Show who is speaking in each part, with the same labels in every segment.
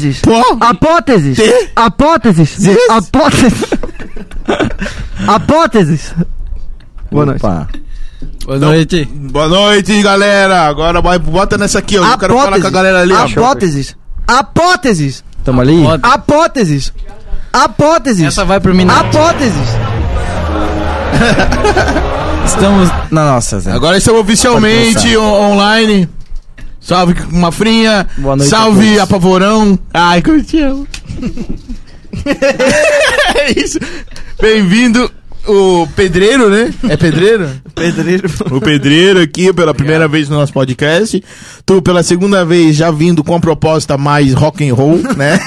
Speaker 1: Apóteses.
Speaker 2: Pô?
Speaker 1: Apóteses.
Speaker 2: Tê?
Speaker 1: Apóteses.
Speaker 2: Zis?
Speaker 1: Apóteses. Apóteses. Boa noite.
Speaker 2: Opa.
Speaker 3: Boa noite.
Speaker 2: Boa noite, galera. Agora vai- bota nessa aqui, ó. Eu quero falar com a galera ali, ó.
Speaker 1: Apóteses. Apóteses.
Speaker 4: Tamo ali?
Speaker 3: Ó,
Speaker 1: Apóteses. Apóteses.
Speaker 3: Essa vai pro Minas.
Speaker 1: Apóteses.
Speaker 4: Estamos na nossa, Zé.
Speaker 2: Agora estamos oficialmente on- online. Salve, Mafrinha.
Speaker 4: Boa noite a
Speaker 2: Salve,
Speaker 4: todos.
Speaker 2: Apavorão. Ai, que eu te amo. é isso. Bem-vindo, o Pedreiro, né? É Pedreiro?
Speaker 1: Pedreiro.
Speaker 2: o Pedreiro aqui pela primeira vez no nosso podcast. Tu pela segunda vez já vindo com a proposta mais rock and roll, né?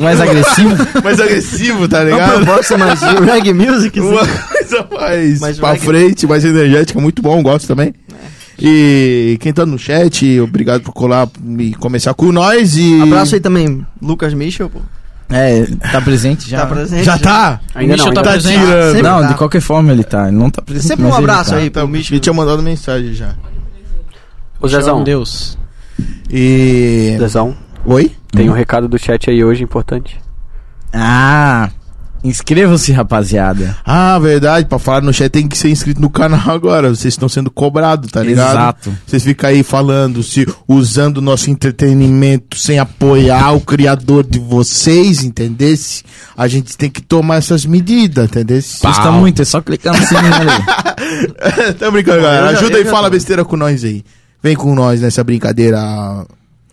Speaker 4: Mais agressivo.
Speaker 2: mais agressivo, tá
Speaker 1: Uma
Speaker 2: ligado?
Speaker 1: proposta mais
Speaker 4: um
Speaker 1: reggae music. assim.
Speaker 2: Uma coisa mais,
Speaker 1: Mais É.
Speaker 2: pra
Speaker 1: reggae.
Speaker 2: frente, mais energética, muito bom, gosto também. E quem tá no chat, obrigado por colar e começar com nós e...
Speaker 1: Abraço aí também, Lucas Michel, pô.
Speaker 4: É, tá presente já.
Speaker 1: Tá presente.
Speaker 2: Já tá?
Speaker 5: Ainda
Speaker 3: Michel
Speaker 5: não,
Speaker 3: tá
Speaker 5: ainda
Speaker 3: presente.
Speaker 2: tirando.
Speaker 1: sempre
Speaker 4: Não,
Speaker 1: tá.
Speaker 4: de qualquer forma ele tá. Ele não tá presente.
Speaker 1: Sempre um
Speaker 4: mas ele
Speaker 1: abraço
Speaker 4: tá.
Speaker 1: aí pro
Speaker 2: Ele
Speaker 1: Michel.
Speaker 2: tinha mandado mensagem já.
Speaker 5: Ô, Zezão.
Speaker 3: Deus.
Speaker 2: E...
Speaker 5: Zezão.
Speaker 2: Oi?
Speaker 5: Tem um recado do chat aí hoje importante.
Speaker 4: Ah, inscrevam-se, rapaziada.
Speaker 2: Ah, verdade, pra falar no chat tem que ser inscrito no canal agora. Vocês estão sendo cobrados, tá ligado?
Speaker 4: Exato.
Speaker 2: Vocês ficam aí falando, se usando o nosso entretenimento sem apoiar o criador de vocês, entendesse? A gente tem que tomar essas medidas, entendesse?
Speaker 4: Custa muito, é só clicar no sininho ali.
Speaker 2: tá brincando, galera.
Speaker 1: Eu já-
Speaker 2: Ajuda
Speaker 1: eu
Speaker 2: e
Speaker 1: já
Speaker 2: fala
Speaker 1: tô.
Speaker 2: besteira com nós aí. Vem com nós nessa brincadeira.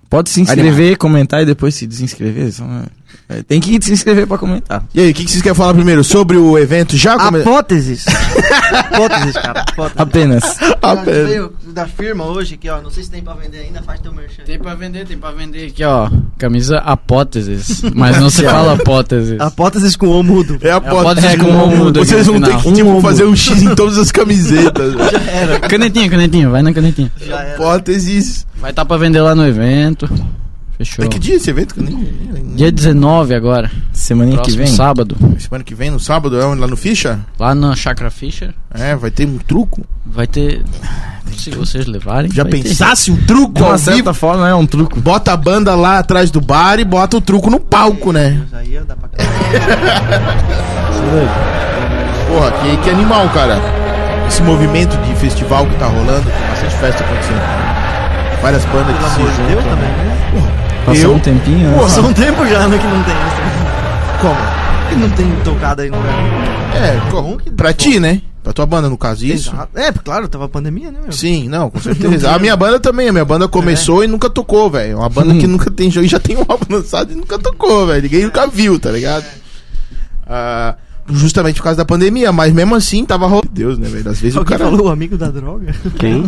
Speaker 4: Pode se inscrever, comentar e depois se desinscrever. só- é, Tem que se inscrever pra comentar.
Speaker 2: E aí, o que, que vocês querem falar primeiro? Sobre o evento já come-
Speaker 1: Apóteses. Apóteses, cara. Apóteses.
Speaker 4: Apenas.
Speaker 2: Ah,
Speaker 1: Cara,
Speaker 2: pera.
Speaker 1: veio da firma hoje, que ó, não sei se tem pra vender ainda, faz teu merchan.
Speaker 3: Tem pra vender, tem pra vender aqui, ó. Camisa apóteses. Mas não se fala apóteses.
Speaker 1: Apóteses com o mudo.
Speaker 2: É a
Speaker 3: apótese com o mudo aqui
Speaker 2: Vocês
Speaker 3: no
Speaker 2: vão ter
Speaker 3: final.
Speaker 2: que tipo, fazer um X em todas as camisetas.
Speaker 3: Canetinha, canetinha, vai na canetinha.
Speaker 1: Já era.
Speaker 2: Hipóteses.
Speaker 1: É
Speaker 3: Vai tá pra vender lá no evento. Fechou.
Speaker 2: É que dia esse evento? Que eu nem-
Speaker 3: Dia 19 agora.
Speaker 4: Semana que
Speaker 3: Próximo
Speaker 4: vem.
Speaker 3: sábado.
Speaker 2: Semana que vem, no sábado, é onde? lá no Ficha?
Speaker 3: Lá na Chacra Fischer.
Speaker 2: É, vai ter um truco.
Speaker 3: Vai ter. Se vocês levarem.
Speaker 2: Já
Speaker 3: vai ter.
Speaker 2: pensasse um
Speaker 4: De
Speaker 2: truco ao
Speaker 4: uma
Speaker 2: vivo?
Speaker 1: tá
Speaker 4: certa forma é um truco.
Speaker 2: Bota a banda lá atrás do bar e bota o truco no palco, né?
Speaker 1: Já ia dar pra caralho.
Speaker 2: Porra, que, que animal, cara. Esse movimento de festival que tá rolando, tem bastante festa acontecendo. Várias bandas
Speaker 1: Pelo
Speaker 2: que se
Speaker 1: amor de Deus
Speaker 2: juntam.
Speaker 1: também, né?
Speaker 4: Passou
Speaker 2: Eu?
Speaker 4: um tempinho. né?
Speaker 2: Porra.
Speaker 1: Passou um tempo já, né, que não tem isso.
Speaker 2: Como?
Speaker 1: Que não tem tocada aí no lugar.
Speaker 2: É, como? pra ti, né? Pra tua banda, no caso, isso?
Speaker 1: Exato. É, claro, tava pandemia, né, meu?
Speaker 2: Sim, não, É. com certeza. A minha banda também, a minha banda começou e nunca tocou, velho. Uma banda
Speaker 4: Hum.
Speaker 2: que nunca tem jogo e já tem um álbum lançado e nunca tocou, velho. Ninguém nunca viu, tá ligado? Ah, justamente por causa da pandemia, mas mesmo assim tava rolando. Deus, né, velho? Às vezes
Speaker 1: Alguém
Speaker 2: o cara.
Speaker 1: falou o amigo da droga?
Speaker 5: Quem?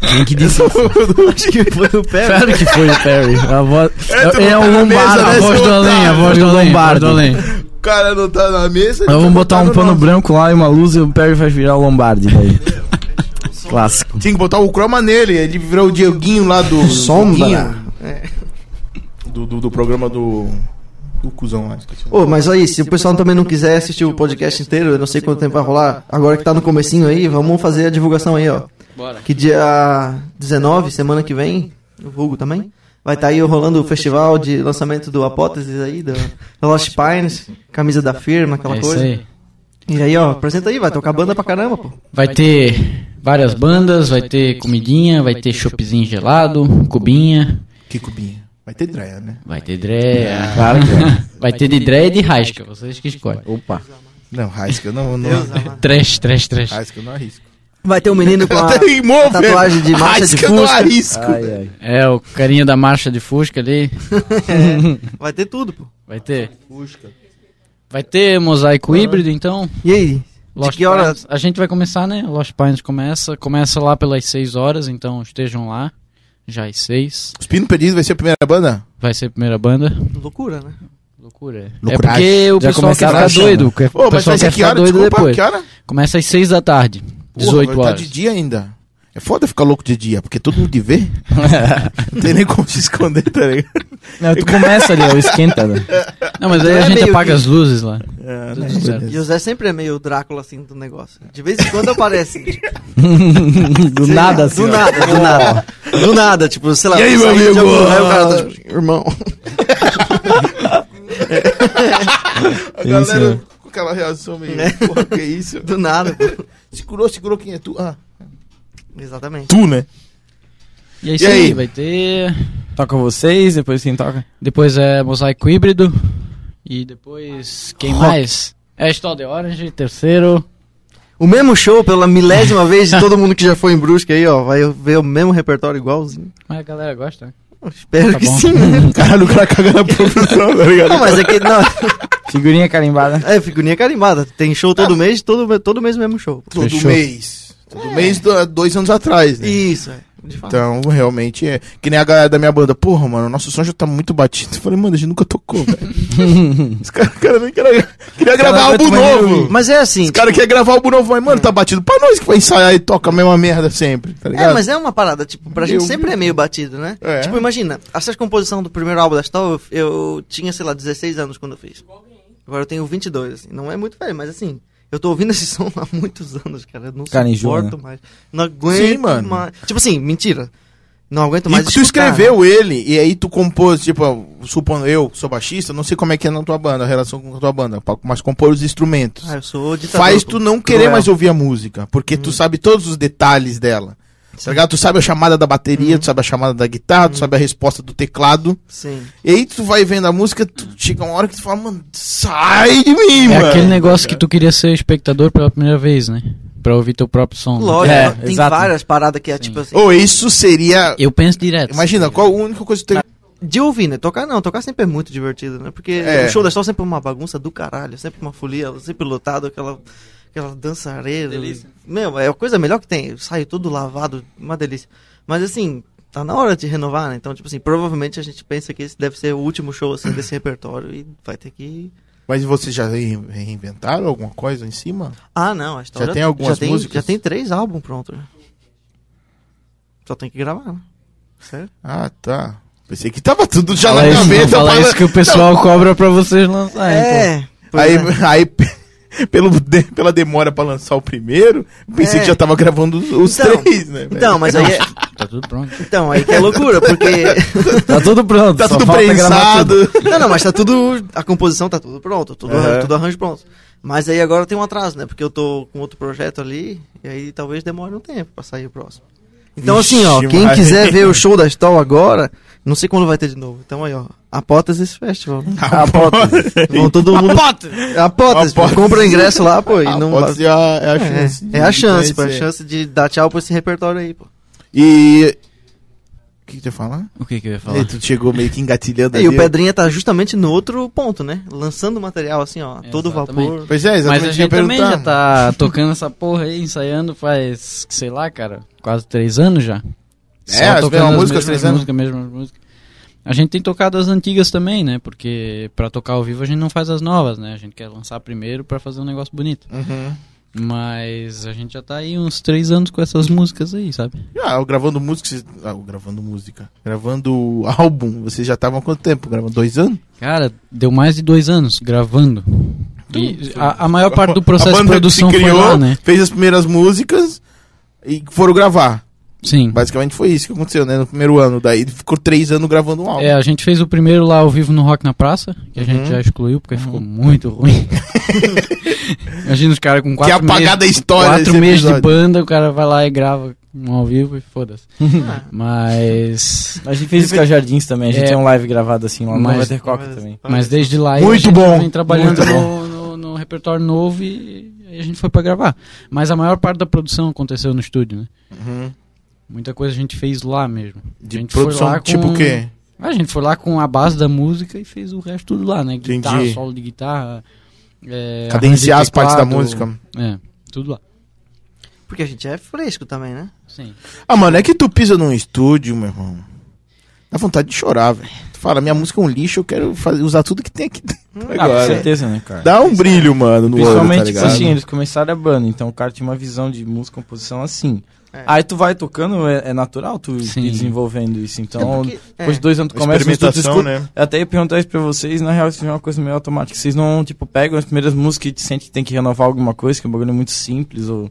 Speaker 4: Quem que disse?
Speaker 1: Acho que foi o pé.
Speaker 4: Claro que foi o Perry. A voz...
Speaker 2: É, tu
Speaker 4: É,
Speaker 2: não tá
Speaker 4: o
Speaker 2: na
Speaker 4: Lombardo,
Speaker 2: mesa,
Speaker 4: a
Speaker 2: né,
Speaker 4: voz
Speaker 2: seu
Speaker 4: do além, a
Speaker 2: otário?
Speaker 4: voz do
Speaker 3: Do
Speaker 4: além, a voz
Speaker 3: Lombardo.
Speaker 4: do além.
Speaker 2: O cara não tá na mesa. ele
Speaker 4: Nós
Speaker 2: vai
Speaker 4: vamos botar um
Speaker 2: no
Speaker 4: pano
Speaker 2: nosso.
Speaker 4: branco lá e uma luz e o Perry vai virar o Lombardi daí. Clássico.
Speaker 2: Tinha que botar o croma nele. Ele virou o Dieguinho lá do. Dieguinho, É. Do, do, do programa do. Do cuzão lá. esqueci o nome.
Speaker 1: Ô, mas aí, se o pessoal também não quiser assistir o podcast inteiro, eu não sei quanto tempo vai rolar, agora que tá no comecinho aí, vamos fazer a divulgação aí, ó.
Speaker 3: Bora.
Speaker 1: Que dia 19, semana que vem, o vulgo também, vai estar aí rolando o festival de lançamento do Apóteses aí, da da Lost Pines, camisa da firma, aquela
Speaker 3: É isso
Speaker 1: coisa.
Speaker 3: aí.
Speaker 1: E aí, ó, apresenta aí, vai tocar banda pra caramba, pô.
Speaker 3: Vai ter várias bandas, vai ter comidinha, vai ter choppzinho gelado, cubinha,
Speaker 2: Que cubinha. Vai ter dreia, né?
Speaker 3: vai ter dreia.
Speaker 4: Claro que
Speaker 3: Vai ter de dreia e de rasca, vocês que escolhem.
Speaker 2: é.
Speaker 4: Opa.
Speaker 2: Não, rasca, não. não
Speaker 3: Trash, trash, trash.
Speaker 2: rasca, não arrisca.
Speaker 1: Vai ter um menino com a
Speaker 2: Até rimou, velho.
Speaker 1: tatuagem de marcha de
Speaker 2: Arrisca, não
Speaker 1: fusca.
Speaker 2: arrisco.
Speaker 4: Ai, ai.
Speaker 3: É, o carinha da marcha de Fusca ali.
Speaker 1: Vai ter tudo, pô.
Speaker 3: Vai ter. Fusca. Vai ter mosaico híbrido, então.
Speaker 1: E aí, de que hora...
Speaker 3: Pines. A gente vai começar, né? Lost Pines começa. Começa lá pelas 6 horas, então estejam lá. Já às 6.
Speaker 2: Os Pino Perdidos vai ser a primeira banda?
Speaker 3: Vai ser a primeira banda.
Speaker 1: Loucura, né?
Speaker 3: Loucura. É
Speaker 2: Loucuragem.
Speaker 3: porque o
Speaker 4: Ah, Já
Speaker 3: pessoal quer
Speaker 4: começaram
Speaker 3: ficar
Speaker 4: achando.
Speaker 3: doido. quer-
Speaker 2: Ô,
Speaker 3: o
Speaker 2: mas
Speaker 3: pessoal
Speaker 2: vai ser
Speaker 3: quer
Speaker 2: que
Speaker 3: ficar
Speaker 2: hora?
Speaker 3: doido
Speaker 2: Desculpa,
Speaker 3: depois.
Speaker 2: que hora?
Speaker 3: Começa às 6 da tarde. 18
Speaker 2: Porra, vai
Speaker 3: horas.
Speaker 2: Tá de dia ainda. É foda ficar louco de dia, porque todo mundo te vê. não tem nem como se esconder, tá ligado?
Speaker 4: Não, tu começa ali, ó, o esquenta. Né?
Speaker 3: Não, mas
Speaker 1: Não
Speaker 3: aí
Speaker 1: é
Speaker 3: a gente
Speaker 1: meio
Speaker 3: apaga
Speaker 1: que-
Speaker 3: as luzes lá.
Speaker 4: É,
Speaker 3: Tudo
Speaker 4: né?
Speaker 3: certo.
Speaker 1: E o Zé sempre é meio Drácula assim do negócio. De vez em quando aparece.
Speaker 4: Do nada, assim.
Speaker 1: Do
Speaker 4: ó.
Speaker 1: nada, do nada. Do nada, tipo, sei lá.
Speaker 2: E aí, meu
Speaker 1: saindo de
Speaker 2: amigo?
Speaker 1: algum lugar, o cara tá, tipo, irmão.
Speaker 2: A
Speaker 4: Tem isso,
Speaker 2: galera
Speaker 4: né?
Speaker 2: com aquela reação meio,
Speaker 1: É.
Speaker 2: porra, que isso?
Speaker 1: Do nada, pô.
Speaker 2: Segurou, segurou quem é tu? Ah,
Speaker 1: Exatamente.
Speaker 2: tu, né?
Speaker 3: E é
Speaker 2: E
Speaker 3: isso
Speaker 2: aí?
Speaker 3: aí, vai ter.
Speaker 4: Toca vocês, depois quem toca.
Speaker 3: Depois é mosaico híbrido. E depois. Quem mais? É Stall the Orange, terceiro.
Speaker 1: O mesmo show, pela milésima vez, de todo mundo que já foi em Brusque aí, ó. Vai ver o mesmo repertório igualzinho.
Speaker 3: Mas a galera gosta, né?
Speaker 1: Eu espero
Speaker 3: Tá
Speaker 1: que
Speaker 3: bom.
Speaker 1: sim, né?
Speaker 2: Caralho, o cara cagando a produção, tá ligado?
Speaker 1: Não, mas é que. Não,
Speaker 4: Figurinha carimbada.
Speaker 1: é figurinha carimbada. Tem show todo mês, todo, todo mês o mesmo show.
Speaker 2: Todo
Speaker 4: Fechou.
Speaker 2: mês.
Speaker 1: É.
Speaker 2: Todo mês, do- dois anos atrás, né?
Speaker 1: Isso, é. De fato.
Speaker 2: Então, realmente é. Que nem a galera da minha banda. Porra, mano, nosso som já tá muito batido. Eu falei, mano, a gente nunca tocou, velho. Os caras cara nem querem. Queria gravar
Speaker 4: não
Speaker 2: álbum
Speaker 4: aguentam mais nem
Speaker 2: novo.
Speaker 4: ouvir.
Speaker 1: Mas é assim.
Speaker 2: Os caras querem gravar álbum novo, mas, mano, tá batido. Pra nós que vai ensaiar e toca a mesma merda sempre, tá ligado?
Speaker 1: É, mas é uma parada, tipo, pra gente
Speaker 2: Eu-
Speaker 1: sempre é meio batido, né?
Speaker 2: É.
Speaker 1: Tipo, imagina, essas composição do primeiro álbum da Stall, eu, eu tinha, sei lá, 16 anos quando eu fiz. Agora eu tenho 22, assim. Não é muito velho, mas assim, eu tô ouvindo esse som há muitos anos, cara. Eu não
Speaker 4: Cara, enjoa,
Speaker 1: suporto mais. Não aguento
Speaker 2: né? Sim, mano.
Speaker 1: mais. Tipo assim, mentira. Não aguento
Speaker 2: E
Speaker 1: mais
Speaker 2: que tu
Speaker 1: escutar, né?
Speaker 2: escreveu ele, e aí tu compôs, tipo, ó, supondo eu sou baixista, não sei como é que é na tua banda, a relação com a tua banda, pa- mas compor os instrumentos.
Speaker 1: Ah, eu sou
Speaker 3: Tá
Speaker 1: ditador.
Speaker 2: Faz
Speaker 1: pô.
Speaker 2: tu não querer
Speaker 1: Cruel.
Speaker 2: mais ouvir a música, porque
Speaker 3: Hum.
Speaker 2: tu sabe todos os detalhes dela. Tá ligado? Tu sabe a chamada da bateria,
Speaker 3: Uhum.
Speaker 2: tu sabe a chamada da guitarra, tu sabe a resposta do teclado.
Speaker 1: Sim.
Speaker 2: E aí tu vai vendo a música, tu chega uma hora que tu fala, mano, sai de mim,
Speaker 3: É
Speaker 2: mano.
Speaker 3: aquele negócio que tu queria ser espectador pela primeira vez, né? Pra ouvir teu próprio som. né?
Speaker 1: Lógico,
Speaker 4: É,
Speaker 1: tem
Speaker 4: exato.
Speaker 1: várias paradas que é tipo assim.
Speaker 2: Ou isso seria.
Speaker 3: Eu Ah. penso direto.
Speaker 2: Imagina, qual a única coisa que tu tem.
Speaker 1: De ouvir, né? Tocar não, tocar sempre é muito divertido, né? Porque
Speaker 2: É.
Speaker 1: o show da Sol sempre é uma bagunça do caralho, sempre uma folia, sempre lotado, aquela, aquela dançareira. Meu, é a coisa melhor que tem. Eu saio todo lavado, uma delícia. Mas assim, tá na hora de renovar, né? Então, tipo assim, provavelmente a gente pensa que esse deve ser o último show assim, desse repertório e vai ter que.
Speaker 2: Mas vocês já rein- reinventaram alguma coisa em cima?
Speaker 1: Ah, não, a história.
Speaker 2: tem algumas
Speaker 1: já tem,
Speaker 2: músicas?
Speaker 1: Já tem três álbuns pronto. né? Só tem que gravar, né? Sério?
Speaker 2: Ah, tá. Pensei que tava tudo já
Speaker 3: Fala
Speaker 2: na
Speaker 3: isso, não,
Speaker 2: gaveta.
Speaker 3: fala
Speaker 2: fala-
Speaker 3: isso que o pessoal cobra pra vocês lançarem. pô.
Speaker 1: pois
Speaker 2: Ah, é, então. aí,
Speaker 1: é.
Speaker 2: aí pe- pelo, de- pela demora pra lançar o primeiro, pensei
Speaker 1: É.
Speaker 2: que já tava gravando os, os
Speaker 1: Então,
Speaker 2: três, né? velho?
Speaker 1: Então, mas aí é,
Speaker 3: Tá tudo pronto.
Speaker 1: então, aí que é loucura, porque
Speaker 4: Tá tudo pronto.
Speaker 2: tá
Speaker 4: só
Speaker 2: tudo
Speaker 4: falta gravar tudo.
Speaker 2: prensado.
Speaker 1: Não, não, mas tá tudo. A composição tá tudo pronto, tudo,
Speaker 2: Aham.
Speaker 1: tudo arranjo pronto. Mas aí agora tem um atraso, né? Porque eu tô com outro projeto ali, e aí talvez demore um tempo pra sair o próximo. Então,
Speaker 2: Vixe,
Speaker 1: assim, ó, quem
Speaker 2: Maria.
Speaker 1: quiser ver o show da Stall agora, não sei quando vai ter de novo. Então aí, ó, Apóteses Festival. né?
Speaker 2: Apótese.
Speaker 1: Vão todo mundo. Apóteses! pô,
Speaker 2: Apótese.
Speaker 1: Compra o ingresso lá, pô, e não.
Speaker 2: Apótese é a, é a
Speaker 1: É,
Speaker 2: chance.
Speaker 1: é a
Speaker 2: de
Speaker 1: chance, pô, é a
Speaker 2: conhecer.
Speaker 1: chance de dar tchau pra esse repertório aí, pô.
Speaker 2: E. O que, que tu ia falar?
Speaker 3: O que que eu ia falar?
Speaker 2: Aí tu chegou meio que engatilhando
Speaker 1: E
Speaker 2: ali.
Speaker 1: o Pedrinha tá justamente no outro ponto, né? Lançando material assim, ó, a todo
Speaker 3: Exatamente.
Speaker 1: vapor.
Speaker 2: Pois é, exatamente.
Speaker 3: Mas a
Speaker 2: eu ia
Speaker 3: gente também
Speaker 2: perguntar.
Speaker 3: já tá tocando essa porra aí, ensaiando faz, sei lá, cara, quase três anos já.
Speaker 2: É, as mesmas músicas, três anos.
Speaker 3: Música, mesmas músicas. A gente tem tocado as antigas também, né? Porque pra tocar ao vivo a gente não faz as novas, né? A gente quer lançar primeiro pra fazer um negócio bonito.
Speaker 2: Uhum.
Speaker 3: Mas a gente já tá aí uns três anos com essas músicas aí, sabe?
Speaker 2: Ah, eu gravando música. vocês- Ah, eu gravando música. Gravando álbum. Vocês já estavam há quanto tempo? Gravando dois anos?
Speaker 3: Cara, deu mais de dois anos gravando. E a, a maior parte do
Speaker 2: Então, é A
Speaker 3: processo de
Speaker 2: banda
Speaker 3: produção
Speaker 2: se criou,
Speaker 3: foi lá, né?
Speaker 2: fez as primeiras músicas e foram gravar.
Speaker 3: Sim.
Speaker 2: Basicamente foi isso que aconteceu, né? No primeiro ano. Daí ficou três anos gravando um álbum.
Speaker 3: É, a gente fez o primeiro lá ao vivo no Rock na Praça, que a
Speaker 2: Uhum.
Speaker 3: gente já excluiu porque ficou muito ruim. Imagina os caras com
Speaker 2: que é
Speaker 3: quatro meses,
Speaker 2: apagada a história
Speaker 3: quatro
Speaker 2: desse
Speaker 3: meses de
Speaker 2: episódio.
Speaker 3: banda, o cara vai lá e grava um ao vivo e foda-se.
Speaker 2: Uhum. Ah,
Speaker 3: Mas.
Speaker 4: A gente fez isso com a Jardins também. A gente
Speaker 3: É.
Speaker 4: tem um live gravado assim lá no
Speaker 3: Mas-
Speaker 4: Weathercock também.
Speaker 3: Mas desde lá
Speaker 2: Muito
Speaker 3: a gente
Speaker 2: bom,
Speaker 3: já vem trabalhando
Speaker 4: muito
Speaker 3: no, no- no repertório novo e aí a gente foi pra gravar. Mas a maior parte da produção aconteceu no estúdio, né?
Speaker 2: Uhum.
Speaker 3: Muita coisa a gente fez lá mesmo.
Speaker 2: De
Speaker 3: a gente
Speaker 2: produção
Speaker 3: foi lá
Speaker 2: tipo
Speaker 3: com-
Speaker 2: o quê?
Speaker 3: A gente foi lá com a base da música e fez o resto tudo lá, né? Guitarra,
Speaker 2: Entendi.
Speaker 3: solo de guitarra. É,
Speaker 2: Cadenciar
Speaker 3: arranjo de
Speaker 2: as partes da
Speaker 3: teclado.
Speaker 2: música.
Speaker 3: É, tudo lá.
Speaker 1: Porque a gente é fresco também, né?
Speaker 3: Sim.
Speaker 2: Ah, mano, é que tu pisa num estúdio, meu irmão. Dá vontade de chorar, velho. Tu fala, minha música é um lixo, eu quero fazer, usar tudo que tem aqui dentro
Speaker 4: Ah, com
Speaker 2: agora.
Speaker 4: certeza, né, cara?
Speaker 2: Dá um brilho, mano, no olho, tá
Speaker 4: Principalmente, tipo
Speaker 2: ligado?
Speaker 4: assim, eles começaram a banda, então o cara tinha uma visão de música, composição assim.
Speaker 1: É.
Speaker 4: Aí tu vai tocando, é, é natural tu
Speaker 3: Sim.
Speaker 4: ir desenvolvendo isso. Então,
Speaker 1: porque-
Speaker 4: depois de dois anos tu começa, mas tu
Speaker 2: é. Experimentação,
Speaker 4: escuta,
Speaker 2: né?
Speaker 4: Eu até ia perguntar isso pra vocês, na real isso é uma coisa meio automática. Vocês não, tipo, pegam as primeiras músicas e te sentem que tem que renovar alguma coisa, que o bagulho é muito simples, ou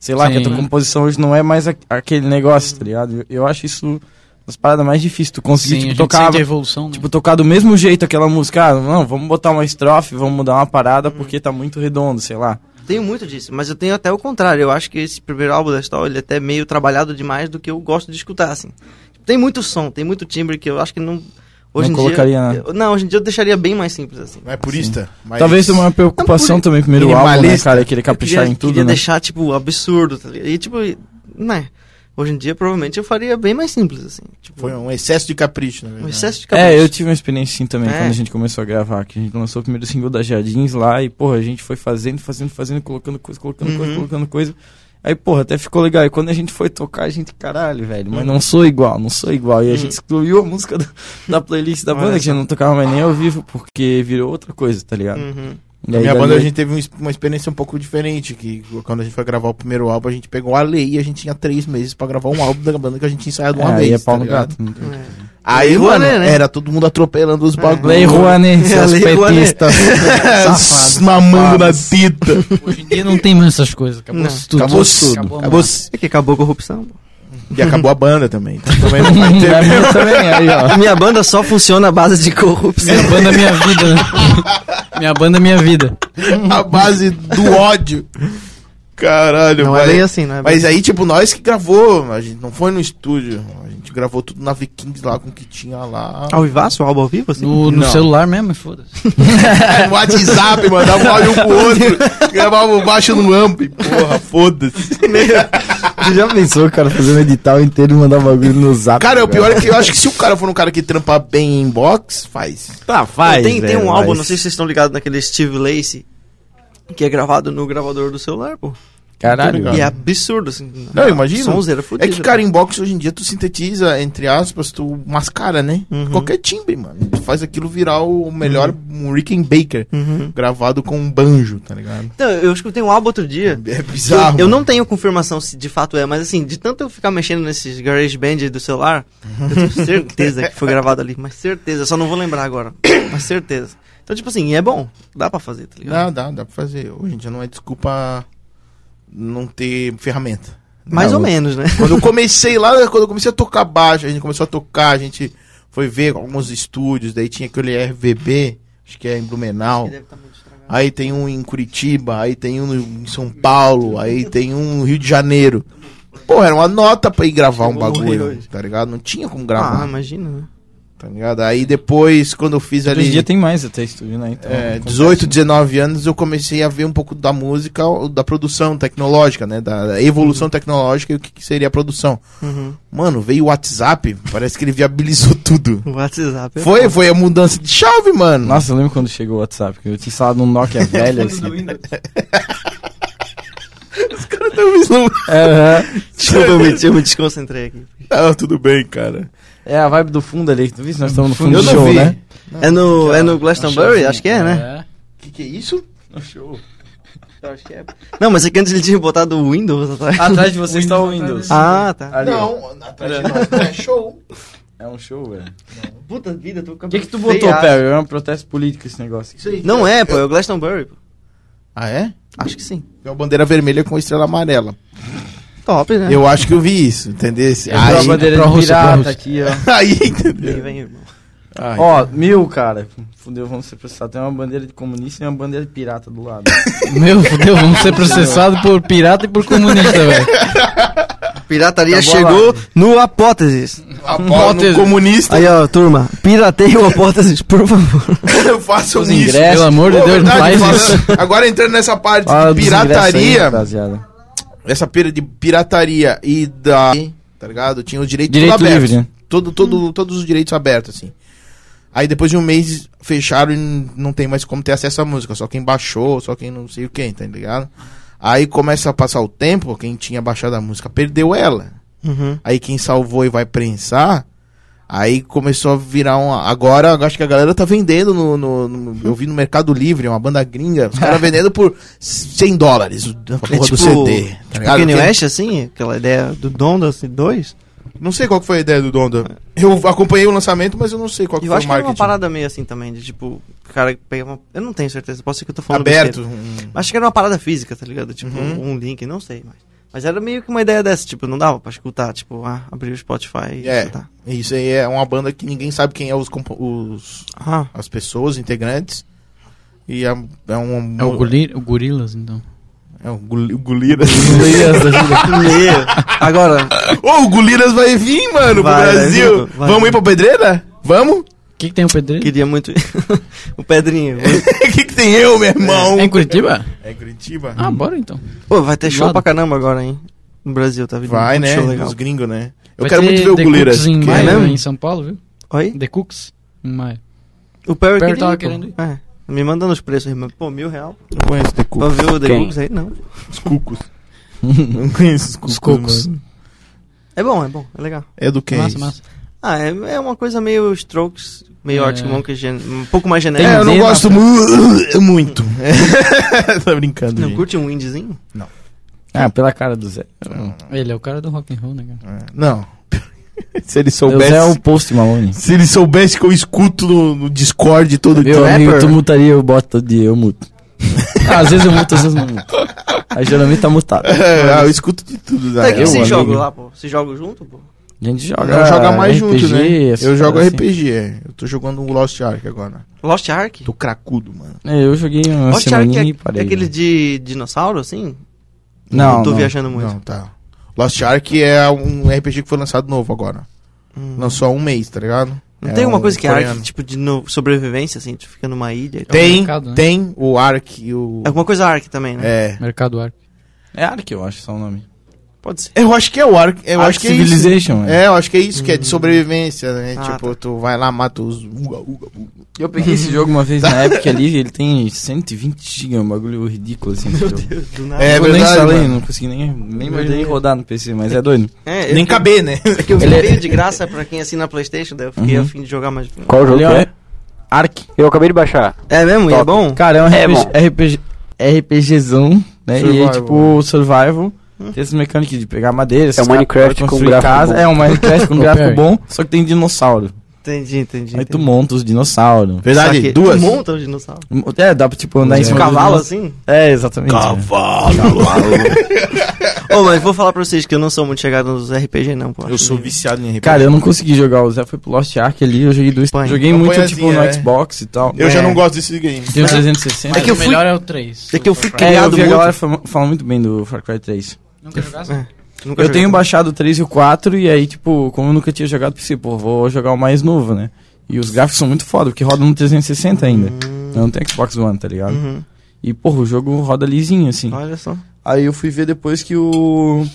Speaker 4: sei lá, que a tua
Speaker 3: Sim.
Speaker 4: composição hoje não é mais a- aquele negócio, tá ligado? Eu, eu acho isso uma das paradas mais difíceis, tu
Speaker 3: Sim,
Speaker 4: conseguir,
Speaker 3: a
Speaker 4: tipo,
Speaker 3: gente
Speaker 4: tocar...
Speaker 3: sente a evolução, né?
Speaker 4: Tipo, tocar do mesmo jeito aquela música, ah, não, vamos botar uma estrofe, vamos mudar uma
Speaker 2: Uhum.
Speaker 4: parada porque tá muito redondo, sei lá.
Speaker 1: Tenho muito disso, mas eu tenho até o contrário. Eu acho que esse primeiro álbum da Stall, ele é até meio trabalhado demais do que eu gosto de escutar, assim. Tem muito som, tem muito timbre que eu acho que não... Hoje
Speaker 4: Não
Speaker 1: em
Speaker 4: colocaria né?
Speaker 1: dia,
Speaker 4: nada.
Speaker 1: eu- Não, hoje em dia eu deixaria bem mais simples, assim.
Speaker 2: Não é purista, mas...
Speaker 4: Talvez uma preocupação
Speaker 1: Não, Então, por-
Speaker 4: também, primeiro álbum, né,
Speaker 2: Minimalista.
Speaker 4: cara, que ele caprichar
Speaker 1: eu queria,
Speaker 4: em tudo,
Speaker 1: queria
Speaker 4: né?
Speaker 1: deixar, tipo, absurdo, tá ligado? E, tipo, né... Hoje em dia, provavelmente, eu faria bem mais simples, assim. Tipo,
Speaker 2: Foi um né? excesso de capricho, na
Speaker 1: um
Speaker 2: verdade.
Speaker 1: excesso de capricho.
Speaker 4: É, eu tive uma experiência assim também,
Speaker 1: É.
Speaker 4: quando a gente começou a gravar, que a gente lançou o primeiro single da Jardins lá, e porra, a gente foi fazendo, fazendo, fazendo, colocando coisa, colocando coisa,
Speaker 1: Uhum.
Speaker 4: colocando coisa. Aí, porra, até ficou legal. E quando a gente foi tocar, a gente, caralho, velho, mas não sou igual, não sou igual. E a gente excluiu a música da, da playlist da
Speaker 1: Uhum. Olha
Speaker 4: banda, que a gente
Speaker 1: só.
Speaker 4: não tocava mais nem ao vivo, porque virou outra coisa, tá ligado?
Speaker 1: Uhum.
Speaker 4: E
Speaker 2: Na
Speaker 4: aí,
Speaker 2: minha
Speaker 4: dali-
Speaker 2: banda a gente teve um es- uma experiência um pouco diferente, que quando a gente foi gravar o primeiro álbum, a gente pegou a lei e a gente tinha três meses pra gravar um álbum da banda que a gente tinha ensaiado uma
Speaker 4: é,
Speaker 2: vez.
Speaker 4: aí é
Speaker 2: tá
Speaker 4: pau no
Speaker 2: ligado?
Speaker 4: gato. não tem-
Speaker 1: É.
Speaker 2: Aí,
Speaker 1: Lei
Speaker 2: mano,
Speaker 1: Rouanet, né? É.
Speaker 2: era todo mundo atropelando os Tá bagulhos.
Speaker 4: Lei Rouanet, seus
Speaker 1: Lei Rouanet.
Speaker 4: petistas. Safado.
Speaker 2: mamando na tita.
Speaker 3: Hoje em dia não tem mais essas coisas. Acabou
Speaker 1: Não.
Speaker 3: tudo.
Speaker 2: Acabou tudo.
Speaker 3: Acabou, a
Speaker 2: Acabou
Speaker 3: massa.
Speaker 1: É que acabou a corrupção. pô.
Speaker 2: E acabou a banda também. Então, também não vai ter-
Speaker 4: É, a minha também, aí, ó.
Speaker 1: A minha banda só funciona à base de corrupção.
Speaker 3: Minha banda, minha vida. né? minha banda, minha vida.
Speaker 2: a base do ódio. Caralho,
Speaker 1: Não é
Speaker 2: mas,
Speaker 1: bem assim, não é bem
Speaker 2: mas aí, tipo, nós que gravou, a gente não foi no estúdio. A gente gravou tudo na Vikings lá com o que tinha lá.
Speaker 1: Ao vivaço, um álbum ao vivo, assim?
Speaker 3: No, no
Speaker 2: Não.
Speaker 3: celular mesmo, foda-se.
Speaker 2: no WhatsApp, mandava um áudio pro outro. Gravava um baixo no amp. Porra, foda-se.
Speaker 6: Tu já pensou, cara, fazer um edital inteiro e mandar um bagulho no zap?
Speaker 2: Cara, o pior é que eu acho que se o cara for um cara que trampa bem em box, faz.
Speaker 6: Tá, faz.
Speaker 1: tem, tem
Speaker 6: velho,
Speaker 1: um álbum,
Speaker 6: mas-
Speaker 1: não sei se vocês estão ligados naquele Steve Lacey, que é gravado no gravador do celular, pô.
Speaker 4: Caralho.
Speaker 1: E é absurdo, assim.
Speaker 2: Não, imagina.
Speaker 1: Sonzeira
Speaker 2: É
Speaker 1: fudida.
Speaker 2: que, cara, em box hoje em dia tu sintetiza, entre aspas, tu mascara, né?
Speaker 1: Uhum.
Speaker 2: Qualquer timbre, mano. Tu faz aquilo virar o melhor um Rick and Baker,
Speaker 1: Uhum.
Speaker 2: gravado com um banjo, tá ligado?
Speaker 1: Então, eu escutei um álbum outro dia.
Speaker 2: É
Speaker 1: que Eu,
Speaker 2: bizarro.
Speaker 1: eu
Speaker 2: mano.
Speaker 1: não tenho confirmação se de fato é, mas assim, de tanto eu ficar mexendo nesses garage band aí do celular, eu tenho certeza que foi gravado ali, mas certeza, só não vou lembrar agora, mas certeza. Então, tipo assim, é bom, dá pra fazer, tá ligado?
Speaker 2: Dá, dá, dá pra fazer. Hoje em dia não é desculpa não ter ferramenta.
Speaker 1: Mais ou menos, né?
Speaker 2: Quando eu comecei lá, quando eu comecei a tocar baixo, a gente começou a tocar, a gente foi ver alguns estúdios, daí tinha aquele RVB, acho que é em Blumenau. Aí tem um em Curitiba, aí tem um no- em São Paulo, aí tem um no Rio de Janeiro. Pô, era uma nota pra ir gravar um
Speaker 1: Eu vou morrer
Speaker 2: bagulho,
Speaker 1: hoje.
Speaker 2: tá ligado? Não tinha como
Speaker 1: Ah,
Speaker 2: gravar,
Speaker 1: imagina, né?
Speaker 2: tá ligado? Aí depois, quando eu fiz
Speaker 4: Hoje em dia
Speaker 2: ali
Speaker 4: tem mais até estúdio, né? Então,
Speaker 2: é,
Speaker 4: acontece,
Speaker 2: 18, 19 anos, eu comecei a ver um pouco da música, o- da produção tecnológica, né? Da da evolução tecnológica e o que que seria a produção.
Speaker 1: Uhum.
Speaker 2: Mano, veio o WhatsApp, parece que ele viabilizou tudo.
Speaker 1: O WhatsApp. é
Speaker 2: Foi, foi a mudança de chave, mano.
Speaker 4: Nossa, eu lembro quando chegou o WhatsApp, que eu tinha instalado um Nokia velho, assim. Aham.
Speaker 1: Desculpa, eu me, eu me desconcentrei aqui.
Speaker 2: Ah, tudo bem, cara.
Speaker 4: É a vibe do fundo ali, tu viu? Nós estamos no fundo
Speaker 2: Eu
Speaker 4: do
Speaker 2: não
Speaker 4: show,
Speaker 2: vi.
Speaker 4: né?
Speaker 1: É no, é no Glastonbury? Acho que é, né?
Speaker 2: Que que é isso?
Speaker 1: Não, mas é que antes ele tinha botado o Windows atrás.
Speaker 4: Atrás de vocês está o Windows. tá
Speaker 1: Ah, tá.
Speaker 4: Ali, ó.
Speaker 2: atrás de nós não é show.
Speaker 4: É um show, velho.
Speaker 1: Puta vida, tô com
Speaker 4: O que que tu botou, Perry? É um protesto político esse negócio. aqui.
Speaker 1: Não é, pô, é o Glastonbury. pô.
Speaker 2: Ah, é?
Speaker 1: Acho que sim.
Speaker 2: É uma bandeira vermelha com estrela amarela.
Speaker 1: Top, né?
Speaker 2: Eu acho que eu vi isso, entendeu?
Speaker 4: É a bandeira de
Speaker 3: pró-Rússia,
Speaker 4: pirata
Speaker 3: pró-Rússia.
Speaker 4: aqui, ó.
Speaker 2: Aí, entendeu?
Speaker 1: Vem, vem, irmão.
Speaker 2: Ai,
Speaker 4: Ó, mil, cara. Fudeu, vamos ser processados. Tem uma bandeira de comunista e uma bandeira de pirata do lado.
Speaker 3: Meu Deus, vamos ser processados por pirata e por comunista, velho.
Speaker 1: Pirataria
Speaker 4: Acabou
Speaker 1: chegou no Apóteses.
Speaker 2: Apolo no
Speaker 3: Walter-
Speaker 2: comunista,
Speaker 1: Aí, ó, turma, pirateia o Apóteses, por favor.
Speaker 2: façam
Speaker 4: Os
Speaker 2: isso.
Speaker 4: ingressos.
Speaker 3: Pelo amor de
Speaker 2: um Pô,
Speaker 3: Deus, não
Speaker 2: verdade,
Speaker 3: faz
Speaker 2: falando-
Speaker 3: isso.
Speaker 2: Agora entrando nessa parte
Speaker 4: Fala
Speaker 2: de
Speaker 4: dos ingressos aí,
Speaker 2: pirataria,
Speaker 4: rapaziada.
Speaker 2: essa pira de pirataria e da. Tá ligado? Tinha o direito,
Speaker 4: Direito
Speaker 2: tudo aberto.
Speaker 4: livre, né?
Speaker 2: Todo, todo, Todos os direitos abertos, assim. Aí depois de um mês fecharam e n- não tem mais como ter acesso à música. Só quem baixou, só quem não sei o quem, tá ligado? Aí começa a passar o tempo, quem tinha baixado a música perdeu ela.
Speaker 1: Uhum.
Speaker 2: Aí quem salvou e vai prensar, Aí começou a virar um. Agora eu acho que a galera tá vendendo no. no- no- eu vi no Mercado Livre, uma banda gringa, os caras vendendo por 100 dólares a porra do CD. tá
Speaker 1: tipo
Speaker 2: ligado?
Speaker 1: Kanye
Speaker 2: Quem-
Speaker 1: West, assim, aquela ideia do Donda, assim, dois.
Speaker 2: Não sei qual que foi a ideia do Donda. Eu acompanhei o lançamento, mas eu não sei qual que
Speaker 1: Eu
Speaker 2: foi
Speaker 1: acho
Speaker 2: o
Speaker 1: que era uma
Speaker 2: marketing.
Speaker 1: parada meio assim também, de tipo, o cara pega uma. Eu não tenho certeza, posso ser que eu tô falando.
Speaker 2: Aberto.
Speaker 1: besteira.
Speaker 2: um-
Speaker 1: Acho que era uma parada física, tá ligado? Tipo,
Speaker 2: Uhum.
Speaker 1: um link, não sei mais. Mas era meio que uma ideia dessa, tipo, não dava pra escutar, tipo, ah, abrir o Spotify e
Speaker 2: É.
Speaker 1: escutar.
Speaker 2: Isso aí é uma banda que ninguém sabe quem é os, compo- os-
Speaker 1: Ah,
Speaker 2: as pessoas, integrantes. E é, é um.
Speaker 3: É o, gori o Gorilas, então.
Speaker 2: É o Gul- o Guliras.
Speaker 1: leia. Agora,
Speaker 2: Ô, o Guliras vai vir, mano,
Speaker 1: Vai,
Speaker 2: pro
Speaker 1: vai
Speaker 2: Brasil.
Speaker 1: vir, vai.
Speaker 2: Vamos ir pra pedreira? Vamos?
Speaker 3: O que, que tem o pedreiro?
Speaker 1: queria muito. o Pedrinho.
Speaker 2: O que, que tem eu, meu irmão?
Speaker 3: É em Curitiba?
Speaker 2: É Curitiba?
Speaker 3: Ah, bora então.
Speaker 1: Pô, vai ter show
Speaker 3: Lado.
Speaker 1: pra caramba agora, hein? No Brasil, tá vindo
Speaker 2: Vai,
Speaker 1: muito
Speaker 2: né?
Speaker 1: show legal.
Speaker 2: Os gringos, né? Eu
Speaker 3: Vai
Speaker 2: quero
Speaker 3: ter
Speaker 2: muito ver o
Speaker 3: The
Speaker 2: Guliras.
Speaker 3: Cooks em
Speaker 2: que-
Speaker 1: É
Speaker 3: maio,
Speaker 1: mesmo?
Speaker 3: né, em São Paulo, viu?
Speaker 1: Oi?
Speaker 3: The Cooks em maio.
Speaker 1: O Perry,
Speaker 3: Perry
Speaker 1: queria,
Speaker 3: tava
Speaker 1: pô.
Speaker 3: querendo ir.
Speaker 1: É, me mandando os preços, irmão. Pô, mil real.
Speaker 2: Não conheço The
Speaker 1: Pra
Speaker 2: Cooks.
Speaker 1: ver o The
Speaker 5: Quem?
Speaker 1: Cooks aí, não.
Speaker 2: Os cucos. Não conheço os cucos.
Speaker 3: Os Cooks.
Speaker 2: mano.
Speaker 1: É bom, é bom, é legal.
Speaker 2: É do quem?
Speaker 3: Massa, massa.
Speaker 1: Ah, é, é uma coisa meio Strokes, meio
Speaker 3: É.
Speaker 1: Arctic Monkeys, gen- um pouco
Speaker 2: É,
Speaker 1: mais genérica.
Speaker 2: eu não
Speaker 3: Zena,
Speaker 2: gosto mu muito. tá brincando,
Speaker 1: Não
Speaker 2: gente.
Speaker 1: curte um indiezinho?
Speaker 4: Ah, pela cara do Zé.
Speaker 3: Ele é o cara do rock and roll, né, cara?
Speaker 2: É. Não. Se ele
Speaker 4: O
Speaker 2: soubesse...
Speaker 4: Zé é o Post Malone.
Speaker 2: Se ele soubesse que eu escuto no, no Discord todo
Speaker 4: Meu
Speaker 2: dia.
Speaker 4: amigo, tu
Speaker 2: Rapper.
Speaker 4: mutaria, eu boto de eu muto.
Speaker 3: Ah, às vezes eu muto, às vezes não muto.
Speaker 4: Aí geralmente tá mutado.
Speaker 2: É, eu escuto de tudo.
Speaker 1: Tá
Speaker 2: Zé.
Speaker 1: que
Speaker 4: eu,
Speaker 1: se
Speaker 4: amigo.
Speaker 1: joga lá, pô. Se joga junto, pô.
Speaker 4: A gente joga.
Speaker 2: Não É, joga mais
Speaker 4: RPG,
Speaker 2: junto, né?
Speaker 4: essas
Speaker 2: Eu jogo
Speaker 4: paradas
Speaker 2: RPG. é. Eu tô jogando o Lost Ark agora.
Speaker 1: Lost Ark?
Speaker 2: Tô cracudo, mano.
Speaker 4: assim. É, Eu joguei uma
Speaker 1: Lost Ark
Speaker 4: semaninha
Speaker 1: é,
Speaker 4: e parei. né?
Speaker 1: é aquele de dinossauro, assim?
Speaker 4: Não,
Speaker 1: Eu tô
Speaker 4: não.
Speaker 1: viajando muito.
Speaker 2: né? Não, tá. Lost Ark é um RPG que foi lançado novo agora.
Speaker 1: Hum.
Speaker 2: Lançou há um mês, tá ligado?
Speaker 1: Não
Speaker 2: É
Speaker 1: tem uma
Speaker 2: um
Speaker 1: coisa que é
Speaker 2: coreano.
Speaker 1: Ark, tipo, de no- sobrevivência, assim, tu fica numa ilha. e tal.
Speaker 2: Tem,
Speaker 3: mercado, né?
Speaker 2: tem o Ark e o...
Speaker 1: Alguma coisa Ark também, né?
Speaker 2: É.
Speaker 3: Mercado Arco.
Speaker 4: É Ark, eu acho, só o nome.
Speaker 1: Pode ser.
Speaker 2: Eu acho que é o Ark. Eu
Speaker 4: Ark
Speaker 2: acho que é isso.
Speaker 4: Civilization,
Speaker 2: É, eu acho que é isso, que é de sobrevivência, né?
Speaker 1: Ah,
Speaker 2: tipo, tu vai lá, mata os. Uga, uga, uga.
Speaker 4: Eu peguei esse jogo uma vez na época ali, ele tem 120 GB, um bagulho ridículo assim. esse jogo.
Speaker 1: Do nada.
Speaker 2: É
Speaker 4: eu
Speaker 2: verdade,
Speaker 4: nem instalei,
Speaker 2: mano.
Speaker 4: não consegui nem, nem
Speaker 1: Verdade.
Speaker 4: mandei rodar no PC, mas é doido.
Speaker 1: É, eu
Speaker 2: Nem
Speaker 1: fiquei-
Speaker 2: caber, né?
Speaker 1: é que eu vi
Speaker 4: Ele é-
Speaker 1: veio de graça pra quem assina a Playstation, daí eu fiquei
Speaker 4: Uhum.
Speaker 1: afim de jogar, mas...
Speaker 5: Qual jogo que
Speaker 4: Olha,
Speaker 5: é?
Speaker 4: Ark.
Speaker 5: Eu acabei de baixar.
Speaker 1: É mesmo? E é
Speaker 5: Top.
Speaker 1: bom?
Speaker 4: Cara, é um
Speaker 5: É,
Speaker 4: RPG, RPG, RPGzão, né? E
Speaker 2: Survival.
Speaker 4: é tipo survival. Tem essas mecânicas de pegar madeira, esses
Speaker 5: um
Speaker 4: caras
Speaker 5: Minecraft
Speaker 4: podem
Speaker 5: com
Speaker 4: construir
Speaker 5: gráfico
Speaker 4: casa.
Speaker 5: bom.
Speaker 4: É um Minecraft com
Speaker 3: Ô,
Speaker 4: gráfico
Speaker 3: Perry.
Speaker 4: bom, só que tem dinossauro.
Speaker 1: Entendi, entendi.
Speaker 4: Aí tu
Speaker 1: entendi.
Speaker 4: monta os dinossauros.
Speaker 1: Só
Speaker 2: Verdade,
Speaker 1: que
Speaker 2: duas. Tá
Speaker 1: Tu monta o dinossauro.
Speaker 4: É, dá pra tipo andar em
Speaker 1: Um
Speaker 4: cima do
Speaker 1: cavalo,
Speaker 4: dinossauro.
Speaker 1: assim?
Speaker 4: É, exatamente. Cavalo.
Speaker 1: Ô, mas vou falar pra vocês que eu não sou muito chegado nos RPG, não, pô.
Speaker 2: Eu sou viciado em RPG.
Speaker 4: Cara, eu não consegui jogar. O Zé foi pro Lost Ark ali, eu joguei dois.
Speaker 1: Põe.
Speaker 4: Joguei
Speaker 2: Então
Speaker 4: muito
Speaker 2: põe
Speaker 4: tipo
Speaker 2: assim,
Speaker 4: no
Speaker 2: é.
Speaker 4: Xbox e tal.
Speaker 2: Eu já
Speaker 1: É.
Speaker 2: não gosto desse game.
Speaker 4: Tem o 360.
Speaker 1: É que eu
Speaker 3: o
Speaker 1: fui-
Speaker 3: melhor é o 3.
Speaker 1: É que eu fui
Speaker 4: É, eu
Speaker 1: criado
Speaker 4: vi a
Speaker 1: muito.
Speaker 4: galera fam- falando muito bem do Far Cry 3.
Speaker 3: Nunca jogasse?
Speaker 1: Nunca
Speaker 4: Eu
Speaker 1: joguei
Speaker 4: tenho
Speaker 1: também.
Speaker 4: baixado o 3 e o 4, e aí, tipo, como eu nunca tinha jogado, pensei, pô, vou jogar o mais novo, né? E os gráficos são muito foda, porque roda no 360 ainda. Não tem Xbox One, tá ligado?
Speaker 1: Uhum.
Speaker 4: E, porra, o jogo roda lisinho, assim.
Speaker 1: Olha só.
Speaker 4: Aí eu fui ver depois que o.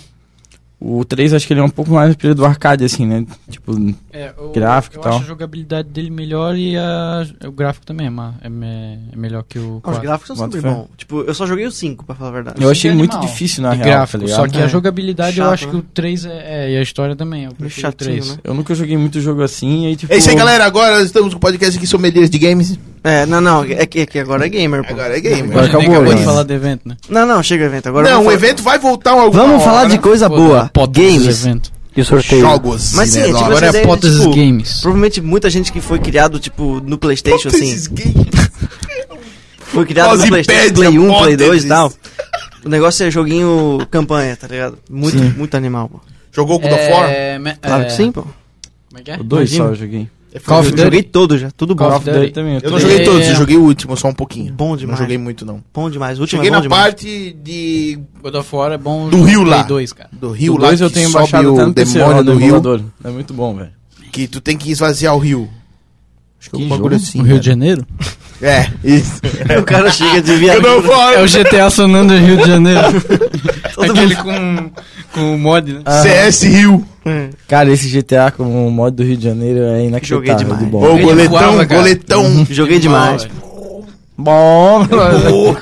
Speaker 4: O 3, acho que ele é um pouco mais no período do arcade, assim, né? Tipo,
Speaker 3: É, o,
Speaker 4: Gráfico e
Speaker 3: eu
Speaker 4: tal.
Speaker 3: acho a jogabilidade dele melhor e a- o gráfico também é, ma- é me- é melhor que
Speaker 1: Ah,
Speaker 3: o
Speaker 1: os
Speaker 3: 4.
Speaker 1: gráficos são
Speaker 4: Bota
Speaker 1: sempre
Speaker 4: fé.
Speaker 1: bons. Tipo, eu só joguei o 5, pra falar a verdade.
Speaker 4: eu achei
Speaker 3: é
Speaker 4: muito
Speaker 3: animal.
Speaker 4: difícil, na
Speaker 3: de
Speaker 4: real.
Speaker 3: gráfico,
Speaker 4: tá
Speaker 3: só
Speaker 4: ligado?
Speaker 3: que
Speaker 1: É.
Speaker 3: a jogabilidade eu
Speaker 1: Chato,
Speaker 3: acho que
Speaker 1: né?
Speaker 3: o 3 é, é, e a história também, eu prefiro o
Speaker 1: chatinho,
Speaker 3: 3.
Speaker 1: né?
Speaker 4: Eu nunca joguei muito jogo assim, e aí, tipo...
Speaker 2: É isso aí, galera. Agora estamos com o podcast aqui sobre medias de games.
Speaker 1: É, não, não. É que, é que agora é gamer, pô.
Speaker 2: Agora é gamer.
Speaker 4: Agora
Speaker 3: A gente nem
Speaker 4: acabou,
Speaker 3: acabou
Speaker 4: né?
Speaker 3: de falar do evento, né?
Speaker 1: Não, não, chega o evento. Agora
Speaker 2: não,
Speaker 1: vamos
Speaker 2: o
Speaker 1: falar-
Speaker 2: evento vai voltar alguma
Speaker 1: Vamos
Speaker 2: hora.
Speaker 1: falar de
Speaker 3: Tá
Speaker 1: coisa boa. Games.
Speaker 3: Evento.
Speaker 5: E o sorteio?
Speaker 2: jogos.
Speaker 1: Mas sim,
Speaker 2: né?
Speaker 1: é tipo,
Speaker 2: agora
Speaker 1: essas
Speaker 2: é
Speaker 1: ideias,
Speaker 3: Fotos
Speaker 1: tipo,
Speaker 3: Games.
Speaker 1: Provavelmente muita gente que foi criado, tipo, no Playstation, assim.
Speaker 2: esses games.
Speaker 1: Foi criado no
Speaker 2: Fotos e
Speaker 1: Playstation,
Speaker 2: pede,
Speaker 1: Play 1, Play
Speaker 2: hipóteses.
Speaker 1: 2 e tal. O negócio é joguinho campanha, tá ligado? Muito, muito animal, pô.
Speaker 2: Jogou God of War?
Speaker 1: É.
Speaker 2: É
Speaker 3: É, me-
Speaker 4: É.
Speaker 1: Claro que sim, pô.
Speaker 3: Como é que é?
Speaker 4: O 2 só
Speaker 1: Imagina.
Speaker 4: eu joguei.
Speaker 3: Call of
Speaker 1: Eu
Speaker 3: Duty.
Speaker 1: joguei todo já, tudo bom.
Speaker 3: Call of Duty também.
Speaker 2: Eu não
Speaker 3: É.
Speaker 2: joguei todos, eu joguei o último, só um pouquinho.
Speaker 1: Bom demais.
Speaker 2: Não joguei muito, não.
Speaker 1: Bom demais, o último
Speaker 2: Cheguei
Speaker 1: é bom
Speaker 2: na
Speaker 1: demais.
Speaker 2: parte de...
Speaker 3: God of War é bom
Speaker 2: Do
Speaker 3: jogar
Speaker 2: Rio
Speaker 3: Play
Speaker 2: lá.
Speaker 3: 2, cara.
Speaker 2: do
Speaker 4: O
Speaker 2: rio lá
Speaker 4: 2 eu
Speaker 2: que
Speaker 4: tenho
Speaker 2: sobe
Speaker 4: baixado
Speaker 2: o
Speaker 4: tanto PC, roda
Speaker 2: demônio do
Speaker 4: no
Speaker 2: rio,
Speaker 4: emulador. É muito bom, velho.
Speaker 2: que tu tem que esvaziar o rio. Acho que é um
Speaker 4: Que
Speaker 2: bagulho
Speaker 4: jogo?
Speaker 2: assim.
Speaker 3: o Rio
Speaker 2: né?
Speaker 3: de Janeiro?
Speaker 2: É, isso.
Speaker 1: O cara chega de viagem.
Speaker 2: falo.
Speaker 3: É o GTA sonando Rio de Janeiro.
Speaker 1: Todo
Speaker 3: Aquele com, com o mod, né?
Speaker 4: Ah.
Speaker 2: CS Rio.
Speaker 1: É.
Speaker 4: Cara, esse GTA com o modo do Rio de Janeiro é inacreditável.
Speaker 1: Joguei demais.
Speaker 4: de
Speaker 2: Ô,
Speaker 4: bom.
Speaker 3: Ele
Speaker 2: goletão,
Speaker 3: voava, cara.
Speaker 2: goletão.
Speaker 1: É um. Joguei demais.
Speaker 4: Bom, mano.
Speaker 2: Ô,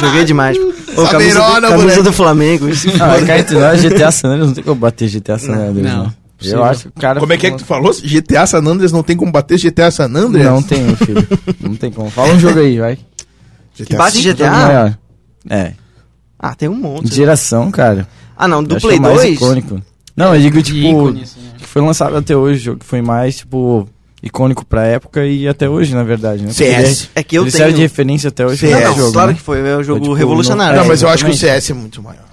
Speaker 1: Joguei demais. Ô,
Speaker 2: Saberona,
Speaker 1: camisa do, camisa
Speaker 2: né, moleque.
Speaker 4: é
Speaker 1: do Flamengo. isso.
Speaker 4: Ah, cara, entre nós, GTA San Andreas, não tem como bater GTA San Andreas.
Speaker 3: Não.
Speaker 4: né?
Speaker 3: possível.
Speaker 4: Eu acho que o cara.
Speaker 2: Como é que é que tu falou? GTA San Andreas não tem como bater GTA San Andreas?
Speaker 4: Não tem, filho. Não tem como. Fala um jogo aí, vai. um
Speaker 1: Que
Speaker 2: GTA
Speaker 1: bate
Speaker 2: cinco?
Speaker 4: Jogo
Speaker 1: GTA?
Speaker 4: maior. É.
Speaker 1: Ah, tem um monte.
Speaker 4: De geração, cara.
Speaker 1: Ah, não,
Speaker 4: Eu
Speaker 1: do
Speaker 4: acho
Speaker 1: Play
Speaker 4: que é o mais
Speaker 1: 2?
Speaker 4: icônico. Não, eu digo,
Speaker 3: De
Speaker 4: tipo,
Speaker 3: ícone, assim, né?
Speaker 4: que foi lançado até hoje, o jogo que foi mais, tipo, icônico pra época e até hoje, na verdade, né?
Speaker 2: CS.
Speaker 1: É que
Speaker 4: Eu
Speaker 1: eu
Speaker 4: Ele serve
Speaker 1: tenho.
Speaker 4: de referência até hoje
Speaker 1: Ah,
Speaker 4: pra
Speaker 1: não,
Speaker 4: esse jogo,
Speaker 1: claro
Speaker 4: né?
Speaker 1: que foi, é um jogo
Speaker 4: tipo,
Speaker 1: revolucionário.
Speaker 2: Não,
Speaker 1: Não,
Speaker 2: mas eu acho que o
Speaker 4: exatamente.
Speaker 2: CS é muito maior.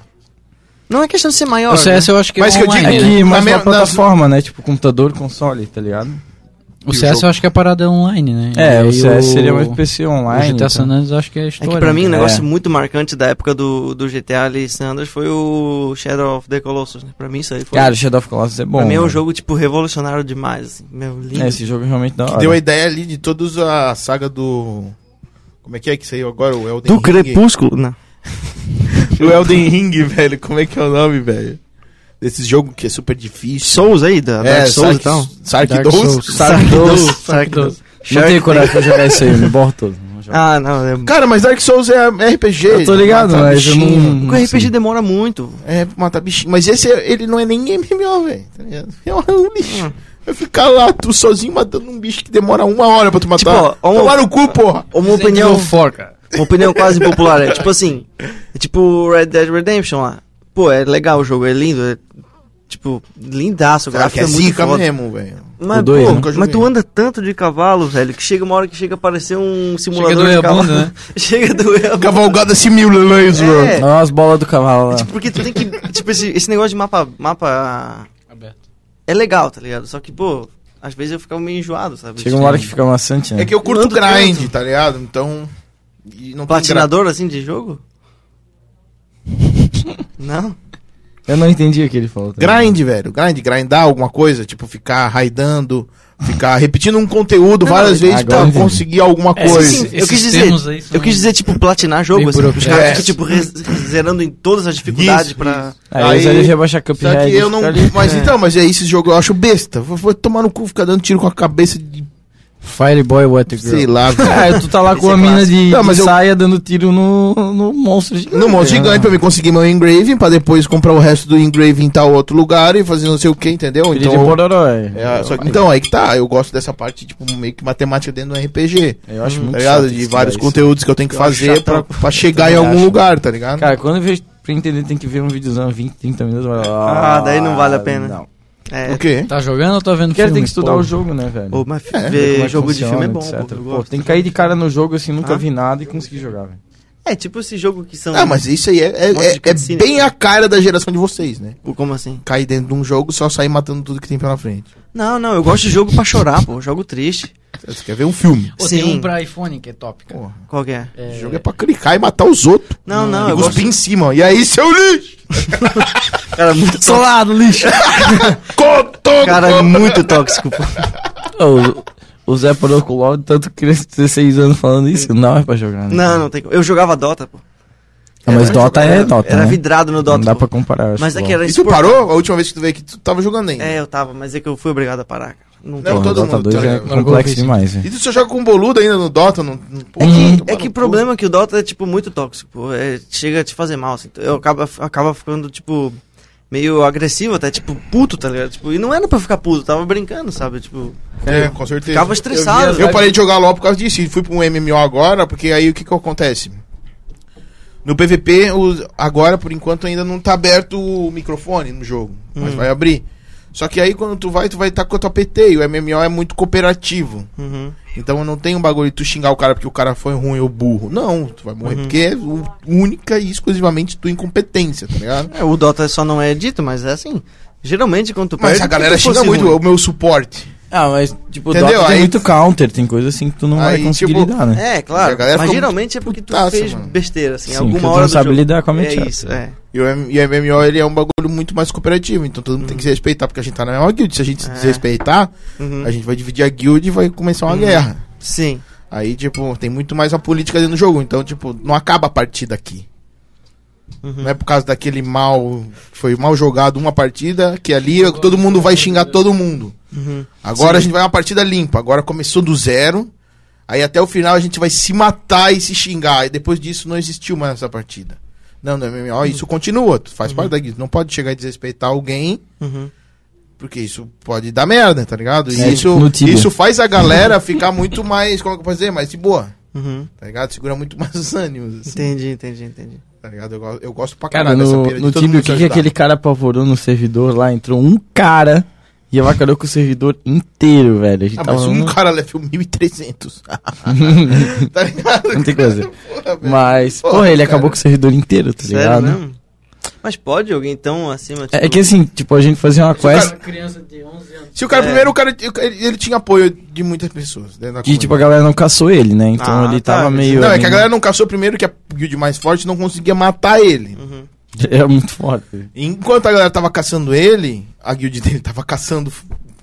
Speaker 1: é questão de ser maior.
Speaker 3: O CS eu acho que
Speaker 2: Mas
Speaker 3: é
Speaker 2: que eu digo
Speaker 3: online,
Speaker 4: É
Speaker 2: que-
Speaker 3: né?
Speaker 4: que mais
Speaker 2: Na
Speaker 4: uma
Speaker 2: me-
Speaker 4: plataforma, né? Tipo, computador, console, tá ligado?
Speaker 3: O CS eu acho que é parada online, né?
Speaker 4: É,
Speaker 3: E
Speaker 4: o
Speaker 3: aí
Speaker 4: CS seria
Speaker 3: o
Speaker 4: mais PC
Speaker 3: O
Speaker 4: online.
Speaker 3: GTA
Speaker 4: então.
Speaker 3: San Andreas eu acho que é
Speaker 1: É
Speaker 3: história.
Speaker 1: que pra mim, um
Speaker 3: né?
Speaker 1: negócio
Speaker 4: É.
Speaker 1: muito marcante da época do, do GTA ali, Sanders, foi o Shadow of the Colossus, né? Pra mim isso aí foi...
Speaker 4: Cara, Shadow of Colossus é bom.
Speaker 1: pra mim é um
Speaker 4: mano.
Speaker 1: jogo, tipo, revolucionário demais, assim. Meu, lindo.
Speaker 4: É, esse jogo é realmente da
Speaker 2: Que
Speaker 4: hora.
Speaker 2: deu a ideia ali de todos a saga do. Como é que é que saiu agora? O Elden
Speaker 1: do
Speaker 2: Ring.
Speaker 1: Crepúsculo? Não.
Speaker 2: O Elden Ring, velho. Como é que é o nome, velho? Desse jogo que é super difícil. É,
Speaker 1: Souls aí, da Dark Souls e tal.
Speaker 2: Sark
Speaker 3: Dark
Speaker 2: Souls.
Speaker 3: Souls.
Speaker 1: Dark Souls,
Speaker 3: Dark Souls.
Speaker 4: Não tenho coragem pra jogar isso aí, eu me borro todo. Não jogo.
Speaker 1: Ah, não, é...
Speaker 2: Cara, mas Dark Souls é RPG.
Speaker 4: Eu tô ligado,
Speaker 2: mata
Speaker 4: mas eu não-
Speaker 2: bichinho.
Speaker 1: Porque o RPG demora muito.
Speaker 2: É, matar bichinho. Mas esse, é- ele não é nem MMO, velho. Tá ligado? É um
Speaker 1: Hum.
Speaker 2: bicho. Vai ficar lá, tu sozinho, matando um bicho que demora uma hora pra tu matar.
Speaker 1: Tipo, ó, um-
Speaker 2: Tomar no cu, porra.
Speaker 1: Uma opinião,
Speaker 3: forca.
Speaker 1: uma opinião quase popular, é tipo assim, é tipo o Red Dead Redemption lá. Pô, é legal o jogo, é lindo, é, tipo, lindaço, o
Speaker 2: Cara, que
Speaker 1: gráfico
Speaker 2: é
Speaker 1: é muito
Speaker 2: zica
Speaker 1: foda.
Speaker 2: mesmo, velho.
Speaker 1: Mas,
Speaker 4: O dois,
Speaker 1: pô,
Speaker 4: né?
Speaker 2: Nunca
Speaker 1: mas tu
Speaker 2: joguei.
Speaker 1: anda tanto de cavalo, velho, que chega uma hora que chega a parecer um simulador
Speaker 3: doer
Speaker 1: de
Speaker 3: a
Speaker 1: cavalo.
Speaker 3: bunda, né?
Speaker 1: chega do erro.
Speaker 2: Cavalgada Simulations, assim mano.
Speaker 1: É,
Speaker 4: Olha as bolas do cavalo lá.
Speaker 1: tipo, porque tu tem que. Tipo, esse, esse negócio de mapa. mapa
Speaker 3: Aberto.
Speaker 1: é legal, tá ligado? Só que, pô, às vezes eu ficava meio enjoado, sabe?
Speaker 4: Chega uma hora que fica maçante, né?
Speaker 2: É que eu curto
Speaker 1: Manda
Speaker 2: grind,
Speaker 1: tanto.
Speaker 2: tá ligado? Então. e não tem
Speaker 1: Platinador assim de jogo? Não?
Speaker 4: Eu não entendi o que ele falou.
Speaker 2: gra- Grind, velho. Grind, grindar alguma coisa, tipo ficar raidando, ficar repetindo um conteúdo
Speaker 1: Não,
Speaker 2: várias
Speaker 1: não,
Speaker 2: vezes pra
Speaker 4: agora eu
Speaker 2: conseguir alguma
Speaker 1: É,
Speaker 2: coisa.
Speaker 1: sim, sim. eu quis dizer- Eu quis dizer, tipo, platinar jogo,
Speaker 3: Bem
Speaker 1: assim. Os
Speaker 2: burocrático.
Speaker 1: caras
Speaker 4: É.
Speaker 1: ficam, tipo, re- zerando em todas as dificuldades
Speaker 2: Isso,
Speaker 1: pra.
Speaker 4: Aí,
Speaker 2: Aí-
Speaker 4: aí já baixar
Speaker 2: Só
Speaker 4: Cuphead.
Speaker 2: que eu não.
Speaker 4: fica ali.
Speaker 2: Mas então, mas é esse jogo eu acho besta. Vou, vou tomar no cu, ficar dando tiro com a cabeça de.
Speaker 4: Fireboy Water Girl.
Speaker 2: Sei lá, velho.
Speaker 4: Ah, tu tá lá com
Speaker 1: Esse é
Speaker 4: a mina
Speaker 1: clássico.
Speaker 4: de,
Speaker 2: Não,
Speaker 4: de
Speaker 2: mas eu-
Speaker 4: saia dando tiro no, no monstro gigante.
Speaker 2: Não, monte gigante pra
Speaker 4: né?
Speaker 2: mim conseguir meu engraving, pra depois comprar o resto do engraving em tal outro lugar e fazer não sei o que, entendeu? Então,
Speaker 4: Filho de Bororó, é.
Speaker 2: É, só que- então, aí que tá. Eu gosto dessa parte, tipo, meio que matemática dentro do RPG.
Speaker 4: Eu acho muito
Speaker 2: tá ligado?
Speaker 4: chato
Speaker 2: De
Speaker 4: isso,
Speaker 2: vários
Speaker 4: cara, isso. é
Speaker 2: conteúdos que eu tenho que
Speaker 1: Eu acho
Speaker 2: fazer pra,
Speaker 1: chatão.
Speaker 2: pra chegar em
Speaker 4: também
Speaker 2: algum
Speaker 4: acho.
Speaker 2: lugar, tá ligado?
Speaker 4: Cara, quando eu vejo pra entender, tem que ver um videozão 20, 30 minutos. vai lá.
Speaker 1: Ah, daí não vale a pena.
Speaker 4: Não.
Speaker 1: É.
Speaker 2: o quê?
Speaker 3: Tá jogando ou tá vendo
Speaker 4: O cara
Speaker 3: filme?
Speaker 4: tem que estudar
Speaker 3: Pô.
Speaker 4: o jogo, né, velho?
Speaker 1: Ô, mas
Speaker 2: É,
Speaker 4: Ver como
Speaker 1: ver
Speaker 4: é que
Speaker 1: jogo de
Speaker 4: funciona,
Speaker 1: filme é bom,
Speaker 4: etc.
Speaker 1: pô. eu
Speaker 4: Pô,
Speaker 1: gosto.
Speaker 4: tem que cair de cara no jogo assim, nunca
Speaker 1: Ah?
Speaker 4: vi nada e conseguir jogar, velho.
Speaker 1: É, tipo esse jogo que são.
Speaker 2: Ah, mas isso aí é, é-
Speaker 1: Um monte de
Speaker 2: é- é
Speaker 1: cutscene.
Speaker 2: bem a cara da geração de vocês, né?
Speaker 1: Pô, Como assim?
Speaker 2: Cair dentro de um jogo só sair matando tudo que tem pela frente.
Speaker 1: Não, não, eu gosto de jogo pra chorar, pô. Jogo triste.
Speaker 2: Você quer ver um filme?
Speaker 3: Pô, tem
Speaker 1: Sim.
Speaker 3: um pra iPhone que é top, cara.
Speaker 2: Porra,
Speaker 1: Qual que é?
Speaker 3: É,
Speaker 2: o jogo é pra clicar e matar os outros.
Speaker 1: Não, não,
Speaker 2: e
Speaker 1: Ah, eu
Speaker 2: cuspir
Speaker 1: gosto.
Speaker 2: em cima. E aí, seu lixo?
Speaker 1: Cara, muito tóxico.
Speaker 4: Solado, lixo!
Speaker 2: Contou!
Speaker 1: Cara, é
Speaker 2: contou.
Speaker 1: muito tóxico, pô.
Speaker 4: o Zé Poroculó, de tanto criança de 16 anos falando isso, não é pra jogar. Né?
Speaker 1: Não, não tem como. Eu jogava Dota, pô.
Speaker 4: Ah, mas
Speaker 1: Era-
Speaker 4: Dota é
Speaker 1: era-
Speaker 4: Dota,
Speaker 1: Era
Speaker 4: né?
Speaker 1: vidrado no Dota.
Speaker 4: não dá
Speaker 1: pô.
Speaker 4: pra comparar.
Speaker 1: Mas é que era
Speaker 2: E tu
Speaker 1: espor-
Speaker 2: parou? A última vez que tu veio aqui, tu tava jogando ainda.
Speaker 1: É, eu tava, mas é que eu fui obrigado a parar, cara. Não
Speaker 2: Não,
Speaker 1: tem.
Speaker 4: Porra,
Speaker 2: todo
Speaker 4: Dota
Speaker 2: mundo,
Speaker 4: 2
Speaker 2: tá
Speaker 4: é
Speaker 2: ligado?
Speaker 4: complexo demais, velho.
Speaker 2: E tu só joga com um boludo ainda no Dota? No, no-
Speaker 1: É
Speaker 2: Porra,
Speaker 1: que,
Speaker 2: tomar
Speaker 1: é
Speaker 2: no
Speaker 1: que o
Speaker 2: cu.
Speaker 1: problema é que o Dota é, tipo, muito tóxico. pô. É, chega a te fazer mal, assim. Eu acaba, acaba ficando, tipo, meio agressivo até, tipo, puto, tá ligado? Tipo, e não era pra eu ficar puto, eu tava brincando, sabe? Tipo,
Speaker 2: É, com certeza.
Speaker 1: ficava estressado.
Speaker 2: Eu parei de jogar LOL por causa disso. E fui pra um MMO agora, porque aí o que que acontece? No PVP, os- agora, por enquanto, ainda não tá aberto o microfone no jogo. Mas vai abrir. Só que aí, quando tu vai, tu vai estar com a tua PT. E o MMO é muito cooperativo.
Speaker 1: Uhum.
Speaker 2: Então não tem um bagulho de tu xingar o cara porque o cara foi ruim ou burro. Não, tu vai morrer porque é u- única e exclusivamente tua incompetência, tá ligado?
Speaker 1: É, o Dota só não é dito, mas é assim. Geralmente, quando tu
Speaker 2: Mas
Speaker 1: perde, é
Speaker 2: a galera
Speaker 1: porque tu
Speaker 2: xinga
Speaker 1: fosse
Speaker 2: muito
Speaker 1: ruim.
Speaker 2: o meu suporte.
Speaker 4: Ah, mas, tipo,
Speaker 2: Entendeu?
Speaker 4: Dota
Speaker 2: Aí-
Speaker 4: tem muito counter, tem coisa assim que tu não
Speaker 2: Aí,
Speaker 4: vai conseguir
Speaker 2: tipo,
Speaker 4: lidar, né?
Speaker 1: É,
Speaker 2: A
Speaker 1: claro.
Speaker 2: galera
Speaker 1: Mas
Speaker 2: fica
Speaker 1: geralmente é porque tu
Speaker 2: putaça,
Speaker 1: fez
Speaker 2: mano.
Speaker 1: besteira, assim,
Speaker 4: Sim, porque
Speaker 1: alguma
Speaker 4: tu
Speaker 1: hora
Speaker 4: não
Speaker 1: do
Speaker 4: sabe
Speaker 1: jogo.
Speaker 4: lidar com a
Speaker 1: É
Speaker 4: matchup,
Speaker 1: isso,
Speaker 4: né?
Speaker 1: é.
Speaker 2: E o, M- e o MMO ele é um bagulho muito mais cooperativo. Então todo mundo tem que se respeitar porque a gente tá na mesma guild. Se a gente se
Speaker 1: Uhum. É.
Speaker 2: desrespeitar,
Speaker 1: Uhum.
Speaker 2: a gente vai dividir a guild e vai começar uma
Speaker 1: Uhum.
Speaker 2: guerra.
Speaker 1: Sim.
Speaker 2: Aí, tipo, tem muito mais uma política dentro do jogo. Então, tipo, não acaba a partida aqui. Não é por causa daquele mal. Foi mal jogado uma partida que ali todo mundo vai xingar todo mundo.
Speaker 1: Uhum.
Speaker 2: Agora a gente vai uma partida limpa. Agora começou do zero. Aí até o final a gente vai se matar e se xingar. E depois disso não existiu mais essa partida. Não,
Speaker 1: Uhum.
Speaker 2: não é MMO. Isso continua. Tu faz parte da guilda. Não pode chegar e desrespeitar alguém
Speaker 1: Uhum.
Speaker 2: Porque isso pode dar merda, tá ligado? E
Speaker 4: É,
Speaker 2: isso,
Speaker 4: no Tibia.
Speaker 2: isso faz a galera ficar muito mais, como é que eu posso dizer? Mais de boa,
Speaker 1: Uhum.
Speaker 2: tá ligado? Segura muito mais os ânimos, assim,
Speaker 1: Entendi, entendi, entendi.
Speaker 2: tá ligado? Eu, go- eu gosto pra
Speaker 4: Cara,
Speaker 2: caralho dessa
Speaker 4: no,
Speaker 2: pira de
Speaker 4: no
Speaker 2: todo
Speaker 4: time,
Speaker 2: mundo se
Speaker 4: o que, que
Speaker 2: ajudar. Ah,
Speaker 4: aquele cara apavorou no servidor lá? Entrou um cara e avacalhou com o servidor inteiro, velho. A gente
Speaker 2: Ah,
Speaker 4: tava
Speaker 2: mas um
Speaker 4: numa-
Speaker 2: cara level 1300. tá ligado?
Speaker 4: Não tem coisa.
Speaker 2: Porra, velho.
Speaker 4: Mas,
Speaker 2: É. Porra,
Speaker 4: porra, ele
Speaker 2: cara.
Speaker 4: acabou com o servidor inteiro, tá
Speaker 1: Sério
Speaker 4: ligado?
Speaker 1: mesmo? Mas pode alguém então acima?
Speaker 4: É é
Speaker 1: tipo-
Speaker 4: que assim, tipo, a gente fazia uma
Speaker 2: tá
Speaker 4: quest
Speaker 3: criança de 11 anos.
Speaker 2: Se o cara,
Speaker 1: É.
Speaker 2: primeiro, o cara, ele, ele tinha apoio de muitas pessoas. Dentro da
Speaker 4: que, tipo, a
Speaker 2: comunidade.
Speaker 4: galera não caçou ele, né? Então
Speaker 1: Ah,
Speaker 4: ele
Speaker 1: tá,
Speaker 4: tava
Speaker 1: entendi.
Speaker 4: meio.
Speaker 2: Não, é que a
Speaker 4: ali-
Speaker 2: galera não caçou primeiro que a guild mais forte não conseguia matar ele.
Speaker 1: Uhum.
Speaker 4: É muito forte.
Speaker 2: Enquanto a galera tava caçando ele, a guild dele tava caçando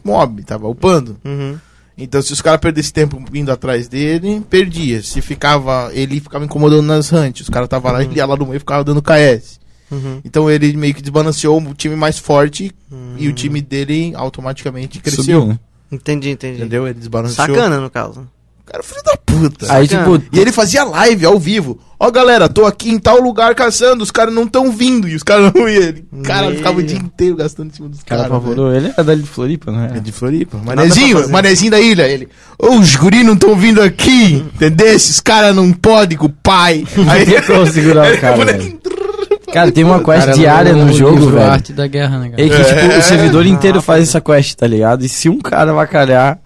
Speaker 2: mob, tava upando.
Speaker 1: Uhum.
Speaker 2: Então, se os caras perdessem tempo indo atrás dele, perdia. Se ficava, ele ficava incomodando nas hunts. Os caras tava lá, ele ia lá no meio e ficava dando KS.
Speaker 1: Uhum.
Speaker 2: Então, ele meio que desbalanceou o time mais forte
Speaker 1: Hum.
Speaker 2: e o time dele automaticamente cresceu.
Speaker 4: Subiu, né?
Speaker 1: Entendi, entendi.
Speaker 2: Entendeu? Ele desbalanceou.
Speaker 1: Sacana, no caso.
Speaker 2: O cara é filho da puta.
Speaker 4: Aí,
Speaker 1: Sacana.
Speaker 4: tipo,
Speaker 2: E ele fazia live ao vivo. Ó, galera, tô aqui em tal lugar caçando, os caras não tão vindo. E os caras não iam. Ele, cara,
Speaker 1: Meu.
Speaker 2: ficava o dia inteiro gastando em cima dos
Speaker 4: o cara
Speaker 2: caras. velho.
Speaker 4: apavorou. Ele era dali de Floripa, né? não
Speaker 2: É
Speaker 4: era?
Speaker 2: de Floripa.
Speaker 1: pra
Speaker 2: Manezinho,
Speaker 1: fazer.
Speaker 2: manezinho da ilha. Ele, ô, os guri não tão vindo aqui. Entendeu? Esses caras não podem com o pai. Aí
Speaker 4: Não tem como segurar o cara, velho. Cara, tem uma quest diária no jogo,
Speaker 3: A
Speaker 4: velho.
Speaker 3: é arte da guerra, né, cara?
Speaker 4: É que, tipo, o servidor inteiro
Speaker 1: Ah,
Speaker 4: faz essa quest, tá ligado? E se um cara avacalhar,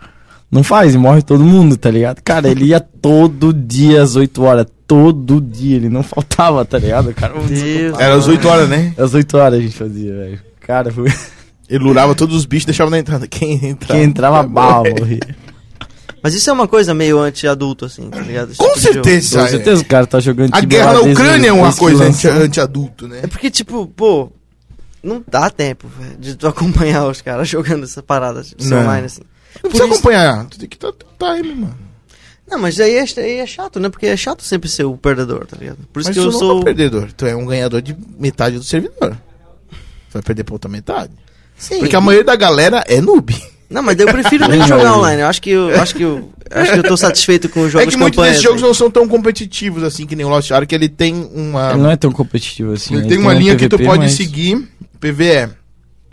Speaker 4: não faz, e morre todo mundo, tá ligado? Cara, ele ia todo dia às 8 horas. Todo dia, ele não faltava, tá ligado? Cara, vamos desculpar.
Speaker 1: Deus.
Speaker 2: Era às 8 horas, né?
Speaker 4: às 8 horas a gente fazia, velho. Cara, foi-
Speaker 2: Ele lurava todos os bichos e deixava na entrada. Quem entrava?
Speaker 4: quem entrava mal, morria.
Speaker 1: Mas isso é uma coisa meio anti-adulto, assim, tá ligado? Esse
Speaker 2: Com
Speaker 1: tipo de jogo.
Speaker 2: certeza.
Speaker 4: Com certeza o cara tá jogando
Speaker 2: é. A
Speaker 4: Tibia
Speaker 2: guerra
Speaker 4: lá
Speaker 2: na
Speaker 4: desde-
Speaker 2: Ucrânia é uma
Speaker 4: desde que
Speaker 2: coisa anti-
Speaker 4: lançou.
Speaker 2: anti-adulto, né?
Speaker 1: É porque, tipo, pô, não dá tempo, velho, de tu acompanhar os caras jogando essa parada tipo,
Speaker 2: Não. é.
Speaker 1: online, assim.
Speaker 2: Não
Speaker 1: Por
Speaker 2: precisa
Speaker 1: isso-
Speaker 2: acompanhar. Tu tem que estar time, mano.
Speaker 1: Não, mas aí é, aí é chato, né? Porque é chato sempre ser o perdedor, tá ligado? Por isso
Speaker 2: Mas
Speaker 1: que eu
Speaker 2: tu não é um
Speaker 1: sou.
Speaker 2: perdedor. Tu é um ganhador de metade do servidor. Tu vai perder pra outra metade.
Speaker 1: Sim.
Speaker 2: Porque a maioria da galera é noob.
Speaker 1: Não, mas eu prefiro nem jogar online. Eu acho que eu acho que eu, acho que eu tô satisfeito com os
Speaker 2: é
Speaker 1: jogos
Speaker 2: que
Speaker 1: de
Speaker 2: muitos
Speaker 1: campanha.
Speaker 2: desses jogos
Speaker 4: né?
Speaker 1: assim.
Speaker 2: não são tão competitivos assim que nem o Lost Ark. Ele tem uma,
Speaker 4: Ele não é tão competitivo assim.
Speaker 2: ele tem uma linha que tu
Speaker 4: PVP,
Speaker 2: pode
Speaker 4: mas-
Speaker 2: seguir, PVE,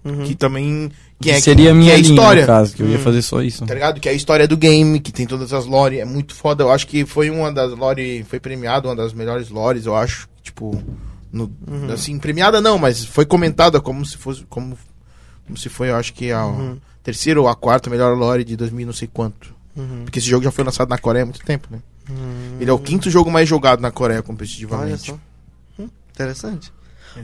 Speaker 1: Uhum.
Speaker 2: que também que
Speaker 4: Que
Speaker 2: é,
Speaker 4: seria a minha
Speaker 2: que é
Speaker 4: linha,
Speaker 2: história.
Speaker 4: no caso, que eu ia fazer só isso.
Speaker 2: Tá ligado? Que é a história do game, que tem todas as lore, é muito foda. Eu acho que foi uma das lore, foi premiada, uma das melhores lores, eu acho, tipo, no-
Speaker 1: Uhum.
Speaker 2: assim, premiada não, mas foi comentada como se fosse, como, como se foi, eu acho que a terceira ou a quarta melhor lore de 2000 não sei quanto.
Speaker 1: Uhum.
Speaker 2: Porque esse jogo já foi lançado na Coreia há muito tempo, né? Ele é o quinto jogo mais jogado na Coreia
Speaker 1: Olha
Speaker 2: competitivamente.
Speaker 1: só. Hum, interessante.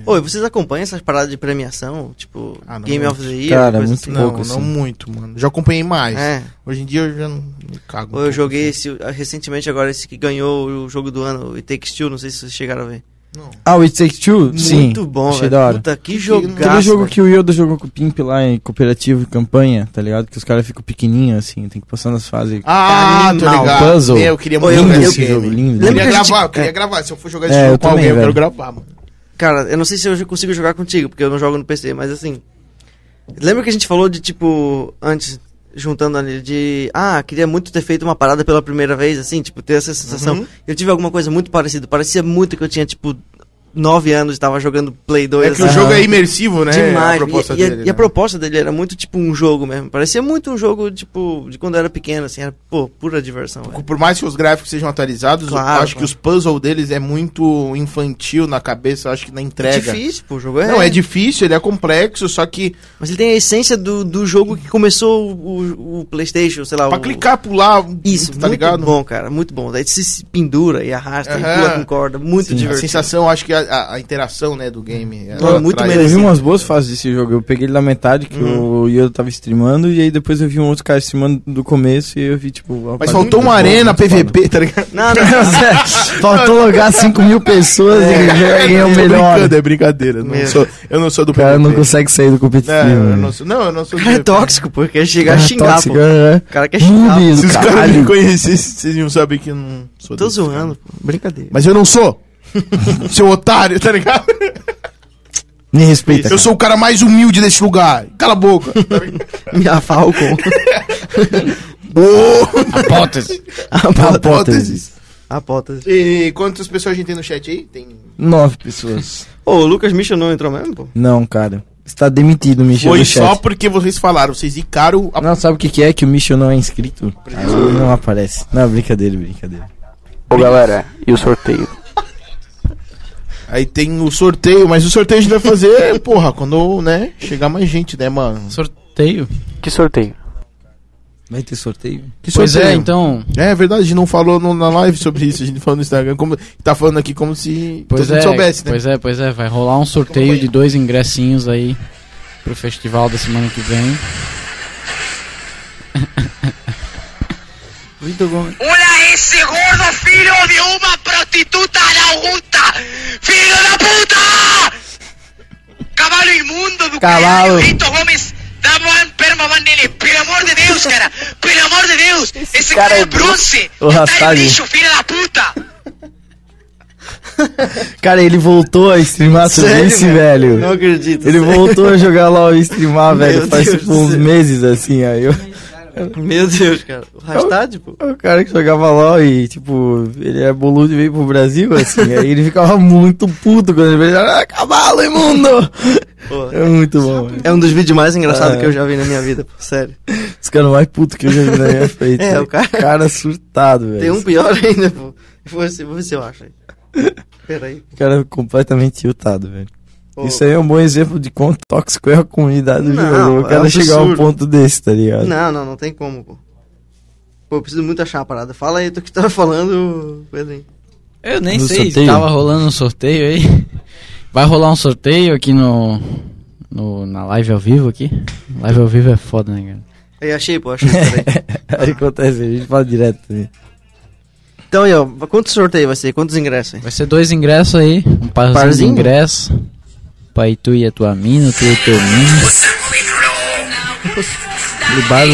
Speaker 1: Oi, vocês acompanham essas paradas de premiação? Tipo,
Speaker 2: É. Ah, não,
Speaker 1: Game
Speaker 2: não.
Speaker 1: of the Year?
Speaker 4: Cara,
Speaker 1: coisa
Speaker 4: muito
Speaker 1: assim?
Speaker 2: Não,
Speaker 4: Pouco, né?
Speaker 2: não
Speaker 4: assim.
Speaker 2: muito, mano. Já acompanhei mais.
Speaker 1: É.
Speaker 2: Hoje em dia eu já não me cago. um
Speaker 1: Ou eu
Speaker 2: pouco,
Speaker 1: joguei
Speaker 2: assim.
Speaker 1: esse, ah, recentemente agora esse que ganhou o jogo do ano, o It Takes Two, não sei se vocês chegaram a ver.
Speaker 4: Ah, o It Takes Two? Sim.
Speaker 1: Muito bom,
Speaker 4: achei
Speaker 1: velho.
Speaker 4: da hora.
Speaker 1: Puta, que
Speaker 4: Aquele
Speaker 1: jogaço.
Speaker 4: jogo
Speaker 1: velho.
Speaker 4: que o Yoda jogou com o Pimp lá em cooperativo e campanha, tá ligado? Que os caras ficam pequenininhos assim, tem que passar nas fases.
Speaker 2: Ah, tô
Speaker 4: Animal,
Speaker 2: ligado.
Speaker 4: puzzle.
Speaker 2: Eu queria
Speaker 1: Oi,
Speaker 2: muito
Speaker 1: eu-
Speaker 2: jogar
Speaker 1: eu-
Speaker 2: esse
Speaker 4: esse
Speaker 2: game.
Speaker 4: jogo lindo.
Speaker 1: Lembra
Speaker 2: Queria
Speaker 1: que a gente-
Speaker 2: gravar, eu queria gravar. Se eu for jogar esse
Speaker 4: É,
Speaker 2: jogo
Speaker 4: eu
Speaker 2: com alguém,
Speaker 4: também,
Speaker 2: eu quero
Speaker 4: velho.
Speaker 2: gravar, mano.
Speaker 1: Cara, eu não sei se eu consigo jogar contigo, porque eu não jogo no PC, mas assim. Lembra que a gente falou de tipo. Antes, juntando ali, de. Ah, queria muito ter feito uma parada pela primeira vez, assim, tipo, ter essa sensação.
Speaker 2: Uhum.
Speaker 1: Eu tive alguma coisa muito parecida. Parecia muito que eu tinha, tipo, 9 anos e tava jogando Play 2.
Speaker 2: É que o
Speaker 1: assim.
Speaker 2: jogo é imersivo, né?
Speaker 1: Demais.
Speaker 2: A proposta
Speaker 1: e, e a-
Speaker 2: dele,
Speaker 1: e a
Speaker 2: né?
Speaker 1: proposta dele era muito tipo um jogo mesmo. Parecia muito um jogo, tipo, de quando eu era pequeno, assim, era, pô, pura diversão. velho. É
Speaker 2: Por mais que os gráficos sejam atualizados, eu
Speaker 1: Claro,
Speaker 2: acho que
Speaker 1: claro.
Speaker 2: os puzzles deles é muito infantil na cabeça, eu acho que na
Speaker 1: É
Speaker 2: entrega.
Speaker 1: difícil, pô, o jogo é.
Speaker 2: Não, é difícil, ele é complexo, só que
Speaker 1: Mas ele tem a essência do, do jogo que começou o, o- o PlayStation, sei lá.
Speaker 2: pra
Speaker 1: É o-
Speaker 2: clicar, pular,
Speaker 1: Isso,
Speaker 2: tá
Speaker 1: muito
Speaker 2: ligado?
Speaker 1: bom, cara, muito bom. Daí você se pendura e arrasta e
Speaker 2: Aham.
Speaker 1: pula com corda, muito
Speaker 4: Sim,
Speaker 2: A
Speaker 1: divertido.
Speaker 2: sensação, acho que a, a- a interação, né, do game.
Speaker 1: Não,
Speaker 2: ela
Speaker 1: é muito
Speaker 2: traz-
Speaker 1: melhor.
Speaker 4: Eu vi umas boas fases desse jogo. Eu peguei ele na metade que
Speaker 2: Uhum.
Speaker 4: o Yoda tava streamando, e aí depois eu vi um outro cara streamando do começo e eu vi, tipo. uma
Speaker 2: Mas
Speaker 4: fase
Speaker 2: faltou
Speaker 4: muito
Speaker 2: uma
Speaker 4: boa,
Speaker 2: arena,
Speaker 4: muito foda.
Speaker 2: PVP, tá ligado?
Speaker 1: Não, não,
Speaker 6: Faltou logar 5 mil pessoas e ganhar o
Speaker 2: É. Tô
Speaker 6: melhor.
Speaker 2: brincando, É brincadeira. eu Não
Speaker 1: Mesmo.
Speaker 2: sou, eu não sou do
Speaker 6: O cara não
Speaker 2: PVP.
Speaker 6: consegue sair do
Speaker 2: É,
Speaker 6: competitivo.
Speaker 2: eu
Speaker 6: né?
Speaker 2: não sou, não, eu não sou
Speaker 1: o
Speaker 2: do
Speaker 1: cara é
Speaker 2: PVP.
Speaker 1: tóxico, pô, quer
Speaker 4: É
Speaker 1: chegar a
Speaker 6: Cara
Speaker 1: xingar,
Speaker 6: tóxico,
Speaker 1: pô.
Speaker 4: né?
Speaker 6: aham.
Speaker 1: O cara quer xingar. pô.
Speaker 6: Noob
Speaker 2: Se os
Speaker 6: do
Speaker 2: caras me
Speaker 6: caralho.
Speaker 2: conhecessem, vocês iam saber que eu não sou
Speaker 1: Tô
Speaker 2: desse,
Speaker 1: zoando,
Speaker 2: cara.
Speaker 1: pô. Brincadeira.
Speaker 2: Mas eu não sou. Seu otário, tá ligado?
Speaker 6: Me respeita.
Speaker 2: Eu sou o cara mais humilde desse lugar. Cala a boca. Tá ligado?
Speaker 1: Minha Falcon.
Speaker 2: Ô,
Speaker 6: cara.
Speaker 2: hipóteses.
Speaker 1: Apótese.
Speaker 2: E quantas pessoas a gente tem no chat aí? Tem...
Speaker 4: Nove pessoas.
Speaker 1: Ô, o Lucas Michel não entrou mesmo, pô?
Speaker 4: Não, cara. Está demitido, Michel
Speaker 2: Foi
Speaker 4: do chat.
Speaker 2: só porque vocês falaram, vocês zicaram a
Speaker 4: Não, sabe o que, que é? Que o Michel não é inscrito. Aí ele não aparece. Não, é brincadeira, brincadeira.
Speaker 5: Ô galera, e o sorteio?
Speaker 2: Aí tem o sorteio, mas o sorteio a gente vai fazer, porra, quando, né, chegar mais gente, né, mano?
Speaker 3: Um Sorteio?
Speaker 5: Que sorteio?
Speaker 4: Vai ter sorteio?
Speaker 2: Que
Speaker 3: pois é,
Speaker 2: sorteio?
Speaker 3: então.
Speaker 2: É verdade, a gente não falou no- na live sobre isso, a gente falou no Instagram, como, tá falando aqui como se
Speaker 3: Pois
Speaker 2: todo mundo
Speaker 3: é,
Speaker 2: soubesse, né?
Speaker 3: pois é, pois é. Vai rolar um sorteio de dois ingressinhos aí pro festival da semana que vem. Vitor Gomes.
Speaker 7: Hola, ese gordo filo de una prostituta la gusta. ¡Filo de puta! Caballo inmundo, Duque.
Speaker 4: Caballo.
Speaker 7: Benito Gómez. Daban Perma Van Nele. Pelo amor de Dios, cara. Pelo amor de Dios. Ese, cara,
Speaker 5: cara
Speaker 7: é
Speaker 5: é
Speaker 7: bronce.
Speaker 4: O
Speaker 7: Está
Speaker 4: Rastali.
Speaker 7: el bicho, filo da puta.
Speaker 4: Cara, ele voltou a streamar sobre
Speaker 1: Sério,
Speaker 4: isso,
Speaker 1: meu?
Speaker 4: velho.
Speaker 1: Não acredito.
Speaker 4: Ele voltou a jogar LOL e streamar, velho.
Speaker 1: Meu
Speaker 4: Faz
Speaker 1: Deus
Speaker 4: tipo
Speaker 1: do
Speaker 4: uns
Speaker 1: céu.
Speaker 4: meses assim, aí eu.
Speaker 1: Meu Deus, cara. O Rastad, pô.
Speaker 4: O cara que jogava LOL e, tipo, ele era boludo e veio pro Brasil, assim. aí ele ficava muito puto quando ele veio. Ah, cavalo imundo!
Speaker 1: Pô,
Speaker 4: É muito bom, velho.
Speaker 1: É um dos vídeos mais engraçados
Speaker 4: É.
Speaker 1: que eu já vi na minha vida, pô. Sério.
Speaker 4: Os caras mais putos que eu já vi na minha frente.
Speaker 1: É,
Speaker 4: né?
Speaker 1: o cara-
Speaker 4: Cara surtado, velho.
Speaker 1: Tem um pior ainda, pô. Vou ver se, vou ver se eu acho aí. Peraí.
Speaker 4: O cara é completamente tiltado, velho.
Speaker 1: Pô,
Speaker 4: Isso aí é um bom exemplo de quão tóxico é a comunidade do
Speaker 1: Não,
Speaker 4: jogo. O
Speaker 1: é
Speaker 4: cara
Speaker 1: um
Speaker 4: chegar a um
Speaker 1: absurdo.
Speaker 4: ponto desse, tá ligado?
Speaker 1: Não, não, não tem como, pô. Pô, eu preciso muito achar a parada. Fala aí do que tava falando, Pedrinho.
Speaker 3: Eu nem
Speaker 4: No
Speaker 3: sei,
Speaker 4: sorteio?
Speaker 3: tava rolando um sorteio aí. Vai rolar um sorteio aqui no, no na live ao vivo aqui. Live ao vivo é foda, né, cara?
Speaker 1: Aí achei, pô, achei. Peraí.
Speaker 4: Aí acontece, a gente fala direto né? também.
Speaker 1: então, aí, ó, quantos sorteio vai ser? Quantos ingressos aí?
Speaker 3: Vai ser dois ingressos aí, um parzinho,
Speaker 1: Parzinho?
Speaker 3: de ingresso. Pai tu e a tua mina, tu e o teu mina. Libalo.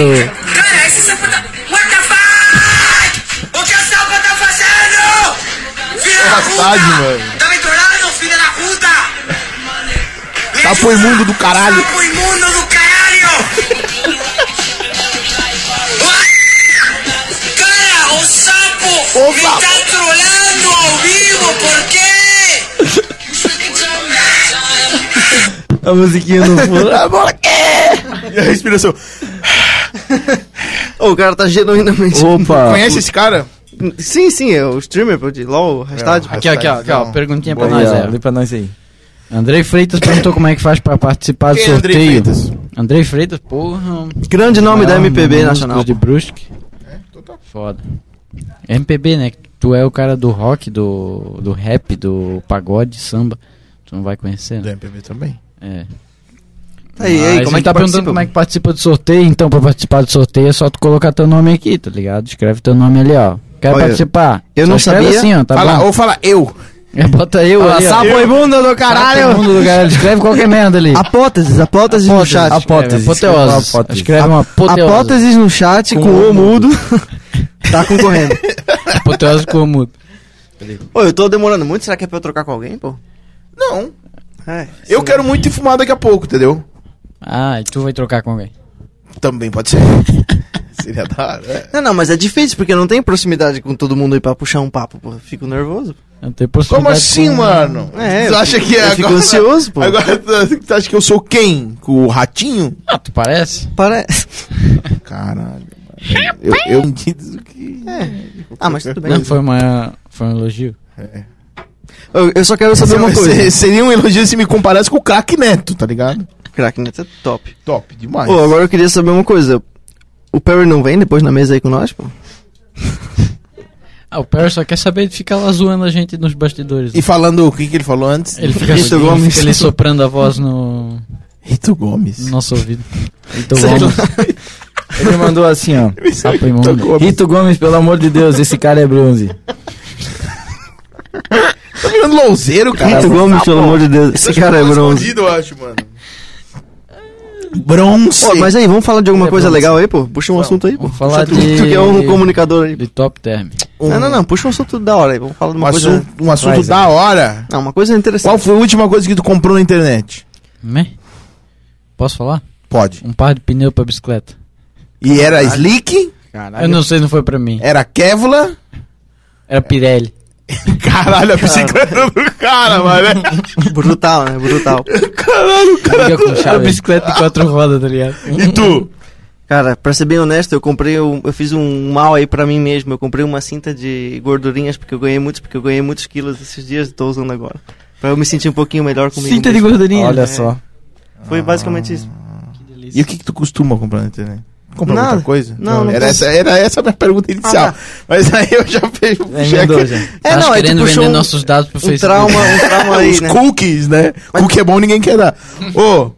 Speaker 7: Cara, esse safado... What the fuck? O que o Salva tá fazendo? Filho da
Speaker 2: Rastad, mano.
Speaker 7: Tá me tornando, filho da puta!
Speaker 2: Sapo Tá imundo do caralho.
Speaker 7: Sapo Tá imundo do caralho! Cara, o sapo
Speaker 2: O
Speaker 7: me
Speaker 2: sapo.
Speaker 7: tá trolando ao vivo, por quê?
Speaker 4: A musiquinha no fundo. Ah, bora
Speaker 2: E a respiração.
Speaker 1: Ô, o cara tá genuinamente.
Speaker 3: Ah,
Speaker 4: Opa!
Speaker 2: Conhece esse cara?
Speaker 1: Sim, sim, é o streamer, pô, de LOL, Rastad. pô.
Speaker 3: Aqui, aqui, ó, aqui, ó,
Speaker 2: Não.
Speaker 3: perguntinha pra
Speaker 4: Aí,
Speaker 3: nós,
Speaker 4: ó,
Speaker 3: é.
Speaker 4: lê pra nós aí.
Speaker 3: Andrei Freitas perguntou como é que faz pra participar do
Speaker 2: Quem é Andrei
Speaker 3: sorteio.
Speaker 2: Freitas?
Speaker 3: Andrei Freitas, porra. um-
Speaker 1: Grande nome da
Speaker 3: maior
Speaker 1: MPB
Speaker 3: músico
Speaker 1: nacional.
Speaker 3: de Brusque.
Speaker 2: É, então tá.
Speaker 3: Foda. MPB, né? Tu é o cara do rock, do, do rap, do pagode, samba. Tu não vai conhecer,
Speaker 2: Do
Speaker 3: né?
Speaker 2: MPB também.
Speaker 3: É.
Speaker 1: Tá aí,
Speaker 3: Mas
Speaker 1: aí, como
Speaker 3: ele
Speaker 1: é que participa,
Speaker 3: tá perguntando como é que participa do sorteio, então pra participar do sorteio é só tu colocar teu nome aqui, tá ligado? Escreve teu nome ali, ó. Quero
Speaker 1: Olha,
Speaker 3: participar.
Speaker 1: eu
Speaker 3: Só
Speaker 1: não
Speaker 3: escreve
Speaker 1: sabia.
Speaker 3: assim, ó, tá
Speaker 2: fala,
Speaker 3: bom?
Speaker 2: ou fala eu.
Speaker 3: É, Bota eu ali, ó.
Speaker 4: Sapo imundo do
Speaker 3: Todo
Speaker 4: caralho!
Speaker 3: mundo do cara, escreve qualquer merda ali.
Speaker 1: Apóteses, apóteses no chat.
Speaker 4: Apótese.
Speaker 3: Apoteose.
Speaker 4: Apótese.
Speaker 3: Escreve uma apoteose.
Speaker 1: Apóteses no chat com, o mudo. tá concorrendo.
Speaker 3: Apoteose como...
Speaker 1: Ô, eu tô demorando muito, será que é pra eu trocar com alguém, pô?
Speaker 2: Não.
Speaker 1: É.
Speaker 2: Eu quero muito ir fumar daqui a pouco, entendeu?
Speaker 3: Ah, e tu vai trocar com alguém.
Speaker 2: Também pode ser. Seria da hora. né?
Speaker 1: Não, não, mas é difícil, porque eu não tenho proximidade com todo mundo aí pra puxar um papo, pô. Fico nervoso.
Speaker 3: Não tem
Speaker 2: Como
Speaker 3: possibilidade
Speaker 2: assim,
Speaker 3: com-
Speaker 2: mano?
Speaker 1: É,
Speaker 2: Você
Speaker 1: eu
Speaker 2: acha
Speaker 1: fico-
Speaker 2: que é
Speaker 1: eu
Speaker 2: agora?
Speaker 1: fico ansioso, pô.
Speaker 2: Agora tu tu acha que eu sou quem? Com o ratinho?
Speaker 3: Ah, tu parece?
Speaker 1: Parece.
Speaker 2: Caralho. mano. Eu, eu entendi que.
Speaker 1: Ah, mas tudo bem.
Speaker 3: Não, foi uma... Foi um elogio.
Speaker 1: Eu, eu só quero saber uma
Speaker 2: Se-
Speaker 1: coisa.
Speaker 2: Seria um elogio se me comparasse com o craque Neto, tá ligado?
Speaker 1: Crack Neto é top.
Speaker 2: Top demais.
Speaker 1: Pô, agora eu queria saber uma coisa. O Perry não vem depois na mesa aí com nós, pô?
Speaker 3: Ah, o Perry só quer saber de ficar lá zoando a gente nos bastidores.
Speaker 2: E falando o que, que ele falou antes?
Speaker 3: Ele fica,
Speaker 1: Vitor
Speaker 3: ele,
Speaker 1: Gomes.
Speaker 3: fica ali soprando a voz no,
Speaker 2: Rito Gomes.
Speaker 3: no nosso ouvido. Então
Speaker 1: Sério?
Speaker 3: vamos.
Speaker 4: Ele mandou assim, ó.
Speaker 3: Sapo imundo.
Speaker 2: Gomes.
Speaker 4: Rito Gomes, pelo amor de Deus, esse cara é bronze.
Speaker 2: Tá virando louzeiro, cara.
Speaker 1: Rito Gomes, pelo amor de Deus. Esse cara é
Speaker 2: um
Speaker 1: bronze.
Speaker 2: Escondido, eu acho, mano. Bronze.
Speaker 1: Pô, mas aí, vamos falar de alguma
Speaker 3: É
Speaker 1: coisa
Speaker 3: bronze.
Speaker 1: legal aí, pô? Puxa um assunto aí, pô.
Speaker 3: Vamos falar
Speaker 1: Puxa, tu,
Speaker 3: de-
Speaker 1: tu que é um comunicador aí.
Speaker 3: De top term.
Speaker 2: Um-
Speaker 1: Não, não, não. Puxa um assunto da hora aí. Vamos falar de
Speaker 2: Um
Speaker 1: uma coisa...
Speaker 2: assunto, um assunto
Speaker 4: Traz,
Speaker 2: da hora.
Speaker 1: Não, uma coisa interessante.
Speaker 2: Qual foi a última coisa que tu comprou na internet?
Speaker 3: Né? Posso falar?
Speaker 2: Pode.
Speaker 3: Um par de pneu pra bicicleta.
Speaker 2: E era slick, É.
Speaker 3: Eu não sei, não foi pra mim.
Speaker 2: era Kevlar,
Speaker 3: Era Pirelli.
Speaker 2: Caralho, a bicicleta do cara, mano. né?
Speaker 1: Brutal, né? Brutal.
Speaker 2: Caralho, o cara.
Speaker 3: Liga com
Speaker 2: A
Speaker 3: chave.
Speaker 2: bicicleta de
Speaker 3: Quatro rodas, tá ligado?
Speaker 2: E tu?
Speaker 1: Cara, pra ser bem honesto, eu comprei, um- eu fiz um mal aí pra mim mesmo. Eu comprei uma cinta de gordurinhas porque eu ganhei muitos, porque eu ganhei muitos quilos esses dias e tô usando agora. Pra eu me sentir um pouquinho melhor comigo.
Speaker 3: Cinta de
Speaker 1: mesmo.
Speaker 3: gordurinha.
Speaker 4: Olha
Speaker 1: é.
Speaker 4: só.
Speaker 1: Foi basicamente isso.
Speaker 2: E o que, que tu costuma comprar na internet? Comprar
Speaker 1: Nada.
Speaker 2: muita coisa?
Speaker 1: Não, não
Speaker 2: era,
Speaker 1: compro.
Speaker 2: essa, era essa a minha pergunta inicial.
Speaker 1: Ah,
Speaker 2: Mas aí eu já vejo.
Speaker 4: É,
Speaker 2: já
Speaker 4: emendou,
Speaker 2: que-
Speaker 4: já.
Speaker 1: É,
Speaker 3: Nós
Speaker 1: não, aí tu
Speaker 3: querendo
Speaker 1: puxou
Speaker 3: vender
Speaker 1: um,
Speaker 3: nossos dados pro
Speaker 1: um
Speaker 3: Facebook.
Speaker 1: trauma, um trauma aí,
Speaker 2: é, Os
Speaker 1: né?
Speaker 2: cookies, né? Cookie é bom, ninguém quer dar. Ô,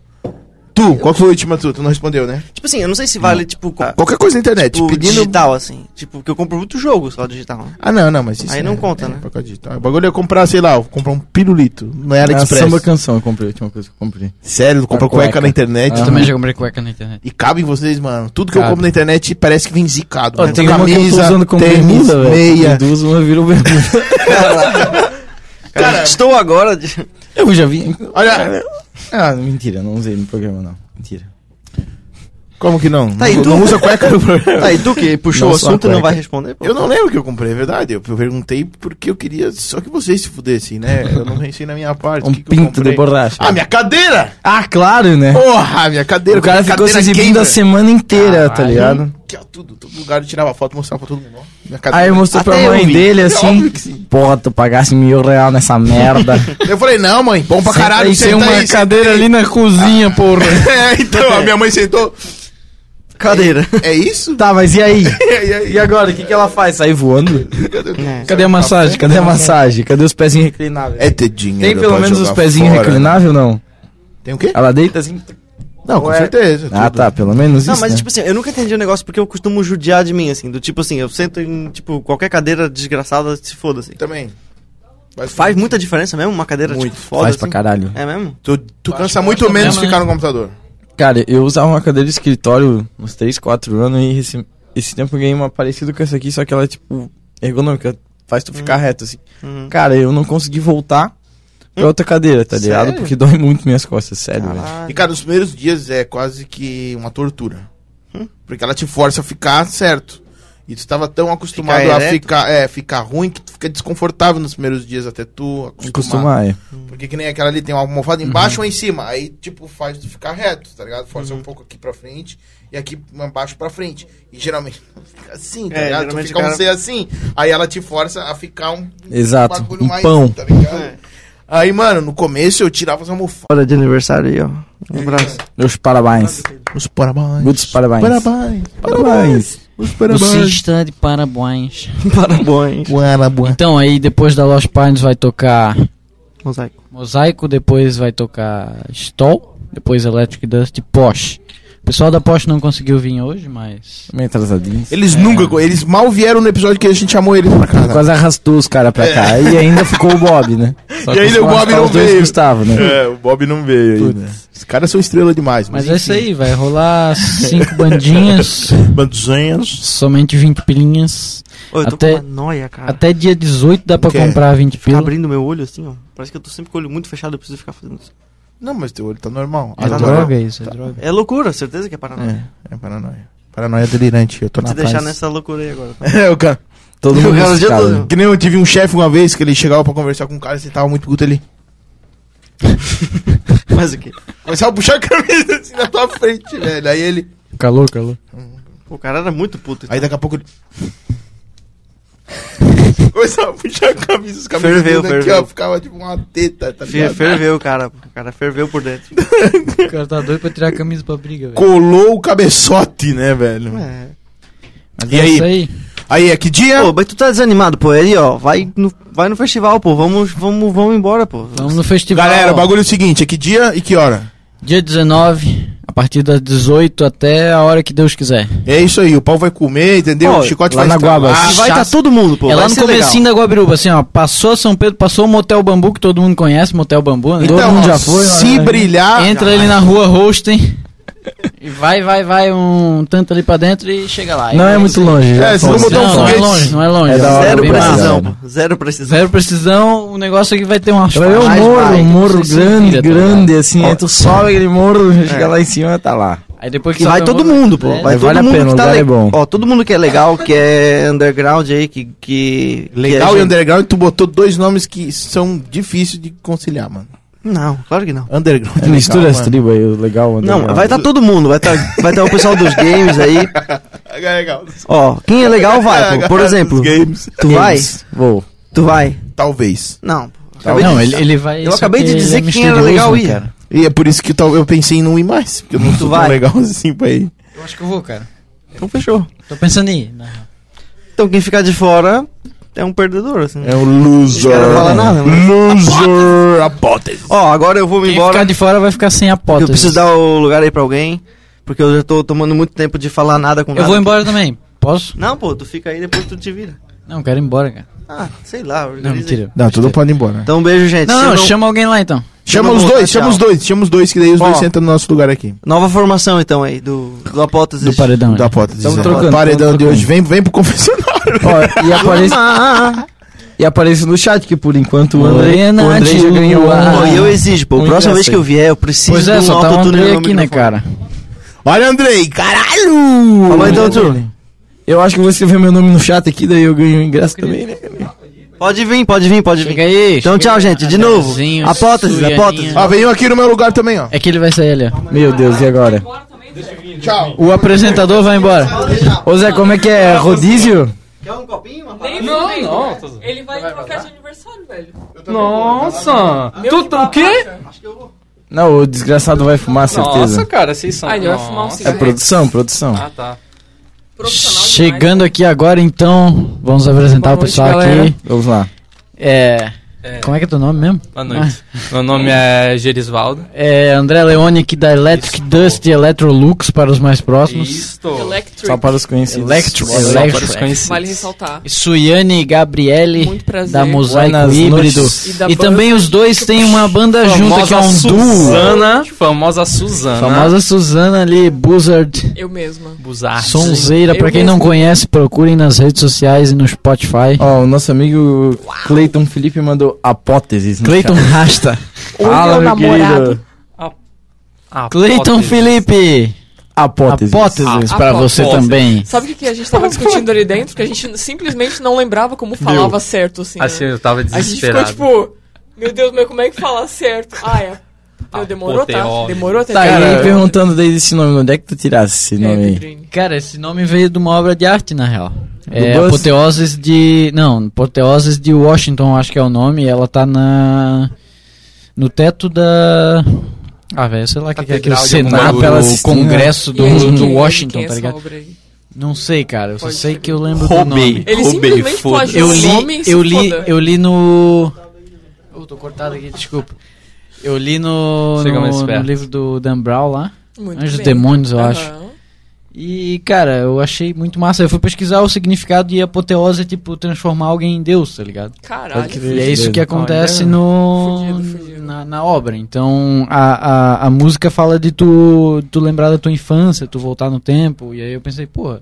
Speaker 2: tu, qual que foi a última tu? Tu não respondeu, né?
Speaker 1: Tipo assim, eu não sei se vale, tipo, co-
Speaker 2: Qualquer coisa na internet,
Speaker 1: tipo
Speaker 2: Tá pedindo.
Speaker 1: digital, assim. Tipo, porque eu compro muito jogo só digital. né?
Speaker 2: Ah, não, não, mas isso
Speaker 1: Aí não conta, né?
Speaker 2: por causa digital. O bagulho é comprar, sei lá, comprar um pirulito. Não é
Speaker 4: É a
Speaker 2: AliExpress.
Speaker 4: samba canção, eu comprei a última coisa que eu comprei.
Speaker 2: Sério, tu compra
Speaker 4: Uma cueca.
Speaker 2: cueca na internet.
Speaker 4: Ah.
Speaker 3: Eu também já comprei cueca na internet.
Speaker 2: E cabe em vocês, mano. Tudo que eu
Speaker 4: Cabe.
Speaker 2: compro na internet parece que vem zicado. mano.
Speaker 4: tem uma que eu tô usando como
Speaker 2: tênis,
Speaker 4: bermuda, velho.
Speaker 2: meia.
Speaker 4: Tem Duas, uma virou bermuda.
Speaker 1: Cara, estou agora. De...
Speaker 4: Eu já vi.
Speaker 2: Olha,
Speaker 4: Ah, mentira, não usei no programa, não. Mentira.
Speaker 2: como que não?
Speaker 1: Tá, e
Speaker 2: não,
Speaker 1: tu?
Speaker 2: não usa cueca no programa.
Speaker 1: Tá, e tu que puxou
Speaker 4: Não,
Speaker 1: o
Speaker 4: só
Speaker 1: assunto e não
Speaker 4: cueca.
Speaker 1: vai responder? pô?
Speaker 2: Eu não lembro o que eu comprei, é verdade. Eu perguntei porque eu queria só que vocês se fudessem, né? Eu não pensei na minha parte.
Speaker 4: Um
Speaker 2: o que que eu
Speaker 4: pinto de
Speaker 2: comprei?
Speaker 4: borracha.
Speaker 2: Ah, minha cadeira!
Speaker 4: Ah, claro, né?
Speaker 2: Porra, minha cadeira.
Speaker 4: o cara ficou se
Speaker 2: cadeira
Speaker 4: exibindo
Speaker 2: gamer.
Speaker 4: a semana inteira, tá ligado?
Speaker 2: Aqui, ó, é tudo. Todo lugar eu tirava foto, mostrava pra todo mundo. ó. Minha cadeira.
Speaker 4: Aí mostrou pra
Speaker 1: Até eu
Speaker 4: mãe
Speaker 1: vi.
Speaker 4: dele
Speaker 2: É
Speaker 4: assim.
Speaker 2: óbvio que sim.
Speaker 4: Porra, tu pagasse mil real nessa merda.
Speaker 2: Eu falei, não, mãe, bom pra caralho,
Speaker 4: Tem
Speaker 2: senta
Speaker 4: uma
Speaker 2: aí.
Speaker 4: cadeira ali na cozinha, porra.
Speaker 2: É, então, a minha mãe sentou.
Speaker 1: Cadeira.
Speaker 2: É isso?
Speaker 4: Tá, mas e aí?
Speaker 2: E aí?
Speaker 4: E agora, o que, que ela faz? Sair voando?
Speaker 1: É.
Speaker 4: Cadê a massagem? Cadê a massagem? Cadê os pezinhos reclináveis?
Speaker 2: É ter dinheiro.
Speaker 4: Tem pelo
Speaker 2: pra
Speaker 4: menos os
Speaker 2: jogar
Speaker 4: pezinhos
Speaker 2: fora,
Speaker 4: reclináveis ou não?
Speaker 2: né? Tem o quê?
Speaker 4: Ela deita assim.
Speaker 2: Não, com certeza.
Speaker 4: Ah, tá, pelo menos
Speaker 1: Não,
Speaker 4: isso.
Speaker 1: mas
Speaker 4: né?
Speaker 1: tipo assim, eu nunca entendi o negócio porque eu costumo judiar de mim, assim. Do tipo assim, eu sento em, tipo, qualquer cadeira desgraçada, se foda, assim.
Speaker 2: Também. Mas
Speaker 1: Faz muita diferença mesmo uma cadeira, tipo, foda,
Speaker 4: Faz
Speaker 1: assim?
Speaker 4: pra caralho.
Speaker 1: É mesmo?
Speaker 2: Tu, tu cansa muito menos
Speaker 3: problema,
Speaker 2: ficar no computador.
Speaker 4: Cara, eu usava uma cadeira de escritório uns 3, 4 anos e esse, esse tempo eu ganhei uma parecida com essa aqui, só que ela é tipo ergonômica, faz tu ficar reto assim.
Speaker 1: Uhum.
Speaker 4: Cara, eu não consegui voltar pra outra cadeira, tá ligado? Porque dói muito minhas costas, sério, velho.
Speaker 2: E, cara, os primeiros dias é quase que uma tortura.
Speaker 1: Hum?
Speaker 2: Porque ela te força a ficar certo. E tu tava tão acostumado
Speaker 1: Ficar
Speaker 2: a
Speaker 1: ereto?
Speaker 2: ficar, é, ficar ruim que tu fica desconfortável nos primeiros dias até tu acostumar.
Speaker 4: Acostumar, é.
Speaker 2: Porque que nem aquela ali tem uma almofada embaixo ou em cima. Aí, tipo, faz tu ficar reto, tá ligado? Força um pouco aqui pra frente e aqui embaixo pra frente. E geralmente fica assim, tá
Speaker 1: É,
Speaker 2: ligado? Tu
Speaker 1: geralmente
Speaker 2: fica
Speaker 1: o
Speaker 2: um
Speaker 1: cara-
Speaker 2: ser assim. Aí ela te força a ficar um,
Speaker 4: Exato, um pão.
Speaker 2: tá ligado?
Speaker 1: É.
Speaker 2: Aí, mano, no começo eu tirava as almofadas.
Speaker 1: Hora de aniversário aí, ó. Um abraço.
Speaker 4: Meus parabéns.
Speaker 2: Os parabéns.
Speaker 4: Muitos parabéns.
Speaker 2: Parabéns.
Speaker 4: Parabéns.
Speaker 2: Os
Speaker 3: Você
Speaker 2: parabéns.
Speaker 3: está de parabéns.
Speaker 1: Parabéns.
Speaker 2: Parabéns.
Speaker 3: Então aí depois da Lost Pines vai tocar
Speaker 1: Mosaico.
Speaker 3: Mosaico, depois vai tocar Stall, depois Electric Dust e Posh. O pessoal da Posh não conseguiu vir hoje, mas.
Speaker 4: Meio atrasadinho.
Speaker 2: Eles nunca, eles mal vieram no episódio que a gente chamou eles pra cá. né?
Speaker 4: É. Quase arrastou os caras pra cá. E ainda ficou o Bob, né? Só
Speaker 2: E
Speaker 4: que
Speaker 2: ainda
Speaker 4: os
Speaker 2: o Bob
Speaker 4: tá
Speaker 2: não
Speaker 4: os dois
Speaker 2: veio.
Speaker 4: Gustavo, né?
Speaker 2: É, o Bob não veio ainda. Os caras são estrela demais.
Speaker 3: Mas é isso aí, vai rolar cinco bandinhas,
Speaker 2: Banduzinhos.
Speaker 3: somente 20 pilinhas.
Speaker 1: Ô, eu tô
Speaker 3: Até-
Speaker 1: com uma noia, cara.
Speaker 3: Até dia 18 dá pra
Speaker 2: O quê?
Speaker 3: comprar 20
Speaker 1: Ah. Fica
Speaker 3: pilas.
Speaker 1: abrindo meu olho assim, ó. Parece que eu tô sempre com o olho muito fechado, eu preciso ficar fazendo isso.
Speaker 2: Não, mas teu olho tá normal.
Speaker 3: É
Speaker 1: tá
Speaker 2: Agora-
Speaker 1: normal.
Speaker 3: droga isso, é droga.
Speaker 1: É loucura, certeza que é paranoia.
Speaker 2: É, é paranoia. Paranoia delirante, eu tô
Speaker 1: Vou
Speaker 2: na
Speaker 1: te deixar
Speaker 2: paz.
Speaker 1: nessa loucura aí agora.
Speaker 2: É, o cara.
Speaker 4: Todo
Speaker 1: O
Speaker 4: mundo. né?
Speaker 1: cara já
Speaker 4: escala.
Speaker 1: todo-
Speaker 2: Que nem eu tive um chefe uma vez que ele chegava pra conversar com um cara e você tava muito puto ali.
Speaker 1: Mas o quê?
Speaker 2: Começava a puxar a camisa assim na tua frente, velho. Aí ele.
Speaker 3: Calor, calor.
Speaker 1: O cara era muito puto. então.
Speaker 2: Aí daqui a pouco ele. Começava a puxar a camisa, os cabelos
Speaker 1: Ferveu,
Speaker 2: tudo aqui,
Speaker 1: ferveu.
Speaker 2: ó. Ficava tipo uma teta, tá
Speaker 1: Fe-
Speaker 2: ligado?
Speaker 1: Ferveu, o cara. O cara ferveu por dentro.
Speaker 3: O cara tá doido pra tirar a camisa pra briga, velho.
Speaker 2: Colou o cabeçote, né, velho?
Speaker 1: É.
Speaker 3: Mas
Speaker 2: E
Speaker 3: é
Speaker 2: aí?
Speaker 3: isso aí.
Speaker 2: Aí, é que dia?
Speaker 1: Pô, mas tu tá desanimado, pô. Aí, ó, vai no, vai no festival, pô. Vamos, vamos, vamos embora, pô.
Speaker 3: Vamos no festival.
Speaker 2: Galera,
Speaker 3: ó.
Speaker 2: o bagulho é o seguinte: é que dia e que hora?
Speaker 3: Dia 19, a partir das 18 até a hora que Deus quiser.
Speaker 2: É isso aí, o pau vai comer, entendeu?
Speaker 1: Ó,
Speaker 2: o chicote
Speaker 4: lá
Speaker 2: vai
Speaker 4: na Guaba,
Speaker 2: estralar.
Speaker 1: E vai tá todo mundo, pô.
Speaker 3: é lá
Speaker 1: vai
Speaker 3: no
Speaker 1: ser legal.
Speaker 3: comecinho da Guabiruba, assim, ó. Passou São Pedro, passou o Motel Bambu, que todo mundo conhece, Motel Bambu, né?
Speaker 2: Então,
Speaker 4: Todo mundo
Speaker 2: ó,
Speaker 4: já foi,
Speaker 2: se
Speaker 4: né?
Speaker 1: ah,
Speaker 2: brilhar.
Speaker 3: Entra ali na rua Hosting. E vai, vai, vai um tanto ali pra dentro e chega lá.
Speaker 4: Não
Speaker 3: E
Speaker 4: é
Speaker 3: vai-
Speaker 4: muito longe.
Speaker 2: É,
Speaker 4: já
Speaker 2: se
Speaker 4: foi.
Speaker 2: não botar um
Speaker 3: Não, não é
Speaker 2: foguete.
Speaker 3: longe, não é longe.
Speaker 4: É da hora,
Speaker 1: Zero
Speaker 4: bem
Speaker 1: precisão,
Speaker 4: bacana.
Speaker 1: pô. Zero precisão.
Speaker 3: Zero precisão, o negócio aqui vai ter umas
Speaker 4: Vai ver um
Speaker 3: tipo, mais
Speaker 4: morro,
Speaker 3: bike,
Speaker 4: um morro
Speaker 3: você se vira,
Speaker 4: grande,
Speaker 3: tá ligado?
Speaker 4: grande, assim, aí tu sobe aquele morro, chega lá em cima, tá lá.
Speaker 3: Aí depois
Speaker 1: Que vai
Speaker 3: sobe a
Speaker 1: todo
Speaker 3: música-
Speaker 1: mundo, pô.
Speaker 3: É.
Speaker 1: Vai
Speaker 4: vale
Speaker 1: todo
Speaker 4: a
Speaker 1: mundo
Speaker 4: pena,
Speaker 1: que
Speaker 4: o
Speaker 1: tá
Speaker 4: lugar é
Speaker 1: le-
Speaker 4: bom.
Speaker 1: Ó, todo mundo que é legal, que é underground aí, que. que que
Speaker 2: Legal e
Speaker 1: é gente-
Speaker 2: underground, tu botou dois nomes que são difíceis de conciliar, mano.
Speaker 8: Não, claro que não.
Speaker 2: Underground. é legal,
Speaker 4: Mistura as
Speaker 2: mano.
Speaker 4: tribos aí, o legal. o
Speaker 1: Não,
Speaker 4: underground.
Speaker 1: vai estar todo mundo. Vai estar vai tá o pessoal dos games aí.
Speaker 2: É legal.
Speaker 1: Ó, quem é legal vai, pô. Por exemplo,
Speaker 2: Os games.
Speaker 1: tu vai?
Speaker 4: Vou.
Speaker 1: Tu vai?
Speaker 2: Talvez.
Speaker 8: Não.
Speaker 2: Talvez.
Speaker 3: Não, ele, ele vai.
Speaker 8: Eu
Speaker 3: só
Speaker 8: acabei de
Speaker 3: ele
Speaker 8: dizer que quem era
Speaker 3: misterioso,
Speaker 8: legal
Speaker 3: né,
Speaker 8: ia.
Speaker 3: cara?
Speaker 2: E é por isso que tal, eu pensei em não ir mais. Porque eu não sou tão
Speaker 1: vai?
Speaker 2: legal assim pra ir.
Speaker 3: Eu acho que eu vou, cara.
Speaker 2: Então fechou.
Speaker 3: Tô pensando em ir. né? na real.
Speaker 8: Então quem ficar de fora é um perdedor, assim.
Speaker 2: É um loser.
Speaker 8: Os caras não falam nada, né?
Speaker 2: Loser. Apótese.
Speaker 1: Ó, agora eu vou me
Speaker 3: Quem
Speaker 1: embora.
Speaker 3: ficar de fora vai ficar sem a
Speaker 1: Eu
Speaker 3: pota.
Speaker 1: preciso dar o lugar aí pra alguém. Porque eu já tô tomando muito tempo de falar nada com
Speaker 3: Eu
Speaker 1: nada.
Speaker 3: vou embora também. Posso?
Speaker 8: Não, pô, tu fica aí depois tu te vira.
Speaker 3: Não, quero ir embora, cara.
Speaker 8: Ah, sei lá.
Speaker 3: Não,
Speaker 8: organiza aí.
Speaker 3: mentira.
Speaker 2: Não, tudo pode ir embora.
Speaker 1: Então, um beijo, gente.
Speaker 3: Não,
Speaker 1: Se
Speaker 3: não,
Speaker 1: não-
Speaker 3: chama alguém lá então.
Speaker 2: Chama
Speaker 1: Eu
Speaker 2: os
Speaker 1: vou
Speaker 2: dois,
Speaker 1: voltar,
Speaker 2: chama
Speaker 1: tchau.
Speaker 2: os dois, chama os dois, que daí os dois
Speaker 1: Ó.
Speaker 2: sentam no nosso lugar aqui.
Speaker 1: Nova formação, então, aí, do, do Apótese.
Speaker 3: Do paredão.
Speaker 2: Da
Speaker 3: né?
Speaker 2: apótese.
Speaker 3: Tamo
Speaker 2: né?
Speaker 3: trocando,
Speaker 2: Paredão
Speaker 3: tamo
Speaker 2: de
Speaker 3: trocando.
Speaker 2: hoje. Vem, vem pro confessionário.
Speaker 4: Ó, e aparece. e aparece no chat, que por enquanto o André,
Speaker 3: Lorena
Speaker 4: o André já
Speaker 3: de
Speaker 4: ganhou
Speaker 3: Luar.
Speaker 4: a.
Speaker 1: Pô, Ah, e eu exijo, pô. Muito
Speaker 4: Próxima
Speaker 1: essa
Speaker 4: vez
Speaker 1: aí.
Speaker 4: que eu vier, eu preciso
Speaker 3: Ah, um Pois é,
Speaker 4: de um
Speaker 3: só tá o
Speaker 4: autotune
Speaker 3: André
Speaker 4: no
Speaker 3: aqui, né, cara?
Speaker 2: Olha, Andrei, caralho!
Speaker 4: Falou então, tu. Eu acho que você vê meu nome no chat aqui, daí eu ganho o ingresso também, né?
Speaker 1: Pode vir, pode vir, pode vir.
Speaker 3: Chega aí.
Speaker 1: Então,
Speaker 3: chega
Speaker 1: tchau,
Speaker 3: aí,
Speaker 1: gente, de novo.
Speaker 3: Andrezinho,
Speaker 1: Apótese,
Speaker 3: Suianinha.
Speaker 1: apótese.
Speaker 2: Ah, veio aqui no meu lugar também, ó.
Speaker 3: É que ele vai sair ali, ó.
Speaker 4: Meu Deus, e agora?
Speaker 2: Tchau.
Speaker 4: O apresentador vai embora. Ô Zé, como é que é? Rodízio?
Speaker 9: Nem não, não. Ele vai trocar de aniversário, velho. Nossa! Tu tá o quê?
Speaker 4: Não, o desgraçado vai fumar, certeza.
Speaker 7: Nossa, cara, vocês são.
Speaker 9: Ah, ele vai fumar um
Speaker 7: Nossa.
Speaker 4: É
Speaker 9: cigarro.
Speaker 4: produção, produção.
Speaker 7: Ah, tá.
Speaker 9: Profissional demais.
Speaker 3: Chegando aqui agora, então, vamos apresentar
Speaker 9: Boa
Speaker 3: o
Speaker 9: noite,
Speaker 3: pessoal
Speaker 9: galera.
Speaker 3: aqui.
Speaker 4: Vamos lá.
Speaker 3: É,
Speaker 7: É,
Speaker 3: como é que é teu nome mesmo?
Speaker 7: Boa noite. Meu nome é Gerisvaldo.
Speaker 3: É André Leone aqui da Electric Dust e Electrolux para os mais próximos.
Speaker 7: Isto.
Speaker 4: Só
Speaker 9: Electric.
Speaker 4: para os conhecidos.
Speaker 3: Electro.
Speaker 7: Só para os
Speaker 3: Electro.
Speaker 7: conhecidos.
Speaker 9: Vale ressaltar.
Speaker 3: Suiane e Gabriele
Speaker 9: Muito prazer.
Speaker 3: da Mosaico
Speaker 4: Buenas
Speaker 3: Híbrido.
Speaker 4: noites.
Speaker 9: E da
Speaker 3: E
Speaker 9: banda-
Speaker 3: também os dois têm uma banda junta que é um duo.
Speaker 7: Suzana. Famosa Suzana.
Speaker 3: Famosa Suzana ali, Buzzard.
Speaker 9: Eu mesma.
Speaker 7: Buzarte.
Speaker 3: Sonzeira, pra
Speaker 9: Eu
Speaker 3: quem não
Speaker 9: mesmo.
Speaker 3: conhece, procurem nas redes sociais e no Spotify.
Speaker 4: Ó, o nosso amigo Cleiton Felipe mandou apóteses. no
Speaker 3: Cleiton
Speaker 4: chat.
Speaker 3: Rasta.
Speaker 4: Fala, meu querido.
Speaker 7: Apótese.
Speaker 3: Cleiton Felipe.
Speaker 4: Apóteses.
Speaker 3: Apóteses pra você
Speaker 7: Apóteses.
Speaker 3: também.
Speaker 9: Sabe o que, que a gente tava discutindo ali dentro? Que a gente simplesmente não lembrava como falava certo, assim. né?
Speaker 7: Assim, eu tava
Speaker 9: A gente
Speaker 7: desesperado.
Speaker 9: ficou tipo, meu Deus, mas como é que fala certo? Ah, é. Meu, demorou, tá?
Speaker 7: Apoteose.
Speaker 9: Demorou até
Speaker 4: Tá, e
Speaker 9: chegar.
Speaker 4: aí perguntando desde esse nome, onde é que tu tirasse esse
Speaker 9: É,
Speaker 4: nome aí?
Speaker 9: Pedrinho.
Speaker 3: Cara, esse nome veio de uma obra de arte, na real. É
Speaker 4: Buzz?
Speaker 3: Apoteoses de. Não, Apoteoses de Washington, acho que é o nome. Ela tá na. No teto da. Ah, velho, sei lá o que, que é aquele
Speaker 7: Catedral de algum
Speaker 3: Senado,
Speaker 7: bagulho.
Speaker 3: pela
Speaker 4: Sim,
Speaker 3: Congresso
Speaker 9: E aí, de
Speaker 3: do,
Speaker 9: quem- de
Speaker 3: do
Speaker 9: quem
Speaker 3: Washington,
Speaker 9: é
Speaker 3: tá
Speaker 9: essa
Speaker 3: ligado?
Speaker 9: obra aí?
Speaker 3: Não sei, cara, eu só
Speaker 9: Pode
Speaker 3: sei
Speaker 9: ser.
Speaker 3: que eu lembro do nome.
Speaker 7: Roubei.
Speaker 9: Ele
Speaker 7: Roubei,
Speaker 9: simplesmente
Speaker 7: foda-se.
Speaker 3: Eu
Speaker 9: plagiou. O
Speaker 3: li,
Speaker 9: nome se
Speaker 3: eu li,
Speaker 9: foda.
Speaker 3: eu li no. Eu tô cortado aqui, desculpa. Eu li no,
Speaker 7: Chega
Speaker 3: no,
Speaker 7: mais
Speaker 3: no
Speaker 7: perto.
Speaker 3: livro do Dan Brown lá,
Speaker 9: Muito
Speaker 3: Anjos e
Speaker 9: bem.
Speaker 3: Demônios, eu
Speaker 9: Aham.
Speaker 3: acho. E, cara, eu achei muito massa. Eu fui pesquisar o significado de apoteose, tipo, transformar alguém em Deus, tá ligado?
Speaker 9: Caralho.
Speaker 3: E é isso que acontece no,
Speaker 9: Fudido, fudido.
Speaker 3: Na, na obra. Então, a, a, a música fala de tu, tu lembrar da tua infância, tu voltar no tempo. E aí eu pensei, porra,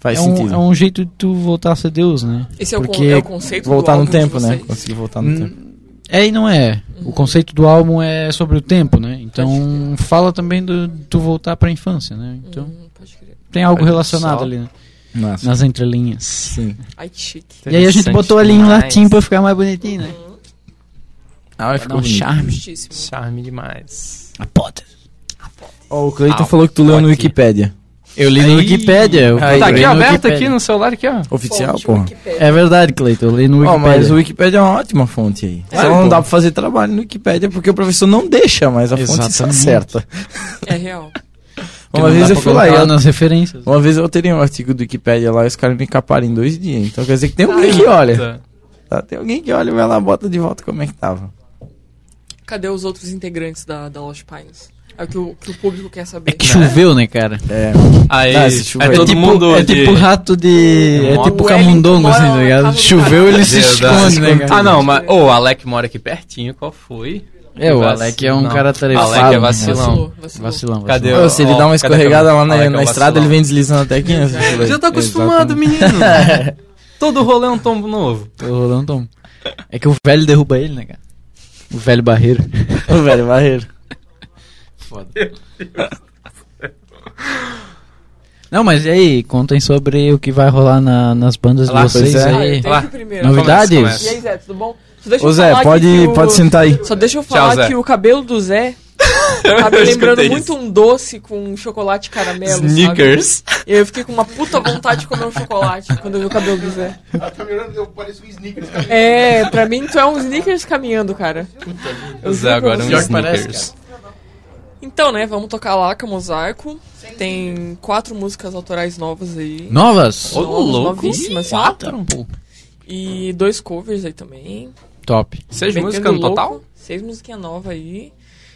Speaker 4: Faz
Speaker 3: é um,
Speaker 4: sentido.
Speaker 3: é um jeito de tu voltar a ser Deus, né?
Speaker 9: Esse é o, con
Speaker 4: Porque
Speaker 9: é o conceito
Speaker 4: voltar
Speaker 9: do
Speaker 4: no
Speaker 9: álbum de
Speaker 4: tempo, né?
Speaker 9: vocês.
Speaker 4: Conseguir voltar no tempo.
Speaker 3: É e não é. O conceito do álbum é sobre o tempo, né? Então, fala também do de tu voltar pra infância, né? Então,
Speaker 9: Hum, pode crer.
Speaker 3: tem algo
Speaker 7: Olha
Speaker 3: relacionado
Speaker 7: só.
Speaker 3: ali, né?
Speaker 4: Nossa.
Speaker 3: Nas entrelinhas.
Speaker 4: Sim.
Speaker 9: Ai, que chique.
Speaker 3: E aí a gente
Speaker 7: Interessante
Speaker 3: botou ali em
Speaker 7: demais.
Speaker 3: latim pra ficar mais bonitinho, né?
Speaker 4: Ah, vai
Speaker 3: Pra dar um charme.
Speaker 9: Justíssimo.
Speaker 7: Charme demais.
Speaker 4: Ó, o Cleiton
Speaker 7: Ah,
Speaker 4: falou que tu leu no
Speaker 7: aqui.
Speaker 4: Wikipedia.
Speaker 3: Eu li no Wikipedia. eu
Speaker 4: Aí,
Speaker 7: Tá
Speaker 3: procurei
Speaker 7: aqui
Speaker 3: no
Speaker 7: aberto
Speaker 3: Wikipedia.
Speaker 7: aqui no celular aqui, ó.
Speaker 4: Oficial,
Speaker 9: Fonte,
Speaker 4: porra.
Speaker 9: Wikipedia.
Speaker 3: É verdade, Cleiton, eu li no
Speaker 4: Ó,
Speaker 3: Wikipedia.
Speaker 4: mas o Wikipedia é uma ótima fonte aí. Só não dá pra fazer trabalho no Wikipedia porque o professor não deixa, mas a fonte tá
Speaker 3: Exatamente.
Speaker 4: certa.
Speaker 9: É real.
Speaker 3: Porque
Speaker 4: Uma
Speaker 3: não
Speaker 4: vez
Speaker 3: dá
Speaker 4: eu
Speaker 3: pra
Speaker 4: fui lá e
Speaker 3: colocar
Speaker 4: eu-
Speaker 3: nas referências.
Speaker 4: uma vez eu alterei um artigo do Wikipedia lá e os caras me caparam em dois dias. Então quer dizer que tem alguém que olha. Tá? Tem alguém que olha, vai lá, bota de volta como é que tava.
Speaker 9: Cadê os outros integrantes da, da Lost Pines? É o que o, que o público quer saber.
Speaker 3: É que choveu, né, cara?
Speaker 4: É,
Speaker 7: Aí,
Speaker 4: Ah, esse chuva
Speaker 7: é
Speaker 4: aí.
Speaker 7: todo
Speaker 4: É tipo-
Speaker 7: mundo um
Speaker 3: é
Speaker 7: de-
Speaker 3: tipo rato de. É
Speaker 7: O
Speaker 3: tipo
Speaker 9: Wellington
Speaker 3: camundongo, assim, tá
Speaker 9: mora na
Speaker 3: ligado?
Speaker 9: casa do
Speaker 3: Choveu,
Speaker 9: cara.
Speaker 3: ele se
Speaker 7: Verdade.
Speaker 3: esconde, né,
Speaker 7: Ah,
Speaker 3: cara?
Speaker 7: não, mas. Ô, o Alec mora aqui pertinho, qual foi?
Speaker 3: É, o
Speaker 7: Vacilão.
Speaker 3: Alec é um cara tarefado.
Speaker 7: Alec é
Speaker 3: né?
Speaker 7: vacilão.
Speaker 9: Vacilou, vacilou.
Speaker 3: Vacilão,
Speaker 7: Cadê
Speaker 3: vacilão.
Speaker 7: o-
Speaker 4: Pô, se ele
Speaker 7: ó,
Speaker 4: dá uma
Speaker 7: cadê
Speaker 4: escorregada
Speaker 7: aquela-
Speaker 4: lá na,
Speaker 7: Olha que
Speaker 4: na
Speaker 7: é um
Speaker 4: estrada,
Speaker 7: vacilão.
Speaker 4: ele vem deslizando até aqui. né?
Speaker 7: Já tá acostumado,
Speaker 4: Exatamente.
Speaker 7: menino. Todo rolê é um tombo novo.
Speaker 3: O Rolando Tom. É que o velho derruba ele, né, cara? O velho barreiro.
Speaker 4: Ô, velho, barreiro.
Speaker 3: Não, mas e aí, contem sobre o que vai rolar na- nas bandas
Speaker 7: Lá,
Speaker 3: de vocês
Speaker 4: pois é.
Speaker 3: aí.
Speaker 9: Ah, eu tenho que primeiro.
Speaker 3: Novidades?
Speaker 7: Começa,
Speaker 9: E aí, Zé, tudo bom? Só deixa
Speaker 4: Ô
Speaker 9: eu
Speaker 4: Zé,
Speaker 9: falar
Speaker 4: pode,
Speaker 9: que o-
Speaker 4: pode sentar aí.
Speaker 9: Só deixa eu
Speaker 7: Tchau,
Speaker 9: falar
Speaker 7: Zé.
Speaker 9: que o cabelo do Zé tá me
Speaker 7: Eu
Speaker 9: lembrando
Speaker 7: escutei
Speaker 9: muito
Speaker 7: isso.
Speaker 9: um doce com chocolate caramelo, sabe?
Speaker 7: Sneakers.
Speaker 9: Eu fiquei com uma puta vontade de comer um chocolate quando eu vi o cabelo do Zé.
Speaker 10: Eu pareço um sneakers.
Speaker 9: É, pra mim tu é um sneakers caminhando, cara.
Speaker 7: O Zé agora é um
Speaker 9: Pior
Speaker 3: que parece,
Speaker 7: sneakers.
Speaker 9: Então, né, vamos tocar Laca Mosaico. Tem quatro músicas autorais novas aí.
Speaker 3: Novas?
Speaker 7: Ô,
Speaker 9: Novas,
Speaker 7: louco.
Speaker 9: novíssimas.
Speaker 7: Quatro? pô.
Speaker 9: E dois covers aí também.
Speaker 3: Top.
Speaker 7: Seis
Speaker 9: Metendo
Speaker 7: músicas no
Speaker 9: é louco.
Speaker 7: total?
Speaker 9: Seis musiquinhas novas aí.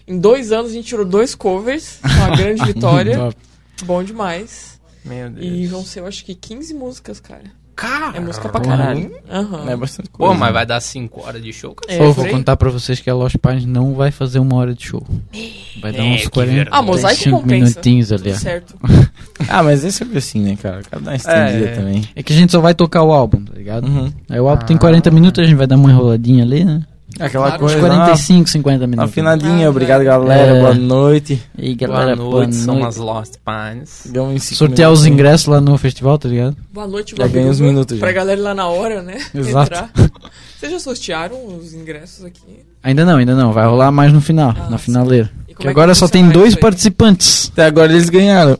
Speaker 9: Em dois anos a gente tirou dois covers. Uma grande vitória.
Speaker 3: Top.
Speaker 9: Bom demais.
Speaker 7: Meu
Speaker 9: E vão ser, eu acho que 15 músicas, cara.
Speaker 7: Cara! Né,
Speaker 9: É música pra caralho. Aham.
Speaker 4: É bastante coisa.
Speaker 7: Pô, mas vai dar 5 horas de show, cara?
Speaker 9: É,
Speaker 3: Ô,
Speaker 9: por
Speaker 3: vou
Speaker 9: aí.
Speaker 3: contar pra vocês que a Lost Pines não vai fazer uma hora de show. Vai dar
Speaker 7: É,
Speaker 3: uns
Speaker 7: que
Speaker 3: 40
Speaker 7: vergonha.
Speaker 9: Ah, mosaico
Speaker 3: 45
Speaker 9: compensa.
Speaker 3: minutinhos ali.
Speaker 9: Tudo
Speaker 3: ó.
Speaker 9: certo.
Speaker 4: Ah, mas é sempre assim, né, cara? O cara dá uma estendida
Speaker 7: É.
Speaker 4: também.
Speaker 3: É que a gente só vai tocar o álbum, tá ligado?
Speaker 4: Uhum.
Speaker 3: Aí o álbum tem
Speaker 9: Ah.
Speaker 3: 40 minutos, a gente vai dar uma enroladinha ali, né?
Speaker 4: É Aquela
Speaker 9: Claro,
Speaker 3: Uns
Speaker 7: é.
Speaker 4: coisa.
Speaker 3: 45, 50
Speaker 4: Uma, uma
Speaker 3: minutos.
Speaker 4: finadinha,
Speaker 9: Ah,
Speaker 4: obrigado galera,
Speaker 3: É.
Speaker 4: boa noite.
Speaker 3: E aí,
Speaker 7: Boa
Speaker 3: galera,
Speaker 7: noite, são as Lost Pines.
Speaker 4: Ganhamos em cinco
Speaker 3: Sortear os
Speaker 4: minutos.
Speaker 3: ingressos lá no festival, tá ligado?
Speaker 9: Boa noite,
Speaker 4: Já ganhei uns
Speaker 9: Guabiruba.
Speaker 4: minutos já.
Speaker 9: Pra galera lá na hora, né?
Speaker 4: Exato.
Speaker 9: Entrar. Vocês já sortearam os ingressos aqui?
Speaker 3: Ainda não, ainda não. Vai rolar mais no final,
Speaker 9: Ah,
Speaker 3: na
Speaker 9: sim.
Speaker 3: finaleira.
Speaker 9: E como
Speaker 3: Que
Speaker 9: é
Speaker 3: agora só tem
Speaker 9: funciona
Speaker 3: dois
Speaker 9: isso aí?
Speaker 3: participantes.
Speaker 4: Até agora eles ganharam.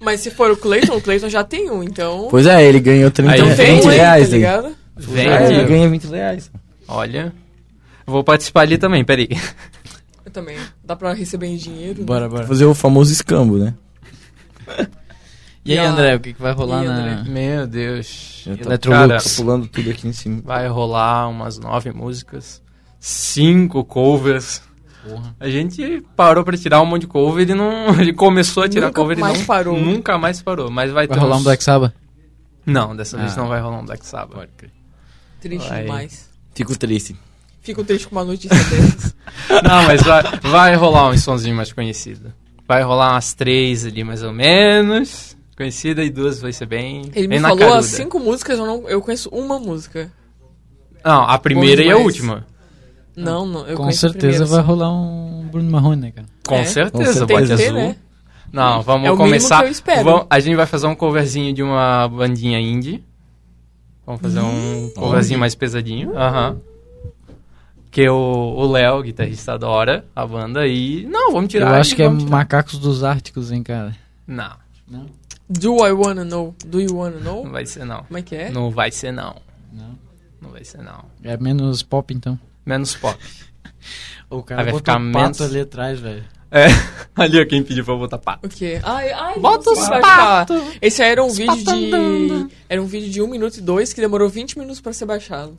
Speaker 9: Mas se for o Clayton, o Clayton já tem um, então.
Speaker 4: Pois é, ele ganhou 30
Speaker 7: Aí,
Speaker 9: então
Speaker 7: é,
Speaker 9: tem
Speaker 4: 20
Speaker 9: um, hein,
Speaker 4: reais
Speaker 3: né?
Speaker 9: tá
Speaker 4: aí.
Speaker 9: ligado?
Speaker 7: Vem
Speaker 4: Ah, ele
Speaker 7: aqui.
Speaker 4: ganha 20 reais.
Speaker 7: Olha. Vou participar ali também, peraí.
Speaker 9: Eu também. Dá pra receber em dinheiro.
Speaker 3: Bora, bora.
Speaker 4: Fazer o famoso escambo, né?
Speaker 3: E aí, André, o que, que vai rolar
Speaker 9: E aí,
Speaker 3: na.
Speaker 7: Meu Deus.
Speaker 4: Já tá-
Speaker 3: Eletrolux.
Speaker 4: Tô pulando tudo aqui em cima.
Speaker 7: Vai rolar umas nove músicas, cinco covers.
Speaker 3: Porra.
Speaker 7: A gente parou pra tirar um monte de cover e não. Ele começou a tirar
Speaker 9: Nunca
Speaker 7: cover
Speaker 9: mais
Speaker 7: e não.
Speaker 9: parou.
Speaker 7: Nunca mais parou. Mas vai,
Speaker 3: Vai
Speaker 7: ter
Speaker 3: rolar
Speaker 7: uns-
Speaker 3: um Black Sabbath?
Speaker 7: Não, dessa vez
Speaker 3: Ah.
Speaker 7: não vai rolar um Black Sabbath.
Speaker 9: Triste
Speaker 7: Vai.
Speaker 9: demais.
Speaker 4: Fico triste.
Speaker 9: Fico triste com uma notícia dessas.
Speaker 7: Não, mas vai, vai rolar um sonzinho mais conhecido. Vai rolar umas três ali, mais ou menos. Conhecida e duas vai ser bem.
Speaker 9: Ele me
Speaker 7: bem É na
Speaker 9: falou as
Speaker 7: caruda.
Speaker 9: cinco músicas, eu, não, eu conheço uma música.
Speaker 7: Não, a primeira e a
Speaker 9: demais.
Speaker 7: última.
Speaker 9: Não, não, eu
Speaker 3: Com
Speaker 9: conheço a
Speaker 3: certeza
Speaker 9: primeira,
Speaker 3: vai
Speaker 9: assim.
Speaker 3: rolar um Bruno Marrone, né, cara?
Speaker 7: Com
Speaker 9: É.
Speaker 7: certeza,
Speaker 9: Tem
Speaker 7: bote
Speaker 9: que ter,
Speaker 7: azul.
Speaker 9: né?
Speaker 7: Não, vamos
Speaker 9: É o mínimo
Speaker 7: começar.
Speaker 9: que eu espero.
Speaker 7: Vam- a gente vai fazer um coverzinho de uma bandinha indie. Vamos fazer um coverzinho mais pesadinho. Aham. Que o o Léo, guitarrista, adora a banda e. Não, vamos tirar.
Speaker 3: Eu acho
Speaker 7: e
Speaker 3: que é
Speaker 7: vamos tirar.
Speaker 3: Macacos dos Árticos, hein, cara?
Speaker 7: Não,
Speaker 9: Do I Wanna Know? Do You Wanna
Speaker 7: não
Speaker 9: Know?
Speaker 7: vai ser não.
Speaker 9: Como é que é?
Speaker 7: Não vai ser não.
Speaker 3: Não?
Speaker 7: Não vai ser não.
Speaker 3: É menos pop, então.
Speaker 7: Menos pop.
Speaker 3: O
Speaker 7: Ah,
Speaker 3: cara
Speaker 7: vai
Speaker 3: botou
Speaker 7: ficar
Speaker 3: um
Speaker 7: menos-
Speaker 3: pato ali atrás, velho.
Speaker 7: É. Ali ó, quem pediu pra eu botar pá.
Speaker 9: O quê? Ai, ai,
Speaker 7: Bota
Speaker 9: não
Speaker 7: os
Speaker 9: vai ficar. Esse aí era um vídeo
Speaker 7: tá
Speaker 9: de. Era um vídeo de 1 minuto e 2 que demorou 20 minutos pra ser baixado.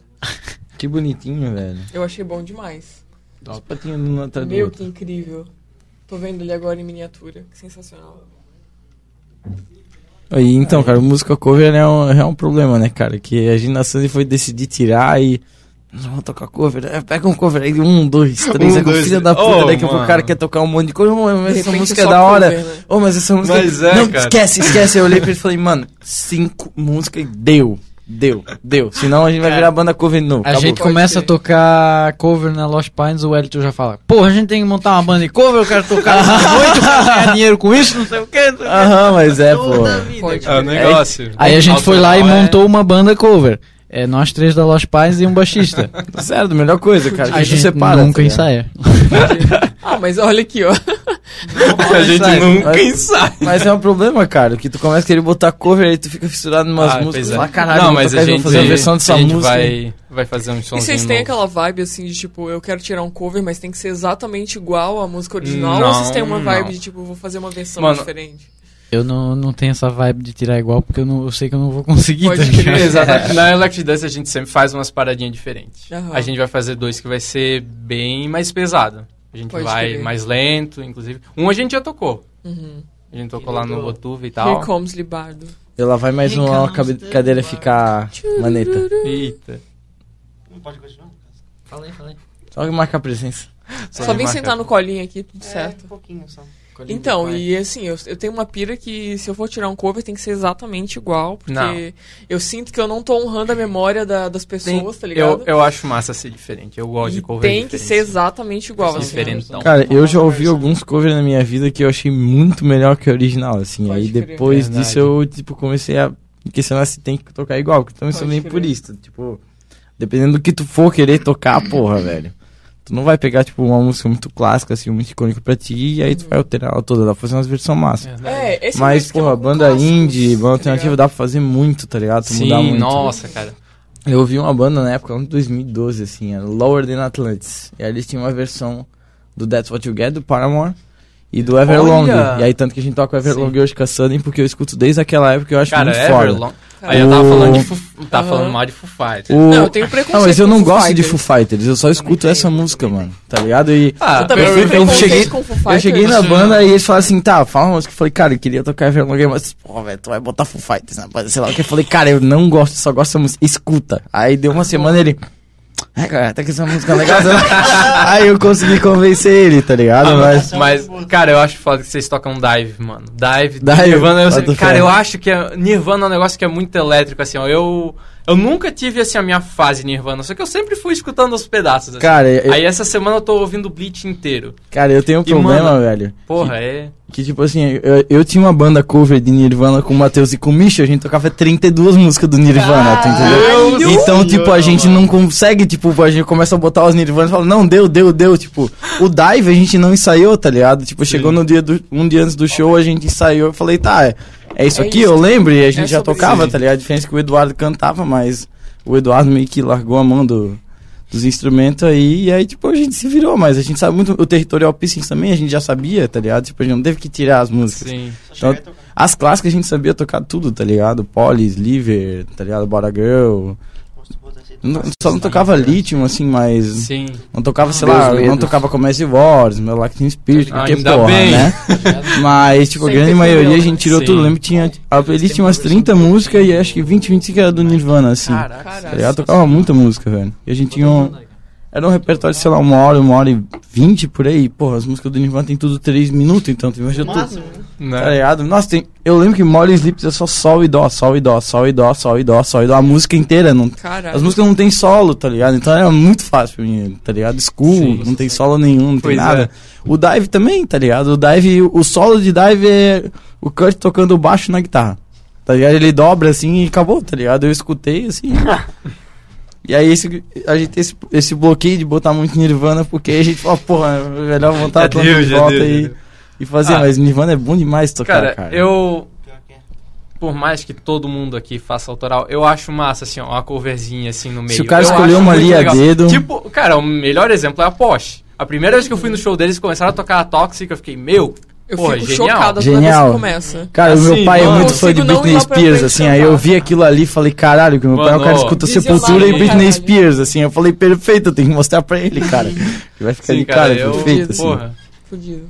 Speaker 4: Que bonitinho, velho.
Speaker 9: Eu achei bom demais.
Speaker 4: Os patinhos um
Speaker 7: Tá
Speaker 4: atrás do
Speaker 9: Meu,
Speaker 4: outro.
Speaker 9: que incrível. Tô vendo ele agora em miniatura. Que sensacional.
Speaker 4: Aí, então, cara, música cover é um, é um problema, né, cara? Que a gente na Sandy foi decidir tirar e. Nós vamos tocar cover. É, pega um cover aí, um, dois, três.
Speaker 7: Um,
Speaker 4: é com
Speaker 7: dois,
Speaker 4: filha da puta,
Speaker 7: oh,
Speaker 4: daqui a pouco o
Speaker 7: mano.
Speaker 4: cara quer tocar um monte de coisa. Mas
Speaker 9: De
Speaker 4: essa
Speaker 9: repente
Speaker 4: música é
Speaker 9: só
Speaker 4: da hora.
Speaker 9: cover, né?
Speaker 4: Ô, mas essa música.
Speaker 7: Mas é,
Speaker 4: não,
Speaker 7: cara.
Speaker 4: esquece, esquece. Eu olhei pra ele e falei, mano, cinco músicas e deu. Deu, deu. Senão a gente vai virar banda cover de novo.
Speaker 3: A
Speaker 4: acabou.
Speaker 3: gente começa
Speaker 7: é-
Speaker 3: a tocar cover na Lost Pines, o Elton já fala: Porra, a gente tem que montar uma banda de cover, eu quero tocar essa noite, eu quero ganhar dinheiro com isso, não sei o que.
Speaker 4: Aham, mas é, pô.
Speaker 9: Pode.
Speaker 7: É o negócio.
Speaker 3: Aí a gente foi lá e
Speaker 7: Autoral é-
Speaker 3: montou uma banda cover. É nós três da Lost Pines e um baixista.
Speaker 4: Tá Certo, melhor coisa, cara.
Speaker 3: A gente
Speaker 4: separa.
Speaker 3: nunca
Speaker 4: tá ligado?
Speaker 3: ensaia.
Speaker 9: Ah, mas olha aqui, ó.
Speaker 7: A gente
Speaker 4: sai.
Speaker 7: nunca
Speaker 4: Mas-
Speaker 7: ensaia.
Speaker 4: Mas é um problema, cara, que tu começa a querer botar cover aí tu fica fissurado em umas
Speaker 7: Ah,
Speaker 4: músicas.
Speaker 7: pois é.
Speaker 4: Fala, caralho,
Speaker 7: não,
Speaker 4: vou
Speaker 7: mas
Speaker 4: tocar
Speaker 7: a
Speaker 4: e vou
Speaker 7: gente,
Speaker 4: fazer a versão dessa
Speaker 7: a gente
Speaker 4: música.
Speaker 7: vai, vai fazer um
Speaker 9: E
Speaker 7: somzinho
Speaker 9: vocês têm
Speaker 7: novo.
Speaker 9: aquela vibe assim de tipo, eu quero tirar um cover, mas tem que ser exatamente igual à música original? ou vocês têm uma
Speaker 7: Não,
Speaker 9: vibe
Speaker 7: não.
Speaker 9: de tipo, vou fazer uma versão
Speaker 7: Mano,
Speaker 9: diferente?
Speaker 3: Eu não, não tenho essa vibe de tirar igual, porque eu, não, eu sei que eu não vou conseguir. tá
Speaker 9: Pode
Speaker 3: ligado?
Speaker 9: crer.
Speaker 7: Exatamente. Na Electric Dance a gente sempre faz umas paradinhas diferentes.
Speaker 9: Aham.
Speaker 7: A gente vai fazer dois que vai ser bem mais pesado. A gente
Speaker 9: Pode
Speaker 7: vai
Speaker 9: crer.
Speaker 7: mais lento, inclusive. Um a gente já tocou.
Speaker 9: Uhum.
Speaker 7: A gente tocou lá no Botuva e
Speaker 9: Here
Speaker 7: tal.
Speaker 9: comes Libardo.
Speaker 4: E lá vai mais uma cabe- cadeira ficar maneta.
Speaker 7: Eita.
Speaker 4: Só que marca a presença.
Speaker 9: Só vem sentar no colinho aqui, tudo certo.
Speaker 11: É, um pouquinho só.
Speaker 9: Então, e assim, eu, eu tenho uma pira que se eu for tirar um cover tem que ser exatamente igual, porque
Speaker 12: Não.
Speaker 9: eu sinto que eu não tô honrando a memória da- das pessoas, tá ligado?
Speaker 12: Eu, eu acho massa ser diferente. Eu gosto de cover
Speaker 9: tem que
Speaker 12: diferente.
Speaker 9: ser exatamente igual, assim.
Speaker 12: Diferentão.
Speaker 4: Cara, eu já ouvi alguns covers na minha vida que eu achei muito melhor que o original, assim. aí depois
Speaker 12: Verdade.
Speaker 4: disso eu, tipo, comecei a questionar se tem que tocar igual, porque eu também sou meio purista. Tipo, dependendo do que tu for querer tocar, porra, velho. Tu não vai pegar, tipo, uma música muito clássica, assim, muito icônica pra ti, e aí tu vai alterar ela toda, dá pra fazer umas versões massa.
Speaker 9: Uhum. É, esse é o meu
Speaker 4: Mas,
Speaker 9: esquema
Speaker 4: porra,
Speaker 9: com
Speaker 4: banda
Speaker 9: clássicos,
Speaker 4: indie, banda
Speaker 9: tá
Speaker 4: alternativa,
Speaker 9: ligado?
Speaker 4: dá pra fazer muito, tá ligado? Tu mudar
Speaker 12: Sim,
Speaker 4: muito.
Speaker 12: nossa, cara.
Speaker 4: Eu ouvi uma banda na época, um lá em 2012, assim, era Lower Than Atlantis. E aí eles tinham uma versão do That's What You Get, do Paramore, e do Everlong.
Speaker 12: Olha!
Speaker 4: E aí, tanto que a gente toca o Everlong hoje com a Sunny, porque eu escuto desde aquela época e eu acho
Speaker 12: Cara,
Speaker 4: muito
Speaker 12: Everlong.
Speaker 4: foda.
Speaker 12: Aí eu tava
Speaker 4: O-
Speaker 12: falando de Fu... Tava
Speaker 9: Aham.
Speaker 12: falando mal de Foo Fighters.
Speaker 4: O...
Speaker 9: Não, eu tenho preconceito
Speaker 4: Não, mas eu
Speaker 9: com
Speaker 4: não
Speaker 9: Foo
Speaker 4: gosto de Foo
Speaker 9: Fighters.
Speaker 4: Fighters, eu só escuto essa música, mano, tá ligado? E
Speaker 12: Ah,
Speaker 9: Eu também
Speaker 12: eu-
Speaker 9: tenho
Speaker 4: eu
Speaker 9: preconceito
Speaker 4: cheguei-
Speaker 9: com Foo
Speaker 4: eu
Speaker 9: Fighters.
Speaker 4: cheguei na banda e eles falaram assim, tá, fala uma música. Eu falei, cara, eu queria tocar Everlong, mas, pô, velho, tu vai botar Foo Fighters na banda, sei lá o que. Eu falei, cara, eu não gosto, só gosto da música, escuta. Aí deu uma semana ele... É, cara, até que essa música é legal. sei lá." Aí eu consegui convencer ele, tá ligado?
Speaker 12: Ah,
Speaker 4: mas...
Speaker 12: mas,
Speaker 9: Então,
Speaker 12: mas,
Speaker 9: tipo,
Speaker 12: cara, eu acho foda que vocês tocam dive, mano. Dive, do
Speaker 4: Dive,
Speaker 12: Nirvana. eu-
Speaker 4: bota
Speaker 12: cara,
Speaker 4: fé.
Speaker 12: eu acho que é- Nirvana é um negócio que é muito elétrico, assim, ó. Eu, eu nunca tive, assim, a minha fase Nirvana, só que eu sempre fui escutando os pedaços, assim.
Speaker 4: Cara, eu,
Speaker 12: Aí essa semana eu tô ouvindo o Bleach inteiro.
Speaker 4: cara, eu tenho um
Speaker 12: E,
Speaker 4: problema,
Speaker 12: mano,
Speaker 4: velho.
Speaker 12: Porra, é...
Speaker 4: Que tipo assim, eu, eu tinha uma banda cover de Nirvana com o Matheus e com o Misha, a gente tocava 32 músicas do Nirvana, tu entendeu?
Speaker 12: Caralho!
Speaker 4: então, tipo, a gente não consegue, tipo, a gente começa a botar os Nirvana e fala, não, deu, deu, deu, tipo, o dive a gente não ensaiou, tá ligado? Tipo, chegou no dia do, um dia antes do show, a gente ensaiou e falei, tá, é, é isso
Speaker 9: É
Speaker 4: aqui,
Speaker 9: isso.
Speaker 4: eu lembro, e a gente
Speaker 9: É
Speaker 4: já
Speaker 9: sobre
Speaker 4: tocava,
Speaker 9: isso.
Speaker 4: tá ligado? A diferença é que o Eduardo cantava, mas o Eduardo meio que largou a mão do dos instrumentos aí, e aí, tipo, a gente se virou, mas a gente sabe muito, o Territorial Pissings também a gente já sabia, tá ligado? Tipo, a gente não teve que tirar as músicas.
Speaker 12: Sim.
Speaker 4: Então, as clássicas a gente sabia tocar tudo, tá ligado? Polis, Liver, tá ligado? Bora Girl. Não- só não tocava Lithium, assim, mas...
Speaker 12: Sim.
Speaker 4: Não tocava, sei
Speaker 5: Meus
Speaker 4: lá, não
Speaker 5: medos.
Speaker 4: tocava Commerce Wars, meu Lactin Spirit,
Speaker 12: Ah,
Speaker 4: porque
Speaker 12: ainda
Speaker 4: porra,
Speaker 12: bem.
Speaker 4: né? Mas, tipo, a
Speaker 9: Sempre
Speaker 4: grande
Speaker 9: foi
Speaker 4: maioria a
Speaker 9: meu,
Speaker 4: gente tirou
Speaker 12: Sim.
Speaker 4: tudo. Eu lembro que tinha. A playlist tinha umas 30 músicas e acho que 20, 25 era do Nirvana, assim. Tá ligado? Tocava muita música, velho. E a gente tinha um. Era um repertório, sei lá, uma hora, uma hora e vinte por aí. Porra, as músicas do Nirvana tem tudo três minutos, então tu imagina tudo. Tá
Speaker 12: Né?
Speaker 4: ligado? Nossa, tem... eu lembro que Molly Sleeps é só sol e dó, sol e dó, sol e dó, sol e dó, sol e dó. A música inteira. Não...
Speaker 9: Caralho.
Speaker 4: As músicas não tem solo, tá ligado? Então era muito fácil pra mim, tá ligado? School, não tem solo nenhum, não tem
Speaker 12: Pois
Speaker 4: nada.
Speaker 12: é.
Speaker 4: O dive também, tá ligado? O dive, o solo de dive é o Kurt tocando o baixo na guitarra. Tá ligado? Ele dobra assim e acabou, tá ligado? Eu escutei assim. E aí esse, a gente tem esse, esse bloqueio de botar muito Nirvana, porque aí a gente fala, porra, é melhor
Speaker 12: Já
Speaker 4: montar tudo
Speaker 12: deu,
Speaker 4: de
Speaker 12: já
Speaker 4: volta
Speaker 12: deu, já
Speaker 4: e,
Speaker 12: deu.
Speaker 4: e fazer,
Speaker 12: é Ah.
Speaker 4: mas Nirvana é bom demais tocar,
Speaker 12: Cara,
Speaker 4: cara.
Speaker 12: eu... Por mais que todo mundo aqui faça autoral, eu acho massa, assim, ó, uma coverzinha, assim, no meio.
Speaker 4: Se o cara
Speaker 12: Eu
Speaker 4: escolheu
Speaker 12: acho
Speaker 4: uma
Speaker 12: muito
Speaker 4: ali a
Speaker 12: legal.
Speaker 4: dedo-
Speaker 12: Tipo, cara, o melhor exemplo é a Porsche. A primeira vez que eu fui no show deles, começaram a tocar a Toxic, eu fiquei, meu,
Speaker 9: Eu
Speaker 12: pô,
Speaker 9: fico
Speaker 12: genial.
Speaker 9: chocada toda vez
Speaker 4: Genial.
Speaker 9: que começa.
Speaker 4: Cara, o
Speaker 12: Assim,
Speaker 4: meu pai
Speaker 12: mano,
Speaker 4: é muito
Speaker 9: eu
Speaker 4: fã de
Speaker 9: consigo não
Speaker 4: Britney
Speaker 9: ir lá pra
Speaker 4: Spears,
Speaker 9: frente
Speaker 4: assim, aí eu
Speaker 9: cantar.
Speaker 4: vi aquilo ali e falei, caralho, que meu pai é o
Speaker 12: Mano,
Speaker 4: cara que escuta
Speaker 9: visionário,
Speaker 4: Sepultura e
Speaker 9: né,
Speaker 4: Britney
Speaker 9: caralho?
Speaker 4: Spears, assim, eu falei, perfeito, eu tenho que mostrar pra ele, cara. Que vai ficar
Speaker 12: Sim,
Speaker 4: de
Speaker 12: cara,
Speaker 4: cara,
Speaker 12: eu...
Speaker 4: perfeito, assim.
Speaker 12: Porra.
Speaker 9: Fudido.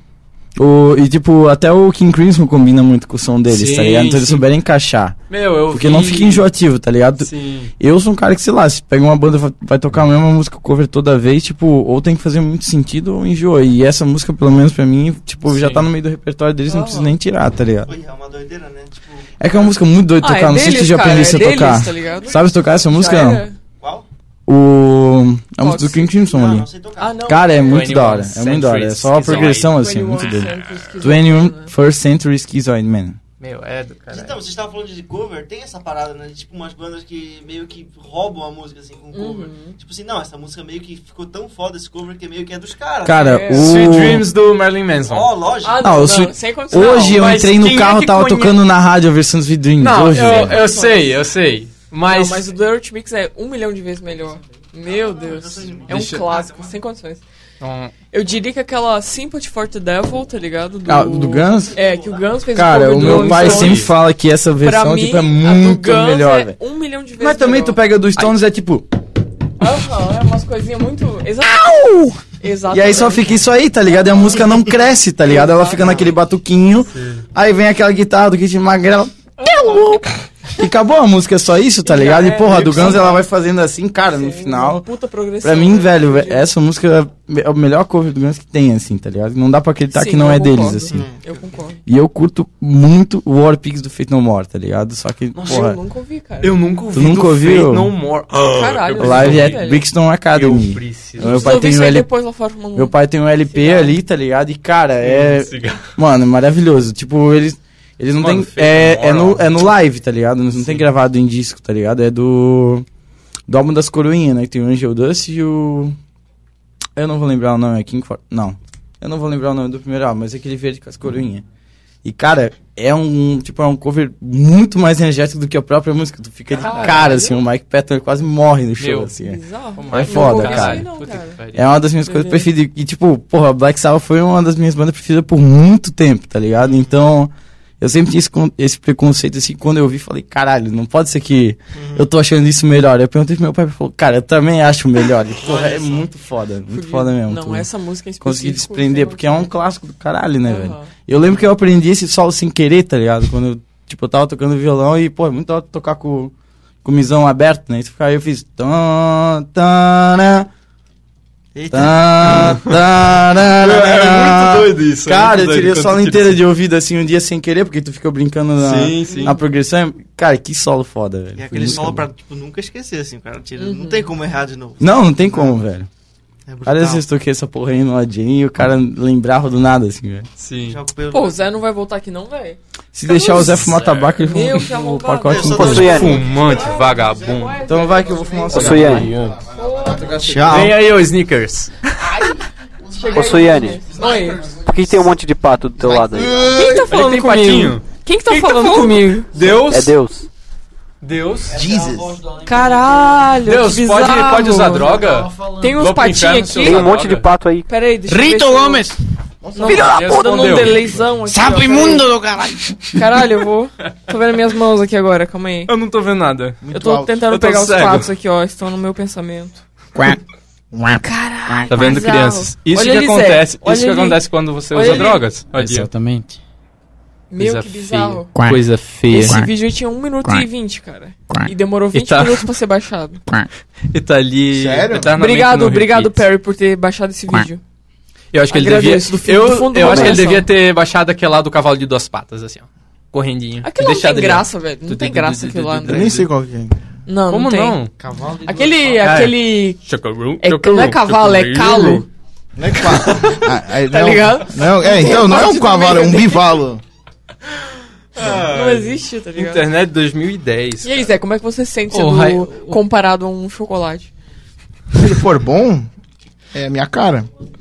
Speaker 4: O, e tipo, até o King Crimson combina muito com o som deles,
Speaker 12: Sim,
Speaker 4: tá ligado? Então eles
Speaker 12: sim.
Speaker 4: souberam encaixar.
Speaker 12: Meu, eu
Speaker 4: Porque
Speaker 12: vi-
Speaker 4: não fica enjoativo, tá ligado?
Speaker 12: Sim.
Speaker 4: Eu sou um cara que, sei lá, se pega uma banda e vai- vai tocar a mesma música cover toda vez, tipo, ou tem que fazer muito sentido ou enjoa. E essa música, pelo menos pra mim, tipo, já
Speaker 12: Sim.
Speaker 4: tá no meio do repertório deles, não
Speaker 9: Ah.
Speaker 4: precisa nem tirar, tá ligado?
Speaker 1: Ui, é uma doideira, né? Tipo,
Speaker 4: É que é uma música muito doida de
Speaker 9: Ah,
Speaker 4: tocar,
Speaker 9: é
Speaker 4: não sei se tu
Speaker 9: deles,
Speaker 4: já
Speaker 9: cara,
Speaker 4: aprendeu
Speaker 9: é
Speaker 4: a
Speaker 9: deles,
Speaker 4: tocar.
Speaker 9: tá ligado?
Speaker 4: Sabe se tocar essa música
Speaker 9: Já
Speaker 4: não?
Speaker 9: era.
Speaker 1: qual?
Speaker 4: O. A música do
Speaker 9: Foxy.
Speaker 4: King Crimson
Speaker 1: Ah,
Speaker 4: ali.
Speaker 1: não sei tocar.
Speaker 9: Ah, não.
Speaker 4: Cara, é muito
Speaker 12: 21
Speaker 4: da hora, é muito da hora. É só a
Speaker 12: Century
Speaker 4: progressão, assim, é
Speaker 9: 21
Speaker 4: muito doida.
Speaker 9: Centuries que
Speaker 4: 21
Speaker 9: né?
Speaker 4: First Century Schizoid Man.
Speaker 12: Meu, é do caralho.
Speaker 1: Então, vocês estavam falando de cover, tem essa parada, né? Tipo, umas bandas que meio que roubam a música, assim, com cover. Tipo assim, não, essa música meio que ficou tão foda esse cover que meio que é dos caras.
Speaker 4: Cara,
Speaker 9: É.
Speaker 12: Sweet
Speaker 4: o.
Speaker 12: Dreams do Marilyn Manson.
Speaker 1: Ó, lógico.
Speaker 9: Ah,
Speaker 4: Não,
Speaker 9: não,
Speaker 4: eu
Speaker 9: não,
Speaker 4: sou-
Speaker 9: sem condição.
Speaker 4: Hoje eu
Speaker 12: mas
Speaker 4: entrei no
Speaker 12: quem é
Speaker 4: carro,
Speaker 12: que
Speaker 4: tava
Speaker 12: conhece-
Speaker 4: tocando na rádio a versão dos Sweet Dreams.
Speaker 12: Não, é,
Speaker 4: hoje,
Speaker 12: eu,
Speaker 4: velho.
Speaker 12: eu sei, eu sei.
Speaker 9: Não,
Speaker 12: Mas,
Speaker 9: mas o Dirt Mix é um milhão de vezes melhor. Meu Deus. É um
Speaker 12: Deixa-
Speaker 9: clássico, sem condições.
Speaker 12: Então,
Speaker 9: Eu diria que aquela Sympathy for the Devil, tá ligado? Do,
Speaker 4: Ah, do Guns?
Speaker 9: É, que o Guns fez
Speaker 4: Cara,
Speaker 9: cover
Speaker 4: o
Speaker 9: do
Speaker 4: meu
Speaker 9: Rolling
Speaker 4: pai
Speaker 9: Stones.
Speaker 4: sempre fala que essa
Speaker 9: Pra
Speaker 4: versão,
Speaker 9: mim,
Speaker 4: tipo, é
Speaker 9: a do
Speaker 4: muito
Speaker 9: Guns
Speaker 4: melhor,
Speaker 9: é
Speaker 4: velho.
Speaker 9: um milhão de vezes
Speaker 4: Mas também
Speaker 9: melhor.
Speaker 4: tu pega dos Stones, é tipo.
Speaker 9: Aham, é umas coisinhas muito... Exa...
Speaker 4: E aí só fica isso aí, tá ligado? E a música não cresce, tá ligado? Ela fica naquele batuquinho. Aí vem aquela guitarra do Kit Magrela. E acabou a música, é só isso, tá
Speaker 9: E já
Speaker 4: ligado? E
Speaker 9: é
Speaker 4: porra, a
Speaker 9: meio
Speaker 4: do
Speaker 9: que
Speaker 4: Guns
Speaker 9: só-
Speaker 4: ela vai fazendo assim, cara, no final.
Speaker 9: Puta progressão.
Speaker 4: Pra mim,
Speaker 9: né?
Speaker 4: velho, essa música é o melhor cover do Guns que tem, assim, tá ligado? Não dá pra acreditar
Speaker 9: Sim,
Speaker 4: que não
Speaker 9: eu
Speaker 4: é
Speaker 9: concordo.
Speaker 4: deles, assim.
Speaker 9: Eu concordo.
Speaker 4: E eu curto muito o War Pigs do Feito No More, tá ligado? Só que,
Speaker 9: Nossa,
Speaker 4: porra,
Speaker 9: eu nunca ouvi, cara.
Speaker 12: Eu nunca
Speaker 4: tu
Speaker 12: ouvi.
Speaker 4: nunca
Speaker 12: do
Speaker 4: ouviu?
Speaker 12: Faith No More. Ah,
Speaker 9: Caralho,
Speaker 12: eu
Speaker 4: Live
Speaker 12: preciso
Speaker 4: at
Speaker 12: ouvir.
Speaker 9: velho.
Speaker 4: Brixton Academy.
Speaker 12: Eu preciso.
Speaker 4: Meu
Speaker 9: Eu
Speaker 4: pai
Speaker 9: ouvi
Speaker 4: tem
Speaker 9: isso
Speaker 4: um
Speaker 9: aí
Speaker 4: LP.
Speaker 9: depois lá fora, mano.
Speaker 4: Meu pai tem um LP ali, tá ligado? E, cara, é.
Speaker 12: Hum, Cigarro.
Speaker 4: Mano, é maravilhoso. Tipo, eles. Eles não
Speaker 12: Mano,
Speaker 4: têm.
Speaker 12: Faith
Speaker 4: É,
Speaker 12: No
Speaker 4: é,
Speaker 12: More,
Speaker 4: no, é no live, tá ligado? Eles não tem gravado em disco, tá ligado? É do. Do álbum das coroinhas, né? Que tem o Angel Dust e o. Eu não vou lembrar o nome, é King For... Não. Eu não vou lembrar o nome do primeiro álbum, mas é aquele verde com as coroinhas. E, cara, é um. Tipo, é um cover muito mais energético do que a própria música. Tu fica de cara, assim, o Mike Patton quase morre no show,
Speaker 12: Meu.
Speaker 4: assim. é.
Speaker 9: Bizarro.
Speaker 4: É
Speaker 9: Eu
Speaker 4: foda,
Speaker 9: nunca ouvi isso aí,
Speaker 4: cara.
Speaker 9: não,
Speaker 12: Puta que pariu.
Speaker 4: É uma das minhas coisas
Speaker 9: Uhum.
Speaker 4: preferidas. E, tipo, porra, Black Sabbath foi uma das minhas bandas preferidas por muito tempo, tá ligado? Então, eu sempre tinha esse, con- esse preconceito, assim, quando eu vi, falei, caralho, não pode ser que
Speaker 9: Uhum.
Speaker 4: eu tô achando isso melhor. Eu perguntei pro meu pai, ele falou, cara, eu também acho melhor. E, porra, é muito foda, muito
Speaker 9: Fudido.
Speaker 4: foda mesmo.
Speaker 9: Não, é
Speaker 4: tu
Speaker 9: essa música em
Speaker 4: Consegui
Speaker 9: específico,
Speaker 4: desprender,
Speaker 9: sei lá.
Speaker 4: porque é um clássico do caralho, né,
Speaker 9: Aham.
Speaker 4: velho? Eu lembro que eu aprendi esse solo sem querer, tá ligado? Quando eu, tipo, eu tava tocando violão e, pô, é muito da hora tocar com, com o misão aberto, né? E tu fica- Aí eu fiz... tan, tan, né?
Speaker 1: Eita,
Speaker 4: Tá, tá, tá, tá,
Speaker 12: é
Speaker 4: tá.
Speaker 2: isso.
Speaker 4: Cara, eu tirei o solo inteiro de ouvido assim um dia sem querer, porque tu ficou brincando na,
Speaker 2: Sim, sim.
Speaker 4: na progressão. Cara, que solo foda, velho.
Speaker 1: e
Speaker 4: Foi
Speaker 1: aquele
Speaker 4: muito
Speaker 1: solo
Speaker 4: bom.
Speaker 1: pra tipo, nunca esquecer, assim, o cara tira.
Speaker 9: Uhum.
Speaker 1: Não tem como errar de novo.
Speaker 4: Não, não tem como, velho.
Speaker 1: É brutal.
Speaker 4: Várias vezes eu toquei essa porra aí no ladinho e o cara lembrava do nada, assim, velho.
Speaker 12: Sim.
Speaker 1: Já ocupei o-
Speaker 9: Pô, o Zé não vai voltar aqui não, velho?
Speaker 4: Se deixar o Zé fumar tabaco, ele
Speaker 9: Meu, que
Speaker 4: fuma o
Speaker 9: arrombado.
Speaker 4: pacote
Speaker 1: Eu
Speaker 4: no
Speaker 1: sou
Speaker 4: pacote.
Speaker 1: doido.
Speaker 12: Fumante, vagabundo.
Speaker 4: Então vai que eu vou fumar um
Speaker 5: Ô,
Speaker 4: cigarro.
Speaker 5: Suiane.
Speaker 1: Tchau.
Speaker 12: Vem aí, ô Snickers.
Speaker 5: Ô, Suiane.
Speaker 9: Oi.
Speaker 5: Por que que tem um monte de pato do teu lado aí?
Speaker 9: Quem tá
Speaker 12: Ele
Speaker 9: falando
Speaker 12: tem
Speaker 9: comigo?
Speaker 12: patinho.
Speaker 9: Quem que tá
Speaker 12: Quem tá
Speaker 9: falando
Speaker 12: falando
Speaker 9: comigo?
Speaker 12: Deus.
Speaker 5: É Deus.
Speaker 12: Deus.
Speaker 2: Jesus.
Speaker 9: Caralho,
Speaker 12: Deus,
Speaker 9: que
Speaker 12: pode,
Speaker 9: É bizarro.
Speaker 12: pode usar droga?
Speaker 9: Tem uns
Speaker 12: Vou pro inferno,
Speaker 9: patinhos
Speaker 12: seu
Speaker 5: Tem
Speaker 9: aqui.
Speaker 12: Droga.
Speaker 5: um monte de pato aí.
Speaker 9: Pera aí, deixa eu
Speaker 13: Rito
Speaker 12: Então,
Speaker 9: ver se eu-
Speaker 13: Gomes!
Speaker 9: Não, Filho da puta,
Speaker 12: respondeu.
Speaker 9: num deleizão aqui. ó,
Speaker 13: Sapo
Speaker 9: pera aí.
Speaker 13: imundo do caralho!
Speaker 9: Caralho, eu vou. Tô vendo minhas mãos aqui agora, calma aí.
Speaker 12: Eu não tô vendo nada.
Speaker 9: Eu tô tentando
Speaker 12: Eu tô
Speaker 9: pegar os
Speaker 12: cego.
Speaker 9: fatos aqui, ó. Estão no meu pensamento. Caralho.
Speaker 12: Tá vendo,
Speaker 9: bizarro.
Speaker 12: crianças? Isso
Speaker 9: Olha
Speaker 12: que
Speaker 9: ele, Zé.
Speaker 12: acontece.
Speaker 9: Olha
Speaker 12: Isso que
Speaker 9: ele.
Speaker 12: acontece quando você
Speaker 9: Olha
Speaker 12: usa
Speaker 9: ele.
Speaker 12: drogas. Olha,
Speaker 3: Exatamente.
Speaker 9: Meu, que
Speaker 12: feia.
Speaker 9: bizarro.
Speaker 12: Coisa feia.
Speaker 9: Esse vídeo aí tinha 1 minuto e 20, cara. E demorou 20
Speaker 12: E tá-
Speaker 9: minutos pra ser baixado.
Speaker 12: E tá ali.
Speaker 2: Sério?
Speaker 12: eternamente
Speaker 9: Obrigado,
Speaker 12: no
Speaker 9: obrigado,
Speaker 12: repeat.
Speaker 9: Perry, por ter baixado esse vídeo.
Speaker 12: Eu acho que ele devia.
Speaker 9: Agradeço do fundo- do
Speaker 12: Eu,
Speaker 9: fundo do
Speaker 12: eu acho que ele
Speaker 9: coração.
Speaker 12: devia ter baixado aquele lá do cavalo de duas patas, assim, ó. Correndinho.
Speaker 9: Aquilo lá não
Speaker 12: Deixado
Speaker 9: tem
Speaker 12: ali, ó.
Speaker 9: graça, velho. Não
Speaker 12: Tu
Speaker 9: tem
Speaker 12: tem-
Speaker 9: graça
Speaker 12: tu-
Speaker 9: aquilo
Speaker 12: tu-
Speaker 9: lá.
Speaker 12: tu-
Speaker 2: Eu
Speaker 9: André.
Speaker 2: nem sei qual que é.
Speaker 9: Não,
Speaker 12: Como
Speaker 9: não tem.
Speaker 12: não?
Speaker 1: Cavalo de
Speaker 9: Aquele,
Speaker 12: Ah, é.
Speaker 9: aquele...
Speaker 12: Chocaru,
Speaker 9: É,
Speaker 12: chocaru,
Speaker 9: não é cavalo, é
Speaker 12: chocaru.
Speaker 9: calo.
Speaker 2: Não é cavalo. Ah, aí
Speaker 9: Tá
Speaker 2: não-
Speaker 9: ligado?
Speaker 2: não é- é, então, não é um cavalo, é um bivalo.
Speaker 9: Não existe, tá ligado?
Speaker 12: Internet 2010.
Speaker 9: E aí, Zé, como é que você se sente
Speaker 12: Ô,
Speaker 9: sendo
Speaker 12: Rai-
Speaker 9: comparado a um chocolate?
Speaker 2: Se ele for bom, é a minha cara.
Speaker 9: Snickers,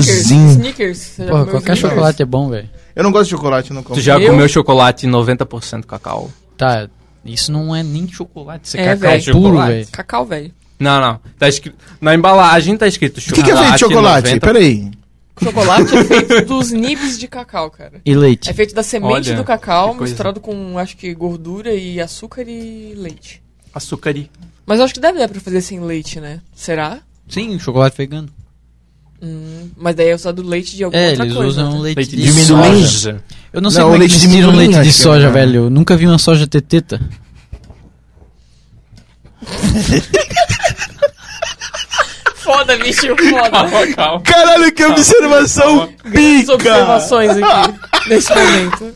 Speaker 2: Gostosinho.
Speaker 9: Snickers. Você já
Speaker 3: Porra,
Speaker 9: comeu
Speaker 3: qualquer
Speaker 9: Snickers?
Speaker 3: chocolate é bom, velho.
Speaker 2: Eu não gosto de chocolate, eu não como.
Speaker 12: Tu já
Speaker 9: Eu-
Speaker 12: comeu chocolate 90% cacau?
Speaker 3: Tá, isso não é nem chocolate, isso é,
Speaker 9: É,
Speaker 3: cacau
Speaker 9: velho.
Speaker 3: puro,
Speaker 12: Chocolate.
Speaker 3: velho.
Speaker 9: Cacau, velho.
Speaker 12: Não, não. Tá escrito... Na embalagem tá escrito
Speaker 2: O
Speaker 12: chocolate.
Speaker 2: que, que é feito de chocolate?
Speaker 12: 90%.
Speaker 2: Peraí.
Speaker 9: Chocolate é feito dos nibs de cacau, cara.
Speaker 3: E leite.
Speaker 9: É feito da semente
Speaker 12: Olha,
Speaker 9: do cacau,
Speaker 12: que coisa.
Speaker 9: misturado com, acho que, gordura e açúcar e leite.
Speaker 12: Açúcar e...
Speaker 9: Mas eu acho que deve dar pra fazer sem leite, né? Será?
Speaker 3: Sim, chocolate vegano.
Speaker 9: Hum, mas daí é usado leite de alguma
Speaker 3: É,
Speaker 9: outra
Speaker 3: eles
Speaker 9: coisa.
Speaker 3: usam
Speaker 9: né?
Speaker 3: leite,
Speaker 12: Leite
Speaker 3: de,
Speaker 12: de
Speaker 3: soja.
Speaker 12: soja.
Speaker 3: Eu não sei
Speaker 2: Não,
Speaker 3: como é que
Speaker 2: leite de
Speaker 3: misturam
Speaker 2: milho,
Speaker 3: leite
Speaker 2: acho
Speaker 3: de
Speaker 2: que é,
Speaker 3: soja,
Speaker 2: né?
Speaker 3: velho. Eu nunca vi uma soja ter teta.
Speaker 9: Foda, bicho, foda.
Speaker 12: Cacau.
Speaker 2: Caralho, que observação
Speaker 9: Grandes
Speaker 2: pica!
Speaker 9: observações aqui, nesse momento.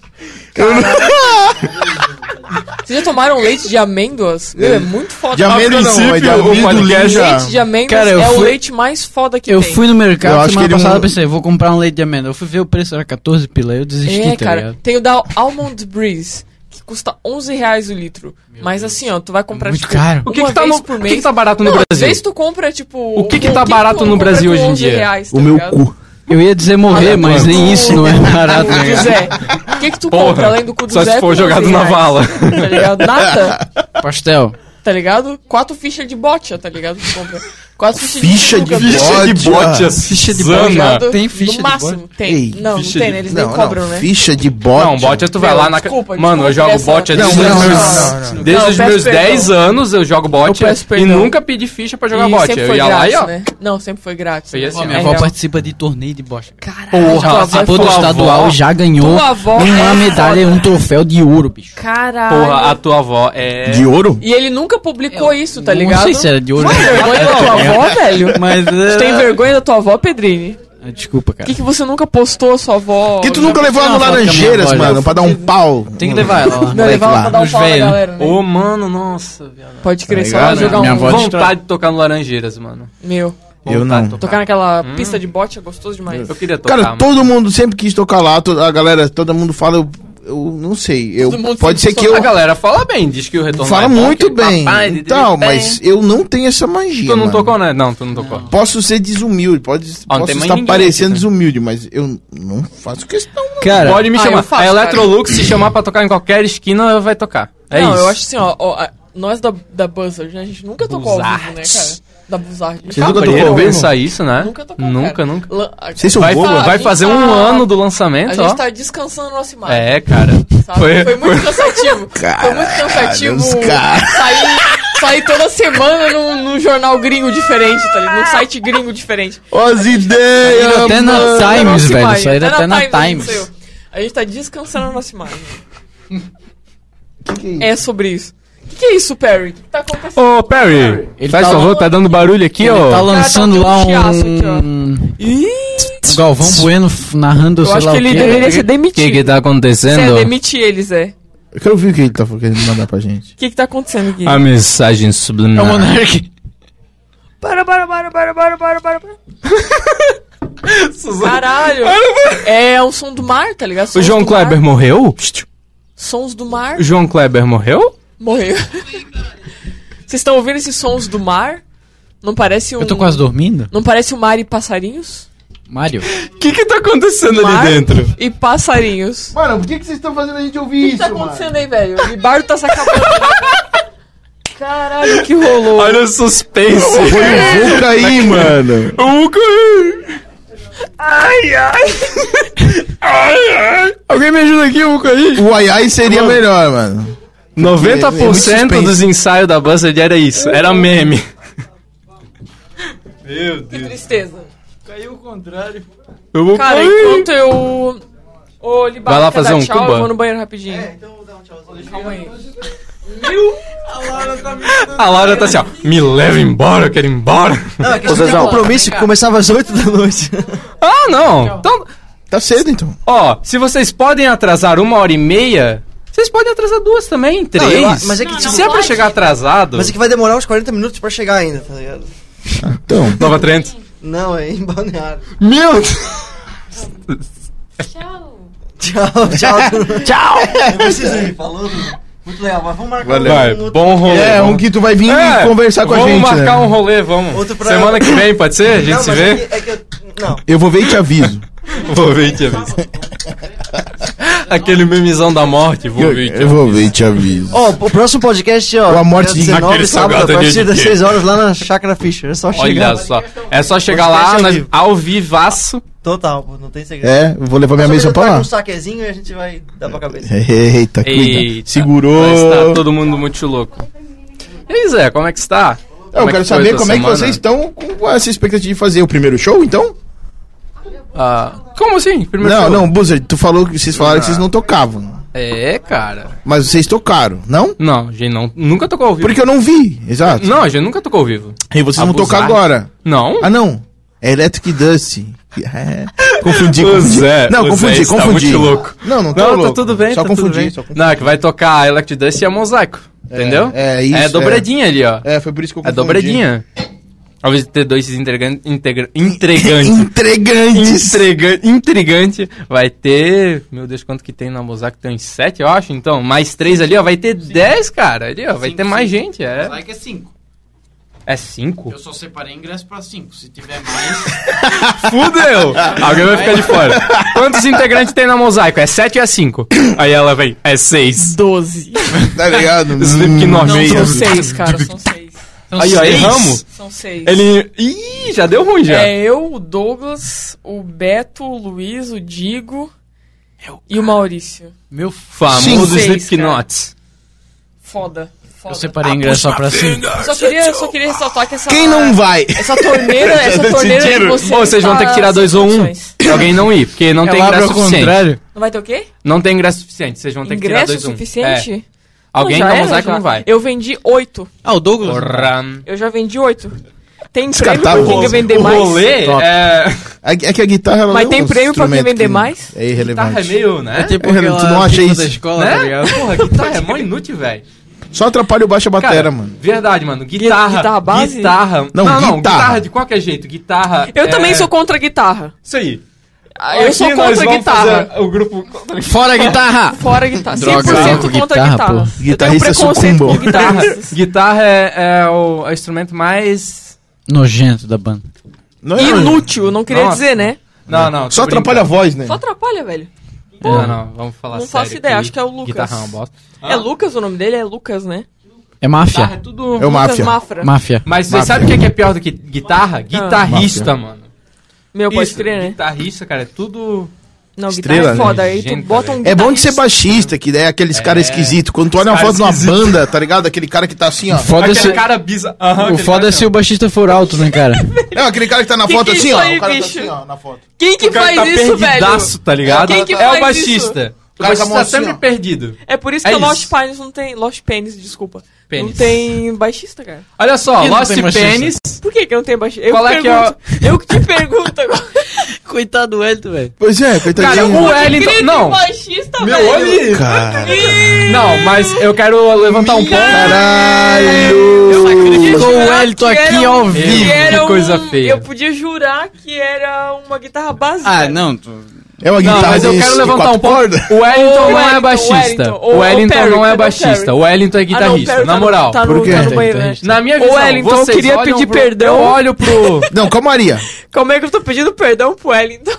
Speaker 9: Vocês já tomaram leite de amêndoas? Meu, é muito foda.
Speaker 2: De amêndoa não, mas de
Speaker 12: princípio, o
Speaker 2: amido
Speaker 12: podcast-
Speaker 2: já.
Speaker 9: Leite de amêndoas
Speaker 3: Cara, eu
Speaker 9: é o
Speaker 3: fui-
Speaker 9: leite mais foda que
Speaker 3: Eu
Speaker 9: tem.
Speaker 3: fui no mercado
Speaker 2: Eu acho
Speaker 3: semana
Speaker 2: que ele
Speaker 3: passada
Speaker 2: não-
Speaker 3: pensei, vou comprar um leite de amêndoa. Eu fui ver o preço, era 14 pila, eu desisti,
Speaker 9: É,
Speaker 3: tá
Speaker 9: cara.
Speaker 3: ligado?
Speaker 9: Tem o da Almond Breeze, que custa 11 reais o litro. Mas assim, ó, tu vai comprar,
Speaker 3: Muito
Speaker 9: tipo,
Speaker 3: caro.
Speaker 12: O que
Speaker 9: uma
Speaker 12: que tá
Speaker 9: vez
Speaker 12: no-
Speaker 9: por
Speaker 12: o que
Speaker 9: mês.
Speaker 12: que tá barato no
Speaker 9: Não, Às
Speaker 12: Brasil?
Speaker 9: vezes tu compra, tipo...
Speaker 12: O que que
Speaker 9: um
Speaker 12: tá
Speaker 9: quilo,
Speaker 12: barato no
Speaker 9: compra
Speaker 12: Brasil
Speaker 9: com
Speaker 12: hoje em
Speaker 9: 11
Speaker 12: dia?
Speaker 9: reais, tá
Speaker 6: O meu
Speaker 9: ligado?
Speaker 6: cu.
Speaker 3: Eu ia dizer morrer,
Speaker 9: Ah, não,
Speaker 3: mas
Speaker 9: mano.
Speaker 3: nem isso não é barato,
Speaker 9: O
Speaker 3: né?
Speaker 9: do
Speaker 3: cara?
Speaker 9: Zé. O que que tu compra além do cu do
Speaker 12: Só
Speaker 9: Zé
Speaker 12: se
Speaker 9: com
Speaker 12: for
Speaker 9: 11
Speaker 12: jogado na
Speaker 9: reais?
Speaker 12: vala.
Speaker 9: Tá ligado? Nata,
Speaker 3: Pastel.
Speaker 9: tá ligado? Quatro fichas de bocha, tá ligado? Tu compra. Quase ficha,
Speaker 2: Ficha
Speaker 9: de,
Speaker 2: de
Speaker 9: Lucas, né?
Speaker 2: Ficha de bote.
Speaker 12: Ficha de
Speaker 2: Zana.
Speaker 12: bote. já
Speaker 9: Do-
Speaker 12: Tem ficha de
Speaker 9: tá No máximo,
Speaker 12: bote?
Speaker 9: tem.
Speaker 2: Ei,
Speaker 9: não, não
Speaker 12: ficha
Speaker 9: tem,
Speaker 12: de-
Speaker 9: né? Eles
Speaker 2: Não,
Speaker 9: nem cobram,
Speaker 2: não. é
Speaker 9: né?
Speaker 2: Ficha de bote.
Speaker 12: Não, bote tu vai
Speaker 9: Meu,
Speaker 12: lá na.
Speaker 9: desculpa,
Speaker 12: Mano, eu
Speaker 9: desculpa,
Speaker 12: jogo
Speaker 9: essa-
Speaker 12: bote desde
Speaker 2: Não,
Speaker 12: os
Speaker 2: não,
Speaker 12: meus,
Speaker 2: não, não, não.
Speaker 12: Desde
Speaker 9: Não,
Speaker 12: os
Speaker 9: eu peço
Speaker 12: meus
Speaker 9: perdão.
Speaker 12: 10 anos eu jogo bote
Speaker 9: Eu peço
Speaker 12: e
Speaker 9: perdão.
Speaker 12: nunca pedi ficha pra jogar
Speaker 9: E
Speaker 12: bote.
Speaker 9: sempre
Speaker 12: Eu
Speaker 9: foi
Speaker 12: ia lá
Speaker 9: grátis,
Speaker 12: e ó.
Speaker 9: né? Não, sempre foi grátis.
Speaker 12: Foi
Speaker 9: né?
Speaker 12: assim, ó.
Speaker 3: minha
Speaker 9: É
Speaker 3: avó
Speaker 9: real.
Speaker 3: participa de torneio de bocha.
Speaker 9: Caralho,
Speaker 12: Porra,
Speaker 9: tua avó é
Speaker 3: Participou do
Speaker 12: tua
Speaker 9: foda.
Speaker 3: estadual,
Speaker 12: avó-
Speaker 3: já ganhou
Speaker 9: Tua avó
Speaker 3: uma
Speaker 9: é
Speaker 3: medalha,
Speaker 9: foda.
Speaker 3: um troféu de ouro, bicho.
Speaker 9: Caralho.
Speaker 12: Porra, a tua avó é.
Speaker 2: De ouro?
Speaker 9: E ele nunca publicou isso, tá ligado?
Speaker 3: Não sei se era de ouro.
Speaker 9: Tem vergonha da tua avó, velho?
Speaker 3: Mas.
Speaker 9: Tu tem vergonha da tua avó, Pedrini?
Speaker 3: Ah, Desculpa,
Speaker 9: Por
Speaker 3: cara.
Speaker 9: que, que você nunca postou a sua avó?
Speaker 2: é Que tu nunca levou ela
Speaker 3: uma
Speaker 2: no
Speaker 3: foto com a minha
Speaker 2: Laranjeiras,
Speaker 3: avó, já.
Speaker 2: mano, pra dar um pau.
Speaker 3: Tem que levar ela lá.
Speaker 9: Não,
Speaker 2: Moleque
Speaker 9: levar
Speaker 2: lá.
Speaker 9: ela pra dar um
Speaker 12: Nos
Speaker 9: pau na
Speaker 12: velho.
Speaker 9: galera, né?
Speaker 12: Ô, mano, nossa, viado.
Speaker 9: Pode crer, só
Speaker 2: ligado, né?
Speaker 9: jogar
Speaker 3: Minha
Speaker 9: um...
Speaker 3: avó- Pode destrói.
Speaker 12: Vontade de tocar no Laranjeiras, mano. Hum?
Speaker 9: Meu,
Speaker 2: Eu
Speaker 12: Vontade
Speaker 2: não.
Speaker 12: de
Speaker 9: tocar naquela pista de bote é gostoso demais.
Speaker 12: Eu queria tocar.
Speaker 2: Cara,
Speaker 12: mano.
Speaker 2: todo mundo sempre quis tocar lá, to- a galera, todo mundo fala, eu, eu não sei. Eu,
Speaker 9: Todo mundo
Speaker 2: pode ser
Speaker 9: sempre
Speaker 2: que
Speaker 12: A
Speaker 2: eu.
Speaker 12: galera fala bem, diz que o retorno
Speaker 2: Fala
Speaker 12: é bom,
Speaker 2: muito
Speaker 12: que
Speaker 2: bem.
Speaker 12: papai,
Speaker 2: e tal,
Speaker 12: bem.
Speaker 2: mas eu não tenho essa magia.
Speaker 12: Tu não
Speaker 2: mano.
Speaker 12: tocou, né? Não, tu não tocou.
Speaker 2: Posso ser desumilde, pode,
Speaker 12: Ah, não
Speaker 2: posso
Speaker 12: tem mais
Speaker 2: estar
Speaker 12: ninguém
Speaker 2: parecendo
Speaker 12: aqui, né?
Speaker 2: desumilde, mas eu não faço questão.
Speaker 3: Cara,
Speaker 12: Pode me
Speaker 9: Ah,
Speaker 12: chamar.
Speaker 9: eu faço,
Speaker 12: a
Speaker 9: cara.
Speaker 12: Electrolux, se chamar pra tocar em qualquer esquina, vai tocar. É
Speaker 9: não,
Speaker 12: isso.
Speaker 9: eu acho assim, ó, ó, a- nós da, da Buzzard, né, a gente nunca tocou ao vivo, né,
Speaker 12: Buzzards.
Speaker 9: cara? Da Buzzard.
Speaker 2: Vocês nunca
Speaker 12: Cabreiro
Speaker 2: tocou ao vivo?
Speaker 12: pensar isso, né?
Speaker 9: Nunca tocou,
Speaker 12: Nunca,
Speaker 9: cara.
Speaker 12: nunca.
Speaker 9: Lan- a-
Speaker 2: Vocês são
Speaker 12: Vai,
Speaker 2: bobos.
Speaker 9: fa-
Speaker 12: vai
Speaker 9: gente
Speaker 12: fazer um
Speaker 9: tá-
Speaker 12: ano do
Speaker 9: A
Speaker 12: lançamento, ó.
Speaker 9: gente tá descansando a nossa imagem.
Speaker 12: É, cara.
Speaker 9: sabe? Foi,
Speaker 12: Foi-
Speaker 9: muito cansativo. foi muito cansativo
Speaker 2: os caras.
Speaker 9: sair, sair toda semana num, num jornal gringo diferente, tá ligado? Num site gringo diferente.
Speaker 2: As ideias!
Speaker 3: Saíram até na
Speaker 2: mano.
Speaker 3: sala. Times,
Speaker 9: Da nossa
Speaker 3: velho,
Speaker 9: Tá imagem.
Speaker 3: saíram até na
Speaker 9: a gente
Speaker 3: Times.
Speaker 9: saiu. A gente tá descansando a nossa imagem. é, sobre isso. O que, que é isso, Perry? O que tá acontecendo?
Speaker 12: Ô, Perry,
Speaker 3: Ele
Speaker 12: faz
Speaker 3: tá-
Speaker 12: favor, tá dando barulho aqui,
Speaker 3: ele tá
Speaker 12: ó.
Speaker 3: lançando
Speaker 9: Cara, tá
Speaker 3: lá
Speaker 9: tendo um chiaço aqui, ó.
Speaker 3: um.
Speaker 9: Ih,
Speaker 3: O Galvão Bueno f- narrando, sei
Speaker 9: acho
Speaker 3: lá
Speaker 9: que
Speaker 3: o
Speaker 9: ele
Speaker 3: quê.
Speaker 9: deveria ser
Speaker 12: O que
Speaker 9: demitido. é
Speaker 12: que tá
Speaker 9: Zé,
Speaker 12: acontecendo?
Speaker 9: demite ele, Zé.
Speaker 2: Eu quero ouvir o que ele tá querendo mandar pra gente.
Speaker 9: é? O que, que tá acontecendo aqui?
Speaker 3: Ah,
Speaker 12: A mensagem
Speaker 2: É
Speaker 12: subliminar.
Speaker 9: Para, para, para, para, para, para, para, para. Caralho! É o som do mar, tá ligado?
Speaker 12: O
Speaker 9: Sons
Speaker 12: João
Speaker 9: do mar.
Speaker 12: Kleber morreu?
Speaker 9: Sons do mar.
Speaker 12: O João Kleber morreu?
Speaker 9: Morreu. Vocês estão ouvindo esses sons do mar? Não parece um.
Speaker 3: Eu tô quase dormindo.
Speaker 9: Não parece o mar e passarinhos?
Speaker 3: Mário.
Speaker 12: O que que tá acontecendo
Speaker 9: Mar
Speaker 12: ali dentro?
Speaker 9: E passarinhos.
Speaker 2: Mano, por que, que vocês estão fazendo a gente ouvir
Speaker 9: O que tá acontecendo aí, velho? O Libardo tá se acabando. Caralho, que rolou?
Speaker 12: Olha o suspense.
Speaker 2: Foi o
Speaker 12: É.
Speaker 2: Vulca
Speaker 12: Tá
Speaker 2: aí, mano.
Speaker 12: Alguém me ajuda aqui, Hugo aí?
Speaker 2: O é ai ai seria melhor, mano. É muito
Speaker 12: 90%
Speaker 2: suspense.
Speaker 12: dos ensaios da Buzzard era isso, era meme. Meu
Speaker 9: Que
Speaker 12: Deus.
Speaker 9: tristeza.
Speaker 12: Eu vou
Speaker 9: Cara,
Speaker 2: então
Speaker 9: enquanto eu. Ô, Libardo,
Speaker 12: Vai lá
Speaker 9: quer
Speaker 12: fazer
Speaker 9: dar
Speaker 12: um
Speaker 9: tchau,
Speaker 12: cuba?
Speaker 9: Eu vou no banheiro rapidinho.
Speaker 2: É, então um
Speaker 9: Calma aí.
Speaker 12: A Laura tá assim, ó. Me leva embora, eu quero ir embora.
Speaker 1: Não, é que a
Speaker 5: Ô,
Speaker 1: gente tinha
Speaker 5: Zezão.
Speaker 1: compromisso que começava às 8 da noite.
Speaker 12: Ah, não. Então,
Speaker 2: Tá cedo, então.
Speaker 12: ó, se vocês podem atrasar uma hora e meia, vocês podem atrasar duas também, três.
Speaker 1: eu- mas é que, tipo,
Speaker 12: se é pra chegar atrasado.
Speaker 1: Mas é que vai demorar uns 40 minutos pra chegar ainda, tá ligado?
Speaker 2: Então.
Speaker 12: Nova Trento.
Speaker 1: Não, é em balneário.
Speaker 2: Meu Deus.
Speaker 1: Tchau, tchau. tchau! Eu preciso ir, falou? Muito legal, mas vamos marcar
Speaker 2: Valeu.
Speaker 1: um
Speaker 12: Vai,
Speaker 1: outro-
Speaker 12: bom rolê.
Speaker 2: É, um que tu vai vir
Speaker 12: É,
Speaker 2: conversar com a gente.
Speaker 12: Vamos marcar
Speaker 2: né?
Speaker 12: um rolê, vamos.
Speaker 1: Outro pra-
Speaker 12: Semana que vem, pode ser? A gente
Speaker 1: Não,
Speaker 12: se
Speaker 1: mas
Speaker 12: vê?
Speaker 1: é que- é que eu- Não,
Speaker 2: Eu vou ver e te aviso.
Speaker 12: Vou ver e te aviso. Aquele memezão da morte, vou
Speaker 2: Eu,
Speaker 12: ver e te
Speaker 2: eu vou ver e te aviso.
Speaker 1: Ó, o próximo podcast, ó.
Speaker 2: Com a morte de-
Speaker 1: dia 19,
Speaker 12: Aquele
Speaker 1: sábado, a
Speaker 12: salgado
Speaker 1: partir
Speaker 12: de
Speaker 1: das
Speaker 12: quê?
Speaker 1: 6 horas lá na Chácara Fischer. É só chegar.
Speaker 12: Olha só. É só chegar
Speaker 1: Podcast
Speaker 12: lá
Speaker 1: ao
Speaker 12: na-
Speaker 1: vivo.
Speaker 12: ao vivaço.
Speaker 1: Total, pô, não tem segredo.
Speaker 2: É, eu vou levar minha
Speaker 1: Só
Speaker 2: mesa
Speaker 1: eu
Speaker 2: pra
Speaker 1: trago
Speaker 2: lá.
Speaker 1: um saquezinho e a gente vai dar pra cabeça.
Speaker 2: Eita, cuida.
Speaker 12: Eita,
Speaker 2: Segurou.
Speaker 12: Mas tá todo mundo muito louco. E aí, Zé, como é que está?
Speaker 2: Eu quero saber como é que vocês estão com essa expectativa de fazer o primeiro show, então?
Speaker 12: como assim? Primeiro
Speaker 2: não,
Speaker 12: show?
Speaker 2: não, Buzzard, tu falou que vocês falaram que vocês não tocavam.
Speaker 12: É, cara.
Speaker 2: Mas vocês tocaram, não?
Speaker 12: Não, a gente não, nunca tocou ao vivo.
Speaker 2: Porque eu não vi, exato.
Speaker 12: Não, a gente nunca tocou ao vivo.
Speaker 2: E vocês vão
Speaker 12: Abusar.
Speaker 2: tocar agora.
Speaker 12: Não.
Speaker 2: Ah, não. É Electric Dust. É. Confundi,
Speaker 12: O
Speaker 2: confundi.
Speaker 12: Zé-
Speaker 2: não,
Speaker 12: o Zé
Speaker 2: confundi,
Speaker 12: está
Speaker 2: confundi.
Speaker 12: muito louco.
Speaker 2: Não, não tô
Speaker 12: Não,
Speaker 2: louco.
Speaker 12: tá tudo bem,
Speaker 2: Só
Speaker 12: tá tudo
Speaker 2: confundi,
Speaker 12: bem.
Speaker 2: só confundi.
Speaker 12: Não, é que vai tocar Elect Dust e a Mosaico, entendeu?
Speaker 2: é isso,
Speaker 12: É dobradinha ali, ó.
Speaker 2: É, foi por isso que eu
Speaker 12: É
Speaker 2: confundi.
Speaker 12: dobradinha. Ao invés de ter dois integra integra intrigantes.
Speaker 2: Entregantes.
Speaker 12: Intriga- intrigante. Vai ter. Meu Deus, quanto que tem na Mosaico? Tem uns 7, eu acho. Então, mais 3 ali, ó. Vai ter 10, cara. Ali, ó. Vai ter mais gente. É
Speaker 3: Like é 5.
Speaker 12: É 5?
Speaker 3: só separei ingresso pra 5. Se tiver mais.
Speaker 12: Fudeu! Alguém vai ficar de fora. Quantos integrantes tem na Mosaico? É 7 ou é 5? Aí ela vem. É 6.
Speaker 9: 12.
Speaker 2: Tá ligado?
Speaker 12: Slipknot.
Speaker 9: Não,
Speaker 2: Hum,
Speaker 12: Meia.
Speaker 9: são seis, cara, são seis.
Speaker 4: São é aí, ó,
Speaker 9: seis.
Speaker 4: erramos.
Speaker 9: São seis.
Speaker 4: Ele. Ih, já deu ruim já.
Speaker 9: É eu, o Douglas, o Beto, o Luiz, o Digo
Speaker 4: É
Speaker 9: e o Maurício.
Speaker 4: Meu famoso
Speaker 9: Seis,
Speaker 4: Slipknots.
Speaker 9: Foda.
Speaker 3: Eu
Speaker 9: Foda.
Speaker 3: separei ingresso só pra cinco.
Speaker 9: Só queria, só queria ressaltar que essa.
Speaker 4: Quem não vai?
Speaker 9: Essa torneira,
Speaker 4: Já
Speaker 9: essa torneira de
Speaker 4: decidiram?
Speaker 9: vocês. tá
Speaker 4: Ou vocês vão ter que tirar dois ou um pra alguém não ir, porque não
Speaker 9: Ela
Speaker 4: tem ingresso
Speaker 9: abre ao
Speaker 4: suficiente.
Speaker 9: contrário. Não vai ter o quê?
Speaker 4: Não tem ingresso suficiente, vocês vão ter que tirar
Speaker 9: Ingresso
Speaker 4: dois ou um. É.
Speaker 9: suficiente? Não,
Speaker 4: Alguém
Speaker 9: já
Speaker 4: não
Speaker 9: era,
Speaker 4: usar que
Speaker 9: já.
Speaker 4: não vai.
Speaker 9: Eu vendi oito.
Speaker 4: Ah, o Douglas.
Speaker 9: Eu já vendi oito. Tem prêmio
Speaker 4: tá
Speaker 9: pra
Speaker 2: Descartável.
Speaker 9: quem quer vender mais.
Speaker 2: Top. É que é que a guitarra ela
Speaker 9: Mas
Speaker 2: não é
Speaker 9: tem
Speaker 2: um
Speaker 9: prêmio pra quem
Speaker 2: instrumento
Speaker 9: vender
Speaker 2: que
Speaker 9: mais?
Speaker 2: É irrelevante.
Speaker 4: Guitarra é meio, né?
Speaker 2: É tipo É irrelevante, tu não
Speaker 4: aquela
Speaker 2: acha
Speaker 4: tipo
Speaker 2: isso.
Speaker 4: da
Speaker 12: Né?
Speaker 4: escola, tá ligado? Porra, guitarra é mó inútil, velho.
Speaker 2: Só atrapalha o baixo e a batera,
Speaker 4: Cara,
Speaker 2: mano.
Speaker 4: Verdade, mano. Guitarra.
Speaker 9: guitarra base?
Speaker 4: Guitarra.
Speaker 2: Não,
Speaker 4: Não, não, guitarra.
Speaker 2: guitarra.
Speaker 4: de qualquer jeito. Guitarra.
Speaker 9: Eu
Speaker 4: é-
Speaker 9: também sou contra a guitarra.
Speaker 4: Isso aí.
Speaker 9: Ah, Eu
Speaker 4: Aqui
Speaker 9: sou
Speaker 4: nós
Speaker 9: contra a
Speaker 4: vamos
Speaker 9: guitarra.
Speaker 4: fazer O grupo contra
Speaker 3: Fora a guitarra!
Speaker 9: Fora a guitarra.
Speaker 3: Droga,
Speaker 9: 100%
Speaker 3: álcool,
Speaker 9: contra
Speaker 3: guitarra,
Speaker 9: a guitarra.
Speaker 3: pô.
Speaker 9: Eu tenho
Speaker 2: Guitarrista
Speaker 9: preconceito
Speaker 2: sucumbo.
Speaker 9: com guitarra.
Speaker 4: Guitarra é, é o, é o instrumento mais.
Speaker 3: Nojento da banda.
Speaker 2: Não é-
Speaker 9: Inútil, eu não queria
Speaker 4: Nossa.
Speaker 9: dizer, né?
Speaker 4: Não, não. tô
Speaker 2: Só atrapalha a voz, né?
Speaker 9: Só atrapalha, velho.
Speaker 4: brincando. É. Não, não, vamos falar
Speaker 9: Não
Speaker 4: sério.
Speaker 9: faço ideia,
Speaker 4: que
Speaker 9: acho que é o Lucas.
Speaker 4: Guitarra é uma bosta.
Speaker 9: É Lucas o nome dele? É Lucas, né? Ah,
Speaker 3: É máfia.
Speaker 9: Tá.
Speaker 4: é tudo.
Speaker 2: É o
Speaker 9: Lucas
Speaker 2: Máfia.
Speaker 9: Mafra. Ah,
Speaker 3: Máfia.
Speaker 4: Mas vocês
Speaker 2: Máfia.
Speaker 4: sabem o que é que é pior do que guitarra? Guitarrista, mano.
Speaker 9: Meu, pode
Speaker 4: Isso,
Speaker 9: crer, né?
Speaker 4: Guitarrista, cara, é tudo.
Speaker 9: Não, guitarra
Speaker 2: Estrela,
Speaker 9: é
Speaker 2: né?
Speaker 9: foda. Aí tu
Speaker 4: Gente,
Speaker 9: bota um
Speaker 2: É bom de ser
Speaker 9: guitarrista.
Speaker 2: baixista, que é aqueles
Speaker 4: É.
Speaker 2: caras esquisitos. Quando tu olha uma
Speaker 4: Cara
Speaker 2: foto de uma banda, tá ligado? Aquele cara que tá assim, ó.
Speaker 3: Foda
Speaker 4: Aquele
Speaker 3: se,
Speaker 4: cara bisa. Aham,
Speaker 3: o
Speaker 4: aquele
Speaker 3: foda
Speaker 9: tá
Speaker 4: cara
Speaker 3: é se o baixista for alto, né, cara?
Speaker 2: Não, aquele cara que tá na
Speaker 9: Que
Speaker 2: foto
Speaker 9: que é
Speaker 2: assim,
Speaker 9: isso
Speaker 2: ó.
Speaker 9: aí,
Speaker 2: o cara
Speaker 9: bicho?
Speaker 2: tá assim, ó, na foto.
Speaker 9: Quem que
Speaker 4: O cara
Speaker 9: faz
Speaker 4: tá
Speaker 9: isso, velho?
Speaker 4: perdidaço, tá ligado?
Speaker 9: Quem que
Speaker 4: é
Speaker 9: faz
Speaker 4: o baixista. O
Speaker 2: cara
Speaker 4: baixista
Speaker 2: com a mão
Speaker 4: tá
Speaker 2: assim,
Speaker 4: sempre
Speaker 2: ó.
Speaker 4: perdido.
Speaker 9: É por isso
Speaker 4: É
Speaker 9: que o
Speaker 4: isso.
Speaker 9: Lost Pines não tem. Lost Pines, desculpa. Não
Speaker 4: Pênis.
Speaker 9: tem baixista, cara.
Speaker 4: Olha só,
Speaker 3: Ih, não
Speaker 4: Lost
Speaker 3: tem baixista.
Speaker 4: Penis.
Speaker 9: Por que, que não tem baixista? Eu
Speaker 4: Qual é que é
Speaker 9: pergunto. Eu que te pergunto agora.
Speaker 3: Coitado do Elton, velho.
Speaker 2: Pois é,
Speaker 4: Cara,
Speaker 2: coitadinho.
Speaker 4: o Wellington.
Speaker 9: Grito
Speaker 4: Não,
Speaker 9: baixista,
Speaker 4: Meu,
Speaker 9: velho.
Speaker 4: olha aí.
Speaker 2: Cara,
Speaker 4: não, mas eu quero levantar um ponto.
Speaker 2: caralho.
Speaker 3: Ficou o Elton
Speaker 9: Que
Speaker 3: aqui
Speaker 9: era um-
Speaker 3: ao
Speaker 9: que
Speaker 3: vivo.
Speaker 9: era
Speaker 4: que coisa
Speaker 9: um-
Speaker 4: feia.
Speaker 9: Eu podia jurar que era uma guitarra básica.
Speaker 3: Ah, não. tu-
Speaker 2: É uma
Speaker 4: Não,
Speaker 2: guitarra
Speaker 4: mas eu
Speaker 2: desse
Speaker 4: quero
Speaker 2: de
Speaker 4: levantar
Speaker 2: quatro
Speaker 4: um ponto.
Speaker 2: cordas.
Speaker 4: O
Speaker 9: Ô,
Speaker 4: Wellington não
Speaker 9: Wellington,
Speaker 4: é
Speaker 9: Wellington.
Speaker 4: baixista.
Speaker 9: Ô,
Speaker 4: O Wellington
Speaker 9: Perry,
Speaker 4: não
Speaker 9: cadê
Speaker 4: é
Speaker 9: o Perry?
Speaker 4: baixista. O Wellington é
Speaker 9: Ah, não, o
Speaker 4: guitarrista,
Speaker 9: Perry
Speaker 4: na
Speaker 9: tá no-
Speaker 4: moral.
Speaker 9: Tá no,
Speaker 2: Por quê?
Speaker 9: tá no banheiro, né?
Speaker 4: Na minha
Speaker 9: Ô,
Speaker 4: visão,
Speaker 9: Wellington, eu
Speaker 4: vocês
Speaker 9: queria
Speaker 4: olham
Speaker 9: pedir
Speaker 4: pro-
Speaker 9: perdão.
Speaker 4: Eu olho pro...
Speaker 2: Não, calmaria.
Speaker 9: Como é que eu tô pedindo perdão pro Wellington?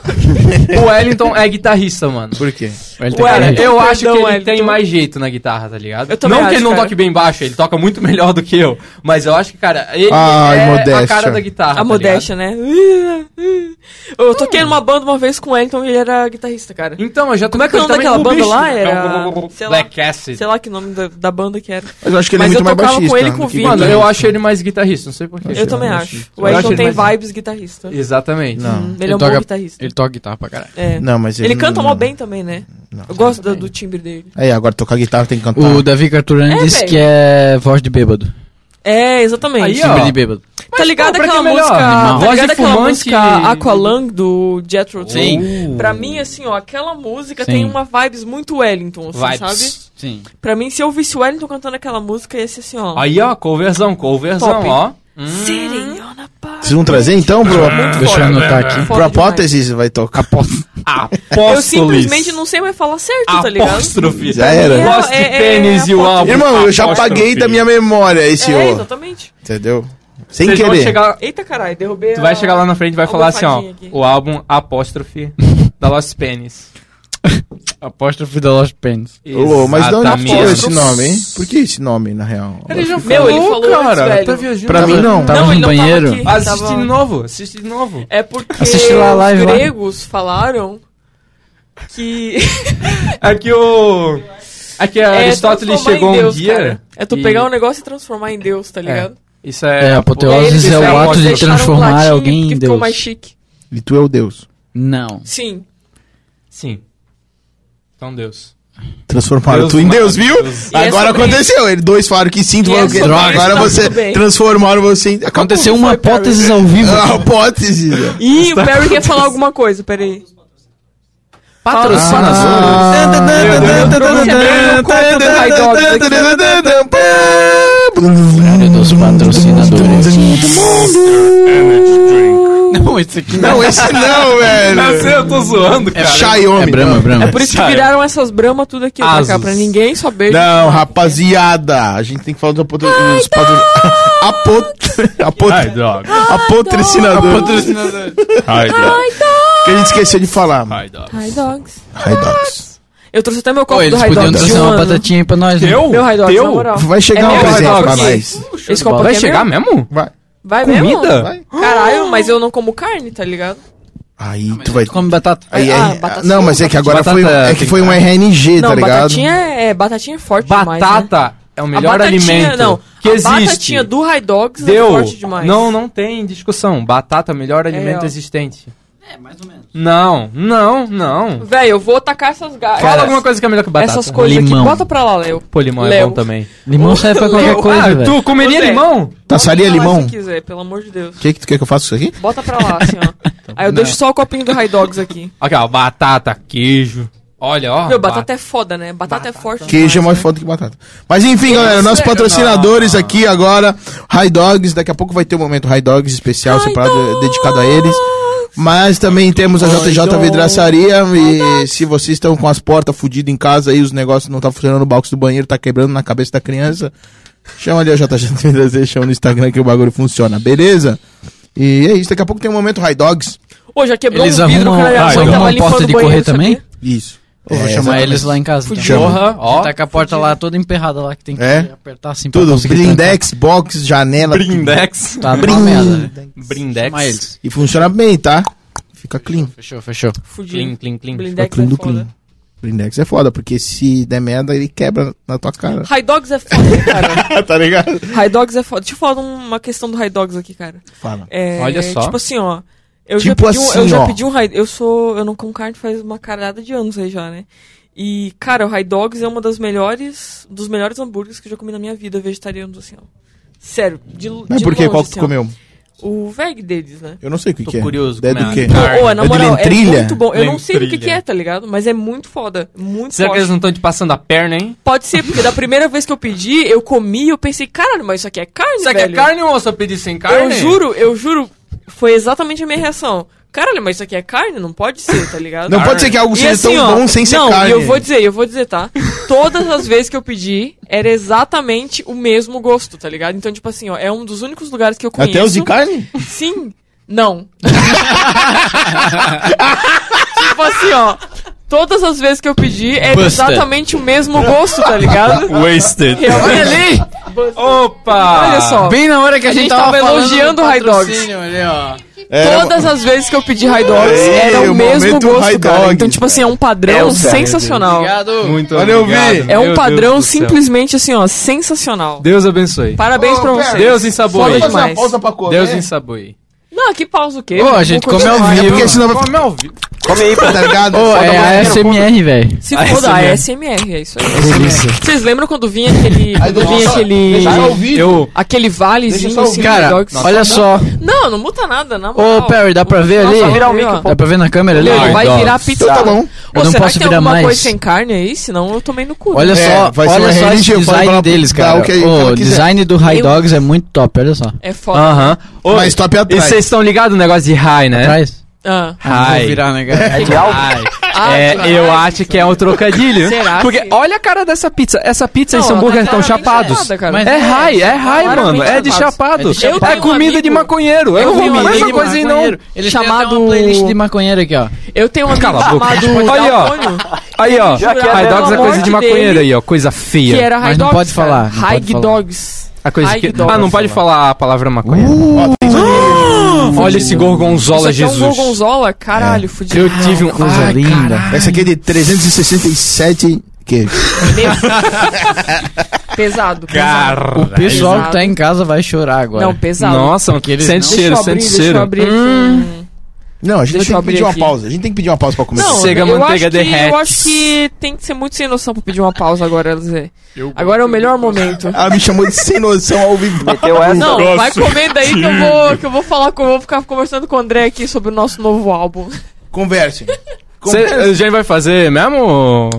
Speaker 4: O Wellington é guitarrista, mano.
Speaker 2: Por quê?
Speaker 3: o Elton
Speaker 9: Ué,
Speaker 3: cara
Speaker 9: Wellington,
Speaker 4: é eu acho que
Speaker 9: perdão,
Speaker 4: ele
Speaker 9: Wellington.
Speaker 4: tem mais jeito na guitarra, tá ligado?
Speaker 9: Eu também
Speaker 4: não que
Speaker 9: acho,
Speaker 4: ele não
Speaker 9: cara.
Speaker 4: toque bem baixo, ele toca muito melhor do que eu. Mas eu acho que, cara, ele
Speaker 2: Ai,
Speaker 4: é
Speaker 2: Ah, modéstia.
Speaker 4: a cara da guitarra.
Speaker 9: A
Speaker 4: tá
Speaker 9: modéstia, né? Eu toquei numa banda uma vez com o Wellington e ele era guitarrista, cara.
Speaker 4: ligado? Então, eu já
Speaker 9: Como é que é o nome daquela banda lá? Era- sei lá.
Speaker 4: Black Acid.
Speaker 9: Sei lá que nome da, da banda que era.
Speaker 2: Mas eu acho que ele
Speaker 9: Mas
Speaker 2: é
Speaker 9: eu
Speaker 2: muito mais
Speaker 9: tocava com
Speaker 2: baixista. né? é
Speaker 9: ele e com o
Speaker 2: do que
Speaker 9: Vini.
Speaker 4: Mano, eu
Speaker 2: guitarrista.
Speaker 4: acho ele mais guitarrista, não sei porquê.
Speaker 9: Eu também
Speaker 2: não
Speaker 9: acho.
Speaker 2: acho.
Speaker 9: O
Speaker 4: Eu acho
Speaker 9: Wellington
Speaker 4: ele
Speaker 9: tem
Speaker 4: mais-
Speaker 9: vibes guitarrista.
Speaker 4: Exatamente.
Speaker 2: Não.
Speaker 9: Ele é um
Speaker 3: toca-
Speaker 9: bom guitarrista.
Speaker 3: Ele toca guitarra pra caralho.
Speaker 9: É.
Speaker 2: Não, mas ele.
Speaker 9: Ele canta
Speaker 2: não-
Speaker 9: mal bem também, né? Eu gosto do, do timbre dele.
Speaker 2: Aí, agora tocar guitarra tem que cantar.
Speaker 3: O Davi Carturani
Speaker 9: É,
Speaker 3: disse
Speaker 9: velho.
Speaker 3: que é voz de bêbado.
Speaker 9: É, exatamente.
Speaker 4: Aí, ó.
Speaker 3: Timbre de bêbado.
Speaker 9: tá ligado
Speaker 4: pô, pra
Speaker 9: aquela
Speaker 4: que melhor?
Speaker 9: música.
Speaker 4: Animal.
Speaker 9: Tá
Speaker 4: Voz de
Speaker 9: ligado aquela
Speaker 4: fumante.
Speaker 9: música Aqualung do Jethro Tull?
Speaker 3: Sim.
Speaker 9: Pra mim, assim, ó, aquela música
Speaker 3: Sim.
Speaker 9: tem uma vibes muito Wellington, assim, sabe?
Speaker 4: Vibes.
Speaker 3: Sim.
Speaker 9: Pra mim, se eu visse o Wellington cantando aquela música, ia ser assim, ó.
Speaker 4: Aí, ó, conversão, conversão,
Speaker 9: Top.
Speaker 4: ó.
Speaker 9: Sitting on a party.
Speaker 2: Vocês vão trazer então pro,
Speaker 3: Deixa eu anotar
Speaker 4: né?
Speaker 3: aqui.
Speaker 2: pro
Speaker 9: Foda
Speaker 2: apóteses? Vai tocar.
Speaker 4: Apóstoles.
Speaker 9: Eu simplesmente não sei mais falar certo, tá ligado?
Speaker 4: Apóstrofe.
Speaker 2: Já era. né?
Speaker 9: É,
Speaker 4: Lost
Speaker 9: é, é,
Speaker 4: Penis e o
Speaker 9: apóstrofe.
Speaker 4: álbum.
Speaker 2: Irmão, eu já
Speaker 4: Apóstrofe.
Speaker 2: paguei da minha memória esse
Speaker 9: É,
Speaker 2: ô.
Speaker 9: exatamente.
Speaker 2: Entendeu? Sem
Speaker 4: Vocês vão
Speaker 2: querer.
Speaker 4: chegar,
Speaker 9: Eita caralho, derrubei
Speaker 4: Tu
Speaker 9: a-
Speaker 4: vai chegar lá na frente e vai
Speaker 9: Uma
Speaker 4: falar assim, ó.
Speaker 9: almofadinha aqui.
Speaker 4: O álbum Apóstrofe da Lost Penis.
Speaker 3: Apóstrofe da Lost Pens.
Speaker 2: Ô, mas de onde
Speaker 4: Exatamente.
Speaker 2: tirou esse nome, hein? Por que esse nome, na real?
Speaker 9: Meu, ele falou antes,
Speaker 12: tá
Speaker 9: velho.
Speaker 4: viajando.
Speaker 2: Pra mim, não.
Speaker 3: Tava
Speaker 9: Não,
Speaker 3: no
Speaker 9: ele não tava
Speaker 3: banheiro.
Speaker 9: aqui.
Speaker 4: Assiste
Speaker 9: Tava-
Speaker 4: de novo, assiste de novo.
Speaker 9: É porque
Speaker 3: Assiste lá a live
Speaker 9: os
Speaker 3: lá.
Speaker 9: gregos falaram que...
Speaker 4: Aqui o... Aqui a Aristóteles
Speaker 9: transformar
Speaker 4: chegou
Speaker 9: É, em
Speaker 4: um
Speaker 9: Deus,
Speaker 4: dia...
Speaker 9: cara. É tu
Speaker 4: e-
Speaker 9: pegar um negócio e transformar em Deus, tá ligado?
Speaker 4: Isso é...
Speaker 3: É, apoteose
Speaker 4: Isso
Speaker 3: é
Speaker 12: um
Speaker 3: o ato de
Speaker 4: apóstrofe.
Speaker 9: deixaram um
Speaker 3: transformar
Speaker 9: platinho
Speaker 3: alguém em
Speaker 9: porque ficou
Speaker 3: Deus.
Speaker 9: mais chique.
Speaker 2: E tu é o Deus.
Speaker 3: Não.
Speaker 9: Sim.
Speaker 4: Sim. Então, Deus.
Speaker 2: Transformaram
Speaker 4: Deus
Speaker 2: tu em
Speaker 4: mata
Speaker 2: Deus, viu?
Speaker 4: Deus.
Speaker 9: E é
Speaker 2: Agora
Speaker 9: sobre
Speaker 2: aconteceu. Ele dois falaram que sim, tu
Speaker 9: E
Speaker 2: falou
Speaker 9: é
Speaker 2: que
Speaker 9: sobre
Speaker 2: droga.
Speaker 9: isso,
Speaker 2: Agora
Speaker 9: tá
Speaker 2: você
Speaker 9: tudo bem.
Speaker 2: transformaram você em. Acabou.
Speaker 3: Aconteceu uma hipótese ao vivo.
Speaker 9: Ah.
Speaker 2: A hipótese. né?
Speaker 9: Ih, o Perry quer falar alguma coisa, peraí.
Speaker 4: Ah.
Speaker 9: Ah.
Speaker 4: Patrocinador.
Speaker 2: Ah.
Speaker 3: dos patrocinadores. Não, esse aqui
Speaker 2: Não, esse não,
Speaker 4: Eu
Speaker 2: velho.
Speaker 4: sei, eu tô zoando, cara.
Speaker 2: Xiaomi.
Speaker 3: é Brahma,
Speaker 2: não.
Speaker 3: Brahma.
Speaker 9: É por isso que
Speaker 4: Sério.
Speaker 9: viraram essas bramas tudo aqui ó, pra cá,
Speaker 4: Asus.
Speaker 9: pra ninguém saber.
Speaker 2: Não, rapaziada, a gente tem que falar dos apotro... dos patro... apot... apot...
Speaker 4: dog.
Speaker 2: apotricinador.
Speaker 4: Ai, dog.
Speaker 2: Que a gente esqueceu de falar. mano.
Speaker 4: Ai, dog.
Speaker 9: Hi, dogs.
Speaker 2: Hi, dogs.
Speaker 9: Eu trouxe até meu
Speaker 3: Pô,
Speaker 9: copo do
Speaker 3: eles
Speaker 9: High
Speaker 3: podiam
Speaker 9: Dog de
Speaker 3: trazer
Speaker 9: um
Speaker 3: uma
Speaker 9: ano.
Speaker 3: batatinha aí pra nós. né?
Speaker 12: tipo
Speaker 9: Meu High Dog,
Speaker 3: Teu?
Speaker 9: na moral. É
Speaker 3: Vai chegar um
Speaker 9: meu
Speaker 3: presente
Speaker 9: High Dog.
Speaker 3: pra nós.
Speaker 9: Esse- Esse copo
Speaker 12: Vai
Speaker 9: aqui é
Speaker 12: chegar
Speaker 9: meu.
Speaker 12: mesmo?
Speaker 2: Vai.
Speaker 9: Vai
Speaker 12: Comida? Ah.
Speaker 9: mesmo? Caralho, mas eu não como carne, tá ligado?
Speaker 2: Aí tu vai.
Speaker 3: Come batata.
Speaker 2: Aí,
Speaker 9: Ah,
Speaker 2: aí-
Speaker 9: batata-
Speaker 2: não, mas é que agora
Speaker 12: batata
Speaker 2: foi, é que
Speaker 12: tem
Speaker 2: foi um
Speaker 12: carne.
Speaker 2: RNG, tá
Speaker 9: não,
Speaker 2: ligado?
Speaker 9: batatinha é, batatinha é forte demais, né?
Speaker 12: Batata é o melhor
Speaker 9: batatinha-
Speaker 12: alimento
Speaker 9: não,
Speaker 12: que
Speaker 9: a
Speaker 12: existe.
Speaker 9: batatinha do High Dogs
Speaker 12: Deu.
Speaker 9: é forte demais.
Speaker 12: Não, não tem discussão. Batata é o melhor alimento
Speaker 9: ó.
Speaker 12: existente. É, mais ou menos. Não, não, não.
Speaker 9: Velho, eu vou tacar essas garras.
Speaker 12: Fala alguma coisa que é melhor que batata.
Speaker 9: Essas coisas
Speaker 3: Limão.
Speaker 9: aqui. Bota pra lá, Léo.
Speaker 12: Pô, limão é
Speaker 9: Léo.
Speaker 12: bom também.
Speaker 3: Limão serve pra qualquer
Speaker 9: Leo.
Speaker 3: coisa,
Speaker 12: Ah,
Speaker 3: velho.
Speaker 12: tu comeria
Speaker 9: Você.
Speaker 12: limão?
Speaker 2: Taçaria
Speaker 9: Bota pra lá
Speaker 2: Tá, limão?
Speaker 9: Se quiser, pelo amor de Deus.
Speaker 2: O que, que tu quer que eu faça isso aqui?
Speaker 9: Bota pra lá, assim, ó. Aí eu deixo só o copinho do High Dogs aqui.
Speaker 12: Aqui, ó, batata, queijo. Olha, ó.
Speaker 9: Meu, batata é foda, né? Batata, é forte
Speaker 2: Queijo é
Speaker 9: demais,
Speaker 2: mais
Speaker 9: né?
Speaker 2: foda que batata. Mas enfim, galera, nossos patrocinadores aqui agora, High Dogs, daqui a pouco vai ter um momento High Dogs especial
Speaker 9: High
Speaker 2: separado
Speaker 9: Dogs.
Speaker 2: dedicado a eles. Mas também temos a JJ Vidraçaria e se vocês estão com as portas fodidas em casa e os negócios não tá funcionando, o box do banheiro tá quebrando na cabeça da criança, chama ali a JJ Vidraçaria, chama no Instagram que o bagulho funciona, beleza? E é isso, daqui a pouco tem um momento High Dogs.
Speaker 9: Ô, já quebrou
Speaker 3: Eles
Speaker 9: um vidro,
Speaker 3: arrumam,
Speaker 9: cara.
Speaker 3: ah,
Speaker 9: minha
Speaker 3: eles
Speaker 9: mãe tava
Speaker 3: arrumam
Speaker 9: limpando
Speaker 3: porta de
Speaker 9: o
Speaker 3: correr
Speaker 9: banheiro, sabia?
Speaker 3: também?
Speaker 2: Isso.
Speaker 3: Eu vou
Speaker 2: É,
Speaker 3: chamar
Speaker 2: exatamente.
Speaker 3: eles lá em casa. Então.
Speaker 2: Chama.
Speaker 12: Porra, ó.
Speaker 3: Tá com a porta lá toda emperrada lá que tem que
Speaker 2: É?
Speaker 3: apertar assim pra
Speaker 2: Tudo,
Speaker 3: conseguir
Speaker 2: blindex, box, janela, tudo.
Speaker 12: Brindex.
Speaker 3: trancar. Tá numa merda, velho. Chama
Speaker 12: Brindex.
Speaker 3: eles.
Speaker 2: E funciona bem, tá? Fica clean.
Speaker 3: Fechou, fechou.
Speaker 12: Clean,
Speaker 9: Fudido.
Speaker 12: clean, clean.
Speaker 2: Fica
Speaker 3: Tá
Speaker 9: Blindex
Speaker 2: clean do
Speaker 9: é
Speaker 2: clean.
Speaker 9: foda.
Speaker 2: Blindex é foda, porque se der merda, ele quebra na tua cara.
Speaker 9: High Dogs é foda, cara.
Speaker 2: tá ligado?
Speaker 9: High Dogs é foda. Deixa eu falar de uma questão do High Dogs aqui, cara.
Speaker 2: Fala.
Speaker 9: É,
Speaker 12: Olha só.
Speaker 9: Tipo assim, ó. Eu
Speaker 2: Tipo
Speaker 9: já pedi um,
Speaker 2: assim,
Speaker 9: eu já
Speaker 2: ó.
Speaker 9: pedi um High Eu sou. Eu não como carne faz uma carada de anos aí já, né? E, cara, o High Dogs é uma das melhores. Dos melhores hambúrgueres que eu já comi na minha vida, vegetarianos, assim, ó. Sério, de, l-
Speaker 2: Mas
Speaker 9: de
Speaker 2: por quê?
Speaker 9: longe,
Speaker 2: é Qual que tu
Speaker 9: assim, ó.
Speaker 2: comeu?
Speaker 9: O veg deles, né?
Speaker 2: Eu não sei o que,
Speaker 12: Tô
Speaker 2: que é.
Speaker 12: curioso,
Speaker 2: É
Speaker 12: como
Speaker 2: do
Speaker 12: é?
Speaker 2: quê?
Speaker 12: Cara,
Speaker 9: Ô, na
Speaker 2: é de
Speaker 9: moral, é
Speaker 2: lentrilha?
Speaker 9: muito bom. Eu não sei do que,
Speaker 12: Lentrilha.
Speaker 9: que é, tá ligado? Mas é muito foda. Muito
Speaker 12: Será que
Speaker 9: forte.
Speaker 12: eles não estão te passando a perna, hein?
Speaker 9: Pode ser, porque da primeira vez que eu pedi, eu comi e eu pensei, caralho, mas isso aqui é carne,
Speaker 12: Será que
Speaker 9: velho.
Speaker 12: é carne ou eu só pedi sem carne?
Speaker 9: Eu juro, eu juro, foi exatamente a minha reação. Caralho, mas isso aqui é carne? Não pode ser, tá ligado?
Speaker 2: Não pode ser que algo
Speaker 9: E
Speaker 2: seja
Speaker 9: assim,
Speaker 2: tão
Speaker 9: ó,
Speaker 2: bom sem ser
Speaker 9: não, e
Speaker 2: carne.
Speaker 9: eu vou dizer, eu vou dizer, tá? Todas as vezes que eu pedi, era exatamente o mesmo gosto, tá ligado? Então, tipo assim, ó, é um dos únicos lugares que eu conheço.
Speaker 2: Até os de carne?
Speaker 9: Sim. Não. tipo assim, ó. Todas as vezes que eu pedi, era exatamente o mesmo gosto, tá ligado?
Speaker 12: Wasted.
Speaker 9: Olha ali!
Speaker 12: Opa!
Speaker 9: Olha só.
Speaker 3: Ah. Bem na hora que a gente,
Speaker 9: gente tava
Speaker 3: falando
Speaker 9: elogiando
Speaker 3: do
Speaker 9: o High Dogs.
Speaker 3: patrocínio ali, ó.
Speaker 9: Todas as vezes que eu pedi high dogs,
Speaker 2: Ei,
Speaker 9: era
Speaker 2: um É, o
Speaker 9: o mesmo
Speaker 2: momento high
Speaker 9: gosto, cara.
Speaker 2: dogs,
Speaker 9: então, tipo assim, é um padrão sensacional.
Speaker 3: Obrigado.
Speaker 12: Muito
Speaker 2: Olha, eu
Speaker 12: obrigado.
Speaker 2: vi.
Speaker 9: É um
Speaker 12: Meu
Speaker 9: padrão
Speaker 12: Deus do céu.
Speaker 9: simplesmente assim, ó, sensacional.
Speaker 12: Deus abençoe.
Speaker 9: Parabéns pra vocês.
Speaker 12: Deus ensaboe.
Speaker 9: Foda
Speaker 2: Vamos fazer uma
Speaker 9: demais.
Speaker 2: pausa pra comer?
Speaker 12: Deus ensaboe.
Speaker 9: Não, que pausa o quê?
Speaker 3: Ô, a
Speaker 9: Vamos
Speaker 3: gente come ao
Speaker 9: continuar.
Speaker 2: É porque senão vai
Speaker 12: Como é ao vivo?
Speaker 5: Come aí,
Speaker 2: ficar, tá ligado?
Speaker 3: Pô,
Speaker 2: Foda,
Speaker 3: é a
Speaker 2: mas-
Speaker 3: SMR, velho.
Speaker 9: Se foda, a SMR, é isso aí.
Speaker 3: Delícia.
Speaker 9: Vocês lembram quando vinha aquele.
Speaker 2: Aí
Speaker 9: quando
Speaker 2: deixa
Speaker 9: vinha
Speaker 2: só-
Speaker 9: aquele.
Speaker 2: deixa só ouvir.
Speaker 12: Eu...
Speaker 9: Aquele
Speaker 2: Deixa
Speaker 9: valezinho
Speaker 2: só
Speaker 9: assim,
Speaker 2: ouvir.
Speaker 9: high
Speaker 3: Cara,
Speaker 9: dogs.
Speaker 3: olha só.
Speaker 9: Não, não muda nada, na moral.
Speaker 3: Ô, Perry, dá pra ver
Speaker 9: Nossa,
Speaker 3: ali?
Speaker 9: virar o
Speaker 5: Dá
Speaker 9: mico,
Speaker 3: Dá pra ver na câmera ali?
Speaker 9: Ele vai
Speaker 3: High
Speaker 9: virar
Speaker 3: Dogs.
Speaker 9: pizza.
Speaker 2: Então tá bom.
Speaker 9: Ô,
Speaker 3: Eu não
Speaker 9: será
Speaker 3: posso
Speaker 9: que tem
Speaker 3: virar
Speaker 9: alguma
Speaker 3: mais.
Speaker 9: coisa sem carne aí? Senão eu tomei no cu.
Speaker 3: Olha
Speaker 2: É,
Speaker 3: só,
Speaker 2: vai ser
Speaker 3: olha
Speaker 2: uma
Speaker 3: só esse
Speaker 2: RNG, eu falo pra ela
Speaker 3: design deles,
Speaker 2: dar
Speaker 3: cara.
Speaker 2: o que- o que ela
Speaker 3: o
Speaker 2: quiser.
Speaker 3: design do High
Speaker 9: Eu-
Speaker 3: Dogs é muito top, olha só.
Speaker 9: É foda.
Speaker 12: Aham. Ô,
Speaker 2: Mas top
Speaker 12: E
Speaker 2: atrás.
Speaker 12: vocês estão ligados no negócio de high, né?
Speaker 3: Atrás?
Speaker 9: Ah.
Speaker 3: Não vou
Speaker 12: High.
Speaker 3: virar, né, cara?
Speaker 5: de algo?
Speaker 12: High.
Speaker 9: Ah,
Speaker 12: É,
Speaker 9: claro.
Speaker 12: eu acho que é um trocadilho.
Speaker 9: Será
Speaker 12: Porque
Speaker 9: que- é?
Speaker 12: olha a cara dessa pizza. Essa pizza e
Speaker 9: Não,
Speaker 12: esse
Speaker 9: ela tá
Speaker 12: hambúrguer estão
Speaker 9: claramente
Speaker 12: chapados.
Speaker 9: chapada, cara.
Speaker 12: É
Speaker 3: Mas-
Speaker 12: high, é high,
Speaker 9: Claramente
Speaker 12: mano. É de
Speaker 9: chapados.
Speaker 12: chapado.
Speaker 3: É de
Speaker 9: chapado.
Speaker 12: É
Speaker 9: Eu tenho um
Speaker 12: comida de
Speaker 9: amigo-
Speaker 12: maconheiro. É
Speaker 9: Eu tenho um
Speaker 12: uma
Speaker 9: amigo
Speaker 12: mesma
Speaker 9: de
Speaker 12: coisa aí, não.
Speaker 3: Eles
Speaker 9: Chamado-
Speaker 3: Chamado... têm até uma playlist de maconheiro aqui, ó.
Speaker 9: Eu tenho um amigo
Speaker 12: Cala a boca.
Speaker 9: chamado
Speaker 12: Aí, ó.
Speaker 9: Daltônio,
Speaker 12: Aí, ó.
Speaker 5: Já que é
Speaker 12: High
Speaker 5: dela,
Speaker 12: Dogs é
Speaker 5: pelo
Speaker 12: coisa de
Speaker 9: amor de
Speaker 12: maconheiro
Speaker 9: Deus.
Speaker 12: aí, ó. Coisa
Speaker 9: que
Speaker 12: feia.
Speaker 9: era High
Speaker 3: Mas não
Speaker 9: Dogs,
Speaker 3: pode
Speaker 9: cara.
Speaker 3: falar, não
Speaker 9: High
Speaker 3: pode falar.
Speaker 9: Dogs.
Speaker 12: A coisa
Speaker 9: High
Speaker 12: que...
Speaker 9: Dogs. Uh!
Speaker 12: Ah, não pode falar a palavra maconheiro. Ah! Olha esse gorgonzola,
Speaker 9: Isso aqui é um
Speaker 12: Jesus.
Speaker 9: gorgonzola? Ah, Caralho, fudido.
Speaker 3: Eu tive um... Coisa
Speaker 12: Ai,
Speaker 3: linda.
Speaker 2: Essa aqui é de 367 queijos.
Speaker 9: Meu- pesado. pesado.
Speaker 12: Cara.
Speaker 3: O pessoal
Speaker 9: Exato.
Speaker 3: que tá em casa vai chorar agora.
Speaker 9: Não, pesado.
Speaker 12: Nossa, mano.
Speaker 3: Porque eles
Speaker 12: Sente
Speaker 3: não-
Speaker 12: o
Speaker 9: Deixa eu
Speaker 12: cheiro,
Speaker 9: abrir,
Speaker 12: sente o
Speaker 9: deixa eu
Speaker 12: cheiro. Hum.
Speaker 9: abrir aqui um-
Speaker 2: Não, a gente
Speaker 9: Deixa
Speaker 2: tem
Speaker 9: eu
Speaker 2: que
Speaker 9: abrir
Speaker 2: pedir uma
Speaker 9: aqui.
Speaker 2: pausa. A gente tem que pedir uma pausa pra comer.
Speaker 9: Não,
Speaker 12: Sossega,
Speaker 9: eu
Speaker 12: manteiga,
Speaker 9: acho que,
Speaker 12: derrete.
Speaker 9: Eu acho que tem que ser muito sem noção pra pedir uma pausa agora, Zé. Agora é o melhor momento.
Speaker 2: Ela me chamou de sem noção ao vivo.
Speaker 5: Meteu essa.
Speaker 9: Não, vai comendo aí que eu vou, que eu vou falar com, eu vou ficar conversando com o André aqui sobre o nosso novo álbum.
Speaker 2: Conversem.
Speaker 12: Cê, a gente vai fazer mesmo?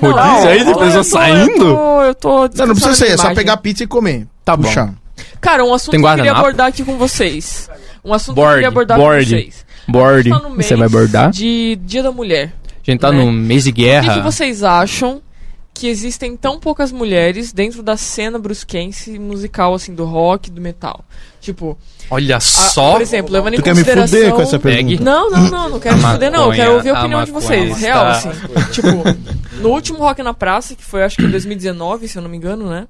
Speaker 12: Rodízio aí de
Speaker 9: eu tô-
Speaker 12: pessoas saindo?
Speaker 9: Eu tô, eu tô
Speaker 2: Não, não precisa
Speaker 9: descansando
Speaker 2: ser, é
Speaker 9: na
Speaker 2: só
Speaker 9: imagem.
Speaker 2: pegar a pizza e comer.
Speaker 12: Tá bom.
Speaker 2: Puxar.
Speaker 9: Cara, um assunto
Speaker 12: Tem
Speaker 9: que eu queria
Speaker 12: guardanapo?
Speaker 9: abordar aqui com vocês. Um assunto que eu
Speaker 12: Board,
Speaker 9: queria abordar
Speaker 12: board.
Speaker 9: com vocês.
Speaker 12: Board.
Speaker 9: Tá no mês
Speaker 12: Você vai bordar?
Speaker 9: De Dia da Mulher.
Speaker 12: A gente tá
Speaker 9: né?
Speaker 12: no mês de
Speaker 9: O que, que
Speaker 12: guerra.
Speaker 9: vocês acham que existem tão poucas mulheres dentro da cena brusquense musical, assim, do rock, do metal? Tipo,
Speaker 12: Olha
Speaker 9: a-
Speaker 12: só.
Speaker 9: por exemplo, levando em
Speaker 2: Tu quer me
Speaker 9: consideração...
Speaker 2: fuder com essa
Speaker 12: Pegue.
Speaker 2: pergunta?
Speaker 9: Não, não, não, não quero
Speaker 12: A
Speaker 9: me fuder, não. Eu
Speaker 12: maconha-
Speaker 9: quero ouvir a
Speaker 12: a
Speaker 9: opinião de
Speaker 12: maconha
Speaker 9: vocês. Real,
Speaker 12: está-
Speaker 9: assim. tipo, No último Rock na Praça, que foi acho que em 2019, se eu não me engano, né?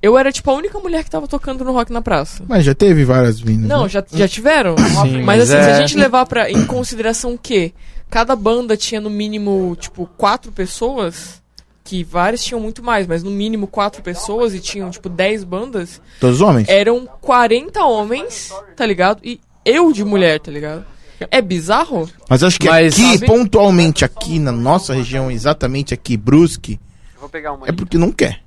Speaker 9: Eu era tipo a única mulher que tava tocando no Rock na Praça.
Speaker 2: Mas já teve várias vindas.
Speaker 9: Não, já, já tiveram.
Speaker 12: Sim,
Speaker 9: mas
Speaker 12: mas
Speaker 9: assim,
Speaker 12: é-
Speaker 9: se a gente levar pra, em consideração que cada banda tinha no mínimo, tipo, quatro pessoas, que várias tinham muito mais, mas no mínimo quatro pessoas e tinham, tipo, dez bandas,
Speaker 2: né? Todos homens?
Speaker 9: eram 40 homens, tá ligado? E eu de mulher, tá ligado? É bizarro?
Speaker 2: Mas acho que
Speaker 9: Mas-
Speaker 2: aqui,
Speaker 9: Sabe?
Speaker 2: pontualmente aqui na nossa região, exatamente aqui, Brusque,
Speaker 5: Vou pegar uma.
Speaker 2: é porque não quer.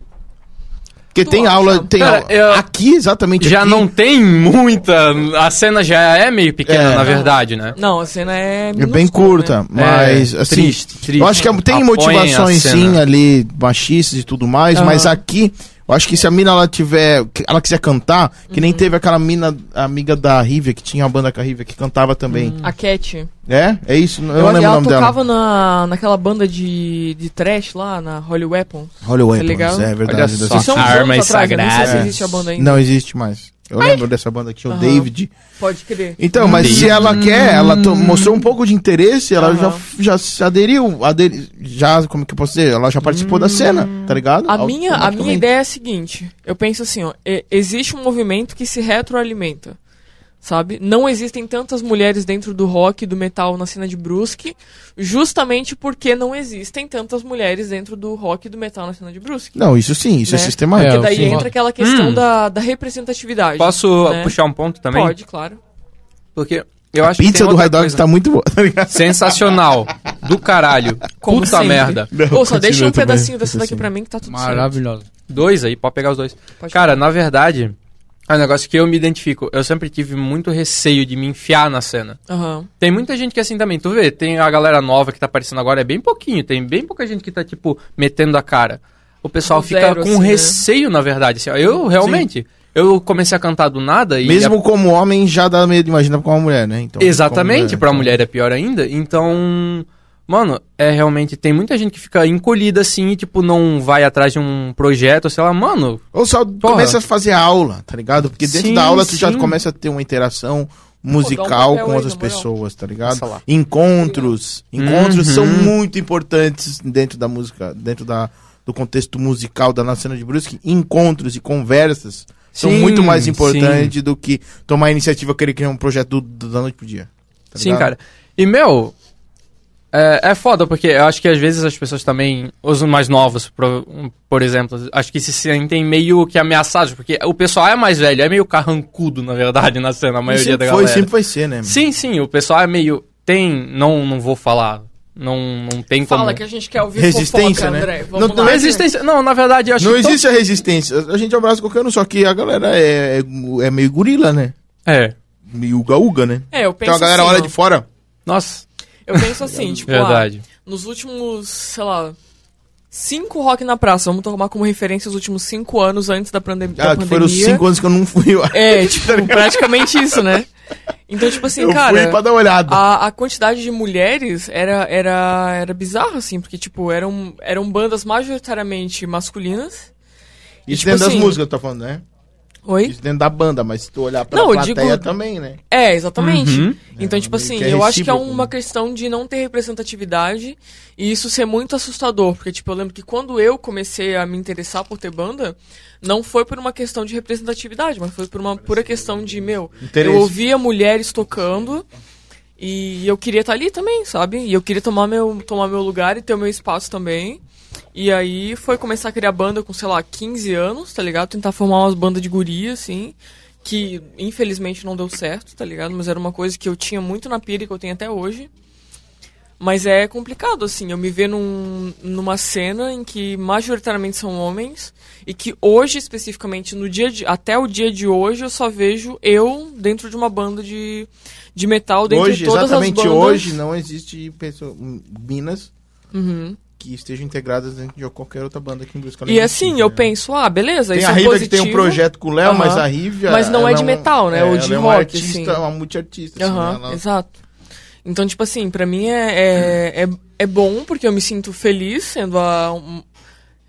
Speaker 2: Porque tem aula, tem
Speaker 12: Cara,
Speaker 2: aula-
Speaker 12: eu-
Speaker 2: aqui exatamente
Speaker 12: Já
Speaker 2: aqui,
Speaker 12: não tem muita. A cena já é meio pequena,
Speaker 2: É.
Speaker 12: na verdade, né?
Speaker 9: Não, a cena é.
Speaker 2: é bem
Speaker 9: minúscula,
Speaker 2: curta,
Speaker 9: né?
Speaker 2: mas assim,
Speaker 12: triste, triste.
Speaker 2: eu acho que tem
Speaker 12: Apoiem
Speaker 2: motivações
Speaker 12: a cena.
Speaker 2: sim ali machistas e tudo mais,
Speaker 9: Aham.
Speaker 2: mas aqui eu acho que se a mina ela tiver, que ela quiser cantar, que
Speaker 9: Uhum.
Speaker 2: nem teve aquela mina amiga da Rivia que tinha a banda com a Rivia que cantava também.
Speaker 9: A Cat.
Speaker 2: É? É isso, eu,
Speaker 9: Uhum. Eu,
Speaker 2: não
Speaker 9: acho que
Speaker 2: lembro o
Speaker 9: ela
Speaker 2: nome dela.
Speaker 9: tocava na, naquela banda de, de trash lá, na Holy Weapons.
Speaker 2: Holy Weapons,
Speaker 9: Tá ligado?
Speaker 2: é verdade.
Speaker 12: Olha só.
Speaker 2: dessa-
Speaker 9: Isso é uns
Speaker 12: A arma
Speaker 9: anos
Speaker 12: é
Speaker 9: atrás, eu não sei se
Speaker 12: sagrada.
Speaker 9: existe a banda ainda.
Speaker 2: Não existe mais. Eu lembro dessa banda que tinha o
Speaker 9: Aham.
Speaker 2: David.
Speaker 9: Pode crer.
Speaker 2: Então, mas
Speaker 12: Uhum.
Speaker 2: se ela quer, ela to- mostrou um pouco de interesse, ela
Speaker 9: Uhum. Aham.
Speaker 2: já, já se aderiu, aderi- já, como que eu posso dizer, ela já participou da cena, tá ligado?
Speaker 9: A minha, a minha
Speaker 2: Automaticamente.
Speaker 9: ideia é a seguinte: eu penso assim, ó, e- existe um movimento que se retroalimenta, sabe? Não existem tantas mulheres dentro do rock, e do metal na cena de Brusque, justamente porque não existem tantas mulheres dentro do rock e do metal na cena de Brusque.
Speaker 2: Não, isso sim, isso é
Speaker 9: Né?
Speaker 2: sistemático.
Speaker 9: Porque
Speaker 3: eu
Speaker 9: daí
Speaker 3: sim.
Speaker 9: entra aquela questão
Speaker 12: Hum.
Speaker 9: da, da representatividade.
Speaker 12: Posso
Speaker 7: É.
Speaker 9: né?
Speaker 12: puxar um ponto também?
Speaker 9: Pode, claro.
Speaker 12: Porque eu acho que
Speaker 2: Pizza
Speaker 12: tem
Speaker 2: do
Speaker 12: outra
Speaker 2: High Dog
Speaker 12: coisa.
Speaker 2: tá muito boa, tá ligado?
Speaker 12: Sensacional. Do caralho.
Speaker 9: Como
Speaker 12: Puta
Speaker 9: sempre.
Speaker 12: merda.
Speaker 9: Ou só deixa um
Speaker 2: também,
Speaker 9: pedacinho dessa
Speaker 2: continua
Speaker 9: daqui
Speaker 2: assim.
Speaker 9: pra mim que tá tudo certo.
Speaker 3: Maravilhosa.
Speaker 12: Dois aí, pode pegar os dois.
Speaker 9: Pode
Speaker 12: Cara, na verdade, é um negócio que eu me identifico. Eu sempre tive muito receio de me enfiar na cena.
Speaker 9: Aham.
Speaker 12: Tem muita gente que é assim também. Tu vê, tem a galera nova que tá aparecendo agora, é bem pouquinho. Tem bem pouca gente que tá, tipo, metendo a cara. O pessoal
Speaker 9: Do
Speaker 12: fica
Speaker 9: zero,
Speaker 12: com
Speaker 9: assim, né?
Speaker 12: receio, na verdade. assim, ó, eu, realmente, eu comecei a cantar do nada e...
Speaker 2: Mesmo como homem, já dá medo, imagina pra uma mulher, né? Então,
Speaker 12: Exatamente,
Speaker 2: como
Speaker 12: pra mulher é pior ainda. Então, mano, é realmente. Tem muita gente que fica encolhida assim e, tipo, não vai atrás de um projeto, sei lá, mano.
Speaker 2: então. Ou só
Speaker 12: Porra.
Speaker 2: começa a fazer aula, tá ligado? Porque dentro
Speaker 12: Sim,
Speaker 2: da aula tu já
Speaker 12: sim.
Speaker 2: começa a ter uma interação
Speaker 9: um papel
Speaker 2: musical com
Speaker 9: aí,
Speaker 2: outras
Speaker 9: na moral.
Speaker 2: pessoas, tá ligado?
Speaker 12: Sei lá.
Speaker 2: Encontros. Encontros
Speaker 12: Uhum.
Speaker 2: são muito importantes dentro da música, dentro da, do contexto musical da nossa cena de Brusque. Encontros e conversas são
Speaker 12: Sim,
Speaker 2: muito mais
Speaker 12: sim.
Speaker 2: importantes do que tomar a iniciativa querer criar um projeto do- do- da noite pro dia. tá
Speaker 12: Sim,
Speaker 2: ligado?
Speaker 12: cara. E, meu, é, é foda, porque eu acho que às vezes as pessoas também, os mais novos, por, por exemplo, acho que se sentem meio que ameaçados, porque o pessoal é mais velho, é meio carrancudo, na verdade, na cena, a
Speaker 2: E
Speaker 12: maioria da
Speaker 2: sempre
Speaker 12: galera.
Speaker 2: é foi, sempre vai ser, né? mano?
Speaker 12: Sim, sim, o pessoal é meio. Tem. Não, não vou falar. Não, não tem como.
Speaker 9: Fala que a gente quer ouvir
Speaker 2: Resistência,
Speaker 9: fofoca,
Speaker 2: né?
Speaker 9: André. Vamos
Speaker 2: Não-
Speaker 9: lá,
Speaker 2: não
Speaker 9: André.
Speaker 12: Resistência. Não, na verdade, eu acho
Speaker 2: Não
Speaker 12: que. to-
Speaker 2: existe a resistência. A gente abraça qualquer um, só que a galera é, é, é meio gorila, né?
Speaker 12: É.
Speaker 2: Meio uga-uga, né?
Speaker 9: É, eu penso
Speaker 2: Então a galera
Speaker 9: assim,
Speaker 2: olha
Speaker 9: ó.
Speaker 2: de fora.
Speaker 12: Nossa.
Speaker 9: Eu penso assim, tipo, ah,
Speaker 12: verdade.
Speaker 9: nos últimos, sei lá, cinco rock na praça, vamos tomar como referência os últimos cinco anos antes da, pandem da
Speaker 2: Ah, que
Speaker 9: pandemia.
Speaker 2: foram os cinco anos que eu não fui. Eu,
Speaker 9: É, tipo, praticamente isso, né? Então, tipo assim,
Speaker 2: eu
Speaker 9: cara, Ah,
Speaker 2: fui pra dar uma olhada.
Speaker 9: a, a quantidade de mulheres era, era, era bizarra, assim, porque, tipo, eram, eram bandas majoritariamente masculinas.
Speaker 2: Isso
Speaker 9: tipo
Speaker 2: dentro das
Speaker 9: assim-
Speaker 2: músicas, eu tô falando, né?
Speaker 9: Oi?
Speaker 2: Isso dentro da banda, mas se tu olhar pra
Speaker 9: Não, eu
Speaker 2: plateia
Speaker 9: digo-
Speaker 2: também, né?
Speaker 9: É, exatamente.
Speaker 12: Uhum.
Speaker 9: Então,
Speaker 2: É,
Speaker 9: tipo
Speaker 2: meio
Speaker 9: assim,
Speaker 2: que é
Speaker 9: eu acho que é
Speaker 2: recíproco,
Speaker 9: uma
Speaker 2: né?
Speaker 9: questão de não ter representatividade e isso ser muito assustador. Porque, tipo, eu lembro que quando eu comecei a me interessar por ter banda, não foi por uma questão de representatividade, mas foi por uma pura questão de, meu,
Speaker 2: é Interesse.
Speaker 9: eu ouvia mulheres tocando e eu queria estar ali também, sabe? E eu queria tomar meu, tomar meu lugar e ter o meu espaço também. E aí foi começar a criar banda com, sei lá, 15 anos, tá ligado? Tentar formar umas bandas de guria, assim. Que infelizmente não deu certo, tá ligado? Mas era uma coisa que eu tinha muito na pira e que eu tenho até hoje. Mas é complicado, assim, eu me ver num, numa cena em que majoritariamente são homens e que hoje, especificamente, no dia de, até o dia de hoje, eu só vejo eu dentro de uma banda de, de metal, dentro
Speaker 2: Hoje,
Speaker 9: de todas
Speaker 2: exatamente
Speaker 9: as bandas.
Speaker 2: hoje, né? não existe pessoa, minas
Speaker 9: Uhum.
Speaker 2: que estejam integradas dentro de qualquer outra banda aqui em Brusque.
Speaker 9: E assim, eu penso, ah, beleza,
Speaker 2: Tem
Speaker 9: isso
Speaker 2: a
Speaker 9: é
Speaker 2: Rivia que
Speaker 9: positivo.
Speaker 2: tem um projeto com o Léo, mas
Speaker 9: Aham.
Speaker 2: a Rivia...
Speaker 9: Mas não é
Speaker 2: ela
Speaker 9: de
Speaker 2: um-
Speaker 9: metal, né?
Speaker 2: é,
Speaker 9: Ou de
Speaker 2: ela é uma
Speaker 9: rock,
Speaker 2: artista,
Speaker 9: assim.
Speaker 2: uma multiartista. assim,
Speaker 9: Aham,
Speaker 2: né? Ela-
Speaker 9: exato. Então, tipo assim, pra mim é, é, é, é bom, porque eu me sinto feliz sendo a. um-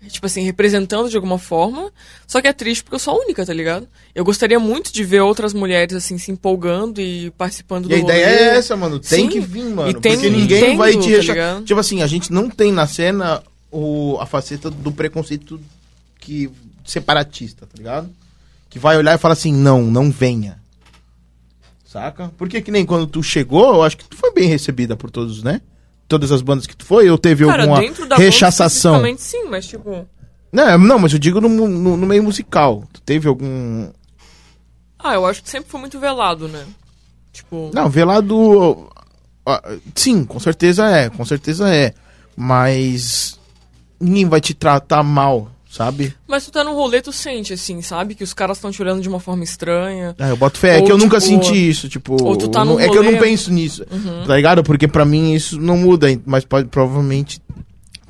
Speaker 9: tipo assim, representando de alguma forma. Só que é triste porque eu sou a única, tá ligado? Eu gostaria muito de ver outras mulheres, assim, se empolgando e participando
Speaker 2: E
Speaker 9: do
Speaker 2: a ideia
Speaker 9: rolê.
Speaker 2: é essa, mano. Tem
Speaker 9: Sim.
Speaker 2: que vir, mano.
Speaker 9: E tem-
Speaker 2: porque ninguém
Speaker 9: tem
Speaker 2: vai
Speaker 9: do,
Speaker 2: te
Speaker 9: tá
Speaker 2: recha-
Speaker 9: ligado?
Speaker 2: Tipo assim, a gente não tem na cena o, a faceta do preconceito que separatista, tá ligado? Que vai olhar e fala assim, não, não venha. Saca? Porque que nem quando tu chegou, eu acho que tu foi bem recebida por todos, né? Todas as bandas que tu foi, ou teve
Speaker 9: Cara,
Speaker 2: alguma
Speaker 9: dentro da
Speaker 2: rechaçação?
Speaker 9: banda, especificamente, sim, mas tipo...
Speaker 2: Não, é, não, mas eu digo no, mu- no- no meio musical. Tu teve algum.
Speaker 9: Ah, eu acho que sempre foi muito velado, né? Tipo...
Speaker 2: Não, velado. ah, Sim, com certeza é, com certeza é. Mas. Ninguém vai te tratar mal, sabe?
Speaker 9: Mas tu tá num rolê, tu sente, assim, sabe? Que os caras estão te olhando de uma forma estranha.
Speaker 2: Ah, eu boto fé. É
Speaker 9: Ou,
Speaker 2: que eu nunca
Speaker 9: tipo,
Speaker 2: senti isso, tipo.
Speaker 9: ou tu tá
Speaker 2: eu não-
Speaker 9: num
Speaker 2: é que eu não
Speaker 9: rolê-
Speaker 2: penso nisso.
Speaker 9: Uhum.
Speaker 2: Tá ligado? Porque pra mim isso não muda, mas pode, provavelmente.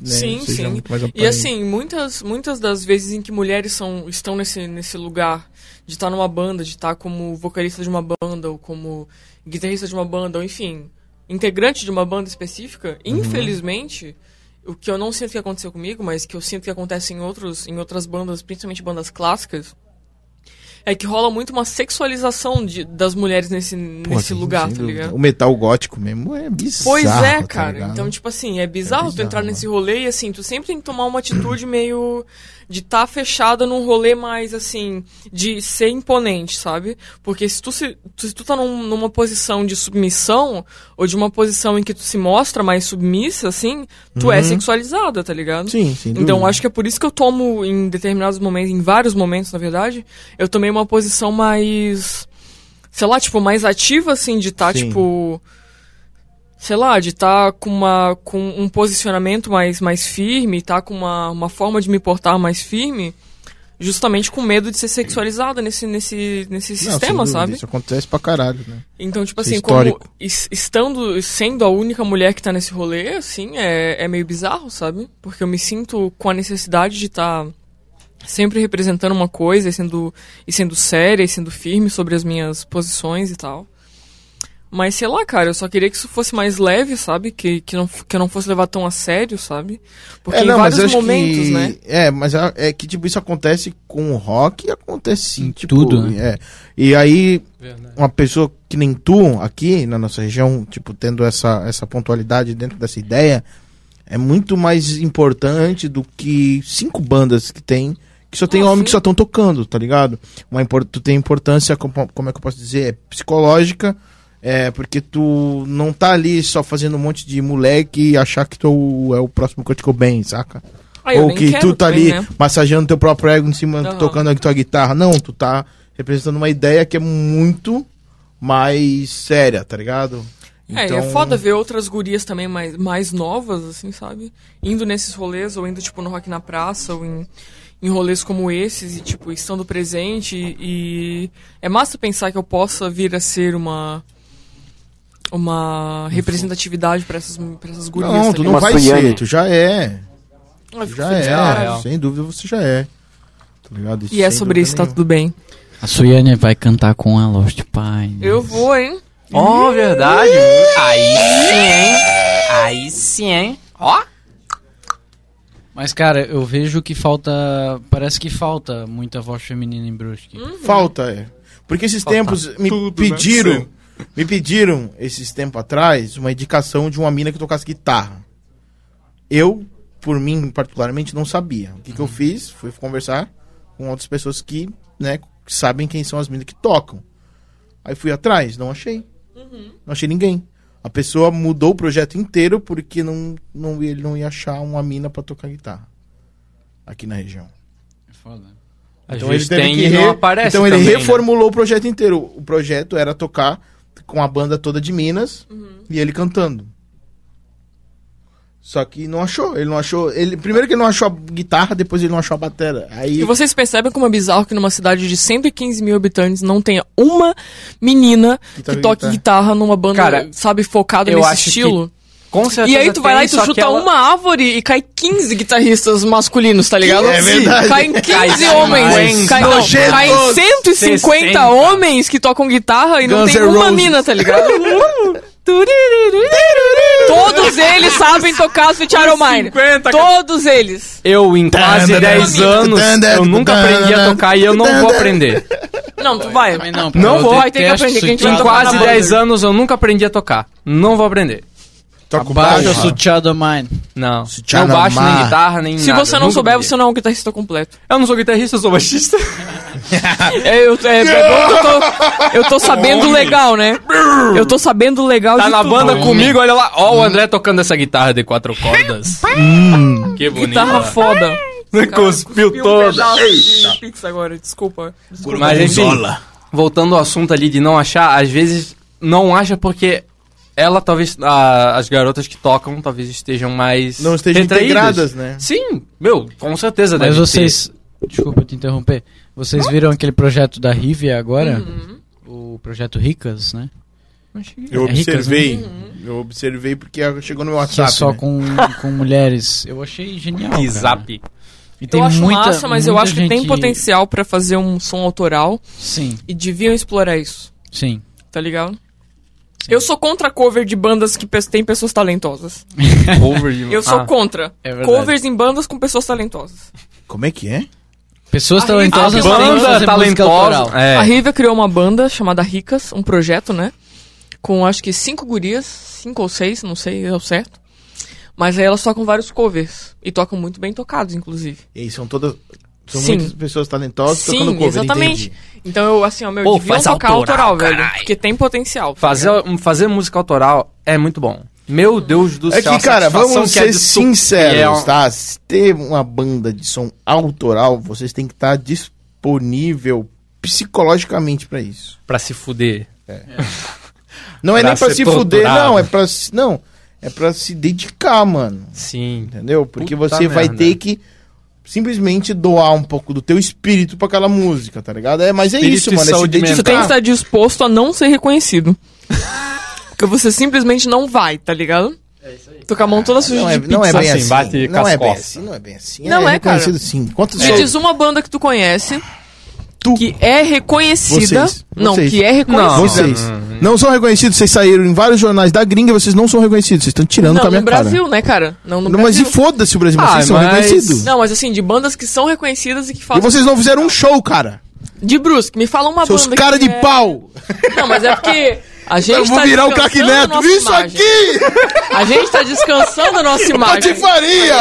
Speaker 2: né,
Speaker 9: sim,
Speaker 2: seja
Speaker 9: sim.
Speaker 2: muito mais
Speaker 9: E
Speaker 2: aparente.
Speaker 9: assim, muitas, muitas das vezes em que mulheres são, estão nesse, nesse lugar de estar numa banda, de estar como vocalista de uma banda, ou como guitarrista de uma banda, ou enfim, integrante de uma banda específica,
Speaker 14: Uhum.
Speaker 9: infelizmente, o que eu não sinto que aconteceu comigo, mas que eu sinto que acontece em, outros, em outras bandas, principalmente bandas clássicas, é que rola muito uma sexualização de, das mulheres nesse,
Speaker 2: Pô, sim,
Speaker 9: nesse lugar,
Speaker 2: sem
Speaker 9: tá
Speaker 2: dúvida.
Speaker 9: ligado?
Speaker 2: O metal gótico mesmo é bizarro.
Speaker 9: Pois é,
Speaker 2: tá
Speaker 9: cara.
Speaker 2: ligado?
Speaker 9: então, tipo assim, é bizarro, tu
Speaker 2: bizarro,
Speaker 9: entrar nesse rolê e assim, tu sempre tem que tomar uma atitude meio de estar tá fechada num rolê mais assim, de ser imponente, sabe? Porque se tu, se, tu- se tu tá num- numa posição de submissão, ou de uma posição em que tu se mostra mais submissa, assim, tu é
Speaker 14: Uhum.
Speaker 9: sexualizada, tá ligado?
Speaker 14: Sim, sem
Speaker 9: Então
Speaker 14: dúvida.
Speaker 9: acho que é por isso que eu tomo em determinados momentos, em vários momentos, na verdade, eu tomei uma posição mais. Sei lá, tipo, mais ativa, assim, de estar,
Speaker 14: Sim.
Speaker 9: tipo sei lá, de estar com, uma, com um posicionamento mais, mais firme, estar com uma, uma forma de me portar mais firme, justamente com medo de ser sexualizada nesse, nesse, nesse
Speaker 2: Não, sem
Speaker 9: sistema,
Speaker 2: dúvida,
Speaker 9: sabe?
Speaker 2: Isso acontece pra caralho, né?
Speaker 9: Então, tipo
Speaker 2: Isso é
Speaker 9: assim, como
Speaker 2: histórico.
Speaker 9: es- estando, sendo a única mulher que tá nesse rolê, assim, é, é meio bizarro, sabe? Porque eu me sinto com a necessidade de estar sempre representando uma coisa e sendo, e sendo séria e sendo firme sobre as minhas posições e tal. Mas sei lá, cara, eu só queria que isso fosse mais leve, sabe? Que, que, não, f- que eu não fosse levar tão a sério, sabe? Porque em vários
Speaker 2: É, eu acho
Speaker 9: momentos,
Speaker 2: que-
Speaker 9: né?
Speaker 2: É, mas é é que, tipo, isso acontece com o rock e acontece sim, tipo,
Speaker 3: tudo, né?
Speaker 2: É. E aí, uma pessoa que nem tu, aqui na nossa região, tipo, tendo essa, essa pontualidade dentro dessa ideia, é muito mais importante do que cinco bandas que tem, que só tem
Speaker 14: Ah,
Speaker 2: homem que só estão tocando, tá ligado? Uma, impor- tu tem importância, como, como é que eu posso dizer, é psicológica, é, porque tu não tá ali só fazendo um monte de moleque e achar que tu é o próximo Kurt Cobain, saca?
Speaker 14: Ah, eu
Speaker 2: Ou
Speaker 14: nem
Speaker 2: que
Speaker 14: quero
Speaker 2: tu tá
Speaker 14: também,
Speaker 2: ali
Speaker 14: né?
Speaker 2: massageando teu próprio ego em cima,
Speaker 14: Aham.
Speaker 2: tocando a tua guitarra. Não, tu tá representando uma ideia que é muito mais séria, tá ligado?
Speaker 9: É,
Speaker 2: Então,
Speaker 9: é foda ver outras gurias também mais, mais novas, assim, sabe? Indo nesses rolês, ou indo, tipo, no Rock na Praça, ou em, em rolês como esses, e, tipo, estando presente. E, e é massa pensar que eu possa vir a ser uma. Uma representatividade pra essas, pra essas gurias.
Speaker 2: Uhum. Então, Não,
Speaker 9: tá
Speaker 2: tu não
Speaker 9: ligado?
Speaker 2: vai ser, tu já é.
Speaker 9: Eu
Speaker 2: Tu
Speaker 9: fico
Speaker 2: já
Speaker 9: feliz,
Speaker 2: é,
Speaker 9: cara.
Speaker 2: sem dúvida você já é. Tá ligado?
Speaker 9: E é
Speaker 2: sem
Speaker 9: sobre
Speaker 2: dúvida
Speaker 9: isso, tá
Speaker 2: nenhuma.
Speaker 9: tudo bem.
Speaker 3: A Suiane vai cantar com a Lost Pine.
Speaker 9: Eu vou, hein?
Speaker 12: Ó, verdade. Aí sim, hein? Aí sim, hein? Ó.
Speaker 3: Mas, cara, eu vejo que falta. Parece que falta muita voz feminina em Brusque.
Speaker 9: Hum?
Speaker 2: Falta, é. Porque esses
Speaker 3: Uhum. Falta
Speaker 2: tempos me
Speaker 3: tudo, né?
Speaker 2: pediram,
Speaker 3: Sim.
Speaker 2: me pediram esses tempos atrás uma indicação de uma mina que tocasse guitarra. Eu, por mim particularmente, não sabia. O que, que
Speaker 3: Uhum.
Speaker 2: eu fiz? Fui conversar com outras pessoas que, né, que sabem quem são as minas que tocam. Aí fui atrás, não achei.
Speaker 3: Uhum.
Speaker 2: Não achei ninguém. A pessoa mudou o projeto inteiro porque não, não, ele não ia achar uma mina pra tocar guitarra aqui na região.
Speaker 12: Às
Speaker 2: Então ele
Speaker 12: vezes
Speaker 2: teve
Speaker 12: tem
Speaker 2: que
Speaker 12: e
Speaker 2: re-
Speaker 12: não aparece
Speaker 2: Então ele
Speaker 12: também, né?
Speaker 2: reformulou o projeto inteiro. O projeto era tocar com a banda toda de Minas e ele cantando. Só que não achou, ele não achou. Ele, primeiro que ele não achou a guitarra, depois ele não achou a batera. Aí
Speaker 9: E vocês percebem como é bizarro que numa cidade de 115 mil habitantes não tenha uma menina que,
Speaker 2: toca
Speaker 9: toque guitarra. numa banda,
Speaker 12: Cara,
Speaker 9: sabe, focada
Speaker 12: eu
Speaker 9: nesse
Speaker 12: acho que
Speaker 9: estilo.
Speaker 12: com certeza
Speaker 9: e aí tu vai
Speaker 12: tem,
Speaker 9: lá e tu
Speaker 12: só
Speaker 9: chuta
Speaker 12: que ela-
Speaker 9: uma árvore e cai 15 guitarristas masculinos, tá ligado?
Speaker 12: É verdade.
Speaker 9: Caem 15
Speaker 12: Cai
Speaker 9: homens.
Speaker 12: 50.
Speaker 9: Cai, não, caem
Speaker 12: Nojentos.
Speaker 9: 150
Speaker 12: 60.
Speaker 9: homens que tocam guitarra e não
Speaker 14: Guns
Speaker 9: tem
Speaker 14: N'
Speaker 9: uma
Speaker 14: Roses.
Speaker 9: mina, tá ligado? Todos eles sabem tocar Sweet Iron Mine. Todos eles.
Speaker 12: Eu, em quase 10 anos, eu nunca aprendi a tocar e eu não vou aprender.
Speaker 9: Não, tu vai.
Speaker 12: Não vou.
Speaker 9: Vai ter que aprender. que a gente tá vai
Speaker 12: Em
Speaker 9: tocar na
Speaker 12: quase
Speaker 9: banda.
Speaker 12: 10 anos, eu nunca aprendi a tocar. Não vou aprender.
Speaker 2: Toca o
Speaker 3: Baixa
Speaker 2: baixo.
Speaker 3: sutiã do mine.
Speaker 12: Não.
Speaker 2: Sutiã
Speaker 12: não
Speaker 2: na
Speaker 12: baixo, nem
Speaker 2: mar.
Speaker 12: guitarra, nem
Speaker 9: Se
Speaker 12: nada.
Speaker 9: você não
Speaker 12: Nunca
Speaker 9: souber,
Speaker 12: toquei.
Speaker 9: você não é um guitarrista completo.
Speaker 12: Eu não sou guitarrista, eu sou baixista.
Speaker 9: É, eu, é, é bom que eu tô, eu tô sabendo legal, né? Eu tô sabendo legal
Speaker 12: Tá
Speaker 9: de
Speaker 12: na
Speaker 9: tudo.
Speaker 12: banda comigo, olha lá. Ó, o André tocando essa guitarra de quatro cordas. Que bonito.
Speaker 9: Guitarra foda.
Speaker 12: Cuspiu
Speaker 9: Cuspiu um
Speaker 12: toda.
Speaker 9: pedaço de Pix agora, desculpa. Desculpa.
Speaker 12: Mas enfim, voltando ao assunto ali de não achar, às vezes não acha porque ela talvez, a- as garotas que tocam talvez estejam mais
Speaker 2: Não estejam
Speaker 12: retraídas.
Speaker 2: integradas, né?
Speaker 12: Sim, meu, com certeza.
Speaker 3: Mas
Speaker 12: deve
Speaker 3: vocês. Desculpa te interromper. Vocês viram aquele projeto da Rivia agora?
Speaker 9: Uhum.
Speaker 3: O projeto Ricas, né?
Speaker 2: Eu
Speaker 3: É ricas,
Speaker 2: observei. Eu observei porque chegou no meu
Speaker 3: Que é
Speaker 2: WhatsApp.
Speaker 3: só
Speaker 2: né?
Speaker 3: com, com mulheres. Eu achei genial.
Speaker 12: ter.
Speaker 3: cara.
Speaker 12: Zap.
Speaker 3: E tem
Speaker 9: Eu acho
Speaker 3: muita,
Speaker 9: massa, mas eu
Speaker 3: muita
Speaker 9: acho que tem
Speaker 3: gente-
Speaker 9: potencial pra fazer um som autoral
Speaker 3: Sim,
Speaker 9: e deviam explorar isso,
Speaker 3: sim.
Speaker 9: tá ligado? Eu sou contra cover de bandas que pe- têm pessoas talentosas.
Speaker 12: Cover de-
Speaker 9: Eu sou
Speaker 12: Ah,
Speaker 9: contra
Speaker 3: É verdade.
Speaker 9: covers em bandas com pessoas talentosas.
Speaker 2: Como é que é?
Speaker 3: Pessoas
Speaker 9: A
Speaker 12: tá
Speaker 3: talentosas
Speaker 9: Rivia-
Speaker 3: têm que fazer
Speaker 12: Banda
Speaker 3: música autoral.
Speaker 12: talentosa. É.
Speaker 9: A Rivia criou uma banda chamada Ricas, um projeto, né? Com acho que cinco gurias, cinco ou seis, não sei ao certo. Mas aí elas tocam vários covers. E tocam muito bem tocados, inclusive.
Speaker 2: E aí, são todas. São
Speaker 9: Sim.
Speaker 2: muitas pessoas talentosas tocando
Speaker 9: Sim,
Speaker 2: cover.
Speaker 9: exatamente.
Speaker 2: entendi.
Speaker 9: Então eu, assim, ó, meu,
Speaker 12: Pô,
Speaker 9: deviam
Speaker 12: faz
Speaker 9: tocar autoral,
Speaker 12: autoral,
Speaker 9: velho.
Speaker 12: carai.
Speaker 9: Porque tem potencial.
Speaker 12: Fazer, um, fazer música autoral é muito bom. Meu Deus do
Speaker 2: É
Speaker 12: céu.
Speaker 2: que, cara, vamos
Speaker 12: é
Speaker 2: ser sinceros,
Speaker 12: tá?
Speaker 2: tá? Se ter uma banda de som autoral, vocês têm que estar disponível psicologicamente pra isso.
Speaker 12: Pra se fuder.
Speaker 2: Não é
Speaker 12: Pra
Speaker 2: nem pra
Speaker 12: ser
Speaker 2: se fuder,
Speaker 12: torturado.
Speaker 2: não. É pra, se- não. É pra se dedicar, mano.
Speaker 12: Sim.
Speaker 2: Entendeu? Porque
Speaker 12: Puta
Speaker 2: você vai
Speaker 12: merda.
Speaker 2: ter que simplesmente doar um pouco do teu espírito pra aquela música, tá ligado? É, mas é
Speaker 12: Espírito
Speaker 2: isso,
Speaker 12: e
Speaker 2: mano. É se
Speaker 12: saúde
Speaker 2: dedicar.
Speaker 9: Você tem que estar disposto a não ser reconhecido. porque você simplesmente não vai, tá ligado? É isso aí. Tô com a mão toda suja
Speaker 2: Não é,
Speaker 9: de
Speaker 2: não é
Speaker 9: pizza.
Speaker 2: bem
Speaker 12: Assim,
Speaker 2: assim.
Speaker 12: bate com
Speaker 2: não
Speaker 12: as
Speaker 2: é bem
Speaker 12: costas.
Speaker 2: assim, não é bem assim.
Speaker 9: Não é, cara.
Speaker 2: reconhecido sim. Quantos
Speaker 9: Me
Speaker 2: são?
Speaker 9: diz uma banda que tu conhece
Speaker 2: Tu.
Speaker 9: que é reconhecida.
Speaker 2: Vocês.
Speaker 9: Não,
Speaker 2: Vocês.
Speaker 9: que é
Speaker 12: Não.
Speaker 9: reconhecida.
Speaker 2: Vocês não são reconhecidos, vocês saíram em vários jornais da gringa, vocês não são reconhecidos, vocês estão tirando com a
Speaker 9: no
Speaker 2: minha
Speaker 9: Brasil, né, cara? Não no
Speaker 2: cara. Mas e
Speaker 9: Brasil.
Speaker 2: foda-se o Brasil, mas
Speaker 12: Ah,
Speaker 2: vocês são
Speaker 12: mas-
Speaker 2: reconhecidos.
Speaker 9: Não, mas assim, de bandas que são reconhecidas e que
Speaker 2: E
Speaker 9: falam.
Speaker 2: vocês não fizeram um show, cara.
Speaker 9: De Brusque, me fala uma
Speaker 2: Seus
Speaker 9: banda.
Speaker 2: caras
Speaker 9: que
Speaker 2: de
Speaker 9: é-
Speaker 2: pau.
Speaker 9: Não, mas é porque a gente.
Speaker 2: Eu vou
Speaker 9: tá
Speaker 2: virar o
Speaker 9: descansando
Speaker 2: craque
Speaker 9: a
Speaker 2: neto.
Speaker 9: nossa
Speaker 2: Isso
Speaker 9: imagem.
Speaker 2: aqui!
Speaker 9: A gente tá descansando a nossa imagem. Tá
Speaker 2: Patifaria!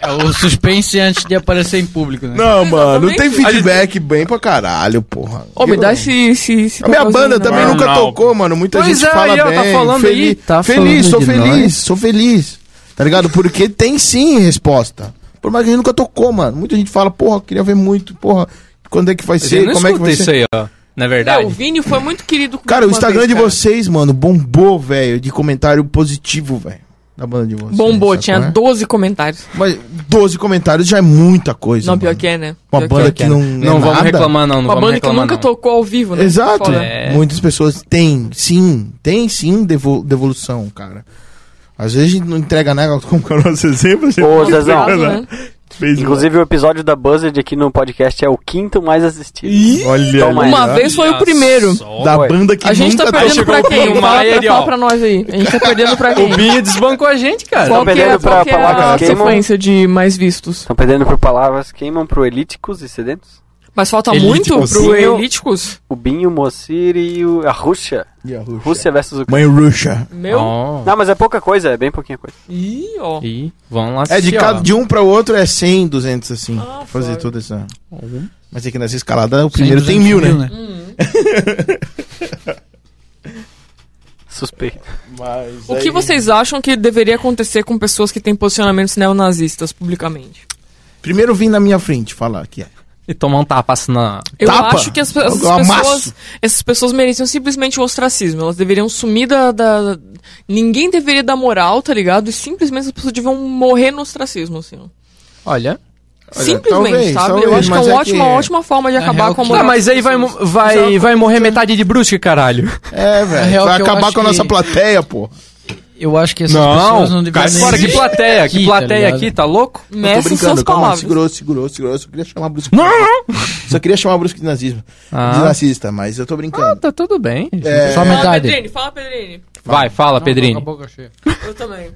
Speaker 3: É o suspense antes de aparecer em público, né?
Speaker 2: Não, mano,
Speaker 9: Exatamente.
Speaker 2: tem feedback bem pra caralho, porra.
Speaker 9: Ô, me dá esse. esse, esse
Speaker 2: A minha
Speaker 9: papelzinho né?
Speaker 2: banda
Speaker 9: na
Speaker 2: também
Speaker 9: mão.
Speaker 2: nunca
Speaker 12: Não.
Speaker 2: tocou, mano. Muita
Speaker 12: Pois
Speaker 2: gente
Speaker 12: é,
Speaker 2: fala
Speaker 12: aí, ó, tá
Speaker 2: bem.
Speaker 12: falando aí,
Speaker 2: feliz,
Speaker 6: tá
Speaker 2: feliz,
Speaker 6: falando
Speaker 2: sou
Speaker 6: de
Speaker 2: feliz,
Speaker 6: nós.
Speaker 2: sou feliz. Tá ligado? Porque tem sim resposta. Por mais que a gente nunca tocou, mano. Muita gente fala, porra, queria ver muito, porra. Quando é que vai
Speaker 12: Você
Speaker 2: ser?
Speaker 12: não
Speaker 2: Como é que
Speaker 12: escuta
Speaker 2: vai
Speaker 12: isso
Speaker 2: ser?
Speaker 12: aí, ó. Na
Speaker 9: Não, É, o
Speaker 12: verdade.
Speaker 9: Vini foi muito querido comigo
Speaker 2: Cara, o
Speaker 9: uma
Speaker 2: Instagram
Speaker 9: vez,
Speaker 2: de
Speaker 9: cara.
Speaker 2: vocês, mano, bombou, velho, de comentário positivo, velho. Da banda de vocês.
Speaker 9: Bombou,
Speaker 2: sabe
Speaker 9: tinha
Speaker 2: qual é?
Speaker 9: 12 comentários.
Speaker 2: Mas 12 comentários já é muita coisa.
Speaker 9: Não, pior
Speaker 2: mano.
Speaker 9: que é, né?
Speaker 2: Uma
Speaker 9: Pior
Speaker 2: banda
Speaker 9: que
Speaker 2: que, não. é
Speaker 12: Não vamos
Speaker 2: nada.
Speaker 12: reclamar, não.
Speaker 9: é.
Speaker 12: Não
Speaker 9: Uma
Speaker 12: vamos
Speaker 9: banda que
Speaker 12: reclamar,
Speaker 9: nunca
Speaker 12: não.
Speaker 9: tocou ao vivo, né?
Speaker 2: Exato.
Speaker 9: Foda.
Speaker 12: É.
Speaker 2: Muitas pessoas têm, sim, tem sim devo- devolução, cara. Às vezes a gente não entrega nada, como que é o nosso exemplo. a gente
Speaker 5: Ô,
Speaker 2: não
Speaker 5: Zezão.
Speaker 2: entrega nada.
Speaker 9: Né?
Speaker 2: Fez um
Speaker 5: Inclusive, o episódio da Buzzard aqui no podcast é o quinto mais assistido.
Speaker 2: uma- olha,
Speaker 5: Toma
Speaker 9: Uma
Speaker 5: Olha
Speaker 9: vez foi o primeiro.
Speaker 12: Só.
Speaker 2: da
Speaker 5: Foi.
Speaker 2: banda que
Speaker 9: A gente tá
Speaker 2: nunca
Speaker 9: perdendo
Speaker 2: tocou.
Speaker 9: pra
Speaker 12: o
Speaker 9: quem?
Speaker 12: Bruno
Speaker 9: Fala
Speaker 12: Maier
Speaker 9: pra,
Speaker 12: ali,
Speaker 9: fala
Speaker 12: ó.
Speaker 9: pra nós aí. A gente tá perdendo pra quem?
Speaker 12: O Binha desbancou a gente, cara.
Speaker 9: Qual que é,
Speaker 5: Tá perdendo pra
Speaker 9: qual que é a
Speaker 5: palavras queimam.
Speaker 9: sequência de mais vistos?
Speaker 5: Estão perdendo por palavras, queimam pro Elíticos e Sedentos.
Speaker 9: Mas falta muito
Speaker 2: Elíticos.
Speaker 9: pro
Speaker 5: Sim, eu-
Speaker 9: Elíticos?
Speaker 5: O Binho, o Mocir e o- a Rússia.
Speaker 2: E a Rússia?
Speaker 5: Rússia versus Ucrânia.
Speaker 2: Mãe Ruxa.
Speaker 9: Meu.
Speaker 12: Ó.
Speaker 5: Não, mas é pouca coisa, é bem pouquinha coisa.
Speaker 9: Ih, ó.
Speaker 12: Ih, vamos lá
Speaker 2: É de,
Speaker 12: assistir,
Speaker 2: cada,
Speaker 12: ó.
Speaker 2: de um pra outro é 100, 200 assim.
Speaker 9: Ah,
Speaker 2: fazer
Speaker 9: foda.
Speaker 2: toda essa. Mas é que nessa escalada o primeiro tem mil, né?
Speaker 9: Hum.
Speaker 5: Suspeito.
Speaker 9: O que vocês acham que deveria acontecer com pessoas que têm posicionamentos neonazistas publicamente?
Speaker 2: Primeiro vim na minha frente falar que é.
Speaker 12: E tomar um tapaço na.
Speaker 9: Eu
Speaker 2: Tapa?
Speaker 9: acho que as, pe- essas
Speaker 2: Eu amasso.
Speaker 9: pessoas, essas pessoas mereciam simplesmente o ostracismo. Elas deveriam sumir da, da- Ninguém deveria dar moral, tá ligado? E simplesmente as pessoas deviam morrer no ostracismo, assim. ó.
Speaker 12: Olha.
Speaker 9: simplesmente,
Speaker 2: talvez,
Speaker 9: sabe? eu
Speaker 2: talvez,
Speaker 9: acho que é
Speaker 2: mas
Speaker 9: uma
Speaker 2: é
Speaker 9: ótima,
Speaker 2: que-
Speaker 9: ótima forma de acabar
Speaker 3: real
Speaker 9: com a
Speaker 3: que-
Speaker 9: moral.
Speaker 12: Ah, mas aí
Speaker 9: das
Speaker 12: vai,
Speaker 9: pessoas.
Speaker 12: mo- vai,
Speaker 9: Exato.
Speaker 12: vai morrer metade de brusque, caralho.
Speaker 2: É, velho.
Speaker 3: real
Speaker 2: Vai
Speaker 3: que eu
Speaker 2: acabar
Speaker 3: acho
Speaker 2: com a nossa
Speaker 3: que-
Speaker 2: plateia, pô.
Speaker 3: Eu acho que essas
Speaker 12: Não,
Speaker 3: pessoas não deveriam
Speaker 12: cai
Speaker 3: nem
Speaker 12: fora. Que
Speaker 3: existir
Speaker 12: plateia, que
Speaker 3: aqui,
Speaker 12: plateia
Speaker 3: tá
Speaker 12: aqui, tá louco?
Speaker 2: Eu
Speaker 9: Meça em suas
Speaker 2: calma.
Speaker 9: palavras.
Speaker 2: Segurou, segurou, segurou. Eu só queria chamar Brusque. Não, não, Só queria chamar Brusque de nazismo. De
Speaker 12: Ah,
Speaker 2: nazista, mas eu tô
Speaker 3: Ah,
Speaker 2: brincando.
Speaker 12: tá tudo bem.
Speaker 2: É,
Speaker 3: Só
Speaker 9: Fala,
Speaker 3: metade.
Speaker 9: Pedrini, fala, Pedrini.
Speaker 12: Vai, fala, Pedrinho.
Speaker 9: Eu também.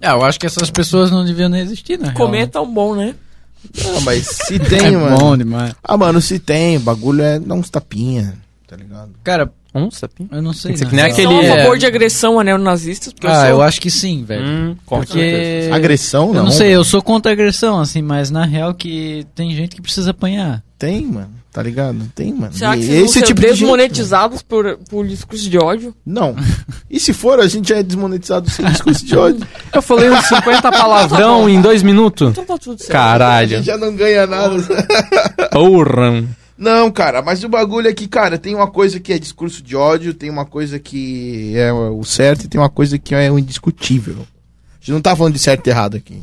Speaker 3: É, eu acho que essas pessoas não deviam nem existir, né?
Speaker 9: Comer é tão bom, né?
Speaker 2: Ah, mas se
Speaker 3: é
Speaker 2: tem, mano.
Speaker 3: bom demais.
Speaker 2: Ah, mano, se tem. Bagulho é dar uns tapinha, tá ligado?
Speaker 3: Cara,
Speaker 12: Onça, pin?
Speaker 3: Eu não sei.
Speaker 12: Tem que ser
Speaker 3: né?
Speaker 12: que nem
Speaker 9: Vocês
Speaker 12: aquele,
Speaker 9: são a favor
Speaker 12: é,
Speaker 9: de agressão a neonazistas? Porque
Speaker 3: Ah,
Speaker 9: eu, sou...
Speaker 3: eu acho que sim, velho.
Speaker 12: Hum, com
Speaker 3: Porque...
Speaker 12: certeza.
Speaker 2: Agressão,
Speaker 3: Eu
Speaker 2: não.
Speaker 3: não sei, eu sou contra a agressão, assim, mas na real que tem gente que precisa apanhar.
Speaker 2: Tem, mano. Tá ligado? Tem, mano.
Speaker 9: Será
Speaker 2: E
Speaker 9: que
Speaker 2: tipo
Speaker 9: vocês vão ser
Speaker 2: de gente-
Speaker 9: desmonetizados por, por discurso de ódio?
Speaker 2: Não. E se for, a gente já é desmonetizado sem discurso de ódio.
Speaker 12: Eu falei uns 50 palavrão em dois minutos.
Speaker 9: Então tá tudo certo.
Speaker 2: A
Speaker 12: Caralho.
Speaker 2: gente já não ganha nada.
Speaker 12: Porra.
Speaker 2: Não, cara, mas o bagulho é que, cara, tem uma coisa que é discurso de ódio, tem uma coisa que é o certo e tem uma coisa que é o indiscutível. A gente não tá falando de certo e errado aqui.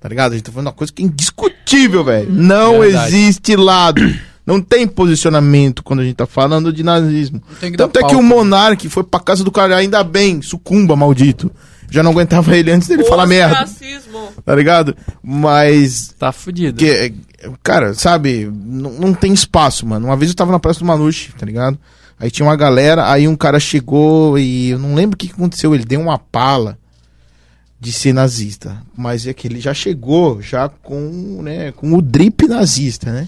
Speaker 2: Tá ligado? A gente tá falando de uma coisa que é indiscutível, velho. Não
Speaker 12: Verdade.
Speaker 2: existe lado. Não tem posicionamento quando a gente tá falando de nazismo.
Speaker 3: Tem que
Speaker 2: Tanto é
Speaker 3: dar
Speaker 2: que o
Speaker 3: palco.
Speaker 2: Monark foi pra casa do cara, ainda bem, sucumba, maldito. Já não aguentava ele antes dele falar merda,
Speaker 9: Racismo.
Speaker 2: tá ligado? Mas
Speaker 12: Tá fudido.
Speaker 2: que, cara, sabe, não, não tem espaço, mano. Uma vez eu tava na Praça do Manuche, tá ligado? Aí tinha uma galera, aí um cara chegou e eu não lembro o que que aconteceu, ele deu uma pala de ser nazista. Mas é que ele já chegou, já com, né, com o drip nazista, né?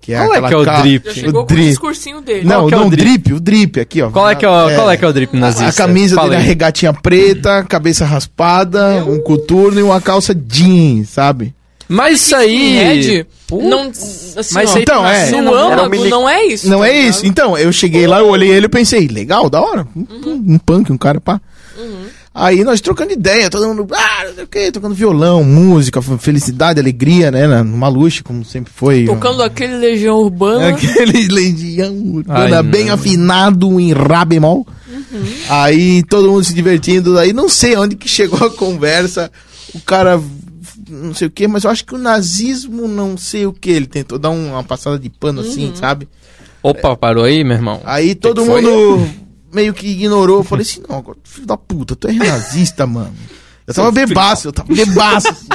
Speaker 2: Que é,
Speaker 12: Qual é
Speaker 2: aquela
Speaker 12: que é o
Speaker 2: ca-
Speaker 12: drip?
Speaker 9: Já
Speaker 12: O
Speaker 9: chegou com o
Speaker 2: drip.
Speaker 9: discursinho dele.
Speaker 2: Não,
Speaker 12: Qual que é o
Speaker 2: não, o
Speaker 12: drip?
Speaker 2: drip, o drip aqui, ó.
Speaker 12: Qual é que é o,
Speaker 2: É.
Speaker 12: qual é que é o drip nazista?
Speaker 2: A camisa
Speaker 12: Fala
Speaker 2: dele, é a
Speaker 12: aí.
Speaker 2: regatinha preta, cabeça raspada, um coturno e uma calça jeans, sabe?
Speaker 12: Mas isso aí.
Speaker 9: Red,
Speaker 12: Pô,
Speaker 9: não, assim,
Speaker 12: Mas
Speaker 9: ó,
Speaker 12: isso aí
Speaker 2: Então,
Speaker 12: tá
Speaker 2: é.
Speaker 12: sendo-
Speaker 9: no
Speaker 5: era um
Speaker 9: âmago
Speaker 5: mini-
Speaker 9: não é isso.
Speaker 2: Não
Speaker 9: tá
Speaker 2: é
Speaker 9: ligado?
Speaker 2: isso. Então, eu cheguei lá, eu olhei ele e pensei, legal, da hora. Um- Um, punk, um cara, pá. Aí nós trocando ideia, todo mundo, ah, não sei o quê, tocando violão, música, f- felicidade, alegria, né? na- Numa luxo, como sempre foi.
Speaker 9: Tocando aquele Legião Urbana.
Speaker 2: É, Aquele legião urbana
Speaker 12: Ai,
Speaker 2: bem
Speaker 12: não.
Speaker 2: afinado um em rá bemol. Aí todo mundo se divertindo. Aí não sei onde que chegou a conversa. O cara, não sei o que, mas eu acho que o nazismo, não sei o que, ele tentou dar uma passada de pano assim, sabe?
Speaker 12: Opa, parou aí, meu irmão.
Speaker 2: Aí todo
Speaker 12: que foi?
Speaker 2: mundo meio que ignorou. Eu falei assim, não, agora, filho da puta, tu é nazista, mano. Eu tava bebaço, eu tava bebaço. assim.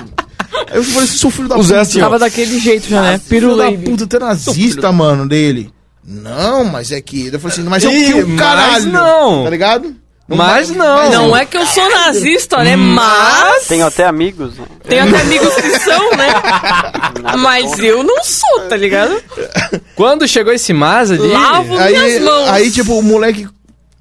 Speaker 2: Aí eu falei assim, sou filho da
Speaker 12: O Zé
Speaker 2: puta.
Speaker 12: assim, ó.
Speaker 9: Tava daquele jeito já, né?
Speaker 2: Filho da
Speaker 9: Piruleibe.
Speaker 2: puta, tu é nazista, mano, dele. Não, mas é que... Eu falei assim, mas é o
Speaker 12: Ih,
Speaker 2: que o
Speaker 12: mas
Speaker 2: caralho?
Speaker 12: não.
Speaker 2: Tá ligado?
Speaker 12: Mas não.
Speaker 9: Não é que eu sou nazista, né? Mas
Speaker 5: Tenho até amigos. né?
Speaker 9: tem até amigos que são, né?
Speaker 5: Nada
Speaker 9: Mas
Speaker 5: contra.
Speaker 9: eu não sou, tá ligado?
Speaker 12: Então, Quando chegou esse Mas ali.
Speaker 9: Lavo é minhas
Speaker 2: Aí,
Speaker 9: mãos.
Speaker 2: aí, tipo, o moleque...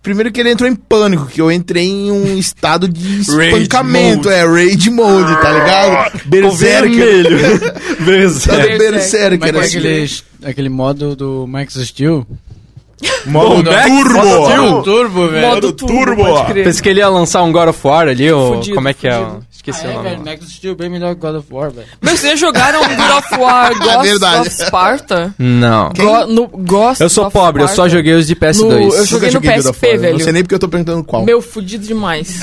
Speaker 2: Primeiro que ele entrou em pânico, que eu entrei em um estado de
Speaker 12: Rage
Speaker 2: espancamento, é, rage mode, tá ligado? Berserker.
Speaker 12: Beleza.
Speaker 2: Sabe,
Speaker 9: Berserker.
Speaker 2: Berserker.
Speaker 3: Mas é
Speaker 2: assim.
Speaker 3: aquele, aquele modo do Max Steel?
Speaker 2: Modo
Speaker 3: é um
Speaker 12: Turbo.
Speaker 3: Turbo, velho.
Speaker 9: Modo turbo. Pode crer.
Speaker 12: Pensei que ele ia lançar um God of War ali, ou
Speaker 9: Fudido,
Speaker 12: como é que é?
Speaker 9: fudido.
Speaker 12: ó? Esqueci
Speaker 3: Ah,
Speaker 12: o
Speaker 3: é,
Speaker 12: nome.
Speaker 3: velho,
Speaker 12: lá.
Speaker 3: Max Steel bem melhor que God of War, velho.
Speaker 9: Meu, vocês jogaram um God of War Ghost
Speaker 2: verdade.
Speaker 9: of Sparta?
Speaker 12: Não.
Speaker 9: Go, no, Ghost
Speaker 12: Eu sou
Speaker 9: of
Speaker 12: pobre, eu só
Speaker 9: Sparta.
Speaker 12: joguei os de PS2.
Speaker 9: No- eu joguei-
Speaker 2: Nunca
Speaker 9: no
Speaker 2: God é of
Speaker 9: PSP,
Speaker 2: War, eu Não
Speaker 9: velho.
Speaker 2: sei nem porque eu tô perguntando qual.
Speaker 9: Meu, fudido demais.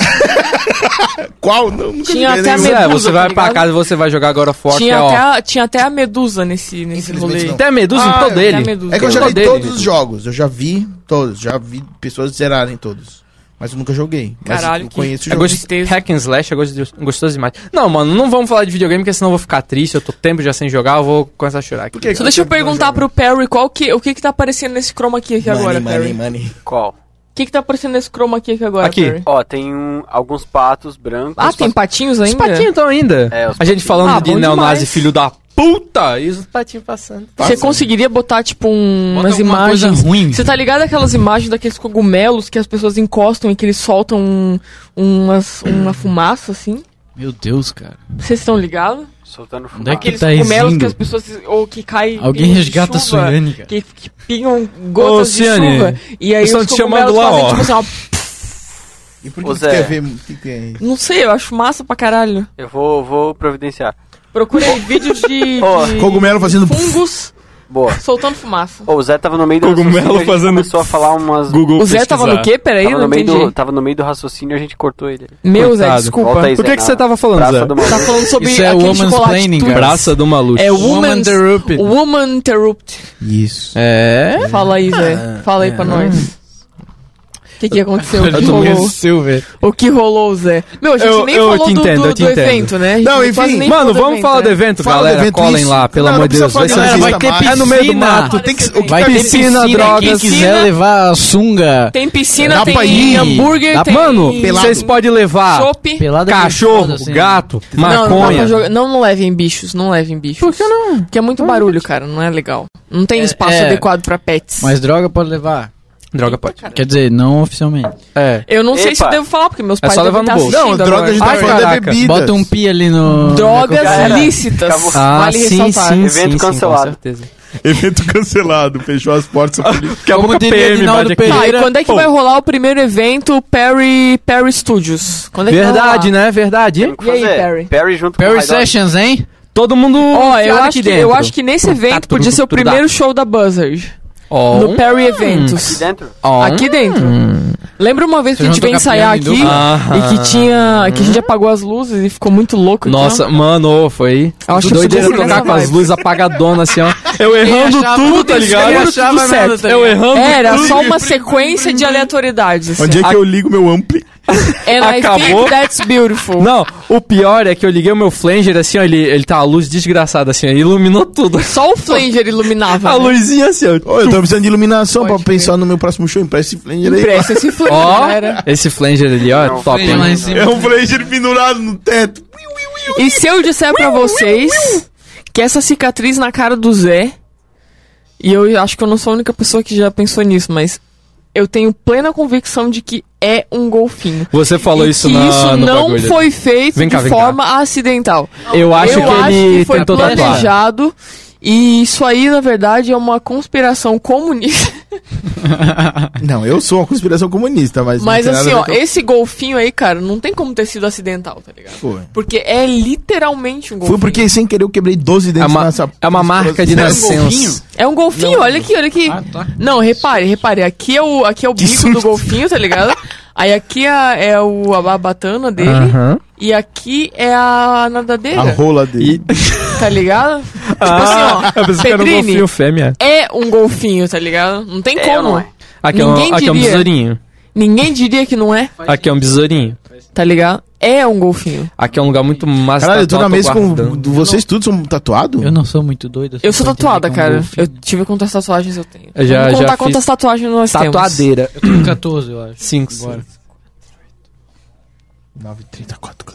Speaker 2: Qual? Não, nunca
Speaker 9: Tinha
Speaker 2: joguei
Speaker 9: até
Speaker 2: nenhum.
Speaker 9: a
Speaker 12: É,
Speaker 9: Medusa,
Speaker 12: você
Speaker 9: tá
Speaker 12: vai pra
Speaker 9: ligado?
Speaker 12: casa e você vai jogar God of War, que é
Speaker 9: tinha, até
Speaker 12: ó.
Speaker 9: a, tinha até a Medusa nesse, nesse
Speaker 2: Infelizmente,
Speaker 9: rolê.
Speaker 2: não.
Speaker 12: Tem a Medusa
Speaker 2: Ah,
Speaker 12: em todo
Speaker 2: é,
Speaker 12: dele.
Speaker 9: tem a Medusa.
Speaker 2: É que eu
Speaker 12: Em
Speaker 2: já
Speaker 12: todo
Speaker 2: vi
Speaker 12: dele.
Speaker 2: todos os jogos, eu já vi todos, já vi pessoas zerarem todos. Mas eu nunca joguei. Mas
Speaker 9: Caralho,
Speaker 2: eu
Speaker 9: que-
Speaker 2: conheço
Speaker 12: É
Speaker 2: o jogo.
Speaker 12: gost...
Speaker 9: Tristeza.
Speaker 12: Hack and Slash é gost- gostoso demais. Não, mano, não vamos falar de videogame, porque senão eu vou ficar triste. Eu tô tempo já sem jogar, eu vou começar a chorar aqui.
Speaker 9: Só deixa eu perguntar pro Perry qual que, o que que tá aparecendo nesse chroma aqui, aqui agora, Perry.
Speaker 2: money.
Speaker 5: Qual?
Speaker 9: O que que tá aparecendo nesse chroma aqui, aqui agora,
Speaker 12: Aqui.
Speaker 9: Perry?
Speaker 5: Ó, tem um- alguns patos brancos.
Speaker 9: Ah, tem patinhos ainda?
Speaker 12: Os patinhos estão então ainda. a
Speaker 5: É, os
Speaker 12: gente
Speaker 5: patinhos.
Speaker 12: falando
Speaker 9: Ah,
Speaker 12: de
Speaker 9: bom
Speaker 12: neonazi,
Speaker 9: demais.
Speaker 12: filho da puta, e os patinhos passando.
Speaker 9: Você conseguiria botar, tipo, um,
Speaker 3: Bota
Speaker 9: umas
Speaker 3: alguma coisa assim.
Speaker 9: imagens.
Speaker 3: ruim.
Speaker 9: Você tá ligado aquelas imagens daqueles cogumelos que as pessoas encostam e que eles soltam um- umas, uma fumaça, assim?
Speaker 3: Meu Deus, cara.
Speaker 9: Vocês estão ligados?
Speaker 5: Soltando
Speaker 3: Onde é
Speaker 5: fumaça.
Speaker 3: que
Speaker 9: Aqueles
Speaker 3: tá
Speaker 9: cogumelos
Speaker 3: indo?
Speaker 9: que as pessoas. ou que cai.
Speaker 3: Alguém
Speaker 9: em
Speaker 3: resgata a
Speaker 9: chuva,
Speaker 3: Suiane, cara.
Speaker 9: Que, que pingam gotas de
Speaker 12: Ciane,
Speaker 9: chuva. E aí os
Speaker 12: estão
Speaker 9: cogumelos
Speaker 12: te chamando lá,
Speaker 9: fazem,
Speaker 12: ó.
Speaker 9: tipo, assim, ó.
Speaker 2: E por
Speaker 5: Ô,
Speaker 2: que você
Speaker 5: Zé.
Speaker 2: quer ver o que, que é isso?
Speaker 9: Não sei, eu acho massa pra caralho.
Speaker 5: Eu vou, vou providenciar.
Speaker 9: Procura aí vídeo de.
Speaker 5: Ó,
Speaker 9: de
Speaker 2: Cogumelo fazendo-
Speaker 9: Fungos
Speaker 5: Boa.
Speaker 9: soltando fumaça.
Speaker 5: Ô, o Zé tava no meio do
Speaker 12: Cogumelo
Speaker 5: raciocínio, a gente
Speaker 12: fazendo-
Speaker 5: começou a falar umas...
Speaker 12: Google
Speaker 9: O Zé tava no quê? Peraí,
Speaker 5: Tava
Speaker 9: não
Speaker 5: no, meio do,
Speaker 9: entendi.
Speaker 5: tava no meio do raciocínio e a gente cortou ele.
Speaker 9: Meu, Zé,
Speaker 12: Coitado.
Speaker 9: desculpa.
Speaker 5: Volta aí,
Speaker 12: Por
Speaker 5: Zé,
Speaker 12: que, que
Speaker 5: na
Speaker 12: você tava falando,
Speaker 5: praça
Speaker 12: Zé?
Speaker 5: do
Speaker 9: Tá
Speaker 5: maluco.
Speaker 9: falando sobre
Speaker 3: Isso é
Speaker 9: aquele
Speaker 3: woman's
Speaker 9: chocolate
Speaker 3: planning,
Speaker 9: Twix.
Speaker 3: cara.
Speaker 12: Praça do maluco.
Speaker 9: É
Speaker 3: Woman
Speaker 9: woman's...
Speaker 3: Interrupt.
Speaker 9: Woman Interrupt.
Speaker 2: Isso. Ah, é.
Speaker 12: É?
Speaker 9: Fala aí, Zé. Fala aí pra nós. O que, que aconteceu? O que rolou?
Speaker 3: velho.
Speaker 9: O que rolou, Zé? Meu, a gente
Speaker 12: Eu-
Speaker 9: nem
Speaker 12: eu
Speaker 9: falou
Speaker 12: te
Speaker 9: do-
Speaker 12: entendo,
Speaker 9: do,
Speaker 12: eu te
Speaker 9: do
Speaker 12: entendo.
Speaker 9: evento, né? A gente
Speaker 2: Não,
Speaker 9: nem quase
Speaker 2: enfim.
Speaker 9: nem
Speaker 12: Mano,
Speaker 9: falou do
Speaker 12: vamos falar do
Speaker 9: né?
Speaker 12: evento,
Speaker 2: Fala do
Speaker 12: galera.
Speaker 2: evento,
Speaker 12: Colem
Speaker 2: isso.
Speaker 12: lá, pelo
Speaker 2: Não,
Speaker 12: amor
Speaker 2: não
Speaker 12: de
Speaker 2: precisa
Speaker 12: Deus. Vai ser
Speaker 2: falar
Speaker 12: um
Speaker 2: disso,
Speaker 3: vai ter
Speaker 2: tá
Speaker 12: É
Speaker 2: mais.
Speaker 12: no meio do
Speaker 9: Piscina.
Speaker 12: mato.
Speaker 2: Tem que ser-
Speaker 3: Vai ter
Speaker 9: Piscina,
Speaker 3: piscina, droga.
Speaker 9: piscina.
Speaker 3: Quem quiser levar a sunga.
Speaker 9: Tem piscina,
Speaker 2: Dá
Speaker 9: tem
Speaker 2: pra ir.
Speaker 9: hambúrguer,
Speaker 12: Dá-
Speaker 9: tem...
Speaker 12: Mano,
Speaker 2: Pelado.
Speaker 12: vocês podem levar
Speaker 9: Chope.
Speaker 3: Pelada
Speaker 12: cachorro,
Speaker 3: gostosa, assim.
Speaker 12: gato,
Speaker 9: Não, não, dá pra
Speaker 12: maconha.
Speaker 9: jogar- não, não levem bichos, não levem bichos. Por que não? Porque é muito barulho, cara, não é legal. Não tem espaço
Speaker 3: é.
Speaker 9: adequado pra pets.
Speaker 3: Mas droga pode levar.
Speaker 4: Droga pode.
Speaker 3: Quer dizer, não oficialmente.
Speaker 4: É.
Speaker 9: Eu não sei se eu
Speaker 4: Epa.
Speaker 9: devo falar, porque meus
Speaker 4: É
Speaker 9: pais
Speaker 4: só levar
Speaker 9: devem
Speaker 4: no
Speaker 9: estar
Speaker 4: bolso.
Speaker 9: assistindo
Speaker 4: Não, droga
Speaker 9: agora.
Speaker 2: tá
Speaker 4: de Ai, falando é caraca. bebida.
Speaker 3: Bota um pi ali no.
Speaker 9: Drogas
Speaker 3: Galera,
Speaker 9: lícitas.
Speaker 3: acabou. Ah,
Speaker 9: Vale
Speaker 3: sim,
Speaker 9: ressaltar.
Speaker 3: sim,
Speaker 5: Evento
Speaker 3: sim, sim,
Speaker 5: cancelado.
Speaker 3: com certeza.
Speaker 2: Evento cancelado, fechou as portas. a polícia-
Speaker 4: Daqui a pouco a PM bate aqui.
Speaker 9: Tá, e quando é que
Speaker 4: Pô,
Speaker 9: vai rolar o primeiro evento Perry, Perry Studios? Quando é que vai
Speaker 4: Verdade,
Speaker 9: rolar?
Speaker 4: né? Verdade.
Speaker 5: Tem o que
Speaker 9: E aí,
Speaker 5: fazer.
Speaker 9: Perry?
Speaker 5: junto com o
Speaker 3: Perry
Speaker 5: High Dog.
Speaker 3: Sessions, hein?
Speaker 4: Todo mundo.
Speaker 9: Ó, eu
Speaker 4: enfiado
Speaker 9: acho,
Speaker 4: aqui
Speaker 9: que, eu
Speaker 4: dentro.
Speaker 9: acho que nesse evento podia ser o
Speaker 4: tudo dá.
Speaker 9: primeiro show da Buzzard.
Speaker 4: Ó,
Speaker 9: No
Speaker 4: um-
Speaker 9: Perry
Speaker 5: Aqui
Speaker 9: Eventos.
Speaker 5: dentro?
Speaker 4: ó, um-
Speaker 9: Aqui dentro. Lembra uma vez que a
Speaker 3: Vocês
Speaker 9: gente
Speaker 3: vão
Speaker 9: veio
Speaker 3: tocar
Speaker 9: ensaiar
Speaker 3: piano
Speaker 9: aqui
Speaker 3: em dupla?
Speaker 9: e que tinha. que a gente apagou as luzes e ficou muito louco. então?
Speaker 4: Ah. Nossa, mano, foi.
Speaker 9: Eu acho que
Speaker 4: doideira
Speaker 9: podia ser
Speaker 4: tocar
Speaker 9: nessa
Speaker 4: com as
Speaker 9: vibe.
Speaker 4: luzes apagadonas assim, ó. Eu errando
Speaker 3: achava-
Speaker 4: tudo,
Speaker 3: Puta,
Speaker 4: tá ligado?
Speaker 3: eu achava
Speaker 4: tudo
Speaker 3: merda
Speaker 4: certo. Eu errando
Speaker 9: Era
Speaker 4: tudo.
Speaker 9: só uma sequência de aleatoriedades. assim.
Speaker 2: Onde é que eu ligo meu ampli?
Speaker 9: And I
Speaker 4: acabou?
Speaker 9: think that's beautiful.
Speaker 4: Não, o pior é que eu liguei o meu flanger assim, ó, ele, ele tá a luz desgraçada assim, ó, iluminou tudo.
Speaker 9: Só o Flanger iluminava.
Speaker 4: A
Speaker 9: né?
Speaker 4: luzinha assim, ó.
Speaker 2: Ô, eu tô precisando de iluminação
Speaker 9: Pode
Speaker 2: pra pensar no meu próximo show. Empresta esse flanger aí.
Speaker 9: Impressa esse Flanger,
Speaker 4: Ó,
Speaker 9: galera.
Speaker 4: esse flanger ali, ó, é top.
Speaker 3: Tem lá em
Speaker 4: Hein?
Speaker 3: cima.
Speaker 2: É um flanger pendurado no teto.
Speaker 9: E se eu disser pra vocês que essa cicatriz na cara do Zé, e eu acho que eu não sou a única pessoa que já pensou nisso, mas eu tenho plena convicção de que é um golfinho.
Speaker 4: Você falou
Speaker 9: E
Speaker 4: isso
Speaker 9: que
Speaker 4: na
Speaker 9: isso
Speaker 4: no
Speaker 9: não
Speaker 4: bagulho.
Speaker 9: foi feito
Speaker 4: Vem cá,
Speaker 9: de
Speaker 4: vem cá.
Speaker 9: forma acidental.
Speaker 4: Eu acho
Speaker 9: eu
Speaker 4: que
Speaker 9: acho
Speaker 4: ele
Speaker 9: que foi
Speaker 4: tentou tatuar.
Speaker 9: planejado. E isso aí, na verdade, é uma conspiração comunista.
Speaker 2: Não, eu sou uma conspiração comunista, mas. não
Speaker 9: Mas
Speaker 2: tem nada
Speaker 9: assim,
Speaker 2: a
Speaker 9: ó,
Speaker 2: ver com-
Speaker 9: esse golfinho aí, cara, não tem como ter sido acidental, tá ligado?
Speaker 2: Pô.
Speaker 9: Porque é literalmente um golfinho.
Speaker 2: Foi porque sem querer eu quebrei 12
Speaker 4: É
Speaker 2: dentes
Speaker 4: uma,
Speaker 2: nessa.
Speaker 4: é uma marca de nascença.
Speaker 2: golfinho?
Speaker 9: É um golfinho, olha aqui, olha
Speaker 4: Ah,
Speaker 9: aqui.
Speaker 4: tá.
Speaker 9: Não, repare, repare. Aqui é o, aqui é o bico do golfinho, tá ligado? Aí aqui é, é o, a barbatana dele.
Speaker 4: Aham.
Speaker 9: E aqui é a
Speaker 2: A
Speaker 9: nadadeira,
Speaker 2: rola dele.
Speaker 9: tá ligado? assim,
Speaker 4: Ah, eu pensei que era um
Speaker 9: Pedrini.
Speaker 4: golfinho fêmea.
Speaker 9: É um golfinho, tá ligado? Não tem
Speaker 5: ou
Speaker 9: como.
Speaker 5: não é?
Speaker 4: Aqui é,
Speaker 9: Ninguém
Speaker 4: um, aqui é um
Speaker 9: diria.
Speaker 4: besourinho.
Speaker 9: Ninguém diria que não é,
Speaker 4: Aqui é um besourinho.
Speaker 9: tá ligado? É um golfinho.
Speaker 4: Aqui é um lugar muito massa.
Speaker 2: Caralho, eu tô
Speaker 4: tatuar,
Speaker 2: na mesa com.
Speaker 4: guardando.
Speaker 2: do- Vocês todos são tatuado?
Speaker 3: Eu não sou muito doido.
Speaker 9: Eu sou
Speaker 3: só entendo que
Speaker 9: tatuada,
Speaker 3: é um
Speaker 9: cara.
Speaker 3: golfinho.
Speaker 9: Eu tive quantas tatuagens eu tenho.
Speaker 4: Eu já-
Speaker 9: Vamos
Speaker 4: já
Speaker 9: contar
Speaker 4: fiz
Speaker 9: quantas tatuagens nós temos.
Speaker 4: Tatuadeira.
Speaker 3: Eu tenho 14, eu acho.
Speaker 4: Cinco.
Speaker 3: Bora.
Speaker 2: 9, 34.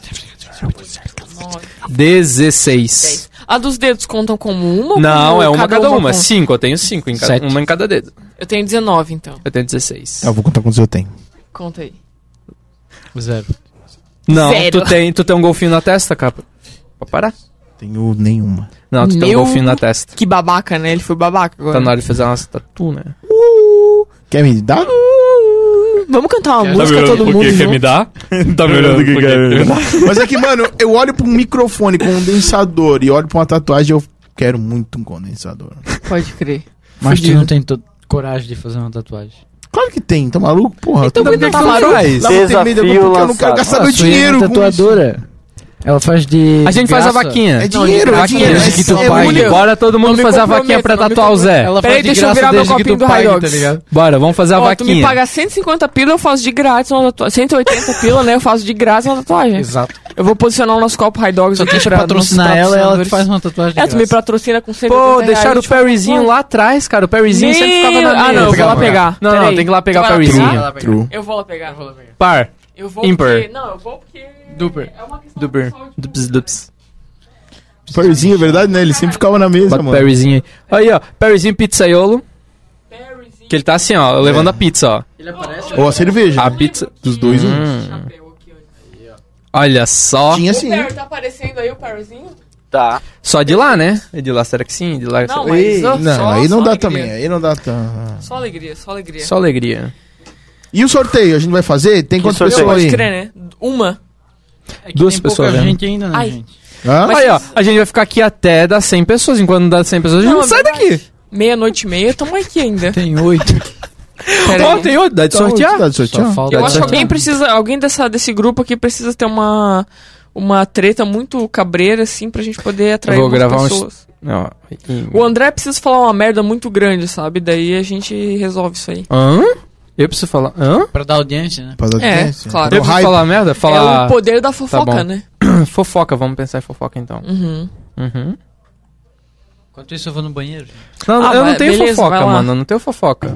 Speaker 4: 16.
Speaker 9: A dos dedos contam como uma? ou
Speaker 4: Não,
Speaker 9: como
Speaker 4: é uma cada uma.
Speaker 9: conta?
Speaker 4: Cinco, eu tenho cinco. Em cada,
Speaker 3: Sete.
Speaker 4: uma em cada dedo.
Speaker 9: Eu tenho 19, então.
Speaker 4: Eu tenho 16.
Speaker 2: Tá, eu vou contar quantos eu tenho.
Speaker 9: Conta aí.
Speaker 3: Zero.
Speaker 4: Não,
Speaker 9: Zero.
Speaker 4: tu tem, tu tem um golfinho na testa, capa. Pra parar.
Speaker 2: Tenho nenhuma.
Speaker 4: Não, tu tem
Speaker 9: Meu-
Speaker 4: um golfinho na testa.
Speaker 9: Que babaca, né? Ele foi babaca agora.
Speaker 4: Tá na hora de fazer uma tatu, né?
Speaker 2: Quer me dar?
Speaker 9: Vamos cantar uma música todo mundo. junto?
Speaker 4: dar? Tá me
Speaker 2: olhando por quê? Mas é que, mano, eu olho pra um microfone com um condensador e olho pra uma tatuagem eu quero muito um condensador.
Speaker 9: Pode crer.
Speaker 3: Mas tu
Speaker 9: Fudido.
Speaker 3: não tem to- coragem de fazer uma tatuagem.
Speaker 2: Claro que tem, tá maluco? Porra.
Speaker 9: Então,
Speaker 2: tudo
Speaker 9: por que
Speaker 2: bem,
Speaker 9: que
Speaker 2: tá
Speaker 9: tu
Speaker 2: maluco?
Speaker 4: faz?
Speaker 2: Lá vou ter medo,
Speaker 5: Desafio
Speaker 2: porque eu não
Speaker 5: lançado.
Speaker 2: quero gastar meu
Speaker 3: Sua irmã é
Speaker 2: dinheiro com isso.
Speaker 3: tatuadora. Ela faz de.
Speaker 4: A gente faz a
Speaker 3: graça.
Speaker 4: vaquinha.
Speaker 2: É dinheiro, é
Speaker 4: Vaquinha,
Speaker 2: dinheiro.
Speaker 3: desde que um tu
Speaker 2: é
Speaker 3: pague.
Speaker 2: olho.
Speaker 4: né? Bora todo
Speaker 9: Não
Speaker 4: mundo
Speaker 9: me
Speaker 4: fazer a vaquinha
Speaker 9: comprometa,
Speaker 4: pra
Speaker 9: não me
Speaker 4: tatuar o Zé.
Speaker 9: comprometa. Peraí, deixa eu virar meu copinho do
Speaker 4: tá
Speaker 9: High Dogs.
Speaker 4: Bora, vamos fazer a
Speaker 9: Ó, tu me
Speaker 4: vaquinha.
Speaker 9: paga 150 pila, eu faço de grátis uma tatuagem. 180 pila, né? Eu faço de grátis uma tatuagem.
Speaker 3: Exato.
Speaker 9: Eu vou posicionar o nosso copo High Dogs
Speaker 3: Só
Speaker 9: aqui
Speaker 3: deixa
Speaker 9: pra
Speaker 3: patrocinar ela e
Speaker 9: nossos
Speaker 3: ela
Speaker 9: patrocinadores.
Speaker 3: te faz uma tatuagem. de
Speaker 9: É, tu me
Speaker 3: graça.
Speaker 9: patrocina com 180
Speaker 4: Pô,
Speaker 9: reais,
Speaker 4: deixaram
Speaker 9: eu
Speaker 4: o
Speaker 9: te
Speaker 4: Perryzinho
Speaker 9: faço.
Speaker 4: lá atrás, cara. O Perryzinho sempre
Speaker 9: Meu-
Speaker 4: ficava na
Speaker 9: Ah, não, eu vou lá pegar.
Speaker 4: Não,
Speaker 9: Peraí.
Speaker 4: não, tem que ir lá pegar
Speaker 9: Tu
Speaker 4: o
Speaker 9: vai lá
Speaker 4: Perryzinho.
Speaker 9: pegar?
Speaker 2: True.
Speaker 9: Eu vou lá pegar.
Speaker 4: Par.
Speaker 9: Eu vou
Speaker 4: Ímpar.
Speaker 9: porque... Não, eu vou porque...
Speaker 4: Duper.
Speaker 9: É uma questão
Speaker 4: Duper.
Speaker 9: pessoal, tipo,
Speaker 4: Dups, dups.
Speaker 2: Perzinho, é verdade, né? Ele sempre ficava na mesa,
Speaker 4: Bota o
Speaker 2: mano.
Speaker 4: Perryzinho aí. Aí, ó. Perryzinho pizzaiolo.
Speaker 9: Perryzinho.
Speaker 4: Que ele tá assim, ó. Levando a pizza, ó.
Speaker 2: Ou a cerveja.
Speaker 3: Ah,
Speaker 4: A pizza.
Speaker 2: Dos dois, um.
Speaker 4: Hum.
Speaker 9: Chapéu aqui, ó.
Speaker 4: Olha só.
Speaker 2: Tinha
Speaker 9: O
Speaker 2: sim.
Speaker 9: Perry tá aparecendo aí, o Perryzinho?
Speaker 5: Tá.
Speaker 4: Só de lá, né? E De lá, será que sim? De lá.
Speaker 9: Não,
Speaker 4: será- Ei,
Speaker 9: mas... ó,
Speaker 2: Não,
Speaker 9: só-
Speaker 2: aí não
Speaker 9: só
Speaker 2: dá
Speaker 9: alegria.
Speaker 2: também. Aí não dá tam- ah.
Speaker 9: Só alegria, só alegria.
Speaker 4: Só alegria.
Speaker 2: E o sorteio? A gente vai fazer? Tem quantas
Speaker 5: sorteio?
Speaker 2: pessoas
Speaker 9: Pode
Speaker 2: aí?
Speaker 9: crer, né? Uma.
Speaker 3: É que
Speaker 4: Duas
Speaker 3: tem
Speaker 4: pessoas
Speaker 3: pouca
Speaker 4: vendo.
Speaker 3: gente ainda, né,
Speaker 9: Ai.
Speaker 3: gente?
Speaker 2: Hã?
Speaker 9: Mas
Speaker 4: Aí, ó.
Speaker 9: vocês-
Speaker 4: A gente vai ficar aqui até dar 100 pessoas. Enquanto não dá 100 pessoas, a gente
Speaker 9: Não, é
Speaker 4: não sai
Speaker 9: verdade.
Speaker 4: daqui.
Speaker 9: Meia-noite e meia, tamo aqui ainda.
Speaker 3: Tem oito.
Speaker 9: Pera
Speaker 4: Ó,
Speaker 9: aí.
Speaker 4: tem outro. Dá de
Speaker 2: Então,
Speaker 4: sortear.
Speaker 2: dá de sortear?
Speaker 3: Só falta.
Speaker 9: Eu acho que
Speaker 4: Pode
Speaker 9: alguém
Speaker 4: ser.
Speaker 9: precisa. Alguém dessa, desse grupo aqui precisa ter uma. Uma treta muito cabreira, assim, pra gente poder atrair
Speaker 4: vou
Speaker 9: algumas
Speaker 4: gravar um
Speaker 9: pessoas.
Speaker 4: Não, em-
Speaker 9: O André precisa falar uma merda muito grande, sabe? Daí a gente resolve isso aí.
Speaker 4: Hã? Eu preciso falar. Hã?
Speaker 3: Pra dar audiência, né?
Speaker 2: Pra dar
Speaker 9: É,
Speaker 2: audiência?
Speaker 9: claro.
Speaker 2: Pra
Speaker 4: Eu
Speaker 2: dar
Speaker 4: preciso
Speaker 2: hype?
Speaker 4: falar merda?
Speaker 9: É o
Speaker 4: Falar.
Speaker 9: poder da fofoca,
Speaker 4: bom.
Speaker 9: né?
Speaker 4: Fofoca, vamos pensar em fofoca então.
Speaker 9: Uhum.
Speaker 4: Uhum.
Speaker 3: Enquanto isso, eu vou no banheiro.
Speaker 4: Não,
Speaker 9: Ah,
Speaker 4: eu
Speaker 9: vai-
Speaker 4: não tenho
Speaker 9: beleza, vai
Speaker 4: fofoca,
Speaker 9: lá.
Speaker 4: mano. Eu não tenho fofoca.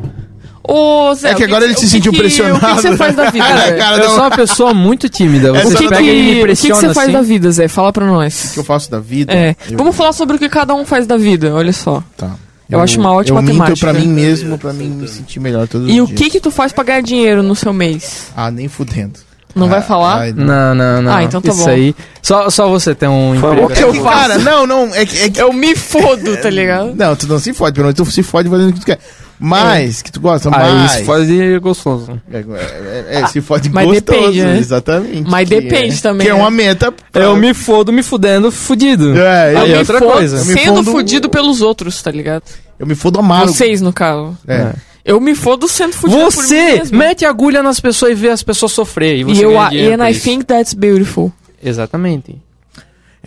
Speaker 9: Ô, Zé,
Speaker 2: É que
Speaker 9: o
Speaker 2: agora
Speaker 9: que-
Speaker 2: ele
Speaker 9: o
Speaker 2: se
Speaker 9: que
Speaker 2: sentiu
Speaker 9: que-
Speaker 2: pressionado.
Speaker 9: O que que você faz da vida,
Speaker 2: Cara,
Speaker 9: velho?
Speaker 2: cara,
Speaker 4: eu
Speaker 2: não.
Speaker 4: sou uma pessoa muito tímida.
Speaker 9: O
Speaker 4: Você
Speaker 9: que,
Speaker 4: pega e me
Speaker 9: que, o que que
Speaker 4: impressiona
Speaker 9: você faz
Speaker 4: assim.
Speaker 9: da vida, Zé? Fala pra nós.
Speaker 2: que eu faço da vida.
Speaker 9: É,
Speaker 2: Eu-
Speaker 9: vamos falar sobre o que cada um faz da vida, olha só.
Speaker 2: Tá.
Speaker 9: Eu acho uma ótima
Speaker 2: eu minto
Speaker 9: temática.
Speaker 2: pra mim mesmo, pra mim me sentir melhor todos
Speaker 9: E o
Speaker 2: os dias.
Speaker 9: que que tu faz pra ganhar dinheiro no seu mês?
Speaker 2: Ah, nem fudendo. Ah,
Speaker 9: Não vai falar?
Speaker 2: ai,
Speaker 4: Não, não, não.
Speaker 9: Ah, então tá
Speaker 4: Isso
Speaker 9: bom.
Speaker 4: aí. Só, só você tem um
Speaker 2: Foi
Speaker 4: emprego.
Speaker 2: o É que eu faço. Cara, não, não. É que, é que...
Speaker 9: Eu me fodo, tá ligado?
Speaker 2: É, Não, tu não se fode, pelo menos tu se fode fazendo o que tu quer.
Speaker 9: É.
Speaker 2: Mas, que tu gosta,
Speaker 4: Ah,
Speaker 2: mais.
Speaker 4: isso fazia gostoso.
Speaker 2: É, é, é, é, se fode
Speaker 9: Mas
Speaker 2: gostoso,
Speaker 9: depende, né?
Speaker 2: exatamente.
Speaker 9: Mas
Speaker 2: que
Speaker 9: depende
Speaker 2: é,
Speaker 9: também,
Speaker 2: Que é uma
Speaker 9: né?
Speaker 2: meta. pra-
Speaker 4: Eu me fodo, me fudendo, fudido.
Speaker 2: É, eu,
Speaker 4: Aí
Speaker 2: me-
Speaker 4: é outra
Speaker 9: Fodo
Speaker 4: coisa.
Speaker 2: Eu me
Speaker 9: Sendo
Speaker 2: fodo- Ah,
Speaker 9: fudido pelos outros, tá ligado?
Speaker 2: eu me fodo amargo.
Speaker 9: Vocês, no caso.
Speaker 2: É.
Speaker 9: Eu me fodo sendo fudido por mim
Speaker 4: Você
Speaker 9: mesmo.
Speaker 4: mete agulha nas pessoas e vê as pessoas sofrer. E, é
Speaker 9: E
Speaker 4: você
Speaker 9: eu,
Speaker 4: ganha
Speaker 9: a-
Speaker 4: dinheiro
Speaker 9: and
Speaker 4: por
Speaker 9: I
Speaker 4: isso.
Speaker 9: think that's beautiful.
Speaker 4: Exatamente.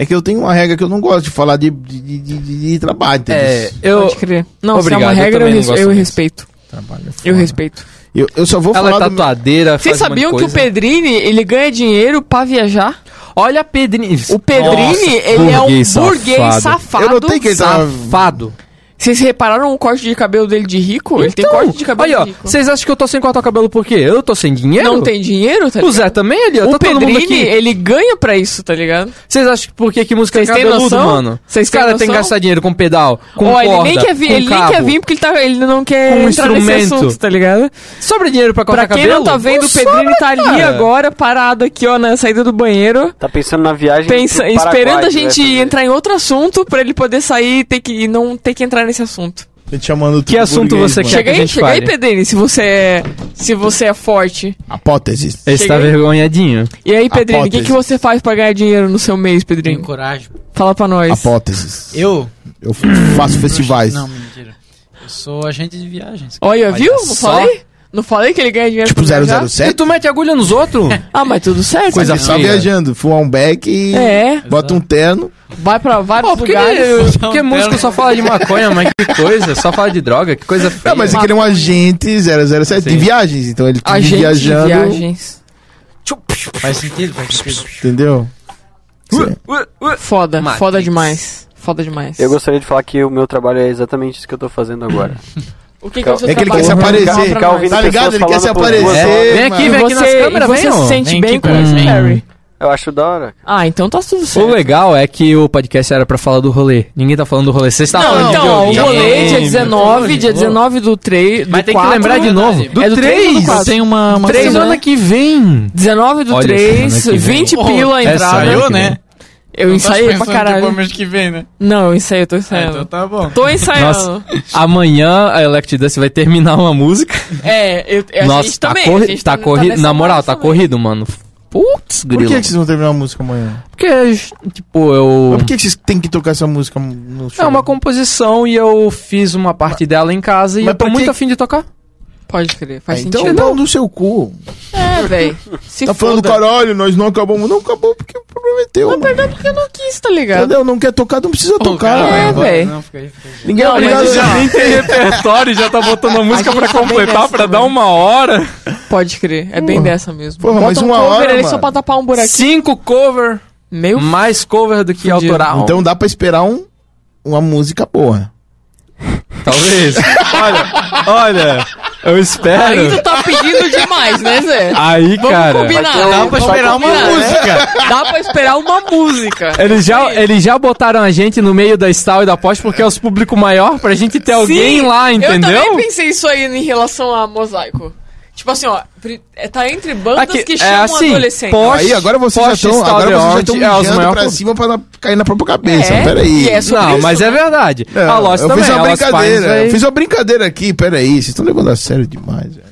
Speaker 2: É que eu tenho uma regra que eu não gosto de falar de, de, de, de- de trabalho. entendeu?
Speaker 4: É, eu.
Speaker 9: Pode crer. Não, se é uma
Speaker 4: Obrigado, eu
Speaker 9: regra, eu,
Speaker 4: também não
Speaker 9: res-
Speaker 4: gosto
Speaker 9: eu
Speaker 4: muito.
Speaker 9: respeito.
Speaker 2: Trabalho é foda.
Speaker 9: Eu respeito.
Speaker 2: Eu, eu só vou
Speaker 4: Ela é
Speaker 2: falar do meu-
Speaker 4: tatuadeira, faz
Speaker 9: Vocês
Speaker 4: um monte de
Speaker 9: sabiam que o
Speaker 4: coisa.
Speaker 9: Pedrini, ele ganha dinheiro pra viajar?
Speaker 4: Olha a Pedrinho.
Speaker 9: O Pedrini, ele é um
Speaker 3: burguês
Speaker 9: burguês
Speaker 3: safado.
Speaker 9: safado.
Speaker 2: Eu notei que ele tava
Speaker 4: Safado.
Speaker 9: Vocês repararam o corte de cabelo dele de rico? ele tem corte de cabelo
Speaker 4: Então, Aí, ó.
Speaker 9: de rico.
Speaker 4: Vocês acham que eu tô sem cortar o cabelo por quê? Eu tô sem dinheiro?
Speaker 9: Não tem dinheiro, tá
Speaker 4: O
Speaker 9: ligado?
Speaker 4: Zé também ali, ó.
Speaker 9: o
Speaker 4: tá todo mundo
Speaker 9: Pedrini,
Speaker 4: aqui.
Speaker 9: ele ganha pra isso, tá ligado?
Speaker 4: Vocês acham que por que, que música
Speaker 9: Vocês
Speaker 4: é
Speaker 9: têm
Speaker 4: cabeludo,
Speaker 9: noção?
Speaker 4: mano?
Speaker 9: Vocês
Speaker 4: Os
Speaker 9: têm
Speaker 4: caras têm que
Speaker 9: noção?
Speaker 4: gastar dinheiro com pedal, com
Speaker 9: Ó,
Speaker 4: corda,
Speaker 9: ele nem quer vir,
Speaker 4: com
Speaker 9: ele nem
Speaker 4: cabo.
Speaker 9: quer vir porque ele, tá, ele não quer
Speaker 4: Com
Speaker 9: entrar nesse
Speaker 4: instrumento.
Speaker 9: assunto, tá ligado?
Speaker 4: Sobra dinheiro pra cortar
Speaker 9: Pra quem
Speaker 4: cabelo?
Speaker 9: não tá vendo, o Pedrini tá ali
Speaker 4: cara.
Speaker 9: agora, parado aqui, ó, na saída do banheiro.
Speaker 5: Tá pensando na viagem. pro
Speaker 9: Pensa,
Speaker 5: Paraguai né,
Speaker 9: esperando a
Speaker 5: que vai
Speaker 9: gente
Speaker 5: fazer.
Speaker 9: entrar em outro assunto pra ele poder sair e ter que, e não ter que entrar nesse assunto.
Speaker 2: Tô te chamando
Speaker 4: Que assunto você quer?
Speaker 9: Chega
Speaker 4: que a
Speaker 9: aí,
Speaker 4: gente
Speaker 9: chega aí,
Speaker 4: fale?
Speaker 9: Pedrini, se você é, se você é forte.
Speaker 2: Apóteses.
Speaker 4: Ele
Speaker 9: Chega
Speaker 4: tá
Speaker 9: aí.
Speaker 4: vergonhadinho.
Speaker 9: E aí, Pedrinho, o que,
Speaker 2: Apótese.
Speaker 9: que você faz pra ganhar dinheiro no seu mês,
Speaker 3: Tenho
Speaker 9: Pedrinho?
Speaker 3: coragem.
Speaker 9: Fala pra nós.
Speaker 2: Apóteses.
Speaker 3: Eu?
Speaker 2: Eu faço festivais.
Speaker 3: Não, mentira. Eu sou agente de viagens.
Speaker 9: Olha, viu? Não
Speaker 4: só.
Speaker 9: falei? Não falei que ele ganha dinheiro
Speaker 2: Tipo
Speaker 9: pra viajar?
Speaker 2: 007.
Speaker 4: E tu mete agulha nos outros?
Speaker 9: Ah, mas tudo certo.
Speaker 4: Coisa
Speaker 2: Ele tá
Speaker 4: feia.
Speaker 2: viajando, fumar um beck e
Speaker 9: É,
Speaker 2: bota um terno.
Speaker 9: vai pra vários
Speaker 4: Pô, por que,
Speaker 9: lugares.
Speaker 3: Então,
Speaker 4: por que músico só fala de maconha, mas que coisa? Só fala de droga, que coisa feia.
Speaker 2: Não, mas é que ele é um agente 007 de
Speaker 4: Sim.
Speaker 2: viagens, então ele tá
Speaker 9: Agente
Speaker 2: viajando,
Speaker 9: de viagens.
Speaker 3: Faz sentido, faz sentido.
Speaker 2: entendeu?
Speaker 9: Foda,
Speaker 4: Matrix.
Speaker 9: foda demais. Foda demais.
Speaker 5: Eu gostaria de falar que o meu trabalho é exatamente isso que eu tô fazendo agora.
Speaker 9: O que, que é o seu
Speaker 2: É
Speaker 4: tá
Speaker 2: que ele quer
Speaker 5: Tá
Speaker 9: trabalho?
Speaker 2: se
Speaker 9: Fala
Speaker 2: aparecer,
Speaker 5: Ficar
Speaker 9: pra nós.
Speaker 5: ouvindo
Speaker 2: tá ligado? Ele quer
Speaker 5: pessoas
Speaker 2: se
Speaker 5: falando por
Speaker 2: aparecer.
Speaker 5: duas
Speaker 4: Vem
Speaker 2: É, mano.
Speaker 4: aqui, vem aqui nas
Speaker 9: Você,
Speaker 4: câmeras,
Speaker 9: você
Speaker 4: vem,
Speaker 9: se
Speaker 4: ó.
Speaker 9: sente
Speaker 3: Vem
Speaker 9: bem
Speaker 3: aqui
Speaker 9: com
Speaker 3: pra
Speaker 9: isso,
Speaker 3: mim.
Speaker 9: Harry?
Speaker 5: Eu acho da hora. cara.
Speaker 9: Ah, então tá tudo
Speaker 4: O
Speaker 9: certo.
Speaker 4: legal é que o podcast era pra falar do rolê. Ninguém tá falando do rolê. Vocês tá
Speaker 9: Não,
Speaker 4: falando
Speaker 9: então, ó,
Speaker 4: de
Speaker 3: É.
Speaker 9: o
Speaker 4: videogame.
Speaker 9: rolê dia 19,
Speaker 3: videogame.
Speaker 9: dia 19 do 3.
Speaker 4: Mas tem que lembrar de novo. Do
Speaker 9: É do três ou do
Speaker 4: 3!
Speaker 9: quatro?
Speaker 3: Tem uma... uma
Speaker 9: Três
Speaker 4: Três
Speaker 9: né?
Speaker 4: ano que vem!
Speaker 9: 19 do
Speaker 4: Olha,
Speaker 9: três,
Speaker 4: semana que vem.
Speaker 9: 20 pila a
Speaker 4: é
Speaker 9: entrada.
Speaker 4: saiu?
Speaker 3: Saiu, né?
Speaker 9: Eu ensaiei é pra caralho.
Speaker 3: mês que vem, né?
Speaker 9: Não, eu ensaiei, eu tô
Speaker 3: Ah,
Speaker 9: ensaiando.
Speaker 3: então tá bom.
Speaker 9: Tô ensaiando.
Speaker 4: Nossa. Amanhã a Elect Dance vai terminar uma música.
Speaker 9: É, eu, a gente
Speaker 4: Nossa, tá
Speaker 9: também. a
Speaker 4: corrido.
Speaker 9: gente
Speaker 4: Tá
Speaker 9: tá-
Speaker 4: corri-
Speaker 9: nessa
Speaker 4: Na moral, tá
Speaker 9: também.
Speaker 4: corrido, mano. Putz,
Speaker 2: Por
Speaker 4: grilo.
Speaker 2: que, que vocês vão terminar a música amanhã?
Speaker 4: Porque, tipo, eu.
Speaker 2: Mas por que, que vocês têm que tocar essa música no show?
Speaker 4: É uma composição e eu fiz uma parte dela em casa e
Speaker 2: mas
Speaker 4: eu tô
Speaker 2: pra que-
Speaker 4: muito afim de tocar.
Speaker 9: Pode crer,
Speaker 2: Ah,
Speaker 9: faz
Speaker 2: então
Speaker 9: sentido.
Speaker 2: não no seu cu.
Speaker 9: É, velho. Se
Speaker 2: Tá falando,
Speaker 9: foda.
Speaker 2: caralho, nós não acabamos. Não acabou porque prometeu.
Speaker 9: Na verdade, porque eu não quis, tá ligado?
Speaker 2: Entendeu? Não quer tocar, não precisa tocar.
Speaker 9: cara,
Speaker 2: velho.
Speaker 9: é, velho.
Speaker 3: Não, fica aí, fica aí.
Speaker 2: Ninguém é
Speaker 9: Não, mas
Speaker 2: obrigado
Speaker 9: isso
Speaker 2: a-
Speaker 4: nem tem repertório, já tá botando a música
Speaker 9: pra completar, pra dar
Speaker 4: uma hora.
Speaker 9: Pode crer, é bem dessa mesmo.
Speaker 2: Porra, mas
Speaker 9: Bota um
Speaker 2: uma
Speaker 9: cover
Speaker 2: hora,
Speaker 9: ali
Speaker 2: mano.
Speaker 9: só pra tapar um buraquinho.
Speaker 4: Cinco cover,
Speaker 9: Meu
Speaker 4: mais cover do que
Speaker 9: Fudido.
Speaker 4: autoral.
Speaker 2: Então dá pra esperar um, uma música boa.
Speaker 4: Talvez. olha, olha, eu
Speaker 9: Aí
Speaker 4: espero.
Speaker 9: tu tá pedindo demais, né, Zé?
Speaker 4: Aí, Então, cara.
Speaker 9: combinar. né?
Speaker 5: Vai ter
Speaker 9: Dá
Speaker 5: um-
Speaker 9: pra
Speaker 5: vai
Speaker 9: esperar uma
Speaker 5: combinar, né?
Speaker 9: música. Dá pra esperar uma música.
Speaker 4: Eles já, eles já botaram a gente no meio da Stall e da Pós porque é os público maior pra gente ter alguém
Speaker 9: Sim,
Speaker 4: lá,
Speaker 9: Eu
Speaker 4: entendeu?
Speaker 9: também pensei isso aí em relação a mosaico. Tipo assim, ó, pri- é, tá entre bandas
Speaker 4: Aqui,
Speaker 9: que
Speaker 4: é
Speaker 9: chamam
Speaker 4: assim,
Speaker 9: adolescente.
Speaker 4: pode-
Speaker 2: Aí agora vocês já
Speaker 4: Porsche
Speaker 2: estão,
Speaker 4: Star
Speaker 2: agora
Speaker 4: The
Speaker 2: vocês já
Speaker 4: Orange
Speaker 2: estão
Speaker 4: é os
Speaker 2: mijando
Speaker 4: maior
Speaker 2: pra
Speaker 4: pub-
Speaker 2: cima pra ela cair na própria cabeça.
Speaker 9: É,
Speaker 2: Peraí.
Speaker 9: e é sobre
Speaker 4: Não,
Speaker 9: isso,
Speaker 4: mas é
Speaker 9: né?
Speaker 4: verdade.
Speaker 2: Não,
Speaker 4: a Lost
Speaker 2: eu
Speaker 4: também.
Speaker 2: fiz uma
Speaker 4: a Lost Pines é
Speaker 2: brincadeira.
Speaker 4: vai-
Speaker 2: Eu fiz uma brincadeira aqui, peraí. Vocês estão levando a sério demais, velho.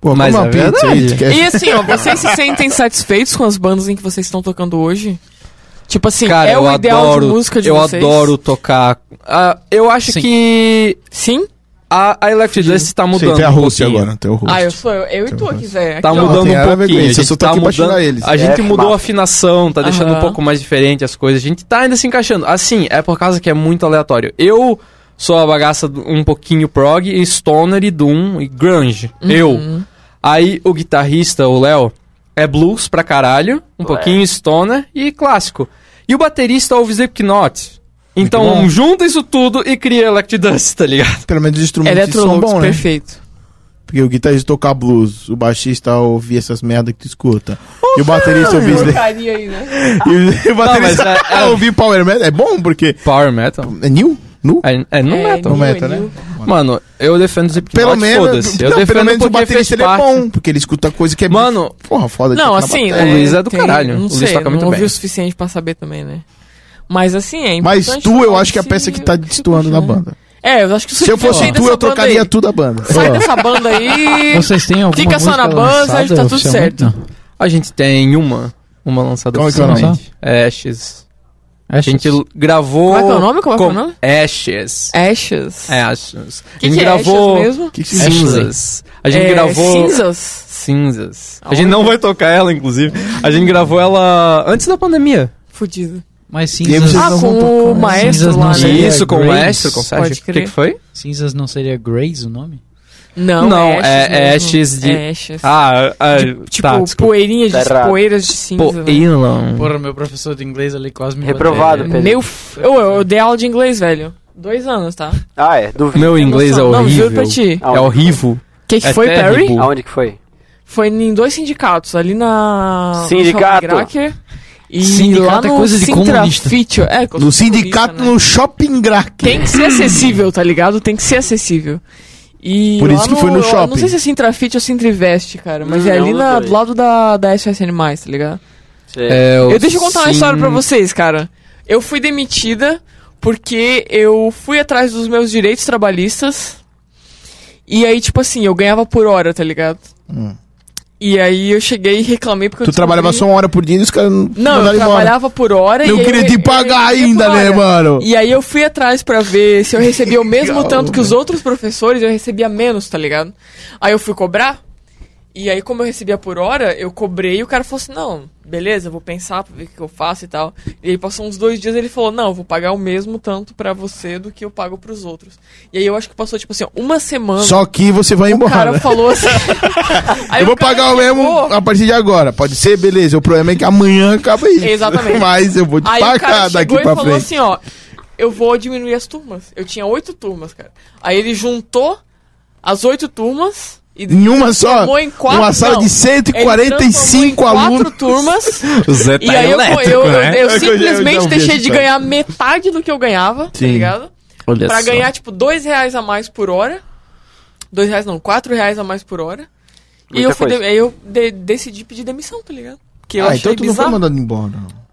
Speaker 2: Pô,
Speaker 4: Mas
Speaker 2: come
Speaker 4: é
Speaker 2: uma pizza aí,
Speaker 4: verdade.
Speaker 2: tu quer-
Speaker 9: E assim, ó, vocês se sentem satisfeitos com as bandas em que vocês estão tocando hoje? Tipo assim,
Speaker 4: Cara,
Speaker 9: é
Speaker 4: eu
Speaker 9: o ideal
Speaker 4: adoro,
Speaker 9: de música de
Speaker 4: eu
Speaker 9: vocês?
Speaker 4: adoro tocar. Ah, eu acho
Speaker 3: Sim.
Speaker 4: que
Speaker 9: Sim?
Speaker 4: a, a Electric Dust tá
Speaker 2: Sei,
Speaker 4: mudando
Speaker 2: tem a
Speaker 4: um
Speaker 2: Rússia
Speaker 4: pouquinho.
Speaker 2: agora, tem o Rússia.
Speaker 9: Ah, eu sou eu, eu e tu aqui, Zé. Aqui,
Speaker 4: Tá
Speaker 9: ó.
Speaker 2: Não,
Speaker 4: mudando
Speaker 2: tem
Speaker 4: um
Speaker 2: nada a ver com
Speaker 4: pouquinho.
Speaker 2: isso, eu
Speaker 4: a gente
Speaker 2: só tô
Speaker 4: tá
Speaker 2: aqui pra
Speaker 4: mudando-
Speaker 2: xingar eles.
Speaker 4: A gente
Speaker 5: É,
Speaker 4: mudou
Speaker 5: massa.
Speaker 4: a afinação, tá deixando
Speaker 9: Aham.
Speaker 4: um pouco mais diferente as coisas. A gente tá ainda se encaixando. Assim, é por causa que é muito aleatório. Eu sou a bagaça do- um pouquinho prog, e stoner e doom e grunge.
Speaker 9: Uhum.
Speaker 4: Eu. Aí o guitarrista, o Léo, é blues pra caralho, um pouquinho stoner e clássico. E o baterista ouve Slipknot. Então, junta isso tudo e cria Elect Dust, tá ligado?
Speaker 2: Pelo menos os instrumentos são
Speaker 9: É Electrolux,
Speaker 2: bons, né?
Speaker 9: perfeito.
Speaker 2: Porque o guitarrista toca blues, o baixista ouvir essas merda que tu escuta. e o baterista ouvir...
Speaker 9: Porcaria aí, né?
Speaker 2: e o- e o baterista
Speaker 4: mas é- é-
Speaker 2: ouvir power metal. É bom porque...
Speaker 4: Power Metal.
Speaker 2: É new? Nu?
Speaker 4: É, é no
Speaker 9: É,
Speaker 4: metal.
Speaker 9: nu,
Speaker 2: No metal, né?
Speaker 4: Mano, eu defendo Slipknot,
Speaker 2: Pelo menos,
Speaker 4: foda-se. Eu
Speaker 2: não,
Speaker 4: defendo
Speaker 2: pelo menos o
Speaker 4: porque
Speaker 2: baterista
Speaker 4: fez
Speaker 2: ele é
Speaker 4: parte.
Speaker 2: bom, porque ele escuta coisa que é.
Speaker 4: Mano,
Speaker 2: porra, foda
Speaker 9: Não,
Speaker 2: tocar na
Speaker 9: assim,
Speaker 2: bateria.
Speaker 4: O Luiz é do caralho.
Speaker 9: Não
Speaker 4: O Luiz
Speaker 9: sei,
Speaker 4: toca muito
Speaker 9: não ouvi
Speaker 4: bem.
Speaker 9: o suficiente pra saber também, né? Mas assim, é importante...
Speaker 2: Mas tu, eu
Speaker 9: falar assim,
Speaker 2: acho que é a
Speaker 9: se-
Speaker 2: peça que tá destoando na banda.
Speaker 9: É, eu acho que
Speaker 2: Se eu fosse
Speaker 9: sai
Speaker 2: tu,
Speaker 9: dessa
Speaker 2: eu
Speaker 9: banda
Speaker 2: trocaria É.
Speaker 9: aí.
Speaker 2: tudo a banda.
Speaker 9: Sai dessa banda aí...
Speaker 3: Vocês têm alguma
Speaker 9: Fica só na
Speaker 3: música
Speaker 9: banda,
Speaker 3: lançada
Speaker 9: aí tá tudo
Speaker 3: oficialmente?
Speaker 9: certo.
Speaker 3: Não.
Speaker 4: A gente tem uma. Uma lançada
Speaker 2: Qual é que é o nome?
Speaker 4: oficialmente. Ashes.
Speaker 3: É,
Speaker 4: A gente gravou.
Speaker 9: Qual é que é o nome? Qual é que é o
Speaker 4: com-
Speaker 9: nome?
Speaker 4: Ashes.
Speaker 9: Ashes.
Speaker 4: Ashes.
Speaker 9: Que
Speaker 4: É, a gente
Speaker 9: que é
Speaker 4: gravou.
Speaker 9: Ashes mesmo?
Speaker 2: Que que se
Speaker 4: Cinzas. A gente
Speaker 9: É,
Speaker 4: gravou.
Speaker 9: Cinzas?
Speaker 4: Cinzas. A
Speaker 9: Aonde?
Speaker 4: gente não vai tocar ela, inclusive. A gente gravou ela antes da pandemia.
Speaker 9: Fudido.
Speaker 3: Mas
Speaker 2: E aí
Speaker 3: cinzas,
Speaker 2: vocês
Speaker 9: Ah,
Speaker 2: não vão
Speaker 9: com o
Speaker 2: tocar, né?
Speaker 9: maestro
Speaker 3: Cinzas não
Speaker 9: lá,
Speaker 4: E
Speaker 3: sei.
Speaker 9: né?
Speaker 4: isso, com o
Speaker 3: Grace.
Speaker 4: Maestro, com o Sérgio.
Speaker 9: Pode
Speaker 4: O
Speaker 9: crer.
Speaker 4: que, que foi?
Speaker 3: cinzas não seria Grays o nome?
Speaker 9: Não,
Speaker 4: Não, é- é
Speaker 9: Ashes mesmo.
Speaker 4: Ashes de-
Speaker 9: É Ashes.
Speaker 4: Ah, ah
Speaker 9: Tipo,
Speaker 4: tá, desculpa.
Speaker 9: poeirinha de,
Speaker 5: Tá errado.
Speaker 9: poeiras de cinza. né?
Speaker 4: Poeiram.
Speaker 3: Porra, meu professor de inglês ali quase me
Speaker 5: Reprovado,
Speaker 3: bateu.
Speaker 5: Pedro.
Speaker 9: Meu... f- Eu, eu dei aula de inglês, velho. Dois anos, tá?
Speaker 5: Ah, é, duvido.
Speaker 4: Meu inglês é
Speaker 9: Noção. Não,
Speaker 4: horrível.
Speaker 9: juro pra ti.
Speaker 4: É horrível.
Speaker 9: O que, que
Speaker 4: É
Speaker 9: foi, Perry?
Speaker 4: terrible.
Speaker 5: Aonde que foi?
Speaker 9: Foi em dois sindicatos, ali na.
Speaker 5: Sindicato.
Speaker 9: no Shopping Gracker E
Speaker 3: Sindicato
Speaker 9: lá no
Speaker 3: é coisa de
Speaker 9: Sintra
Speaker 3: comunista.
Speaker 9: Feature. É, coisa
Speaker 2: No
Speaker 9: de comunista,
Speaker 2: sindicato,
Speaker 9: né?
Speaker 2: no Shopping Grac.
Speaker 9: Tem que ser acessível, tá ligado? Tem que ser acessível. E
Speaker 2: Por
Speaker 9: lá
Speaker 2: isso que foi no
Speaker 9: eu
Speaker 2: shopping.
Speaker 9: Não sei se é Sintra Fit ou Sintrivest, cara, mas
Speaker 5: Hum,
Speaker 9: é
Speaker 5: é um
Speaker 9: ali
Speaker 5: dos
Speaker 9: na,
Speaker 5: dois.
Speaker 9: do lado da, da SOS Animais, tá ligado?
Speaker 4: É,
Speaker 9: Eu deixa eu contar uma história pra
Speaker 4: sim-
Speaker 9: vocês, cara. Eu fui demitida porque eu fui atrás dos meus direitos trabalhistas. E aí, tipo assim, eu ganhava por hora, tá ligado?
Speaker 2: Hum.
Speaker 9: E aí eu cheguei e reclamei porque eu
Speaker 2: Tu trabalhava
Speaker 9: descobri-
Speaker 2: só uma hora por dia e os caras
Speaker 9: Não, eu trabalhava por hora
Speaker 2: Eu
Speaker 9: e aí
Speaker 2: queria te
Speaker 9: eu
Speaker 2: pagar
Speaker 9: recebia
Speaker 2: ainda,
Speaker 9: por
Speaker 2: né,
Speaker 9: hora.
Speaker 2: mano?
Speaker 9: E aí eu fui atrás pra ver se eu recebia o mesmo
Speaker 2: Legal, né?
Speaker 9: tanto que os outros professores, eu recebia menos, tá ligado? Aí eu fui cobrar. E aí, como eu recebia por hora, eu cobrei e o cara falou assim: não, beleza, eu vou pensar pra ver o que eu faço e tal. E aí passou uns dois dias ele falou: não, eu vou pagar o mesmo tanto pra você do que eu pago pros outros. E aí eu acho que passou, tipo assim, uma semana.
Speaker 2: Só que você vai
Speaker 9: o
Speaker 2: embora.
Speaker 9: cara falou assim. Aí
Speaker 2: eu
Speaker 9: o
Speaker 2: vou
Speaker 9: cara
Speaker 2: pagar o mesmo
Speaker 9: ficou-
Speaker 2: a partir de agora. Pode ser, beleza. O problema é que amanhã acaba isso.
Speaker 9: Exatamente.
Speaker 2: Mas eu vou te
Speaker 9: Aí o
Speaker 2: pagar
Speaker 9: cara
Speaker 2: daqui
Speaker 9: chegou e
Speaker 2: pra
Speaker 9: falou
Speaker 2: frente.
Speaker 9: assim, ó, eu vou diminuir as turmas. Eu tinha oito turmas, cara. Aí ele juntou as oito turmas e
Speaker 2: em uma só,
Speaker 9: transformou em quatro,
Speaker 2: uma sala
Speaker 9: não.
Speaker 2: de
Speaker 9: Ele
Speaker 2: 145
Speaker 9: transformou em
Speaker 2: alunos.
Speaker 9: Quatro turmas.
Speaker 4: O Zé tá
Speaker 9: e aí eu,
Speaker 4: elétrico,
Speaker 9: eu, eu-
Speaker 4: né?
Speaker 9: eu
Speaker 2: É Eu já- eu já
Speaker 9: simplesmente
Speaker 2: ouvi
Speaker 9: deixei
Speaker 2: essa
Speaker 9: de
Speaker 2: história.
Speaker 9: ganhar metade do que eu ganhava, tá
Speaker 4: Sim.
Speaker 9: ligado?
Speaker 4: Olha
Speaker 9: Pra
Speaker 4: só.
Speaker 9: ganhar, tipo, dois reais a mais por hora. Dois reais não, quatro reais a mais por hora. e
Speaker 5: Muita
Speaker 9: eu, fui
Speaker 5: coisa.
Speaker 9: de- aí eu de- decidi pedir demissão, tá ligado? Que eu
Speaker 2: Ah,
Speaker 9: achei
Speaker 2: então tu não foi
Speaker 9: bizarro.
Speaker 2: mandado embora. Não.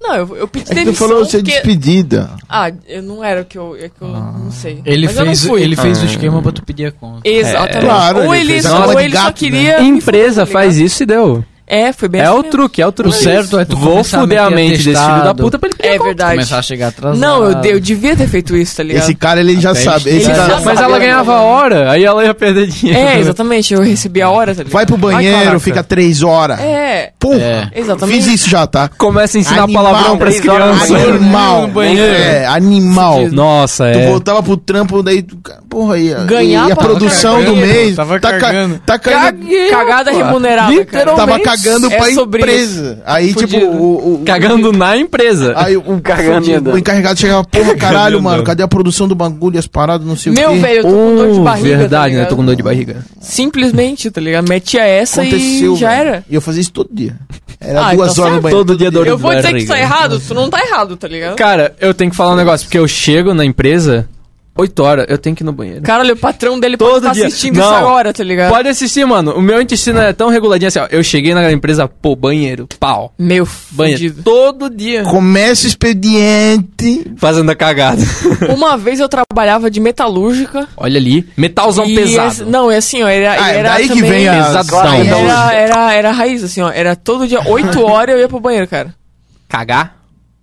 Speaker 9: Não, eu, eu pedi
Speaker 2: É que tu
Speaker 9: demissão
Speaker 2: falou ser
Speaker 9: porque-
Speaker 2: despedida.
Speaker 9: Ah, eu não era o que eu. É que eu
Speaker 4: Ah.
Speaker 9: não sei.
Speaker 3: Ele
Speaker 9: Mas
Speaker 3: fez,
Speaker 9: eu não fui.
Speaker 3: ele fez o esquema pra tu pedir a conta.
Speaker 9: Exatamente.
Speaker 2: É, claro,
Speaker 9: ou
Speaker 2: ele
Speaker 9: ele,
Speaker 2: fez
Speaker 9: só-
Speaker 2: a aula
Speaker 9: ou
Speaker 2: de
Speaker 9: ele só
Speaker 2: gato, né?
Speaker 9: queria. me
Speaker 4: Empresa
Speaker 9: fuder, tá ligado?
Speaker 4: faz isso e deu.
Speaker 9: É, foi bem
Speaker 4: É
Speaker 9: assim
Speaker 4: o
Speaker 9: mesmo.
Speaker 4: truque, é o truque.
Speaker 3: O certo é tu
Speaker 4: Vou
Speaker 3: começar a
Speaker 4: fuder a
Speaker 3: meter
Speaker 4: mente desse filho da
Speaker 3: atestado.
Speaker 4: puta pra ele pegar
Speaker 9: É
Speaker 4: a conta.
Speaker 9: verdade.
Speaker 3: Começar a chegar atrasado.
Speaker 9: Não, eu, de- eu devia ter feito isso, tá ligado?
Speaker 2: Esse cara, ele já
Speaker 3: Até
Speaker 2: sabe. Esse
Speaker 9: ele
Speaker 2: cara-
Speaker 9: já
Speaker 4: Mas ela
Speaker 9: Sabia,
Speaker 4: ganhava
Speaker 9: né?
Speaker 4: a hora, aí ela ia perder dinheiro.
Speaker 9: É, exatamente. Eu recebi a hora, tá ligado?
Speaker 2: Vai pro banheiro,
Speaker 4: caraca.
Speaker 2: fica três horas.
Speaker 9: É,
Speaker 2: Pum!
Speaker 3: É.
Speaker 9: exatamente.
Speaker 2: Fiz isso já, tá?
Speaker 4: Começa a ensinar
Speaker 2: Animal.
Speaker 4: palavrão pras
Speaker 5: Três horas
Speaker 4: crianças.
Speaker 5: no banheiro.
Speaker 2: Animal.
Speaker 4: No banheiro.
Speaker 2: É, animal.
Speaker 4: Nossa,
Speaker 2: Tu
Speaker 4: é.
Speaker 2: voltava pro trampo, daí. tu- Porra, e a,
Speaker 9: Ganhar
Speaker 2: e a
Speaker 9: pra
Speaker 2: produção do
Speaker 9: caralho.
Speaker 2: mês.
Speaker 3: Tava
Speaker 2: tá,
Speaker 3: cagando.
Speaker 2: ca, tá caindo.
Speaker 9: Cagada remunerada. Literalmente.
Speaker 2: Tava cagando
Speaker 9: É
Speaker 2: pra
Speaker 9: sobre
Speaker 2: empresa. Aí,
Speaker 9: Fudido.
Speaker 2: tipo, o. o-
Speaker 4: Cagando na empresa.
Speaker 9: Ah,
Speaker 2: Aí o,
Speaker 5: Cagando e andando.
Speaker 2: o encarregado chegava, porra, caralho,
Speaker 4: Cagando.
Speaker 2: mano, cadê a produção do bagulho, as paradas, não sei o
Speaker 9: Meu
Speaker 2: quê.
Speaker 9: velho, eu tô com dor de
Speaker 4: Oh,
Speaker 9: barriga.
Speaker 4: verdade,
Speaker 9: tá
Speaker 4: né? Eu Tô
Speaker 9: ligado?
Speaker 4: com dor de barriga.
Speaker 9: Simplesmente, tá ligado? Metia essa
Speaker 2: Aconteceu.
Speaker 9: e já
Speaker 2: velho.
Speaker 9: era.
Speaker 2: E eu fazia isso todo dia. Era
Speaker 9: Ah,
Speaker 2: duas
Speaker 9: então
Speaker 2: horas no
Speaker 9: certo.
Speaker 2: banheiro.
Speaker 4: Todo dia dor de
Speaker 9: Eu vou dizer que
Speaker 4: barriga.
Speaker 9: tu tá errado, tu não tá errado, tá ligado?
Speaker 4: Cara, eu tenho que falar um negócio, porque eu chego na empresa, 8 horas, eu tenho que ir no banheiro.
Speaker 9: Caralho, o patrão dele
Speaker 4: Todo
Speaker 9: pode estar
Speaker 4: dia.
Speaker 9: assistindo
Speaker 4: Não.
Speaker 9: isso agora, tá ligado?
Speaker 4: Pode assistir, mano. O meu intestino é tão reguladinho assim, ó. Eu cheguei na empresa, pô, banheiro, pau.
Speaker 9: Meu
Speaker 4: Banheiro.
Speaker 9: fudido.
Speaker 4: Todo dia.
Speaker 2: Começa o expediente.
Speaker 4: Fazendo a cagada.
Speaker 9: Uma vez eu trabalhava de metalúrgica.
Speaker 4: Olha ali. Metalzão
Speaker 9: e
Speaker 4: pesado.
Speaker 9: esse- não, é assim, ó. Era,
Speaker 2: um Ah, é
Speaker 9: era
Speaker 2: daí que
Speaker 9: também-
Speaker 2: vem a.
Speaker 4: Pesadão.
Speaker 2: Aí
Speaker 9: Era,
Speaker 2: é-
Speaker 9: era, era a raiz, assim, ó. Era todo dia, 8 horas eu ia pro banheiro, cara.
Speaker 4: Cagar?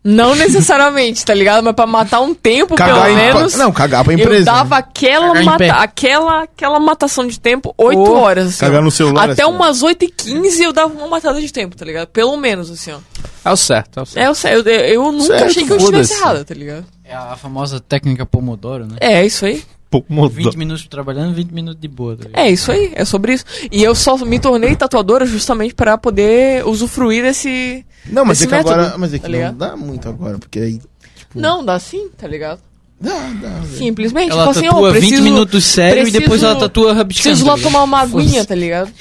Speaker 9: Não necessariamente, tá ligado? Mas pra matar um tempo,
Speaker 2: Cagar
Speaker 9: pelo
Speaker 2: em,
Speaker 9: menos.
Speaker 2: pa- não, cagar pra
Speaker 9: eu
Speaker 2: empresa.
Speaker 9: dava aquela,
Speaker 3: Cagar em pé.
Speaker 9: mata, aquela, aquela matação de tempo 8 horas, assim.
Speaker 2: Cagar
Speaker 9: ó.
Speaker 2: no celular,
Speaker 9: Até
Speaker 2: assim, ó.
Speaker 9: umas 8 e 15 eu dava uma matada de tempo, tá ligado? Pelo menos, assim, ó.
Speaker 4: É o certo, é o certo.
Speaker 9: É, eu, sei, eu, eu nunca
Speaker 2: Certo,
Speaker 9: achei que eu estivesse
Speaker 4: foda-se.
Speaker 9: errada, tá ligado?
Speaker 3: É a famosa técnica Pomodoro, né?
Speaker 9: É, é isso aí.
Speaker 3: 20 minutos trabalhando, 20 minutos de boa. Tá ligado?
Speaker 9: É isso aí, é sobre isso. E eu só me tornei tatuadora justamente pra poder usufruir desse.
Speaker 2: Não, mas
Speaker 9: Esse
Speaker 2: é que
Speaker 9: método,
Speaker 2: agora. Mas é
Speaker 9: tá
Speaker 2: que não
Speaker 9: ligado?
Speaker 2: dá muito agora, porque aí.
Speaker 9: Não, dá sim, tá ligado?
Speaker 2: Dá, dá.
Speaker 9: Simplesmente,
Speaker 3: Ela
Speaker 9: tipo assim, ó,
Speaker 3: tatua 20
Speaker 9: preciso,
Speaker 3: minutos sério e depois
Speaker 9: preciso-
Speaker 3: ela tatua rabiscando.
Speaker 9: preciso lá
Speaker 3: tá ligado?
Speaker 9: tomar uma aguinha,
Speaker 3: Foda-se.
Speaker 9: tá ligado?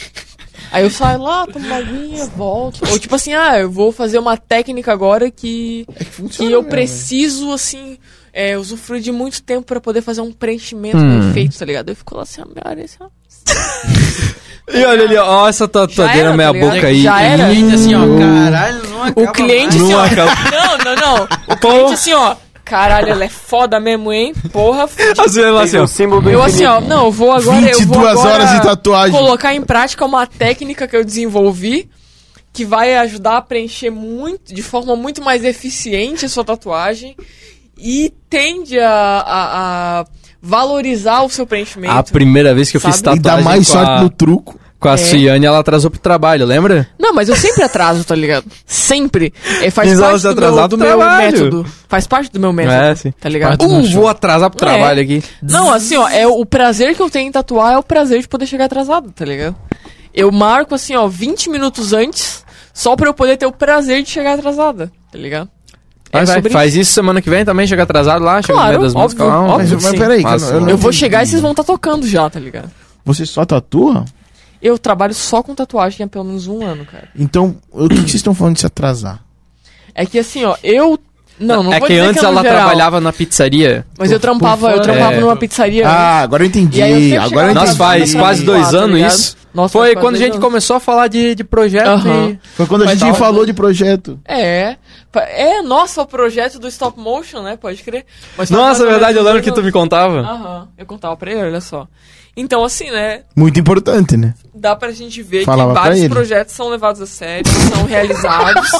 Speaker 9: Aí eu saio lá, tomo uma aguinha, volto. Ou tipo assim, ah, eu vou fazer uma técnica agora que,
Speaker 2: É que funciona.
Speaker 9: que eu
Speaker 2: mesmo,
Speaker 9: preciso, assim. é, usufrui de muito tempo pra poder fazer um preenchimento
Speaker 15: Hum.
Speaker 9: perfeito, tá ligado? Eu fico lá assim, ah, meu, olha isso.
Speaker 4: E olha ali, ó, ó essa tatuadeira
Speaker 9: era,
Speaker 4: na minha
Speaker 9: tá ligado?
Speaker 4: boca aí.
Speaker 9: Já era.
Speaker 4: Ih,
Speaker 9: Assim, ó,
Speaker 4: caralho,
Speaker 9: não acaba O
Speaker 4: mais.
Speaker 9: cliente, assim,
Speaker 4: Não
Speaker 9: ó,
Speaker 4: acaba.
Speaker 9: Não, não, não. O cliente, assim, ó... Caralho, ela é foda mesmo, hein? Porra, fudido.
Speaker 4: Assim, ela
Speaker 5: um
Speaker 4: assim, ó.
Speaker 9: Eu assim, ó, não, eu vou agora. eu vou
Speaker 2: 22
Speaker 9: agora
Speaker 2: horas de tatuagem.
Speaker 9: Colocar em prática uma técnica que eu desenvolvi que vai ajudar a preencher muito, de forma muito mais eficiente a sua tatuagem e tende a, a- a valorizar o seu preenchimento.
Speaker 4: A primeira vez que eu fiz tatuagem.
Speaker 9: Sabe? E dá mais
Speaker 4: com
Speaker 9: sorte
Speaker 4: a-
Speaker 9: no
Speaker 2: truco.
Speaker 4: Com a
Speaker 9: É.
Speaker 4: Ciane, ela atrasou pro trabalho, lembra?
Speaker 9: Não, mas eu sempre atraso, tá ligado? Sempre. É, faz
Speaker 4: Mas ela
Speaker 9: parte
Speaker 4: se
Speaker 9: do, meu,
Speaker 4: atrasava
Speaker 9: do
Speaker 4: pro
Speaker 9: meu
Speaker 4: trabalho.
Speaker 9: método. Faz parte do meu método.
Speaker 4: É, sim.
Speaker 9: Tá ligado?
Speaker 4: Parte do show. vou atrasar pro
Speaker 9: É.
Speaker 4: trabalho aqui.
Speaker 9: Não, assim, ó, é o prazer que eu tenho em tatuar é o prazer de poder chegar atrasado, tá ligado? Eu marco, assim, ó, 20 minutos antes, só pra eu poder ter o prazer de chegar atrasada, tá ligado?
Speaker 4: Vai, vai,
Speaker 9: sobre
Speaker 4: faz isso semana que vem também, chega atrasado lá, chega no
Speaker 9: Claro,
Speaker 4: meio das
Speaker 9: óbvio,
Speaker 4: músicas lá. um
Speaker 9: óbvio
Speaker 2: Mas-
Speaker 9: que
Speaker 2: mas
Speaker 9: sim.
Speaker 2: peraí, que eu não- eu
Speaker 9: eu,
Speaker 2: não
Speaker 9: vou chegar e vocês vão estar tocando já, tá ligado?
Speaker 2: Você só tatua?
Speaker 9: Eu trabalho só com tatuagem há pelo menos um ano, cara.
Speaker 2: Então, o que que vocês estão falando de se atrasar?
Speaker 9: É que assim, ó, eu... Não, não
Speaker 4: é
Speaker 9: vou
Speaker 4: que
Speaker 9: dizer
Speaker 4: antes
Speaker 9: que é no
Speaker 4: ela
Speaker 9: geral,
Speaker 4: trabalhava na pizzaria.
Speaker 9: Mas eu trampava, eu trampava
Speaker 4: É.
Speaker 9: numa pizzaria.
Speaker 2: Ah,
Speaker 9: antes.
Speaker 2: agora eu entendi.
Speaker 9: E aí eu sempre chegava
Speaker 2: agora eu
Speaker 4: Nós
Speaker 2: entendi.
Speaker 4: faz quase dois
Speaker 9: tá
Speaker 4: anos
Speaker 9: ligado?
Speaker 4: isso.
Speaker 9: Nossa,
Speaker 4: Foi
Speaker 9: faz quase
Speaker 4: quando a
Speaker 9: dois
Speaker 4: gente
Speaker 9: anos.
Speaker 4: começou a falar de, de projeto
Speaker 9: tá Aham.
Speaker 4: e...
Speaker 2: Foi quando a
Speaker 4: Foi
Speaker 2: gente
Speaker 4: tal.
Speaker 2: falou de projeto.
Speaker 9: É. Pa- É, nossa, o projeto do stop motion, né? Pode crer. Mas tava mais
Speaker 4: Nossa,
Speaker 9: ou
Speaker 4: é verdade, eu
Speaker 9: menos
Speaker 4: lembro
Speaker 9: um
Speaker 4: que tu
Speaker 9: ano-
Speaker 4: me contava.
Speaker 9: Aham, eu contava pra ele, olha só. Então, assim, né?
Speaker 2: Muito importante, né?
Speaker 9: Dá pra gente ver
Speaker 2: Falava
Speaker 9: que
Speaker 2: pra
Speaker 9: vários
Speaker 2: ele.
Speaker 9: projetos são levados a sério, são realizados.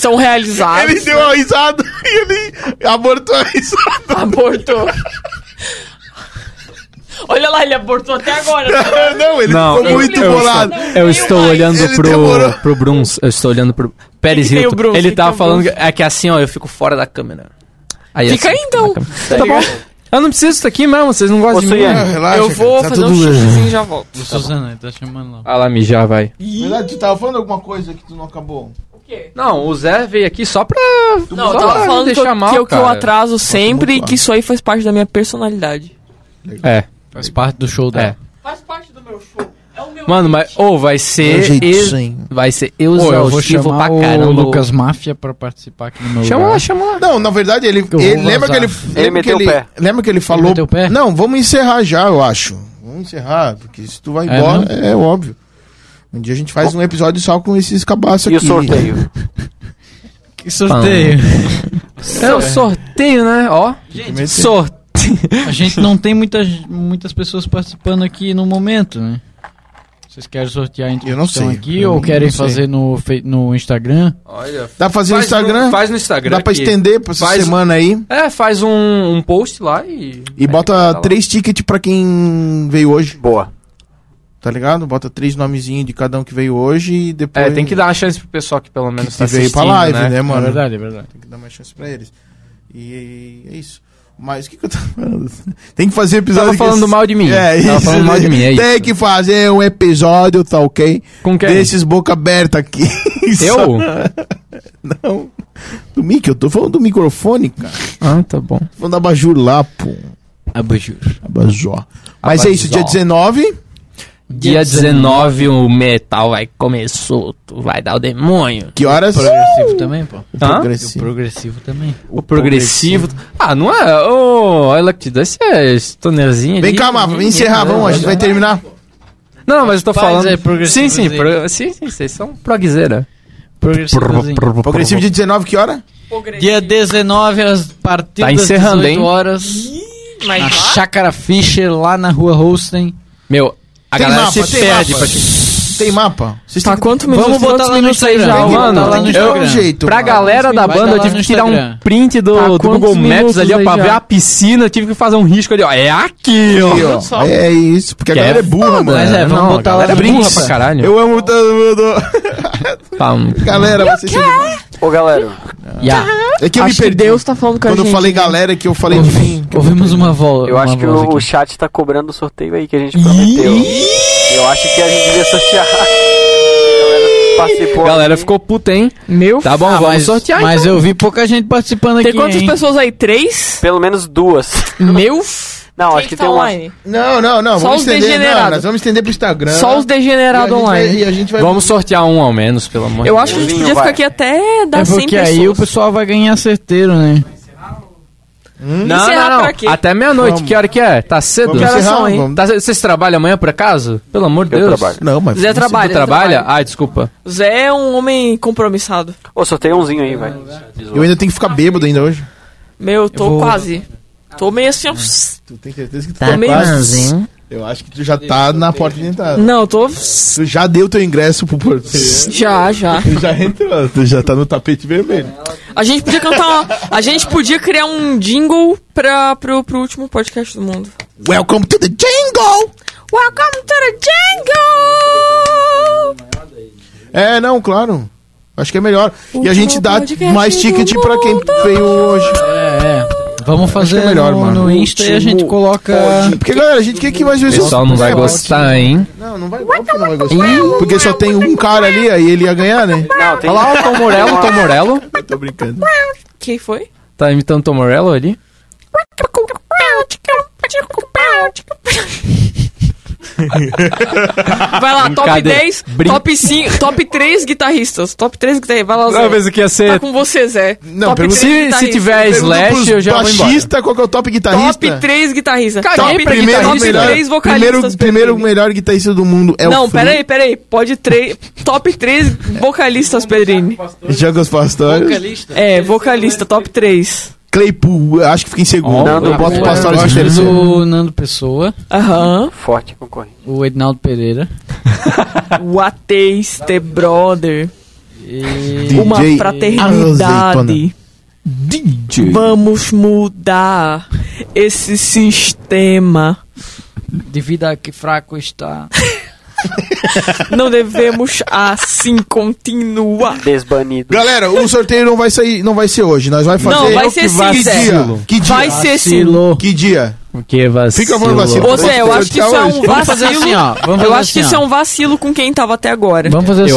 Speaker 9: são realizados.
Speaker 2: Ele deu uma risada e ele abortou a risada.
Speaker 9: Abortou. Olha lá, ele abortou até agora.
Speaker 2: Não, não, ele
Speaker 4: Não,
Speaker 2: ficou
Speaker 4: eu-
Speaker 2: muito
Speaker 4: eu
Speaker 2: bolado.
Speaker 4: estou- Eu estou olhando
Speaker 2: Ele demorou.
Speaker 4: pro, pro Bruns, eu estou olhando pro Pérez
Speaker 9: que tem o
Speaker 4: Hilton.
Speaker 9: Bruns?
Speaker 4: Ele
Speaker 9: Que que
Speaker 4: tava
Speaker 9: tem o
Speaker 4: falando que,
Speaker 9: Bruns?
Speaker 4: é que assim, ó, eu fico fora da câmera. Aí,
Speaker 9: Fica
Speaker 4: assim,
Speaker 9: aí então.
Speaker 4: Tá bom. Eu não preciso disso aqui mesmo, vocês não gostam de mim.
Speaker 2: Suiane, relaxa,
Speaker 9: eu vou
Speaker 2: cara, tá
Speaker 9: fazer um
Speaker 2: tudo-
Speaker 9: xixizinho e já volto.
Speaker 3: O Suzana, ele tá chamando lá.
Speaker 4: Ah lá, mijar, vai.
Speaker 2: Verdade, tu tava falando alguma coisa que tu não acabou?
Speaker 4: Não, o Zé veio aqui só pra...
Speaker 9: Não,
Speaker 4: só
Speaker 9: eu tava
Speaker 4: pra
Speaker 9: falando que eu,
Speaker 4: deixar mal,
Speaker 9: que eu- que eu
Speaker 4: cara.
Speaker 9: atraso sempre e que isso aí faz parte da minha personalidade.
Speaker 4: É.
Speaker 3: Faz parte do show dela.
Speaker 9: Faz parte do meu show. É o meu
Speaker 4: Mano, mas ou vai
Speaker 2: É o
Speaker 4: ser
Speaker 2: jeito
Speaker 4: ex-
Speaker 2: sem.
Speaker 4: vai ser
Speaker 3: Pô, eu vou
Speaker 4: exaustivo pra
Speaker 3: chamar
Speaker 4: caramba.
Speaker 3: o Lucas Máfia pra participar aqui no meu
Speaker 4: Chama lá,
Speaker 3: lugar.
Speaker 4: chama lá.
Speaker 2: Não, na verdade, ele,
Speaker 3: eu
Speaker 2: ele-
Speaker 3: vou
Speaker 2: lembra que
Speaker 3: vazar.
Speaker 2: ele.
Speaker 4: Ele
Speaker 2: lembra que
Speaker 4: meteu o pé.
Speaker 2: Lembra que ele falou.
Speaker 3: meteu o pé?
Speaker 2: Não, vamos encerrar já, eu acho. Vamos encerrar, porque se tu vai
Speaker 3: É
Speaker 2: embora, é, óbvio. Um dia a gente faz um episódio só com esses cabaços
Speaker 5: E
Speaker 2: aqui.
Speaker 5: o sorteio?
Speaker 3: Que sorteio.
Speaker 4: É o sorteio, né? Ó.
Speaker 2: meter.
Speaker 4: Sorteio.
Speaker 3: A gente não tem muitas, muitas pessoas participando aqui no momento, né? Vocês querem sortear a
Speaker 2: Eu não
Speaker 3: introdução
Speaker 2: sei,
Speaker 3: Então aqui
Speaker 2: eu
Speaker 3: ou
Speaker 2: não
Speaker 3: querem
Speaker 2: sei.
Speaker 3: fazer no, fe- no Instagram?
Speaker 4: Olha.
Speaker 2: Dá pra fazer no Instagram?
Speaker 4: faz no Instagram.
Speaker 2: Dá pra
Speaker 4: aqui.
Speaker 2: estender pra essa
Speaker 4: Faz-
Speaker 2: semana aí.
Speaker 4: É, faz um, um post lá e.
Speaker 2: E
Speaker 9: Tá
Speaker 2: bota
Speaker 4: É, tá lá.
Speaker 2: três tickets pra quem veio hoje,
Speaker 5: Boa.
Speaker 2: tá ligado? Bota três nomezinhos de cada um que veio hoje e depois.
Speaker 4: É, tem que dar uma chance pro pessoal que pelo menos
Speaker 2: que
Speaker 4: tá
Speaker 2: veio
Speaker 4: assistindo,
Speaker 2: pra live, né,
Speaker 4: né?
Speaker 2: mano?
Speaker 3: É verdade, é verdade.
Speaker 2: Tem que dar mais chance pra eles. E, é isso. Mas o que, que eu tava falando? Tem que fazer episódio.
Speaker 4: Tava
Speaker 2: que-
Speaker 4: falando mal de mim.
Speaker 2: É,
Speaker 4: Tava
Speaker 2: isso,
Speaker 4: falando mal
Speaker 2: né?
Speaker 4: de mim, é
Speaker 2: Tem
Speaker 4: isso.
Speaker 2: que fazer um episódio, tá ok?
Speaker 4: Com quem?
Speaker 2: Desses boca aberta aqui.
Speaker 4: Eu?
Speaker 2: Não. Do mic, eu tô falando do microfone, cara.
Speaker 4: Ah, tá bom.
Speaker 2: Tô falando da Bajur lá, pô.
Speaker 3: Abajur.
Speaker 2: Abajó. Mas é isso, dia 19.
Speaker 4: Dia 19 o metal vai comer solto, vai dar o demônio.
Speaker 2: Que horas?
Speaker 3: Progressivo também, pô.
Speaker 4: Hã?
Speaker 3: O progressivo também.
Speaker 4: O progressivo. Ah, não é. Ô, Electric Dance é stonerzinho.
Speaker 2: Vem
Speaker 4: ali.
Speaker 2: cá, Mava, vamos encerrar, vamos, a gente vai terminar.
Speaker 4: Não, mas eu tô
Speaker 3: Faz
Speaker 4: falando.
Speaker 3: aí, é
Speaker 4: sim,
Speaker 3: progressivo
Speaker 4: sim,
Speaker 3: aí.
Speaker 4: pro- sim, sim, vocês são progzeira.
Speaker 3: Progressivozinho.
Speaker 2: Progressivo de 19, que hora?
Speaker 3: Dia 19, às partir
Speaker 4: Tá
Speaker 3: das
Speaker 4: encerrando,
Speaker 3: 18
Speaker 4: hein?
Speaker 3: horas. na Chácara Fischer, lá na rua Holstein.
Speaker 4: Meu, a
Speaker 2: Tem
Speaker 4: galera
Speaker 2: mapa,
Speaker 4: se
Speaker 2: tem
Speaker 4: perde
Speaker 2: mapa.
Speaker 4: pra te.
Speaker 2: Tem mapa? Vocês
Speaker 9: Tá
Speaker 2: têm que-
Speaker 9: quanto minutos?
Speaker 3: Vamos botar
Speaker 9: Quantos
Speaker 3: lá no
Speaker 9: minutos aí tá
Speaker 3: Instagram.
Speaker 9: já,
Speaker 2: Tem que-
Speaker 4: mano,
Speaker 2: tem que
Speaker 4: eu-
Speaker 2: dar um jeito.
Speaker 4: Pra
Speaker 2: mano.
Speaker 4: galera da
Speaker 3: Vai
Speaker 4: banda,
Speaker 3: dar
Speaker 4: eu
Speaker 3: lá
Speaker 4: tive
Speaker 3: no
Speaker 4: que tirar um
Speaker 3: Instagram.
Speaker 4: print do,
Speaker 9: Tá,
Speaker 4: do Google
Speaker 9: quantos
Speaker 4: Maps
Speaker 9: minutos
Speaker 4: ali, ó,
Speaker 9: aí
Speaker 4: pra
Speaker 9: já?
Speaker 4: ver a piscina. Eu tive que fazer um risco ali, ó. É aqui, ó.
Speaker 2: Aqui, ó. É isso, porque a galera é burra,
Speaker 4: né?
Speaker 2: mano.
Speaker 3: mas é, vamos
Speaker 4: Não, a
Speaker 3: botar lá
Speaker 4: galera
Speaker 3: no
Speaker 4: é burra
Speaker 3: Insta.
Speaker 4: pra caralho.
Speaker 2: Eu amo todo mundo.
Speaker 4: Tá, um-
Speaker 2: Galera, vocês são-
Speaker 5: Ô, galera,
Speaker 3: Yeah.
Speaker 2: É que eu me
Speaker 9: Acho que
Speaker 2: perdi.
Speaker 9: Deus tá falando com a
Speaker 2: Quando
Speaker 9: gente.
Speaker 2: eu falei galera, é que eu falei de mim.
Speaker 3: Ouvimos uma voz.
Speaker 5: eu acho que o, o chat tá cobrando o sorteio aí que a gente prometeu. Eu acho que a gente devia sortear. A galera participou.
Speaker 4: galera
Speaker 5: aqui.
Speaker 4: ficou puta, hein?
Speaker 9: Meu
Speaker 4: Tá bom, vamos
Speaker 3: mas,
Speaker 4: sortear.
Speaker 3: Mas eu vi pouca gente participando aqui.
Speaker 9: Tem quantas
Speaker 3: hein?
Speaker 9: pessoas aí? Três?
Speaker 5: Pelo menos duas.
Speaker 9: Meu?
Speaker 5: Não,
Speaker 9: Quem
Speaker 5: acho que
Speaker 9: tá
Speaker 5: tem uma.
Speaker 9: online?
Speaker 2: Não, não, não.
Speaker 9: Só
Speaker 2: Vamos
Speaker 9: os
Speaker 2: estender. Não,
Speaker 9: degenerados.
Speaker 2: nós vamos estender pro Instagram.
Speaker 9: Só os degenerados online.
Speaker 2: E a gente vai.
Speaker 4: Vamos sortear um ao menos, pelo amor
Speaker 9: Eu
Speaker 4: de
Speaker 9: acho que a gente
Speaker 5: Vinho,
Speaker 9: podia
Speaker 5: vai.
Speaker 9: ficar aqui até dar
Speaker 3: É
Speaker 9: 100
Speaker 3: porque
Speaker 9: pessoas.
Speaker 3: aí o pessoal vai ganhar certeiro, né?
Speaker 14: Não,
Speaker 13: Encerrar
Speaker 14: não, não.
Speaker 13: pra quê?
Speaker 14: Até meia-noite,
Speaker 13: Vamos.
Speaker 14: que hora que é? Tá cedo?
Speaker 13: Vamos
Speaker 14: Que horas
Speaker 13: encerrar,
Speaker 14: são, hein?
Speaker 13: vamos.
Speaker 14: Tá cedo? Vocês trabalham amanhã, por acaso? Pelo amor de
Speaker 5: Eu
Speaker 14: Deus.
Speaker 5: trabalho. Não, mas-
Speaker 14: Zé
Speaker 5: Zé
Speaker 14: trabalha.
Speaker 5: trabalha,
Speaker 14: Tu
Speaker 5: Zé
Speaker 14: trabalha? Ah, desculpa.
Speaker 9: Zé é um homem compromissado.
Speaker 5: Ô, sorteio umzinho aí, velho.
Speaker 2: Eu ainda tenho que ficar bêbado ainda hoje.
Speaker 9: Meu, eu tô
Speaker 2: vou-
Speaker 9: quase. Tô meio assim, ó.
Speaker 2: Tu tem certeza que tu
Speaker 9: Tá quase, hein?
Speaker 2: Eu acho que tu já tá na porta de entrada.
Speaker 9: Não, eu tô.
Speaker 2: Tu já deu teu ingresso pro porteiro.
Speaker 9: Já, já.
Speaker 2: Tu já entrou, tu já tá no tapete vermelho.
Speaker 9: A gente podia cantar. uma- A gente podia criar um jingle pra, pro, pro último podcast do mundo.
Speaker 2: Welcome to the jingle!
Speaker 9: Welcome to the jingle!
Speaker 2: É, não, claro. Acho que é melhor. e a gente dá
Speaker 9: podcast
Speaker 2: mais ticket pra quem veio hoje. É, é.
Speaker 3: Vamos fazer
Speaker 2: é melhor,
Speaker 3: no,
Speaker 2: mano.
Speaker 3: no Insta e a gente coloca.
Speaker 2: Porque, galera, a gente quer que mais
Speaker 3: O pessoal não vai
Speaker 2: É,
Speaker 3: gostar, hein?
Speaker 2: Não, não vai, óbvio que não vai gostar. Porque só tem um cara ali, aí ele ia ganhar, né?
Speaker 5: Não,
Speaker 14: Olha lá o Tom Morello, o Tom Morello.
Speaker 2: Eu tô brincando.
Speaker 9: Quem foi?
Speaker 14: Tá imitando o Tom Morello ali?
Speaker 9: Vai lá, top
Speaker 14: Brincadeira.
Speaker 9: 10, top 5, top 3 guitarristas. Top 3 guitarristas. Vai lá, Zé.
Speaker 14: Não, mas o que ia ser-
Speaker 9: Tá com você, Zé.
Speaker 2: Não,
Speaker 9: top
Speaker 2: pergunta-
Speaker 9: três
Speaker 4: tá
Speaker 9: guitarristas. É
Speaker 2: pros baixista, qual que é o top guitarrista?
Speaker 9: Top 3 guitarristas.
Speaker 2: Top
Speaker 9: top
Speaker 2: primeiro,
Speaker 9: top
Speaker 2: melhor,
Speaker 9: 3 vocalistas.
Speaker 2: primeiro, primeiro melhor guitarrista do mundo é o
Speaker 9: não,
Speaker 2: Fred.
Speaker 9: peraí, peraí. Pode três. Top 3 vocalistas, Pedrini.
Speaker 2: Jogos Pastores.
Speaker 9: É, vocalista, top 3.
Speaker 2: Claypool, acho que fica em segundo. eu boto o Pastores em terceiro.
Speaker 3: O Nando Pessoa.
Speaker 9: Aham.
Speaker 5: Forte concorrente.
Speaker 3: O Ednaldo Pereira.
Speaker 9: What is the brother? Uma
Speaker 3: DJ
Speaker 9: fraternidade.
Speaker 2: DJ.
Speaker 9: Vamos mudar esse sistema.
Speaker 3: De vida que fraco está.
Speaker 9: Não devemos assim continuar.
Speaker 5: Desbanido.
Speaker 2: Galera, o sorteio não vai sair, não vai ser hoje. Nós vai fazer.
Speaker 9: Não, vai ser
Speaker 2: que
Speaker 9: sim,
Speaker 2: vacilo.
Speaker 9: Zé.
Speaker 2: Que dia?
Speaker 9: Vai ser sim.
Speaker 2: Que dia?
Speaker 14: Que vacilo.
Speaker 2: Fica falando vacilo.
Speaker 9: Ô Zé, eu
Speaker 2: Vamos
Speaker 9: acho que isso
Speaker 2: sortear
Speaker 9: é um
Speaker 2: hoje.
Speaker 9: vacilo. eu acho que
Speaker 3: assim,
Speaker 9: isso é
Speaker 3: ó.
Speaker 9: um vacilo com quem tava até agora.
Speaker 3: Vamos fazer assim.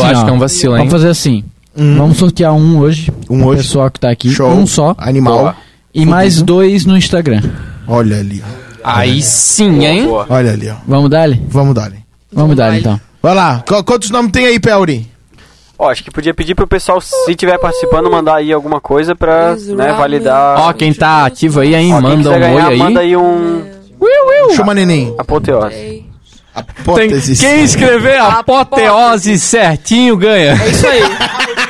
Speaker 3: ó. Vamos fazer assim. Vamos sortear um hoje. Um hoje. pessoal que tá aqui. Um só.
Speaker 2: Animal. Boa.
Speaker 3: E mais dois no Instagram.
Speaker 2: Olha ali.
Speaker 14: Aí sim, hein?
Speaker 2: Olha ali, ó.
Speaker 3: Vamos dar-lhe?
Speaker 2: Vamos dar-lhe.
Speaker 3: Vamos dar então.
Speaker 2: Vai lá. Qu- Quantos nomes tem aí, Pelri?
Speaker 5: Ó, acho que podia pedir pro pessoal, se tiver participando, mandar aí alguma coisa pra né, validar.
Speaker 14: Ó, quem tá ativo aí, hein?
Speaker 5: Ó, quem
Speaker 14: Manda um
Speaker 5: quiser ganhar,
Speaker 14: oi
Speaker 5: Manda
Speaker 14: aí.
Speaker 5: aí um.
Speaker 2: Chama neném.
Speaker 5: Apoteose.
Speaker 14: Tem- quem escrever apoteose certinho ganha.
Speaker 9: É isso aí.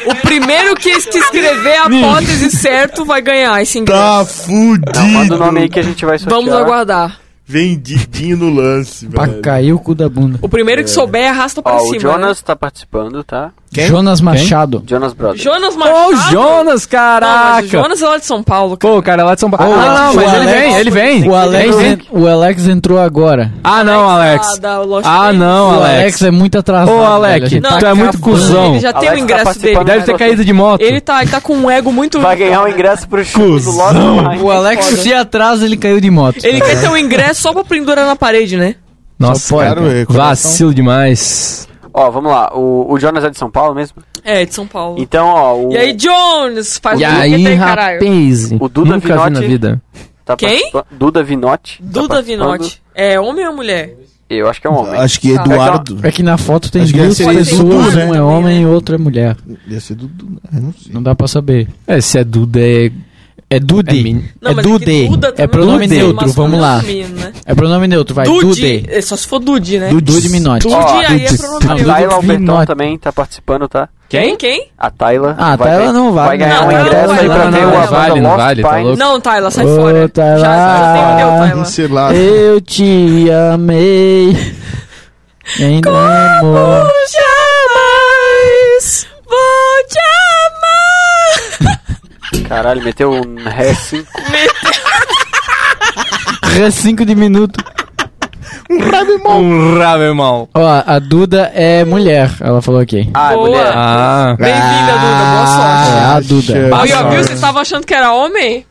Speaker 9: O primeiro que que escrever a hipótese certo vai ganhar esse ingresso.
Speaker 2: Tá fudido.
Speaker 5: manda o nome aí que a gente vai sortear.
Speaker 9: É Vamos aguardar.
Speaker 2: Vendidinho no lance,
Speaker 3: Pra cair ah, o cu da bunda.
Speaker 9: O primeiro que souber arrasta pra
Speaker 5: É. Ó,
Speaker 9: cima. né?
Speaker 5: o Jonas tá participando, tá?
Speaker 3: Jonas Machado.
Speaker 5: Jonas
Speaker 9: né?
Speaker 5: Brothers.
Speaker 9: Jonas Machado.
Speaker 4: Ah,
Speaker 14: Ô, Jonas,
Speaker 9: Não,
Speaker 14: caraca!
Speaker 9: mas o Jonas é lá de São Paulo.
Speaker 14: Pô, o cara é lá de São Paulo.
Speaker 9: Ô,
Speaker 14: ah, não,
Speaker 9: o
Speaker 14: mas ele
Speaker 9: Alex-
Speaker 14: vem, ele vem.
Speaker 3: O Alex,
Speaker 14: Ele vem.
Speaker 3: en- o Alex entrou agora.
Speaker 14: Ah, não, Alex.
Speaker 9: da Lost
Speaker 14: Ah,
Speaker 9: Tapes.
Speaker 14: não,
Speaker 3: o
Speaker 14: Alex.
Speaker 3: Alex é muito atrasado.
Speaker 14: Ô, Alex,
Speaker 3: velho, a gente tá
Speaker 14: tu é muito
Speaker 3: acabando.
Speaker 14: cuzão.
Speaker 9: Ele já tem o
Speaker 5: Alex tá
Speaker 9: ingresso
Speaker 5: participando
Speaker 9: dele. né?
Speaker 5: do Deve ter negócio. caído
Speaker 14: de moto.
Speaker 9: Ele tá, ele tá com um ego muito.
Speaker 5: Vai ganhar o ingresso pro show do Lost Mine.
Speaker 3: O Alex
Speaker 9: Foda.
Speaker 3: se atrasa, ele caiu de moto.
Speaker 9: Ele quer ter um ingresso só pra pendurar na parede, né?
Speaker 14: Nossa, cara,
Speaker 2: quero ver,
Speaker 14: vacilo demais.
Speaker 5: Ó, vamos lá. O, o Jonas é de São Paulo mesmo?
Speaker 9: É, de São Paulo.
Speaker 5: Então, ó, o.
Speaker 9: E aí, Jones? Faz
Speaker 14: E
Speaker 9: o que
Speaker 14: aí,
Speaker 9: tem, caralho.
Speaker 14: rapaz?
Speaker 5: O Duda
Speaker 14: Nunca vi na
Speaker 5: Vinotti.
Speaker 14: vida.
Speaker 5: tá
Speaker 9: Quem?
Speaker 5: participa- Duda Vinotti. tá
Speaker 9: Duda
Speaker 5: participando.
Speaker 9: Vinotti. É homem ou mulher?
Speaker 5: Eu acho que é um homem.
Speaker 2: Acho que
Speaker 9: Tá.
Speaker 2: Eduardo.
Speaker 3: É que na foto tem
Speaker 2: Acho que
Speaker 3: duas
Speaker 2: ia ser
Speaker 3: pessoas,
Speaker 2: Dudu, né?
Speaker 3: um é homem e outro é mulher.
Speaker 2: Ia ser Dudu. né? Eu não sei.
Speaker 3: Não dá pra saber.
Speaker 14: É, se é Duda, é.
Speaker 3: É Dude. É,
Speaker 9: Não, mas é que
Speaker 3: Dude.
Speaker 9: Duda
Speaker 3: É
Speaker 9: também
Speaker 3: pronome
Speaker 9: pode ser
Speaker 3: neutro,
Speaker 9: masculino
Speaker 3: vamos lá.
Speaker 9: ou feminino, né?
Speaker 3: É pronome neutro, vai.
Speaker 9: Dude.
Speaker 3: Dude.
Speaker 9: É só se for Dude, né?
Speaker 3: Dude, Dude Minotti.
Speaker 9: Dude,
Speaker 5: Ó,
Speaker 9: aí é
Speaker 3: Dude.
Speaker 9: pronome
Speaker 5: A
Speaker 3: Dude.
Speaker 9: neutro.
Speaker 5: Tayla Alberton
Speaker 3: Vinotti.
Speaker 5: também tá participando, tá?
Speaker 9: Quem? Quem?
Speaker 5: A Tayla.
Speaker 3: Ah,
Speaker 5: vai
Speaker 3: Tayla
Speaker 5: ganhar-
Speaker 3: não vai
Speaker 5: ganhar
Speaker 3: ganhar,
Speaker 5: um
Speaker 3: não,
Speaker 5: ingresso
Speaker 3: não
Speaker 5: aí
Speaker 3: vai
Speaker 5: pra
Speaker 3: ganhar,
Speaker 5: ver
Speaker 3: não
Speaker 5: a banda
Speaker 14: vale, não
Speaker 5: Lost
Speaker 14: vale, tá
Speaker 5: Pines.
Speaker 14: louco?
Speaker 9: Não, Tayla, sai
Speaker 3: Ô,
Speaker 9: fora.
Speaker 3: Tayla.
Speaker 9: Já, já entendeu, Tayla.
Speaker 2: Sei lá.
Speaker 3: Eu te amei. Em é amor.
Speaker 9: jamais vou te amar.
Speaker 5: Caralho, meteu um ré 5.
Speaker 3: É 5 de minuto.
Speaker 14: Um rabemão.
Speaker 3: Ó, a Duda é mulher, ela falou aqui.
Speaker 5: Ah,
Speaker 9: Boa.
Speaker 5: mulher.
Speaker 14: Ah,
Speaker 9: Bem-vinda, Duda. Boa sorte.
Speaker 3: É a Duda.
Speaker 9: Aí, ó, viu?
Speaker 2: sorte.
Speaker 9: Você tava achando que era homem?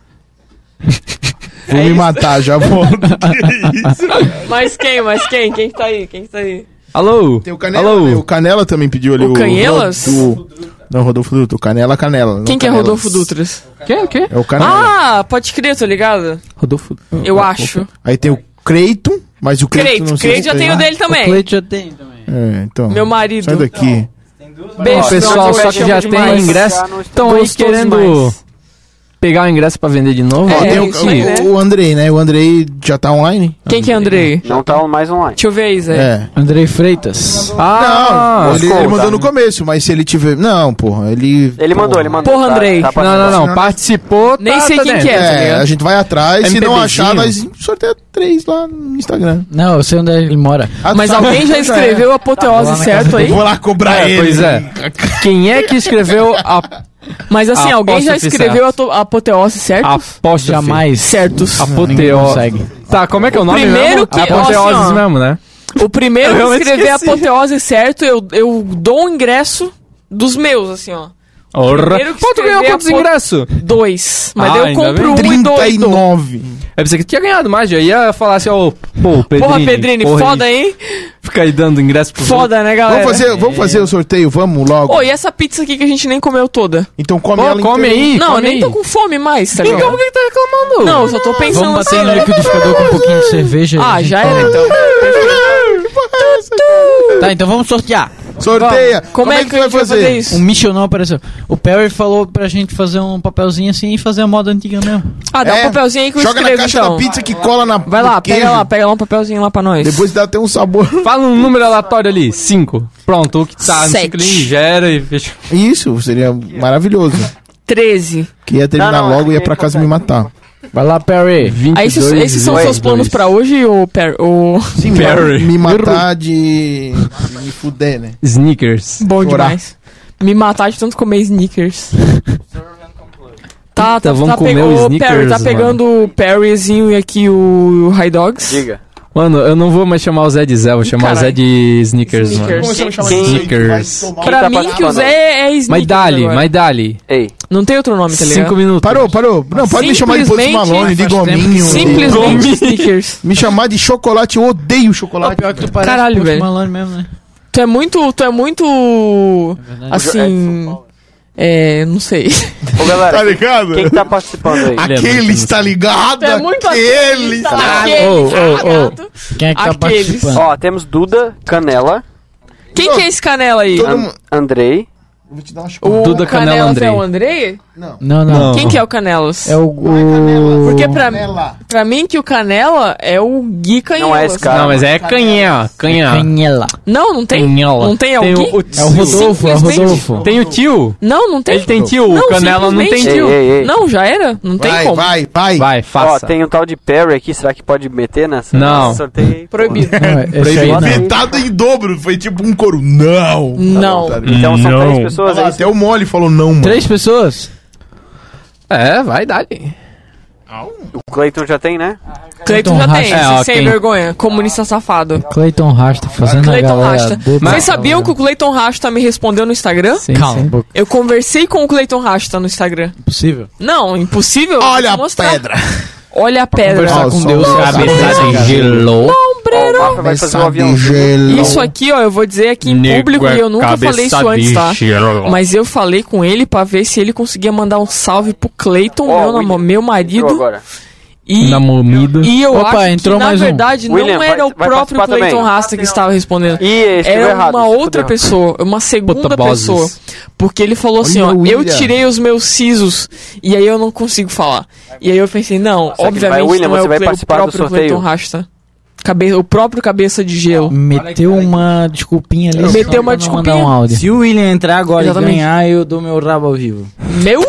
Speaker 2: Vou
Speaker 9: É
Speaker 2: me matar, já volto. que isso?
Speaker 9: Mas quem? Mas quem? Quem que tá aí? Quem que tá aí?
Speaker 14: alô?
Speaker 2: Tem o Canela,
Speaker 14: Alô?
Speaker 2: né? O Canela também pediu ali.
Speaker 9: O Canhelas?
Speaker 2: Rodo- Não, Rodolfo Dutra. O Canela, Canela. não
Speaker 9: Quem que é
Speaker 2: Canelas.
Speaker 9: Rodolfo Dutras?
Speaker 14: Quem? Quem?
Speaker 2: É o Canela.
Speaker 9: Ah, pode crer, tô ligado?
Speaker 14: Rodolfo.
Speaker 9: Eu acho.
Speaker 2: Aí tem o Creiton, mas o Creiton
Speaker 9: Creito,
Speaker 2: não sei
Speaker 9: Creito
Speaker 2: se
Speaker 9: já
Speaker 2: tem.
Speaker 9: tem é. o dele
Speaker 3: O
Speaker 9: também.
Speaker 3: Cleide já tem também.
Speaker 2: É, então.
Speaker 9: Meu marido.
Speaker 2: Sai daqui.
Speaker 9: Beijo,
Speaker 5: é
Speaker 14: Ó, pessoal, só que já tem ingresso. Estão aí querendo pegar o ingresso pra vender de novo?
Speaker 2: Ó,
Speaker 9: É,
Speaker 2: tem o, o, o Andrei, né? O Andrei já tá online?
Speaker 9: Quem que é Andrei?
Speaker 5: Não tá mais online.
Speaker 9: Deixa eu ver isso aí.
Speaker 2: É.
Speaker 3: Andrei Freitas.
Speaker 2: Ah, não, ele,
Speaker 14: Moscou,
Speaker 2: ele mandou
Speaker 14: tá.
Speaker 2: no começo, mas se ele tiver. Não, porra, ele.
Speaker 5: Ele mandou, ele mandou.
Speaker 9: Porra,
Speaker 5: Tá-
Speaker 9: Andrei.
Speaker 5: tá pra-
Speaker 14: Não, não, não. Participou.
Speaker 9: Nem sei quem que é, tá
Speaker 2: É,
Speaker 9: ligado?
Speaker 2: a gente vai atrás, se não achar, nós
Speaker 3: MPBzinho.
Speaker 2: sorteia três lá no Instagram.
Speaker 3: Não, eu sei onde ele mora.
Speaker 2: Ah,
Speaker 9: Mas
Speaker 2: tu sabe?
Speaker 9: alguém já escreveu apoteose,
Speaker 3: Tá, lá na
Speaker 9: certo
Speaker 3: casa
Speaker 9: aí?
Speaker 3: do-
Speaker 2: Vou lá cobrar
Speaker 14: É,
Speaker 2: ele.
Speaker 14: pois é. Quem é que escreveu a
Speaker 9: Mas assim,
Speaker 14: Ah,
Speaker 9: alguém já
Speaker 14: apóstrofe
Speaker 9: escreveu ato- apoteose, certo?
Speaker 14: Ah, aposta?
Speaker 3: Jamais.
Speaker 9: Certos.
Speaker 3: Ninguém
Speaker 14: Apoteose.
Speaker 3: consegue.
Speaker 14: Tá, como é que é o nome
Speaker 9: primeiro
Speaker 14: mesmo?
Speaker 9: que-
Speaker 14: Apoteoses
Speaker 9: Nossa, ó.
Speaker 14: mesmo, né?
Speaker 9: O
Speaker 14: Eu
Speaker 9: primeiro que
Speaker 14: realmente
Speaker 9: escrever
Speaker 14: esqueci.
Speaker 9: apoteose certo, eu, eu dou o ingresso dos meus, assim, ó.
Speaker 14: Orra.
Speaker 9: primeiro que
Speaker 14: Pô, tu ganhou
Speaker 9: escrever
Speaker 14: quantos
Speaker 9: apo-
Speaker 14: ingressos?
Speaker 9: Dois. Mas
Speaker 14: Ah,
Speaker 9: daí eu
Speaker 14: ainda
Speaker 9: compro
Speaker 14: bem.
Speaker 9: um e dois.
Speaker 2: 39.
Speaker 14: Eu É, pensei que tinha ganhado mais, eu ia falar assim, ó, pô, Pedrini.
Speaker 9: Porra, Pedrini,
Speaker 14: porra,
Speaker 9: foda, hein?
Speaker 14: Fica aí dando ingresso pro
Speaker 9: Foda, né, galera?
Speaker 2: Vamos fazer, vamos fazer o sorteio, vamos logo.
Speaker 9: Ô, e essa pizza aqui que a gente nem comeu toda?
Speaker 2: Então come
Speaker 14: Pô,
Speaker 2: ela
Speaker 14: come
Speaker 2: inteira.
Speaker 14: aí,
Speaker 9: não, eu
Speaker 14: come
Speaker 9: nem
Speaker 14: aí.
Speaker 9: tô com fome mais, tá
Speaker 14: Então
Speaker 9: ligado?
Speaker 14: por que que tá reclamando?
Speaker 9: Não, eu só tô pensando
Speaker 3: Vamos bater no
Speaker 9: assim.
Speaker 3: liquidificador com um pouquinho de cerveja. e a
Speaker 9: Ah,
Speaker 3: gente
Speaker 9: já
Speaker 3: fala.
Speaker 9: era então.
Speaker 3: Tá, então vamos sortear.
Speaker 2: Sorteia.
Speaker 9: Como, é que, a gente vai fazer, isso?
Speaker 3: O
Speaker 2: Um
Speaker 3: Mitchell não apareceu. O Perry falou pra gente fazer um papelzinho assim e fazer a moda antiga mesmo.
Speaker 9: Ah, dá
Speaker 2: É,
Speaker 9: um papelzinho aí que eu
Speaker 2: Joga na
Speaker 9: escrevo
Speaker 2: caixa
Speaker 9: então.
Speaker 2: da pizza que cola na
Speaker 9: Vai lá,
Speaker 2: no
Speaker 9: pega
Speaker 2: queijo.
Speaker 9: lá, pega lá um papelzinho lá pra nós.
Speaker 2: Depois dá até um sabor.
Speaker 14: Fala um número aleatório ali, cinco. Pronto, o que tá no
Speaker 9: Sete.
Speaker 14: ciclo ali, gera e fechou.
Speaker 2: Isso, seria maravilhoso.
Speaker 9: 13.
Speaker 2: Que ia terminar
Speaker 5: Não, não,
Speaker 2: logo e ia
Speaker 5: é
Speaker 2: pra casa me matar.
Speaker 3: Vai lá, Perry.
Speaker 9: Aí esses, esses são seus planos pra hoje, ô per, ô-
Speaker 2: Sim,
Speaker 14: Perry.
Speaker 2: Me matar de. de me fuder, né?
Speaker 14: Sneakers.
Speaker 9: Bom
Speaker 2: Chorar.
Speaker 9: demais. Me matar de tanto comer sneakers. Tá,
Speaker 14: Eita,
Speaker 9: tá,
Speaker 14: vamos
Speaker 9: tá,
Speaker 14: comer
Speaker 9: pegou-
Speaker 14: os
Speaker 9: ô, Perry, tá
Speaker 14: sneakers,
Speaker 9: pegando o Perryzinho e aqui o, o High Dogs.
Speaker 5: Diga.
Speaker 14: Mano, eu não vou mais chamar o Zé de Zé, vou chamar o
Speaker 9: Caralho.
Speaker 14: Zé de Sneakers,
Speaker 9: Sneakers.
Speaker 14: mano.
Speaker 2: Começamos a chamar
Speaker 5: Quem-
Speaker 2: de
Speaker 14: Sneakers.
Speaker 2: vai tomar-
Speaker 5: Quem
Speaker 9: pra
Speaker 5: tá
Speaker 9: mim que o
Speaker 5: participando?
Speaker 9: Zé é sneakers
Speaker 14: Mas dali,
Speaker 9: agora.
Speaker 14: mas dali.
Speaker 5: Ei,
Speaker 9: Não tem outro nome, tá ligado?
Speaker 14: Cinco minutos.
Speaker 2: Parou, parou. Não, pode me chamar de Post
Speaker 9: Simplesmente-
Speaker 2: Malone, de
Speaker 3: Faz tempo que
Speaker 2: gominho.
Speaker 9: Simplesmente sneakers.
Speaker 2: Me chamar de chocolate, eu odeio chocolate.
Speaker 3: tu parece
Speaker 9: Caralho,
Speaker 3: Post
Speaker 9: velho.
Speaker 3: Malone mesmo, né?
Speaker 9: Tu é muito, tu é muito, assim, é, não sei.
Speaker 5: ô galera,
Speaker 2: Tá ligado?
Speaker 5: quem que tá participando aí?
Speaker 2: Aquele está ligado?
Speaker 9: É muito
Speaker 2: aquele
Speaker 9: assim, tá?
Speaker 2: está
Speaker 9: Aquele,
Speaker 14: Ô, ô, ô.
Speaker 9: tá ligado?
Speaker 3: Quem é que tá
Speaker 9: Aqueles.
Speaker 3: participando?
Speaker 5: Ó, temos Duda, Canela,
Speaker 9: Quem que é esse canela aí?
Speaker 2: Todo
Speaker 5: An-
Speaker 2: mundo-
Speaker 5: Andrei.
Speaker 2: Tá. Vou te dar uma chocolate.
Speaker 9: O
Speaker 14: Duda Canela
Speaker 9: Canelas é
Speaker 14: Andrei.
Speaker 9: o Andrei?
Speaker 3: Não, não.
Speaker 14: Não.
Speaker 9: Quem que é o Canelas?
Speaker 3: É o. o...
Speaker 9: Porque pra,
Speaker 2: Canela.
Speaker 9: pra mim que o Canela é o Gui Canhelas.
Speaker 5: Não é esse cara.
Speaker 14: Não, mas é canhã, canhã.
Speaker 3: É Canhela.
Speaker 9: Não, não tem.
Speaker 14: Canhola.
Speaker 9: Não tem alguém?
Speaker 14: o, o
Speaker 3: É o Rodolfo, é o
Speaker 9: Simplesmente-
Speaker 3: Rodolfo.
Speaker 14: Tem o tio.
Speaker 9: Não, não tem.
Speaker 14: Ele tem tio, o
Speaker 9: Não,
Speaker 14: Canela não tem
Speaker 9: simplesmente-
Speaker 14: tio.
Speaker 5: Ei, ei, ei.
Speaker 9: Não, já era. Não tem
Speaker 2: Vai, Tá
Speaker 9: como.
Speaker 2: vai, vai.
Speaker 14: Vai,
Speaker 5: Ó,
Speaker 14: faça.
Speaker 5: tem um tal de Perry aqui, será que pode meter nessa?
Speaker 14: Não.
Speaker 5: nesse sorteio aí?
Speaker 9: Proibido.
Speaker 3: Não, é- esse aí
Speaker 5: Proibido.
Speaker 3: não.
Speaker 2: Inventado em dobro. Foi tipo um coro. Não.
Speaker 9: Não.
Speaker 2: Tá ligado?
Speaker 5: Então são três pessoas
Speaker 2: Olha lá,
Speaker 5: aí.
Speaker 2: até o mole falou não, mano.
Speaker 3: Três pessoas?
Speaker 14: É, vai, dali.
Speaker 2: um
Speaker 5: O Clayton já tem, né?
Speaker 9: Cleiton já
Speaker 3: Clayton
Speaker 9: tem,
Speaker 14: Rasta.
Speaker 9: esse
Speaker 14: É,
Speaker 9: sem
Speaker 14: ok.
Speaker 9: vergonha.
Speaker 2: Tá
Speaker 9: Comunista safado.
Speaker 3: Clayton Ah, Rasta fazendo a
Speaker 9: Cleiton
Speaker 3: galera.
Speaker 9: Rasta.
Speaker 3: deba-
Speaker 9: Vocês sabiam que o Cleiton Rasta me respondeu no Instagram?
Speaker 14: Sim,
Speaker 3: Calma, Um
Speaker 14: sim.
Speaker 3: boca,
Speaker 9: Eu conversei com o Cleiton Rasta no Instagram.
Speaker 3: impossível.
Speaker 9: Não, impossível. eu vou
Speaker 2: Olha
Speaker 9: te
Speaker 2: a
Speaker 9: mostrar.
Speaker 2: pedra.
Speaker 9: Olha a pedra.
Speaker 2: Conversar com Deus.
Speaker 14: Cabeçada gelou.
Speaker 5: Ó, o
Speaker 9: Ombreiro.
Speaker 5: Rafa vai fazer um
Speaker 2: Cabeça
Speaker 5: avião.
Speaker 2: de gelo.
Speaker 9: Isso aqui, ó, eu vou dizer aqui em público e eu nunca falei isso antes, tá? Mas eu falei com ele pra ver se ele conseguia mandar um salve pro Cleiton,
Speaker 5: Ó,
Speaker 9: meu,
Speaker 5: William,
Speaker 9: nam- meu
Speaker 5: Entrou
Speaker 9: marido.
Speaker 5: agora.
Speaker 9: E,
Speaker 14: Na momida.
Speaker 9: e eu
Speaker 3: Opa,
Speaker 9: acho
Speaker 3: entrou
Speaker 9: que,
Speaker 3: mais um.
Speaker 9: na verdade,
Speaker 5: William,
Speaker 9: não
Speaker 5: vai-
Speaker 9: era o
Speaker 5: vai
Speaker 9: próprio
Speaker 5: participar também.
Speaker 9: Cleiton Rasta que estava respondendo.
Speaker 5: Ih, esse
Speaker 9: Era
Speaker 5: deu errado.
Speaker 9: uma
Speaker 5: esse
Speaker 9: outra
Speaker 5: fudeu.
Speaker 9: pessoa, uma segunda
Speaker 14: Puta bosses.
Speaker 9: pessoa. Porque ele falou assim, ó,
Speaker 2: Olha o
Speaker 9: eu
Speaker 2: William.
Speaker 9: tirei os meus sisos e aí eu não consigo falar. E aí eu pensei, não,
Speaker 5: que
Speaker 9: obviamente
Speaker 5: vai, William,
Speaker 9: não é
Speaker 5: você
Speaker 9: o,
Speaker 5: vai
Speaker 9: Cle- o
Speaker 5: participar do
Speaker 9: próprio
Speaker 5: sorteio?
Speaker 9: Cleiton Rasta. Cabe o próprio cabeça de
Speaker 3: Hum.
Speaker 9: gelo.
Speaker 3: Meteu uma desculpinha ali.
Speaker 9: Meteu
Speaker 3: só pra
Speaker 9: uma
Speaker 3: não
Speaker 9: desculpinha.
Speaker 3: Mandar um áudio.
Speaker 4: Se o William entrar agora
Speaker 9: Exatamente.
Speaker 4: e ganhar, eu dou meu rabo ao vivo.
Speaker 9: Meu!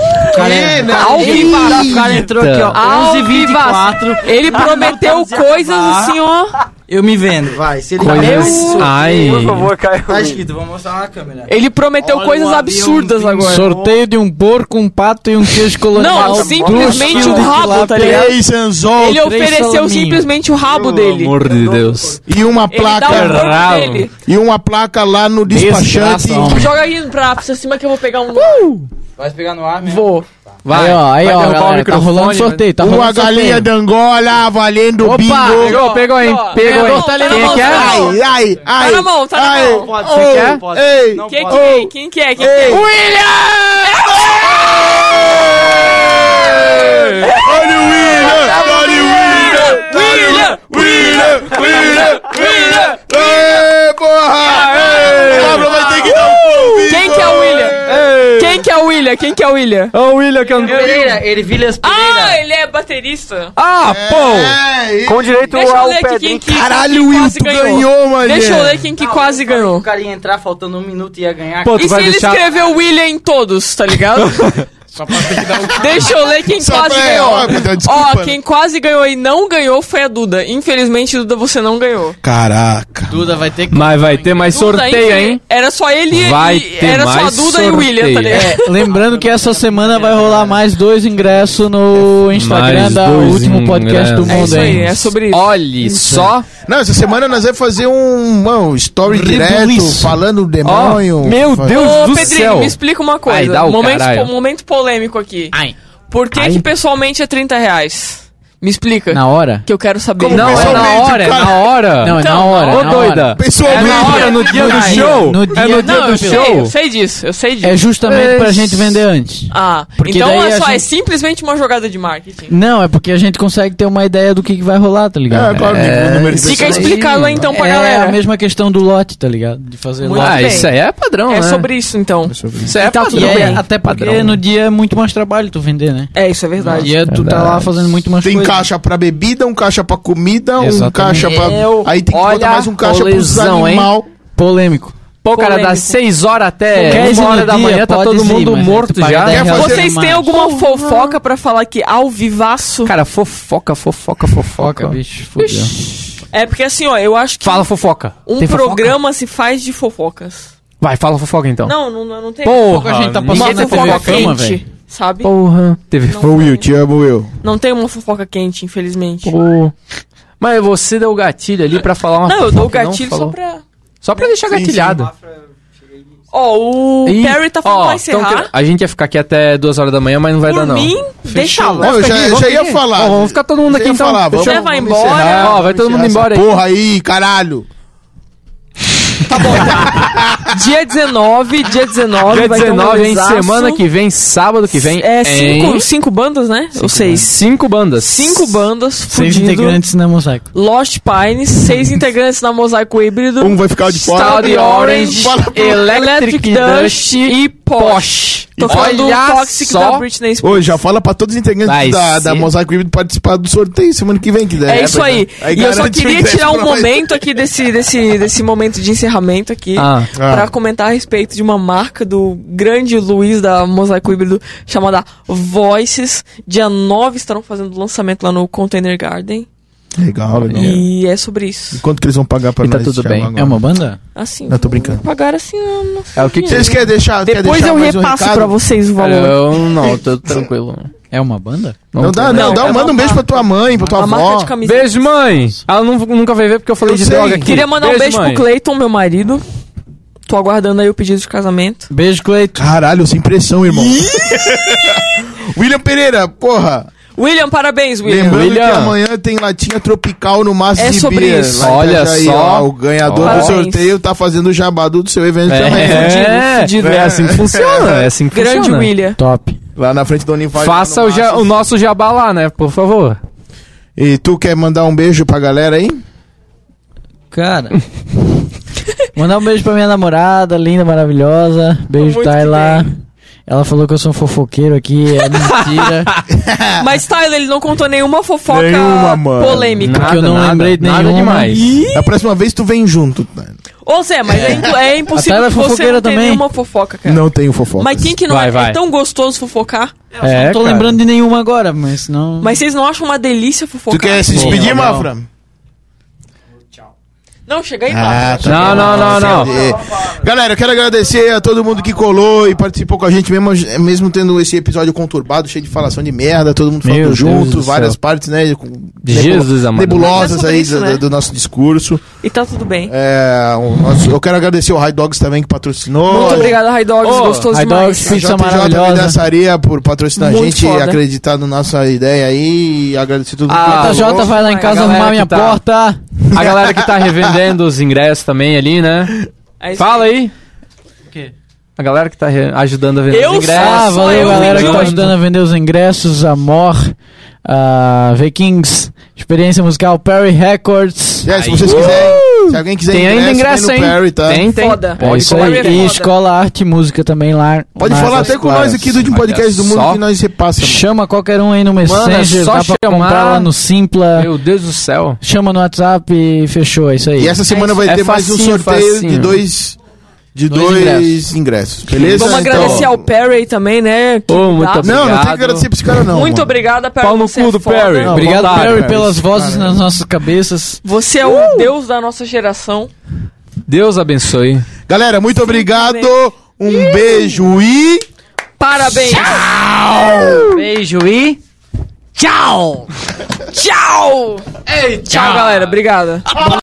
Speaker 9: Ao vivaço.
Speaker 4: O cara entrou aqui, ó.
Speaker 9: Ao
Speaker 4: 11
Speaker 9: vivaço. Ele prometeu coisas assim, ó.
Speaker 4: Eu me vendo.
Speaker 6: Vai, se ele
Speaker 9: Coisas-
Speaker 14: Ai.
Speaker 5: Por favor, Caio.
Speaker 6: Tá escrito, vou mostrar na câmera.
Speaker 9: Ele prometeu
Speaker 6: Olha,
Speaker 9: coisas
Speaker 6: um avião
Speaker 9: absurdas
Speaker 6: tem
Speaker 9: agora.
Speaker 3: Sorteio de um porco, um pato e um queijo colonial.
Speaker 9: Não,
Speaker 3: Duas
Speaker 9: simplesmente
Speaker 3: quilos
Speaker 9: o
Speaker 3: de
Speaker 9: rabo, tá
Speaker 3: tilápia.
Speaker 9: ligado?
Speaker 2: Três anzol
Speaker 9: Ele
Speaker 3: três
Speaker 9: ofereceu
Speaker 3: salaminho.
Speaker 9: simplesmente o rabo dele.
Speaker 14: Pelo amor de Deus.
Speaker 2: e uma
Speaker 9: Ele dá um o
Speaker 2: placa.
Speaker 9: rabo
Speaker 14: Rabo.
Speaker 9: dele.
Speaker 2: E uma placa lá no despachante.
Speaker 3: Desgraça, homem.
Speaker 9: Joga aí pra, pra cima que eu vou pegar um.
Speaker 4: Vai pegar no ar mesmo.
Speaker 9: Vou.
Speaker 3: Vai, ó, aí,
Speaker 14: vai
Speaker 3: ó,
Speaker 14: derrubar o
Speaker 3: galera, tá
Speaker 14: microfone, né?
Speaker 3: rolando sorteio, tá
Speaker 2: Uma
Speaker 3: rolando
Speaker 2: galinha
Speaker 3: sorteio.
Speaker 2: de Angola valendo
Speaker 3: Opa,
Speaker 2: bingo.
Speaker 14: Pegou, pegou, hein?
Speaker 9: Ó,
Speaker 14: Pegou, hein?
Speaker 9: tá na mão, tá na
Speaker 14: Quem
Speaker 9: mão,
Speaker 14: que
Speaker 9: tá na
Speaker 14: é?
Speaker 9: mão.
Speaker 2: Ai, ai, ai.
Speaker 9: na mão, tá na
Speaker 2: ai.
Speaker 9: mão.
Speaker 6: Pode,
Speaker 2: Ô,
Speaker 6: você quer? Pode.
Speaker 2: Ei,
Speaker 6: Não
Speaker 9: Quem que
Speaker 6: pode.
Speaker 9: é? Quem que é? Quem que é?
Speaker 2: olha o William!
Speaker 3: Tá
Speaker 2: Olha o William! William! William! William! Ei, porra! Ei, Pablo vai ter que dar um
Speaker 9: Quem que é o William? Quem que é o William? Quem Quem que é o William?
Speaker 12: Ah, o William que é um...
Speaker 9: Pereira,
Speaker 5: Ervilhas
Speaker 9: Pereira. Ah, ele é baterista.
Speaker 12: Ah,
Speaker 9: pô!
Speaker 5: Com direito
Speaker 9: Deixa eu
Speaker 5: ao
Speaker 9: ler aqui quem
Speaker 5: pedrinho.
Speaker 9: que quem que quase Ah, Deixa eu ler quem que quase ganhou.
Speaker 16: O cara ia entrar faltando um minuto e ia ganhar.
Speaker 9: e se ele escreveu William em todos, tá ligado? Deixa eu ler quem
Speaker 16: Só
Speaker 9: quase
Speaker 16: pra-
Speaker 9: ganhou.
Speaker 16: ó,
Speaker 2: dá desculpa,
Speaker 9: Ó,
Speaker 2: né?
Speaker 9: quem quase ganhou e não ganhou foi a Duda. Infelizmente, Duda, você não ganhou.
Speaker 2: Caraca.
Speaker 3: Duda vai ter que.
Speaker 12: Mas vai ter mais
Speaker 9: Duda,
Speaker 12: sorteio,
Speaker 9: infeliz-
Speaker 12: hein?
Speaker 9: Era só ele e-
Speaker 12: Vai
Speaker 9: e
Speaker 12: ter
Speaker 9: era só a
Speaker 12: mais
Speaker 9: Duda e o William, tá
Speaker 12: sorteio.
Speaker 9: ligado?
Speaker 3: É, lembrando que essa semana vai rolar mais dois ingressos no Instagram
Speaker 12: Mais
Speaker 3: da
Speaker 12: dois
Speaker 3: Último Podcast do
Speaker 12: ingressos.
Speaker 9: É
Speaker 3: Mundo,
Speaker 4: É
Speaker 3: hein?
Speaker 9: sobre
Speaker 12: isso. Olhe só.
Speaker 2: Não, essa semana nós vamos fazer um, mano, story direto
Speaker 12: Ribuliço.
Speaker 2: falando do demônio.
Speaker 12: meu
Speaker 2: Fa-
Speaker 9: Ô, Pedrinho, me explica uma coisa.
Speaker 2: Ai, dá o
Speaker 9: momento,
Speaker 2: caralho.
Speaker 9: po- momento polêmico aqui. Por que,
Speaker 3: Ai.
Speaker 9: que pessoalmente é 30 reais? Me explica.
Speaker 3: Na hora?
Speaker 9: Que eu quero saber.
Speaker 3: Como Não, é na pessoalmente, hora, é cara? na hora. Não, é na hora, é
Speaker 9: Ô,
Speaker 3: na hora. Pessoalmente.
Speaker 9: É na hora,
Speaker 3: no dia do
Speaker 9: Ai,
Speaker 3: show? É no dia
Speaker 9: Não,
Speaker 3: do
Speaker 9: eu sei,
Speaker 3: show?
Speaker 9: Eu sei disso, eu sei disso.
Speaker 3: É justamente pra gente vender antes.
Speaker 9: Ah,
Speaker 3: Porque
Speaker 9: então
Speaker 3: daí
Speaker 9: é
Speaker 3: a
Speaker 9: só, é
Speaker 3: gente-
Speaker 9: simplesmente uma jogada de marketing.
Speaker 3: Não, é porque a gente consegue ter uma ideia do que, que vai rolar, tá ligado?
Speaker 9: É, claro, o número de Fica pessoas. explicado aí, então, pra
Speaker 3: é
Speaker 9: galera.
Speaker 3: a mesma questão do lote, tá ligado? De
Speaker 12: Ah,
Speaker 3: fazer
Speaker 9: Muito
Speaker 3: lote.
Speaker 9: bem. É
Speaker 3: né?
Speaker 9: sobre isso, então.
Speaker 3: Isso é
Speaker 9: Tá tudo
Speaker 3: Ah, padrão.
Speaker 9: bem.
Speaker 3: É, até porque no dia é muito mais trabalho tu vender, né?
Speaker 9: É, isso é verdade.
Speaker 3: No dia tu tá
Speaker 2: Verdade.
Speaker 3: lá fazendo muito mais
Speaker 2: Tem
Speaker 3: coisa.
Speaker 2: caixa pra bebida, um caixa pra comida, um
Speaker 3: Exatamente.
Speaker 2: caixa pra.
Speaker 3: Eu-
Speaker 2: Aí tem que
Speaker 3: Olha
Speaker 2: botar mais um caixa pros
Speaker 3: lesão, hein?
Speaker 2: animal.
Speaker 3: Polêmico.
Speaker 12: Pô, cara, das 6 horas até 1 É, hora da manhã, tá todo mundo
Speaker 3: é
Speaker 12: morto
Speaker 3: tipo,
Speaker 12: já.
Speaker 9: Vocês têm alguma fofoca pra falar que ao vivaço?
Speaker 12: Cara, fofoca, fofoca, fofoca.
Speaker 3: bicho, fudeu.
Speaker 9: É porque assim, ó, eu acho que
Speaker 12: Fala fofoca.
Speaker 9: um
Speaker 12: Tem fofoca?
Speaker 9: programa se faz de fofocas.
Speaker 12: Vai, fala fofoca então.
Speaker 9: Não, não, não tem.
Speaker 12: Porra,
Speaker 9: Fofoca,
Speaker 3: tá
Speaker 12: ninguém
Speaker 9: passando
Speaker 12: tem
Speaker 9: na fofoca
Speaker 12: fofoca,
Speaker 9: quente,
Speaker 12: mano, velho.
Speaker 9: sabe?
Speaker 12: Porra. TV.
Speaker 2: Ô, Will, te amo, Will.
Speaker 9: Não tem uma fofoca quente, infelizmente.
Speaker 12: Mas É você deu o gatilho ali pra falar uma
Speaker 9: Não, eu dou o
Speaker 12: fofoca e não
Speaker 9: gatilho só
Speaker 12: falou.
Speaker 9: pra.
Speaker 12: Só pra deixar gatilhado.
Speaker 9: Ó, o
Speaker 12: Ih,
Speaker 9: Perry tá falando
Speaker 12: ó,
Speaker 9: pra encerrar.
Speaker 12: então que- a gente ia ficar aqui até 2 horas da manhã, mas não vai dar não.
Speaker 9: mim, deixa lá.
Speaker 2: Não, eu já, eu já ia falar.
Speaker 12: Ó, vamos ficar todo mundo
Speaker 2: Já
Speaker 12: aqui
Speaker 2: ia
Speaker 12: então.
Speaker 2: falar,
Speaker 12: Fechou?
Speaker 2: vamos-
Speaker 9: vai
Speaker 2: vamos
Speaker 9: embora.
Speaker 2: encerrar,
Speaker 12: Ó, vai todo
Speaker 2: vamos
Speaker 12: mundo
Speaker 2: encerrar
Speaker 12: embora
Speaker 2: essa
Speaker 12: aí.
Speaker 2: Porra aí, caralho.
Speaker 9: Dia 19, dia 19.
Speaker 12: Dia
Speaker 9: vai ter um
Speaker 12: 19, hein?
Speaker 9: golizaço.
Speaker 12: Semana que vem, sábado que vem.
Speaker 9: É, cinco,
Speaker 12: hein?
Speaker 9: cinco bandas, né? Ou seis.
Speaker 12: Cinco bandas.
Speaker 9: Cinco bandas,
Speaker 3: Seis
Speaker 9: fudido.
Speaker 3: integrantes na mosaico.
Speaker 9: Lost Pines, seis integrantes na Mosaico Híbrido.
Speaker 2: Um vai ficar de fora.
Speaker 9: Cloud Orange,
Speaker 2: Fala pro-
Speaker 9: Electric Dust e Posh. Tocando
Speaker 12: Olha
Speaker 9: Toxic
Speaker 12: só.
Speaker 9: da Britney Spears.
Speaker 2: Ô, já fala pra todos os
Speaker 12: Vai
Speaker 2: integrantes da, da
Speaker 12: ser.
Speaker 2: Mosaic Híbrido participar do sorteio semana que vem, que der.
Speaker 9: É, isso aí. e eu só
Speaker 2: garante o
Speaker 9: queria
Speaker 2: ingresso
Speaker 9: tirar um
Speaker 2: pra nós.
Speaker 9: momento aqui desse, desse, desse momento de encerramento aqui
Speaker 2: Ah.
Speaker 9: pra
Speaker 2: Ah.
Speaker 9: comentar a respeito de uma marca do grande Luiz da Mosaico Híbrido chamada Voices. Dia 9 estarão fazendo lançamento lá no Container Garden.
Speaker 2: Ah, Legal, legal.
Speaker 9: E é sobre isso.
Speaker 2: E quanto que eles vão pagar pra
Speaker 3: E tá
Speaker 2: nós?
Speaker 3: tudo
Speaker 2: Thiago,
Speaker 3: bem.
Speaker 2: agora?
Speaker 3: É uma banda?
Speaker 9: Assim.
Speaker 2: Não, tô brincando.
Speaker 9: Pagar assim, eu não
Speaker 2: É o que que vocês querem deixar? quer
Speaker 9: Depois
Speaker 2: deixar
Speaker 9: eu
Speaker 2: mais um
Speaker 9: repasso
Speaker 2: recado?
Speaker 9: pra vocês o valor.
Speaker 12: Eu não, tô tranquilo.
Speaker 3: É uma banda?
Speaker 2: Não, dá, não,
Speaker 9: Não,
Speaker 2: dá,
Speaker 9: é
Speaker 2: manda um
Speaker 9: uma- É
Speaker 2: beijo pra tua mãe, pra tua
Speaker 9: Uma marca
Speaker 2: avó.
Speaker 9: de camiseta.
Speaker 12: Beijo, mãe. Ela nu- nunca vai ver porque eu falei
Speaker 2: Eu
Speaker 12: de
Speaker 2: sei.
Speaker 12: droga aqui.
Speaker 9: Queria mandar um beijo
Speaker 12: mãe.
Speaker 9: pro Cleiton, meu marido. Tô aguardando aí o pedido de casamento.
Speaker 3: Beijo, Cleiton.
Speaker 2: Caralho, sem pressão, irmão. William Pereira, porra.
Speaker 9: William, parabéns, William.
Speaker 2: Lembrando que amanhã tem latinha tropical no Massa
Speaker 9: É
Speaker 2: de
Speaker 9: sobre
Speaker 2: Beer,
Speaker 9: isso.
Speaker 2: lá em
Speaker 12: Olha
Speaker 2: Itajaí,
Speaker 12: só.
Speaker 2: ó, o ganhador
Speaker 12: Ó.
Speaker 2: do sorteio tá fazendo o jabadu do seu evento também. né?
Speaker 12: É, é assim que funciona, é assim que
Speaker 9: Grande
Speaker 12: funciona.
Speaker 9: William.
Speaker 3: Top.
Speaker 2: Lá na frente do Unifaz.
Speaker 12: Faça o, ja- o nosso jabá lá, né? Por favor.
Speaker 2: E tu quer mandar um beijo pra galera aí?
Speaker 3: Cara. Mandar um beijo pra minha namorada, linda, maravilhosa. Beijo,
Speaker 9: Muito
Speaker 3: Tayla. Ela falou que eu sou um fofoqueiro aqui, é mentira.
Speaker 9: Mas Tyler, ele não contou nenhuma fofoca polêmica.
Speaker 3: Porque eu não lembrei de
Speaker 12: nada
Speaker 3: nenhuma.
Speaker 12: demais.
Speaker 2: A próxima vez tu vem junto. né?
Speaker 9: Ô Zé, mas é, impo- é impossível
Speaker 3: Tyler é
Speaker 9: que você
Speaker 3: fofoqueira
Speaker 9: não tenha
Speaker 3: também.
Speaker 9: nenhuma fofoca, cara.
Speaker 2: Não tenho fofoca.
Speaker 9: É. Mas quem que não
Speaker 3: Vai,
Speaker 9: é,
Speaker 3: vai.
Speaker 9: é tão gostoso fofocar?
Speaker 3: Eu só não
Speaker 12: É,
Speaker 3: tô lembrando de nenhuma agora, mas não.
Speaker 9: Mas vocês não acham uma delícia fofocar?
Speaker 2: Tu quer se despedir,
Speaker 3: Não, não.
Speaker 2: Mafra?
Speaker 9: Não, chega aí,
Speaker 2: Ah,
Speaker 9: Mafra.
Speaker 2: tá
Speaker 12: Não,
Speaker 2: bom,
Speaker 12: não, não, não.
Speaker 2: entendi. Galera, eu quero agradecer a todo mundo que colou e participou com a gente, mesmo, é mesmo tendo esse episódio conturbado, cheio de falação de merda, todo mundo
Speaker 12: Meu
Speaker 2: falando
Speaker 12: Deus
Speaker 2: junto,
Speaker 12: do
Speaker 2: várias
Speaker 12: céu.
Speaker 2: partes, né? com
Speaker 12: Jesus amado.
Speaker 9: Mas é
Speaker 2: Nebulosas
Speaker 9: sobre
Speaker 2: aí
Speaker 9: isso,
Speaker 2: do,
Speaker 9: né?
Speaker 2: do nosso discurso.
Speaker 9: E tá tudo bem.
Speaker 2: É, o nosso- eu quero agradecer o High Dogs também que patrocinou.
Speaker 9: Muito obrigado, High Dogs,
Speaker 12: Ô,
Speaker 9: gostoso
Speaker 3: High
Speaker 9: demais.
Speaker 3: Dogs, pizza
Speaker 2: a JJ
Speaker 3: maravilhosa.
Speaker 2: Dançaria por patrocinar a
Speaker 9: Muito
Speaker 2: gente e
Speaker 9: foda.
Speaker 2: acreditar na nossa ideia aí e agradecer todo mundo.
Speaker 12: Ah,
Speaker 3: A Jota vai lá em casa
Speaker 12: A galera
Speaker 3: arrumar
Speaker 12: que
Speaker 3: minha
Speaker 12: tá-
Speaker 3: porta.
Speaker 12: A galera que tá revendendo os ingressos também ali, né?
Speaker 9: É isso
Speaker 12: Fala aí. A galera que tá re- ajudando a vender
Speaker 9: Eu
Speaker 12: os ingressos.
Speaker 9: sou-
Speaker 3: Ah, valeu
Speaker 9: eu
Speaker 3: galera
Speaker 9: vendi
Speaker 3: que tá
Speaker 9: hoje.
Speaker 3: ajudando a vender os ingressos, Amor, ah, uh, V-Kings, Experiência Musical, Perry Records.
Speaker 2: É, se vocês quiserem Se alguém quiser
Speaker 3: Tem ainda
Speaker 2: ingresso,
Speaker 3: ingresso,
Speaker 2: tem no
Speaker 3: hein?
Speaker 2: Perry, tá?
Speaker 3: Tem, tem. É isso aí. E escola arte e música também lá.
Speaker 2: Pode
Speaker 3: nas
Speaker 2: falar até com
Speaker 3: escolas.
Speaker 2: nós aqui do Último Podcast do Mundo
Speaker 3: Olha
Speaker 2: que nós repassamos.
Speaker 3: Chama qualquer um aí no
Speaker 2: Mano, é
Speaker 3: Messenger,
Speaker 2: só
Speaker 3: dá pra
Speaker 2: chamar.
Speaker 3: comprar lá no Simpla.
Speaker 2: Meu
Speaker 12: Deus do céu.
Speaker 3: Chama no WhatsApp e fechou, é isso aí.
Speaker 2: E essa semana vai ter mais um sorteio de dois. De dois,
Speaker 3: Dois
Speaker 2: ingressos.
Speaker 3: ingressos.
Speaker 2: beleza?
Speaker 9: Vamos agradecer ao Perry também, né? que
Speaker 2: Ô, muito
Speaker 9: dá-
Speaker 2: obrigado. Não, não tem que agradecer pra esse cara, não,
Speaker 9: Muito
Speaker 2: mano.
Speaker 9: obrigada, Perry.
Speaker 3: Pau no
Speaker 9: você
Speaker 3: cu
Speaker 9: é
Speaker 3: do
Speaker 9: foda.
Speaker 3: Perry. Obrigado, Perry, pelas vozes nas nossas cabeças.
Speaker 9: Você é o deus da nossa geração.
Speaker 12: Deus abençoe.
Speaker 2: Galera, muito obrigado. Um beijo e.
Speaker 9: Parabéns.
Speaker 2: Tchau!
Speaker 16: Beijo e. Tchau!
Speaker 9: Tchau! Ei, tchau, galera. Obrigada.